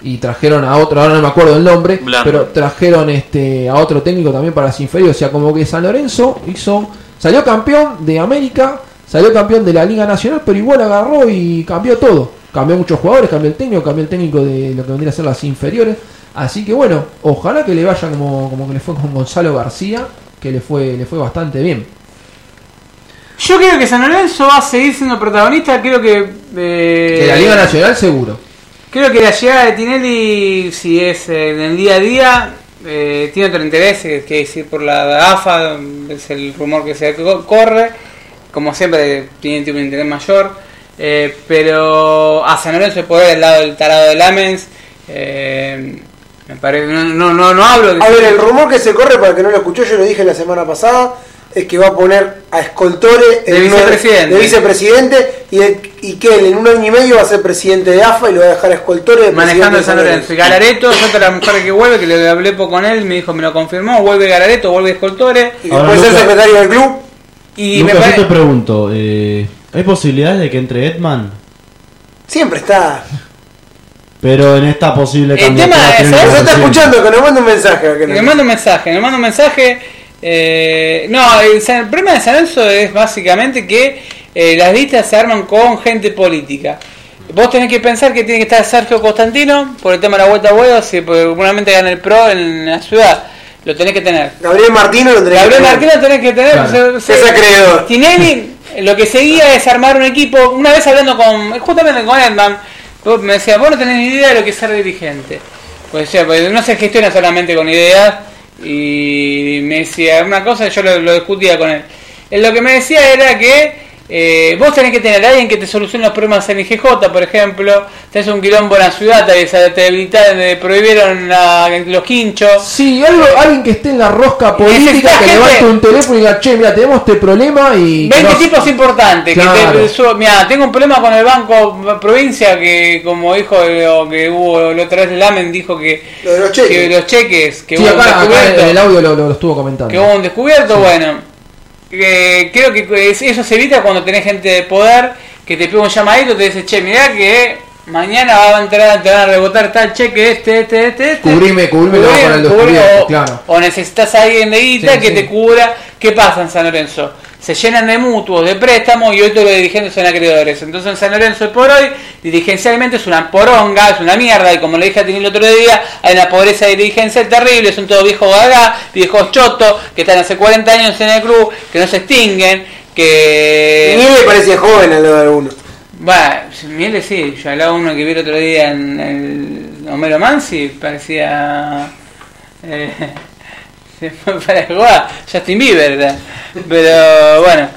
[SPEAKER 3] Y trajeron a otro, ahora no me acuerdo el nombre,
[SPEAKER 5] Blando.
[SPEAKER 3] pero trajeron este a otro técnico también para las inferiores. O sea, como que San Lorenzo hizo, salió campeón de América, salió campeón de la Liga Nacional, pero igual agarró y cambió todo. Cambió muchos jugadores, cambió el técnico, cambió el técnico de lo que vendría a ser las inferiores. Así que bueno, ojalá que le vaya como, como que le fue con Gonzalo García, que le fue, le fue bastante bien.
[SPEAKER 1] Yo creo que San Lorenzo va a seguir siendo protagonista. Creo que. eh,
[SPEAKER 3] De la Liga Nacional seguro.
[SPEAKER 1] Creo que la llegada de Tinelli, si es eh, en el día a día, eh, tiene otro interés, eh, que decir por la AFA, es el rumor que se co- corre, como siempre tiene tipo un interés mayor, eh, pero a San Lorenzo por el lado del tarado de Lamens, eh, me parece, no, no, no, no hablo de...
[SPEAKER 2] A ver, el rumor que se corre, para el que no lo escuchó, yo lo dije la semana pasada, es que va a poner a Escoltore
[SPEAKER 1] De
[SPEAKER 2] en un-
[SPEAKER 1] vicepresidente.
[SPEAKER 2] de vicepresidente y, de- y que él en un año y medio va a ser presidente de AFA y lo va a dejar a Escoltore de
[SPEAKER 1] manejando
[SPEAKER 2] presidente de
[SPEAKER 1] el San Lorenzo. Y Galareto, es otra mujer que vuelve, que le hablé poco con él, me dijo, me lo confirmó, vuelve Galareto, vuelve Escoltore.
[SPEAKER 2] Y
[SPEAKER 4] Ahora,
[SPEAKER 2] después ser
[SPEAKER 4] Lucas-
[SPEAKER 2] secretario del club.
[SPEAKER 1] Y
[SPEAKER 4] Lucas,
[SPEAKER 1] me
[SPEAKER 4] yo
[SPEAKER 1] parece...
[SPEAKER 4] te pregunto, eh, ¿hay posibilidades de que entre Edman?
[SPEAKER 2] Siempre está.
[SPEAKER 4] Pero en esta posible
[SPEAKER 1] El
[SPEAKER 4] candidatura
[SPEAKER 1] tema es,
[SPEAKER 4] tiene
[SPEAKER 1] ¿sabes?
[SPEAKER 2] Pero
[SPEAKER 4] que
[SPEAKER 2] se está
[SPEAKER 4] ser
[SPEAKER 2] escuchando, que nos manda un mensaje. a Que
[SPEAKER 1] Que me manda un mensaje, me manda un mensaje. eh, no, el, San- el problema de San Lorenzo es básicamente que eh, las listas se arman con gente política. Vos tenés que pensar que tiene que estar Sergio Constantino por el tema de la vuelta a huevos, si seguramente gana el PRO en la ciudad, lo tenés que tener.
[SPEAKER 2] Gabriel Martino lo tendría
[SPEAKER 1] Gabriel
[SPEAKER 2] que
[SPEAKER 1] Martínez lo tenés que tener.
[SPEAKER 3] Claro.
[SPEAKER 1] se-
[SPEAKER 2] Es
[SPEAKER 1] se-
[SPEAKER 2] acreedor.
[SPEAKER 1] Tinelli lo que seguía es armar un equipo. Una vez hablando con justamente con Edman, vos me decía, vos no tenés ni idea de lo que es ser dirigente. Pues decía, pues, no se gestiona solamente con ideas. Y me decía una cosa, yo lo, lo discutía con él. Él lo que me decía era que eh, vos tenés que tener a alguien que te solucione los problemas en el GJ, por ejemplo. Tenés un quilombo en la ciudad, te, te habilitaron, te prohibieron la- los quinchos.
[SPEAKER 3] Sí, algo, alguien que esté en la rosca política,
[SPEAKER 1] Necesitas
[SPEAKER 3] que
[SPEAKER 1] gente-
[SPEAKER 3] levante un teléfono y diga, che, mira, tenemos este problema y... que
[SPEAKER 1] 20
[SPEAKER 3] no-
[SPEAKER 1] tipos importantes. Que
[SPEAKER 3] Claro.
[SPEAKER 1] te- yo, mirá, tengo un problema con el banco provincia que, como dijo lo que hubo la otra vez, Lamen dijo que
[SPEAKER 2] Lo de los cheques.
[SPEAKER 1] que los cheques, que
[SPEAKER 3] Sí,
[SPEAKER 1] hubo un
[SPEAKER 3] acá, acá
[SPEAKER 1] descubierto,
[SPEAKER 3] en el audio lo, lo- lo estuvo comentando.
[SPEAKER 1] que hubo un descubierto, bueno, Eh, creo que es- eso se evita cuando tenés gente de poder que te pega un llamadito y te dice, che, mirá que mañana va a entrar, te van a rebotar tal cheque, este, este, este, este.
[SPEAKER 3] Cubrime, cubrime, lo hago con el
[SPEAKER 1] Cubrir, cubrir,
[SPEAKER 3] descubierto,
[SPEAKER 1] o,
[SPEAKER 3] claro.
[SPEAKER 1] o necesitas a alguien de guita
[SPEAKER 3] Sí,
[SPEAKER 1] que
[SPEAKER 3] sí.
[SPEAKER 1] te cubra. ¿Qué pasa en San Lorenzo? Se llenan de mutuos, de préstamos y hoy todos los dirigentes son acreedores. Entonces en San Lorenzo hoy por hoy, dirigencialmente es una poronga, es una mierda. Y como le dije a Tini el otro día, hay una pobreza de dirigencia terrible. Son todos viejos gaga, viejos chotos, que están hace 40 años en el club, que no se extinguen, que...
[SPEAKER 2] Ni le parecía joven al lado de alguno.
[SPEAKER 1] Va, Miele sí, yo hablaba uno que vi el otro día en el Homero Mansi, parecía. eh, se fue para jugar, Justin Bieber era. Pero bueno,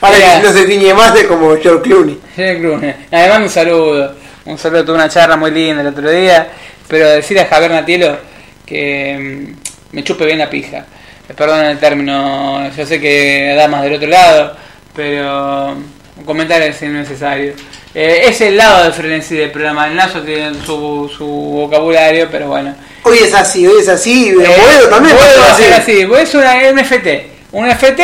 [SPEAKER 2] Ahora
[SPEAKER 1] era-
[SPEAKER 2] que no se tiñe más es como George Clooney.
[SPEAKER 1] era Cruz. Además, un saludo, un saludo, tuve una charla muy linda el otro día, pero decir a Javier Natielo que mm, me chupe bien la pija. perdón el término, yo sé que da más del otro lado, pero mm, un comentario es innecesario. Eh, es el lado de frenesí del programa, el Nazo tiene su, su vocabulario, pero bueno.
[SPEAKER 2] Hoy es así, hoy es así, pero
[SPEAKER 1] Eh,
[SPEAKER 2] Boedo también
[SPEAKER 1] Boedo
[SPEAKER 2] pasó
[SPEAKER 1] va a ser
[SPEAKER 2] así.
[SPEAKER 1] así. Boedo es una NFT. Un NFT.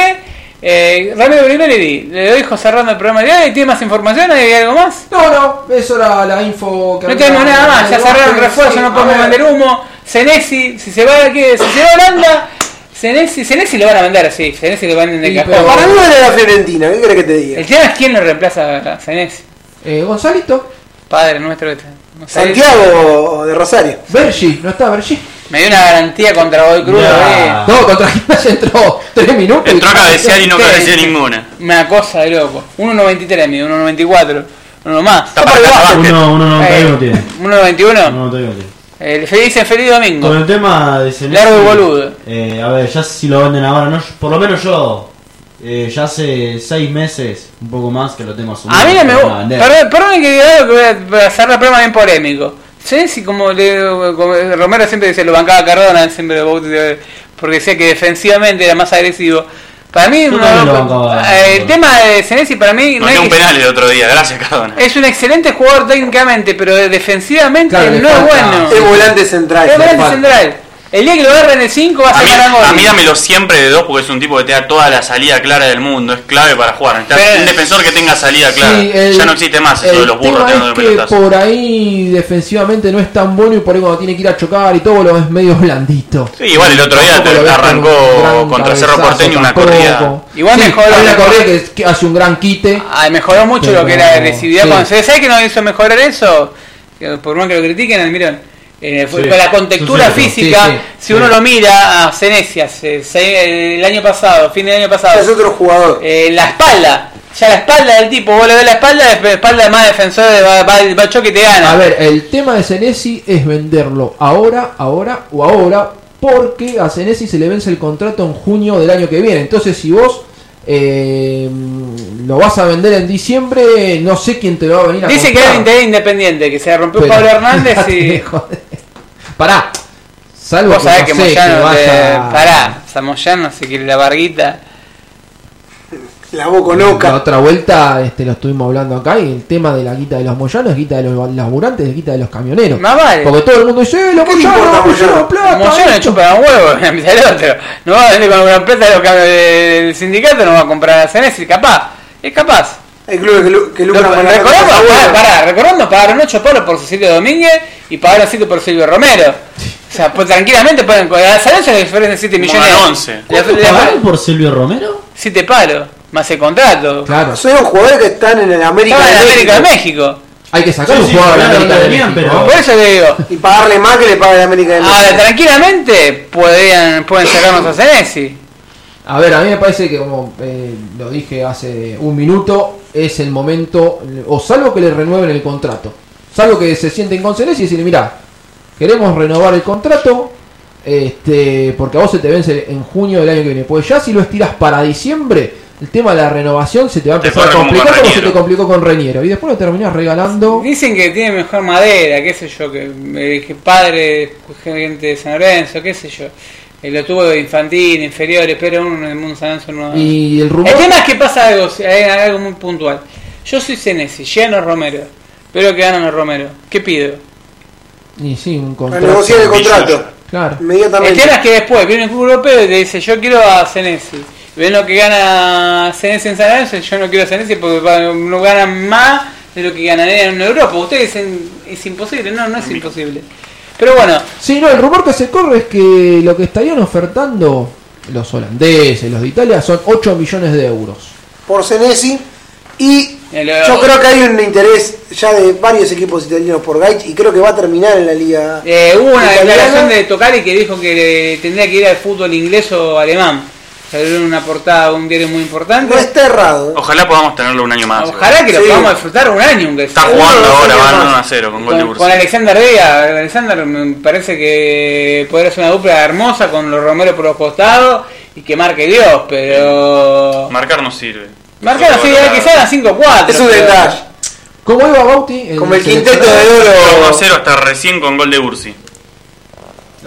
[SPEAKER 1] Eh, Ramiro Grimaldi, le doy cerrando el programa de hoy. ¿Tiene más información? ¿Hay algo más?
[SPEAKER 3] No, no, eso era la info que
[SPEAKER 1] No
[SPEAKER 3] había-
[SPEAKER 1] tenemos nada más, ya
[SPEAKER 3] Sí,
[SPEAKER 1] cerraron el refuerzo,
[SPEAKER 3] sí,
[SPEAKER 1] no
[SPEAKER 3] a
[SPEAKER 1] podemos
[SPEAKER 3] ver.
[SPEAKER 1] vender humo. Senesi, si se va aquí, si se va a Holanda, Senesi, Senesi lo van a vender, sí, Senesi lo van a vender.
[SPEAKER 2] Pero para mí era la Fiorentina, ¿qué crees que te diga?
[SPEAKER 1] El tema es quién lo reemplaza a Senesi.
[SPEAKER 3] Eh, Gonzalito.
[SPEAKER 1] Padre nuestro que está- no sé.
[SPEAKER 2] Santiago de Rosario.
[SPEAKER 3] Bergi, no está Bergi.
[SPEAKER 1] Me dio una garantía contra Godoy Cruz.
[SPEAKER 4] Ya.
[SPEAKER 1] eh.
[SPEAKER 3] No, contra Gimnasia entró 3 minutos.
[SPEAKER 5] Entró a cabecear y no cabeció ninguna.
[SPEAKER 1] Una cosa de loco. 1.93 mide, 1.94. Uno más.
[SPEAKER 5] Está para acabar.
[SPEAKER 4] Ah, Uno, uno
[SPEAKER 1] Eh,
[SPEAKER 4] 91 tiene.
[SPEAKER 1] 1.91.
[SPEAKER 4] 1.91 tiene.
[SPEAKER 1] El eh, feliz en feliz domingo.
[SPEAKER 4] Con el tema de Senesi,
[SPEAKER 1] Largo y boludo.
[SPEAKER 4] eh, a ver, ya si lo venden ahora, no, por lo menos yo. eh, ya hace 6 meses, un poco más que lo tengo asumido.
[SPEAKER 1] A mí no
[SPEAKER 4] que
[SPEAKER 1] me
[SPEAKER 4] lo van a
[SPEAKER 1] gusta.
[SPEAKER 4] vender.
[SPEAKER 1] Perdón, perdón que diga algo que voy a- voy a hacer la prueba bien polémico. ¿Sabes si como, le- como Romero siempre se lo bancaba a Cardona, siempre lo bautizaba, porque decía que defensivamente era más agresivo? Para mí,
[SPEAKER 4] Yo
[SPEAKER 1] no-
[SPEAKER 4] también lo bancaba.
[SPEAKER 1] eh, el tema de Senesi para mí no
[SPEAKER 5] Nos dio un
[SPEAKER 1] es, que-
[SPEAKER 5] penal el otro día, gracias Cardona.
[SPEAKER 1] es un excelente jugador técnicamente, pero defensivamente
[SPEAKER 3] Claro, le
[SPEAKER 1] no es
[SPEAKER 3] falta-
[SPEAKER 1] bueno.
[SPEAKER 2] Es volante central.
[SPEAKER 1] Es volante
[SPEAKER 2] Juan.
[SPEAKER 1] central. El día que lo agarren el 5 va a
[SPEAKER 5] A mí,
[SPEAKER 1] sacar a
[SPEAKER 5] a
[SPEAKER 1] gol.
[SPEAKER 5] mí dámelo siempre de dos porque es un tipo que te da toda la salida clara del mundo, es clave para jugar. Necesitas
[SPEAKER 1] Pero-
[SPEAKER 5] un defensor que tenga salida
[SPEAKER 3] Sí,
[SPEAKER 5] clara.
[SPEAKER 3] el-
[SPEAKER 5] ya no existe más eso
[SPEAKER 3] el
[SPEAKER 5] de los burros
[SPEAKER 3] tema
[SPEAKER 5] tirando
[SPEAKER 3] es que
[SPEAKER 5] pelotazo.
[SPEAKER 3] por ahí defensivamente no es tan bueno y por ahí cuando tiene que ir a chocar y todo lo ves medio blandito.
[SPEAKER 5] Sí, igual el otro día
[SPEAKER 3] Tampoco
[SPEAKER 5] te
[SPEAKER 3] lo ves con un
[SPEAKER 5] arrancó
[SPEAKER 3] gran
[SPEAKER 5] contra Cerro
[SPEAKER 3] cabezazo
[SPEAKER 5] Porteño una
[SPEAKER 3] tampoco.
[SPEAKER 5] corrida.
[SPEAKER 1] Igual
[SPEAKER 3] Sí,
[SPEAKER 1] mejoró-
[SPEAKER 3] hay una corrida que, que hace un gran quite.
[SPEAKER 1] Ay, mejoró mucho
[SPEAKER 3] Pero-
[SPEAKER 1] lo que era agresividad
[SPEAKER 3] sí.
[SPEAKER 1] cuando se ¿Sabes que no hizo mejorar eso? Que Por más que lo critiquen, Almirón. Eh, fue
[SPEAKER 4] Sí.
[SPEAKER 1] con la contextura
[SPEAKER 4] Sí, sí, pero-
[SPEAKER 1] física,
[SPEAKER 3] sí, sí,
[SPEAKER 1] si uno lo mira a Senesi hace seis- el año pasado, fin del año pasado,
[SPEAKER 2] Es otro jugador.
[SPEAKER 1] eh, la espalda, ya la espalda del tipo, vos le ves la espalda, la espalda más defensor de va, va, va al choque y te gana.
[SPEAKER 3] A ver, el tema de Senesi es venderlo ahora, ahora o ahora, porque a Senesi se le vence el contrato en junio del año que viene. Entonces, si vos eh, lo vas a vender en diciembre, no sé quién te lo va a venir a
[SPEAKER 1] Dice que
[SPEAKER 3] comprar.
[SPEAKER 1] era un interés independiente, que se rompió
[SPEAKER 3] Pero-
[SPEAKER 1] Pablo Hernández y.
[SPEAKER 3] Dejate de joder. Pará. Salvo
[SPEAKER 1] Vos sabés que
[SPEAKER 3] que, no sé, que
[SPEAKER 1] Moyano te-
[SPEAKER 3] vaya- Ah,
[SPEAKER 1] Pará, Samoyano se quiere la barguita.
[SPEAKER 2] La boca
[SPEAKER 3] La
[SPEAKER 2] loca.
[SPEAKER 3] otra vuelta este, lo estuvimos hablando acá y el tema de la guita de los moyanos, guita de los laburantes, guita de los camioneros.
[SPEAKER 1] Más vale.
[SPEAKER 3] Porque todo el mundo dice, ¡eh, los
[SPEAKER 2] ¿Qué le
[SPEAKER 3] moyanos,
[SPEAKER 2] importa,
[SPEAKER 3] moyanos,
[SPEAKER 2] Moyano?
[SPEAKER 3] plata!
[SPEAKER 1] Moyano le
[SPEAKER 3] esto".
[SPEAKER 1] chupa un huevo en la mitad del otro. No va a vender con gran plata lo que- el sindicato, no va a comprar a Senesi, capaz. Es capaz.
[SPEAKER 2] Hay clubes que, lu- que lucran con la
[SPEAKER 1] recordamos, pará,
[SPEAKER 2] plata.
[SPEAKER 1] pará, recordamos, pagaron 8 palos por Cecilio Domínguez y pagaron 7 por Silvio Romero. O sea, pues tranquilamente pueden cobrar. A Senesi le ofrecen 7 millones.
[SPEAKER 5] Bueno, 11.
[SPEAKER 1] Le
[SPEAKER 4] ¿Cuánto
[SPEAKER 1] ofrecen-
[SPEAKER 4] pagaron por Silvio Romero?
[SPEAKER 1] 7 palos, más el contrato.
[SPEAKER 3] Claro,
[SPEAKER 2] Son los jugadores que están en el América,
[SPEAKER 1] Estaba en
[SPEAKER 2] de
[SPEAKER 1] América de
[SPEAKER 2] México.
[SPEAKER 1] México.
[SPEAKER 3] hay que sacar
[SPEAKER 4] Sí,
[SPEAKER 3] un
[SPEAKER 4] sí,
[SPEAKER 3] jugador de
[SPEAKER 4] claro,
[SPEAKER 3] América
[SPEAKER 4] lo
[SPEAKER 3] de
[SPEAKER 4] tenían,
[SPEAKER 3] México,
[SPEAKER 4] pero-
[SPEAKER 3] ¿eh?
[SPEAKER 1] Por eso te digo. Ah,
[SPEAKER 2] Y pagarle más que le paga el América de
[SPEAKER 1] Ahora,
[SPEAKER 2] México.
[SPEAKER 1] tranquilamente podrían, pueden sacarnos a Senesi.
[SPEAKER 3] A ver, a mí me parece que, como eh, lo dije hace un minuto, es el momento, o salvo que le renueven el contrato, salvo que se sienten con Senesi y decirle, mira, queremos renovar el contrato, este, porque a vos se te vence en junio del año que viene, pues ya si lo estiras para diciembre, el tema de la renovación se te va a
[SPEAKER 5] Te
[SPEAKER 3] empezar a
[SPEAKER 5] corre como
[SPEAKER 3] complicar
[SPEAKER 5] con
[SPEAKER 3] como se
[SPEAKER 5] Raniero.
[SPEAKER 3] te complicó con Reñero, y después lo terminás regalando.
[SPEAKER 1] Dicen que tiene mejor madera, qué sé yo, que, eh, que padre, gente de San Lorenzo, qué sé yo. Eh, lo tuvo de infantil, inferiores, pero uno en el mundo San Lorenzo no.
[SPEAKER 3] Y el rumor...
[SPEAKER 1] El tema es que pasa algo, hay algo muy puntual. Yo soy Senesi, llegan los Romero, pero que ganan los Romero. ¿Qué pido?
[SPEAKER 3] Y sí, un
[SPEAKER 2] Para
[SPEAKER 3] contrato.
[SPEAKER 2] negociar el contrato.
[SPEAKER 3] Claro.
[SPEAKER 1] El
[SPEAKER 2] Inmediatamente.
[SPEAKER 1] tema es que después viene el club europeo y te dice, yo quiero a Senesi. Ven lo que gana Senesi en San Lorenzo, yo no quiero a Senesi porque va- no ganan más de lo que ganarían en Europa. Ustedes dicen, es imposible, no, no es imposible. Pero bueno,
[SPEAKER 3] Sí, no, el rumor que se corre es que lo que estarían ofertando los holandeses, los de Italia, son 8 millones de euros.
[SPEAKER 2] Por Senesi. Y
[SPEAKER 1] El-
[SPEAKER 2] yo creo que hay un interés ya de varios equipos italianos por Gaich. Y creo que va a terminar en la liga.
[SPEAKER 1] eh, hubo una
[SPEAKER 2] Italiano.
[SPEAKER 1] declaración de Tocari que dijo que eh, tendría que ir al fútbol inglés o alemán. Salió en una portada de un diario muy importante.
[SPEAKER 2] No está errado. ¿eh?
[SPEAKER 5] Ojalá podamos tenerlo un año más.
[SPEAKER 1] Ojalá que lo
[SPEAKER 2] Sí.
[SPEAKER 1] podamos disfrutar un año, aunque
[SPEAKER 5] Está
[SPEAKER 1] sea.
[SPEAKER 5] jugando ahora,
[SPEAKER 2] Uno, dos
[SPEAKER 5] van
[SPEAKER 2] años
[SPEAKER 5] 1 a
[SPEAKER 2] más.
[SPEAKER 5] 0 con gol de
[SPEAKER 1] Con, con
[SPEAKER 5] Bursa.
[SPEAKER 1] Alexander Vega, Alexander me parece que podría ser una dupla hermosa con los Romero por los costados y que marque Dios, pero.
[SPEAKER 5] Marcar no sirve.
[SPEAKER 1] Marcar así, eh, quizás a 5-4.
[SPEAKER 2] Es un
[SPEAKER 1] pero-
[SPEAKER 2] detalle.
[SPEAKER 3] ¿Cómo iba Bauti?
[SPEAKER 2] Como el
[SPEAKER 3] seleccionado?
[SPEAKER 2] quinteto de
[SPEAKER 5] 1 a
[SPEAKER 2] oro.
[SPEAKER 5] 0 hasta recién con gol de Bursi.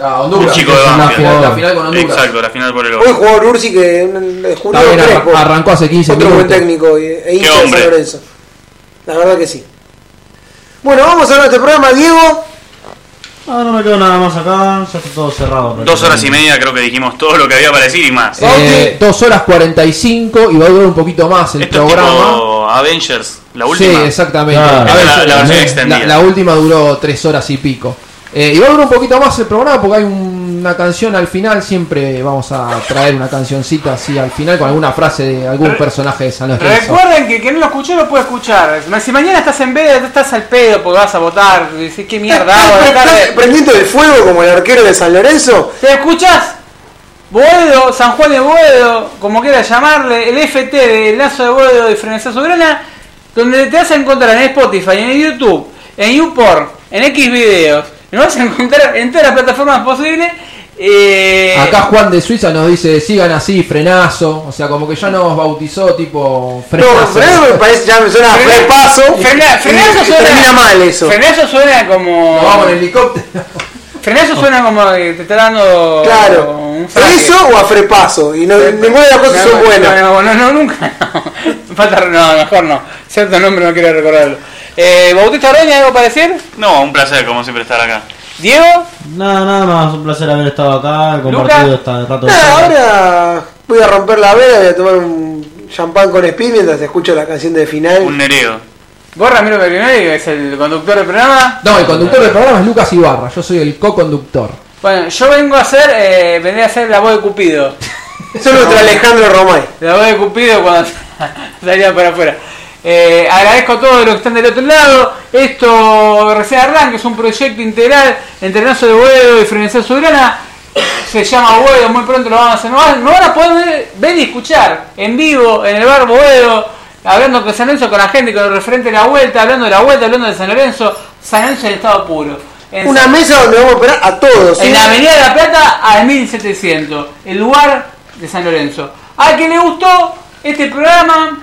[SPEAKER 3] Ah, Honduras.
[SPEAKER 5] Un chico de
[SPEAKER 3] que es una
[SPEAKER 5] Banfield.
[SPEAKER 3] jugadora. La final con Honduras.
[SPEAKER 5] Exacto, la final por el
[SPEAKER 2] Hoy
[SPEAKER 5] Ojo.
[SPEAKER 2] jugó Ursi que eh, Julio
[SPEAKER 3] También arra-
[SPEAKER 2] Crespo,
[SPEAKER 3] arrancó hace 15
[SPEAKER 2] otro buen
[SPEAKER 3] minutos.
[SPEAKER 2] técnico y- e hincha de San
[SPEAKER 5] hombre.
[SPEAKER 2] Lorenzo. La verdad que sí. Bueno, vamos a nuestro programa, Diego.
[SPEAKER 4] Ah, no me quedo nada más acá, ya está todo cerrado.
[SPEAKER 5] Dos horas y media creo que dijimos todo lo que había para decir y más.
[SPEAKER 3] Eh, 2 horas 45 y va a durar un poquito más el
[SPEAKER 5] Esto es
[SPEAKER 3] programa.
[SPEAKER 5] tipo Avengers, la
[SPEAKER 3] Sí,
[SPEAKER 5] última.
[SPEAKER 3] exactamente.
[SPEAKER 4] Claro.
[SPEAKER 5] Esta es la- la versión
[SPEAKER 3] eh,
[SPEAKER 5] extendida.
[SPEAKER 3] la- la última duró 3 horas y pico. Eh, y va a durar un poquito más el programa porque hay un- una canción al final. Siempre vamos a traer una cancioncita así al final con alguna frase de algún personaje de San Lorenzo.
[SPEAKER 1] Recuerden que el que no lo escuchó lo puede escuchar. Si mañana estás en veda, estás al pedo porque vas a votar. Decís qué mierda hago a la
[SPEAKER 2] ¿Estás
[SPEAKER 1] tarde.
[SPEAKER 2] prendiendo el fuego como el arquero de San Lorenzo?
[SPEAKER 1] ¿Te escuchás? Boedo, San Juan de Boedo, como quiera llamarle, el FT de Lazo de Boedo y Frenesá Soberana, donde te vas a encontrar en Spotify, en YouTube, en YouPorn, en X videos, nos vas a encontrar en todas las plataformas posibles. eh,
[SPEAKER 3] Acá Juan de Suiza nos dice: sigan así, frenazo. O sea, como que ya nos bautizó tipo
[SPEAKER 2] No,
[SPEAKER 3] frenazo.
[SPEAKER 2] frenazo me parece, ya me suena a
[SPEAKER 1] Frena-
[SPEAKER 2] repaso.
[SPEAKER 1] Frena- frenazo
[SPEAKER 2] Y- y
[SPEAKER 1] suena-
[SPEAKER 2] Termina mal eso.
[SPEAKER 1] Frenazo suena como.
[SPEAKER 3] Nos vamos en helicóptero.
[SPEAKER 1] Frenazo suena como que te está dando.
[SPEAKER 2] Claro.
[SPEAKER 1] Oh, un saque.
[SPEAKER 2] ¿Eso o a frepaso? Y no, ninguna de las cosas son
[SPEAKER 1] No,
[SPEAKER 2] buenas.
[SPEAKER 1] No, no, no, nunca. no. Falta, no, mejor no. Cierto nombre no quiero recordarlo. Eh, Bautista Arroña, ¿algo para decir?
[SPEAKER 5] No, un placer como siempre estar acá.
[SPEAKER 1] ¿Diego?
[SPEAKER 4] Nada, nada más, un placer haber estado acá, compartido esta rato de
[SPEAKER 2] Nada,
[SPEAKER 4] charla.
[SPEAKER 2] ahora voy a romper la vela y voy a tomar un champán con speed mientras escucho la canción de
[SPEAKER 5] Un
[SPEAKER 2] final.
[SPEAKER 5] nereo.
[SPEAKER 1] Vos, Ramiro Berlinelli, que es el conductor del programa.
[SPEAKER 3] No, el conductor del programa es Lucas Ibarra. Yo soy el co-conductor.
[SPEAKER 1] Bueno, yo vengo a ser, eh, vendré a ser la voz de Cupido.
[SPEAKER 2] Eso es nuestro Alejandro Romay.
[SPEAKER 1] La voz de Cupido cuando salía para afuera. Eh, agradezco a todos los que están del otro lado. Esto recién arranca, es un proyecto integral entre Nazo de Boedo y Frenesá Soberana. Se llama Boedo, muy pronto lo van a hacer. No van, no van a poder ver, ver y escuchar en vivo en el bar Boedo, hablando con San Lorenzo, con la gente, con el referente de la vuelta, hablando de la vuelta, hablando de San Lorenzo. San Lorenzo en estado puro. En
[SPEAKER 2] Una
[SPEAKER 1] San-
[SPEAKER 2] mesa donde vamos a operar a todos. ¿sí?
[SPEAKER 1] en la Avenida de la Plata al 1700, el lugar de San Lorenzo. A quien le gustó este programa,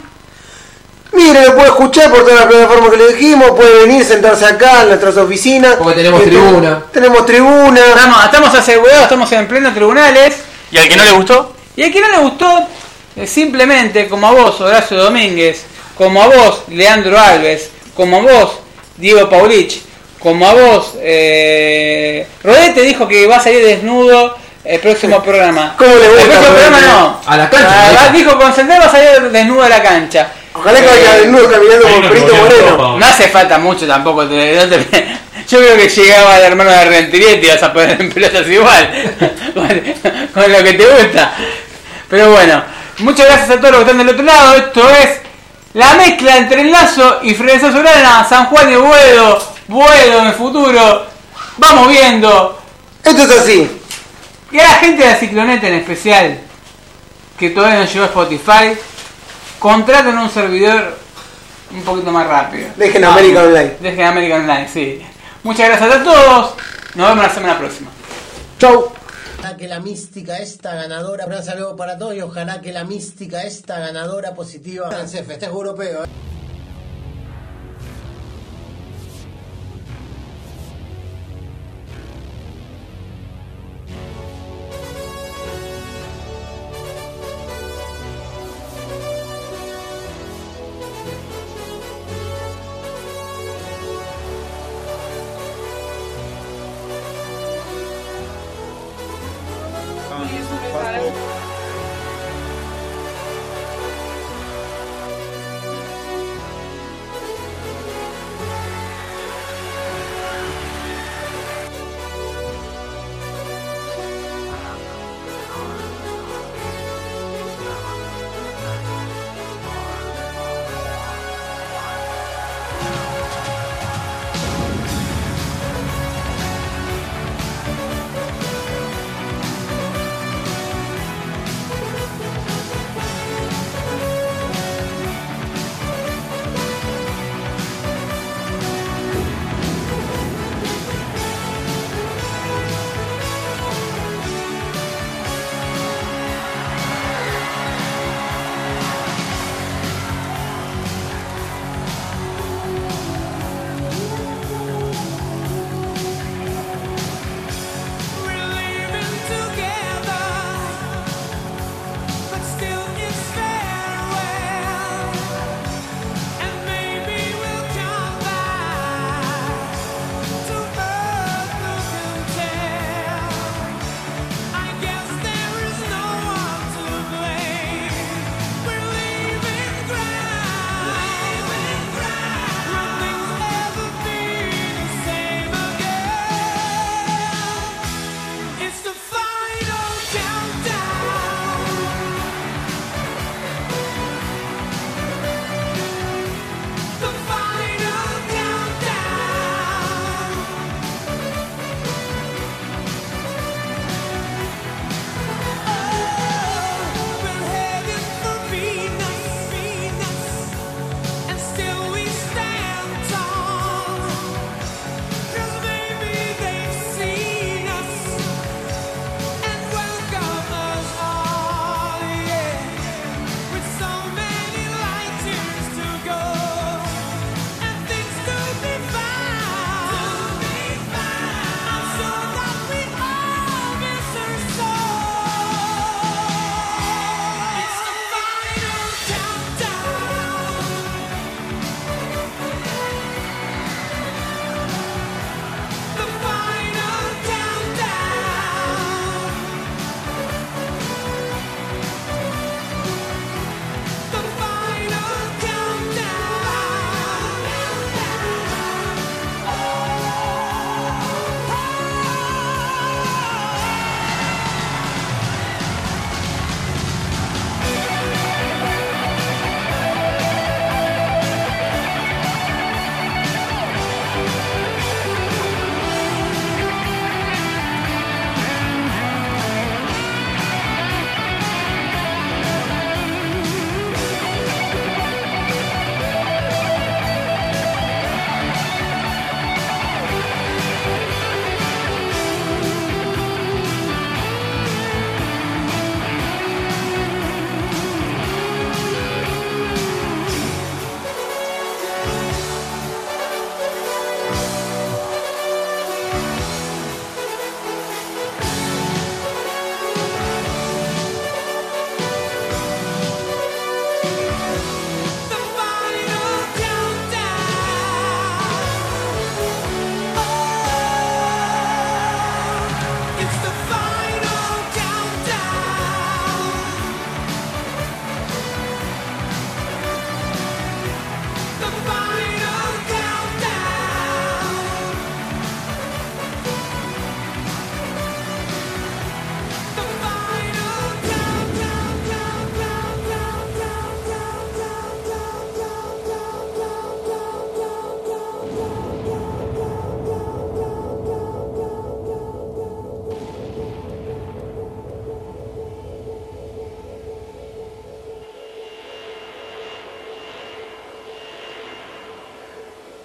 [SPEAKER 2] Mire, lo puede escuchar por todas las plataformas que le dijimos. Puede venir, sentarse acá en nuestras oficinas.
[SPEAKER 3] Porque tenemos
[SPEAKER 2] Que te-
[SPEAKER 3] tribuna.
[SPEAKER 2] Tenemos tribuna.
[SPEAKER 1] estamos, estamos asegurados, estamos en pleno tribunales.
[SPEAKER 5] ¿Y al que no le gustó?
[SPEAKER 1] Y a quien no le gustó, eh, simplemente como a vos, Horacio Domínguez, como a vos, Leandro Alves, como a vos, Diego Paulich, como a vos, eh, Rodete dijo que va a salir desnudo el próximo programa.
[SPEAKER 2] ¿Cómo le gusta,
[SPEAKER 1] El próximo
[SPEAKER 2] Rodete?
[SPEAKER 1] programa no.
[SPEAKER 3] A la cancha,
[SPEAKER 1] Ah,
[SPEAKER 3] dijo.
[SPEAKER 1] va- dijo, con Central va a salir desnudo a la cancha.
[SPEAKER 2] Ojalá que vaya
[SPEAKER 1] Eh,
[SPEAKER 2] desnudo caminando
[SPEAKER 7] Ahí
[SPEAKER 2] con
[SPEAKER 7] nos
[SPEAKER 2] Perito
[SPEAKER 7] volvió
[SPEAKER 2] Moreno.
[SPEAKER 7] Copa.
[SPEAKER 1] No hace falta mucho tampoco. te- no te- yo creo que llegaba el hermano de Rentirete y vas a poner en pelotas igual. con, con lo que te gusta. Pero bueno, muchas gracias a todos los que están del otro lado. Esto es la mezcla entre el lazo y Frenesa Solana, San Juan de Buedo, Buedo en el futuro. Vamos viendo.
[SPEAKER 2] Esto es así.
[SPEAKER 1] Y a la gente de la Cicloneta en especial, que todavía no llegó a Spotify, contraten un servidor un poquito más rápido.
[SPEAKER 2] Dejen América Online.
[SPEAKER 1] Dejen América Online, sí. Muchas gracias a todos. Nos vemos la semana próxima.
[SPEAKER 3] Chau.
[SPEAKER 13] Ojalá que la mística esta ganadora, un gran saludo para todos y ojalá que la mística esta ganadora positiva, francés, festejo europeo. ¿eh?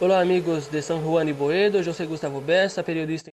[SPEAKER 8] Olá, amigos de São Juan e Boedo. Eu sou Gustavo Bessa, periodista.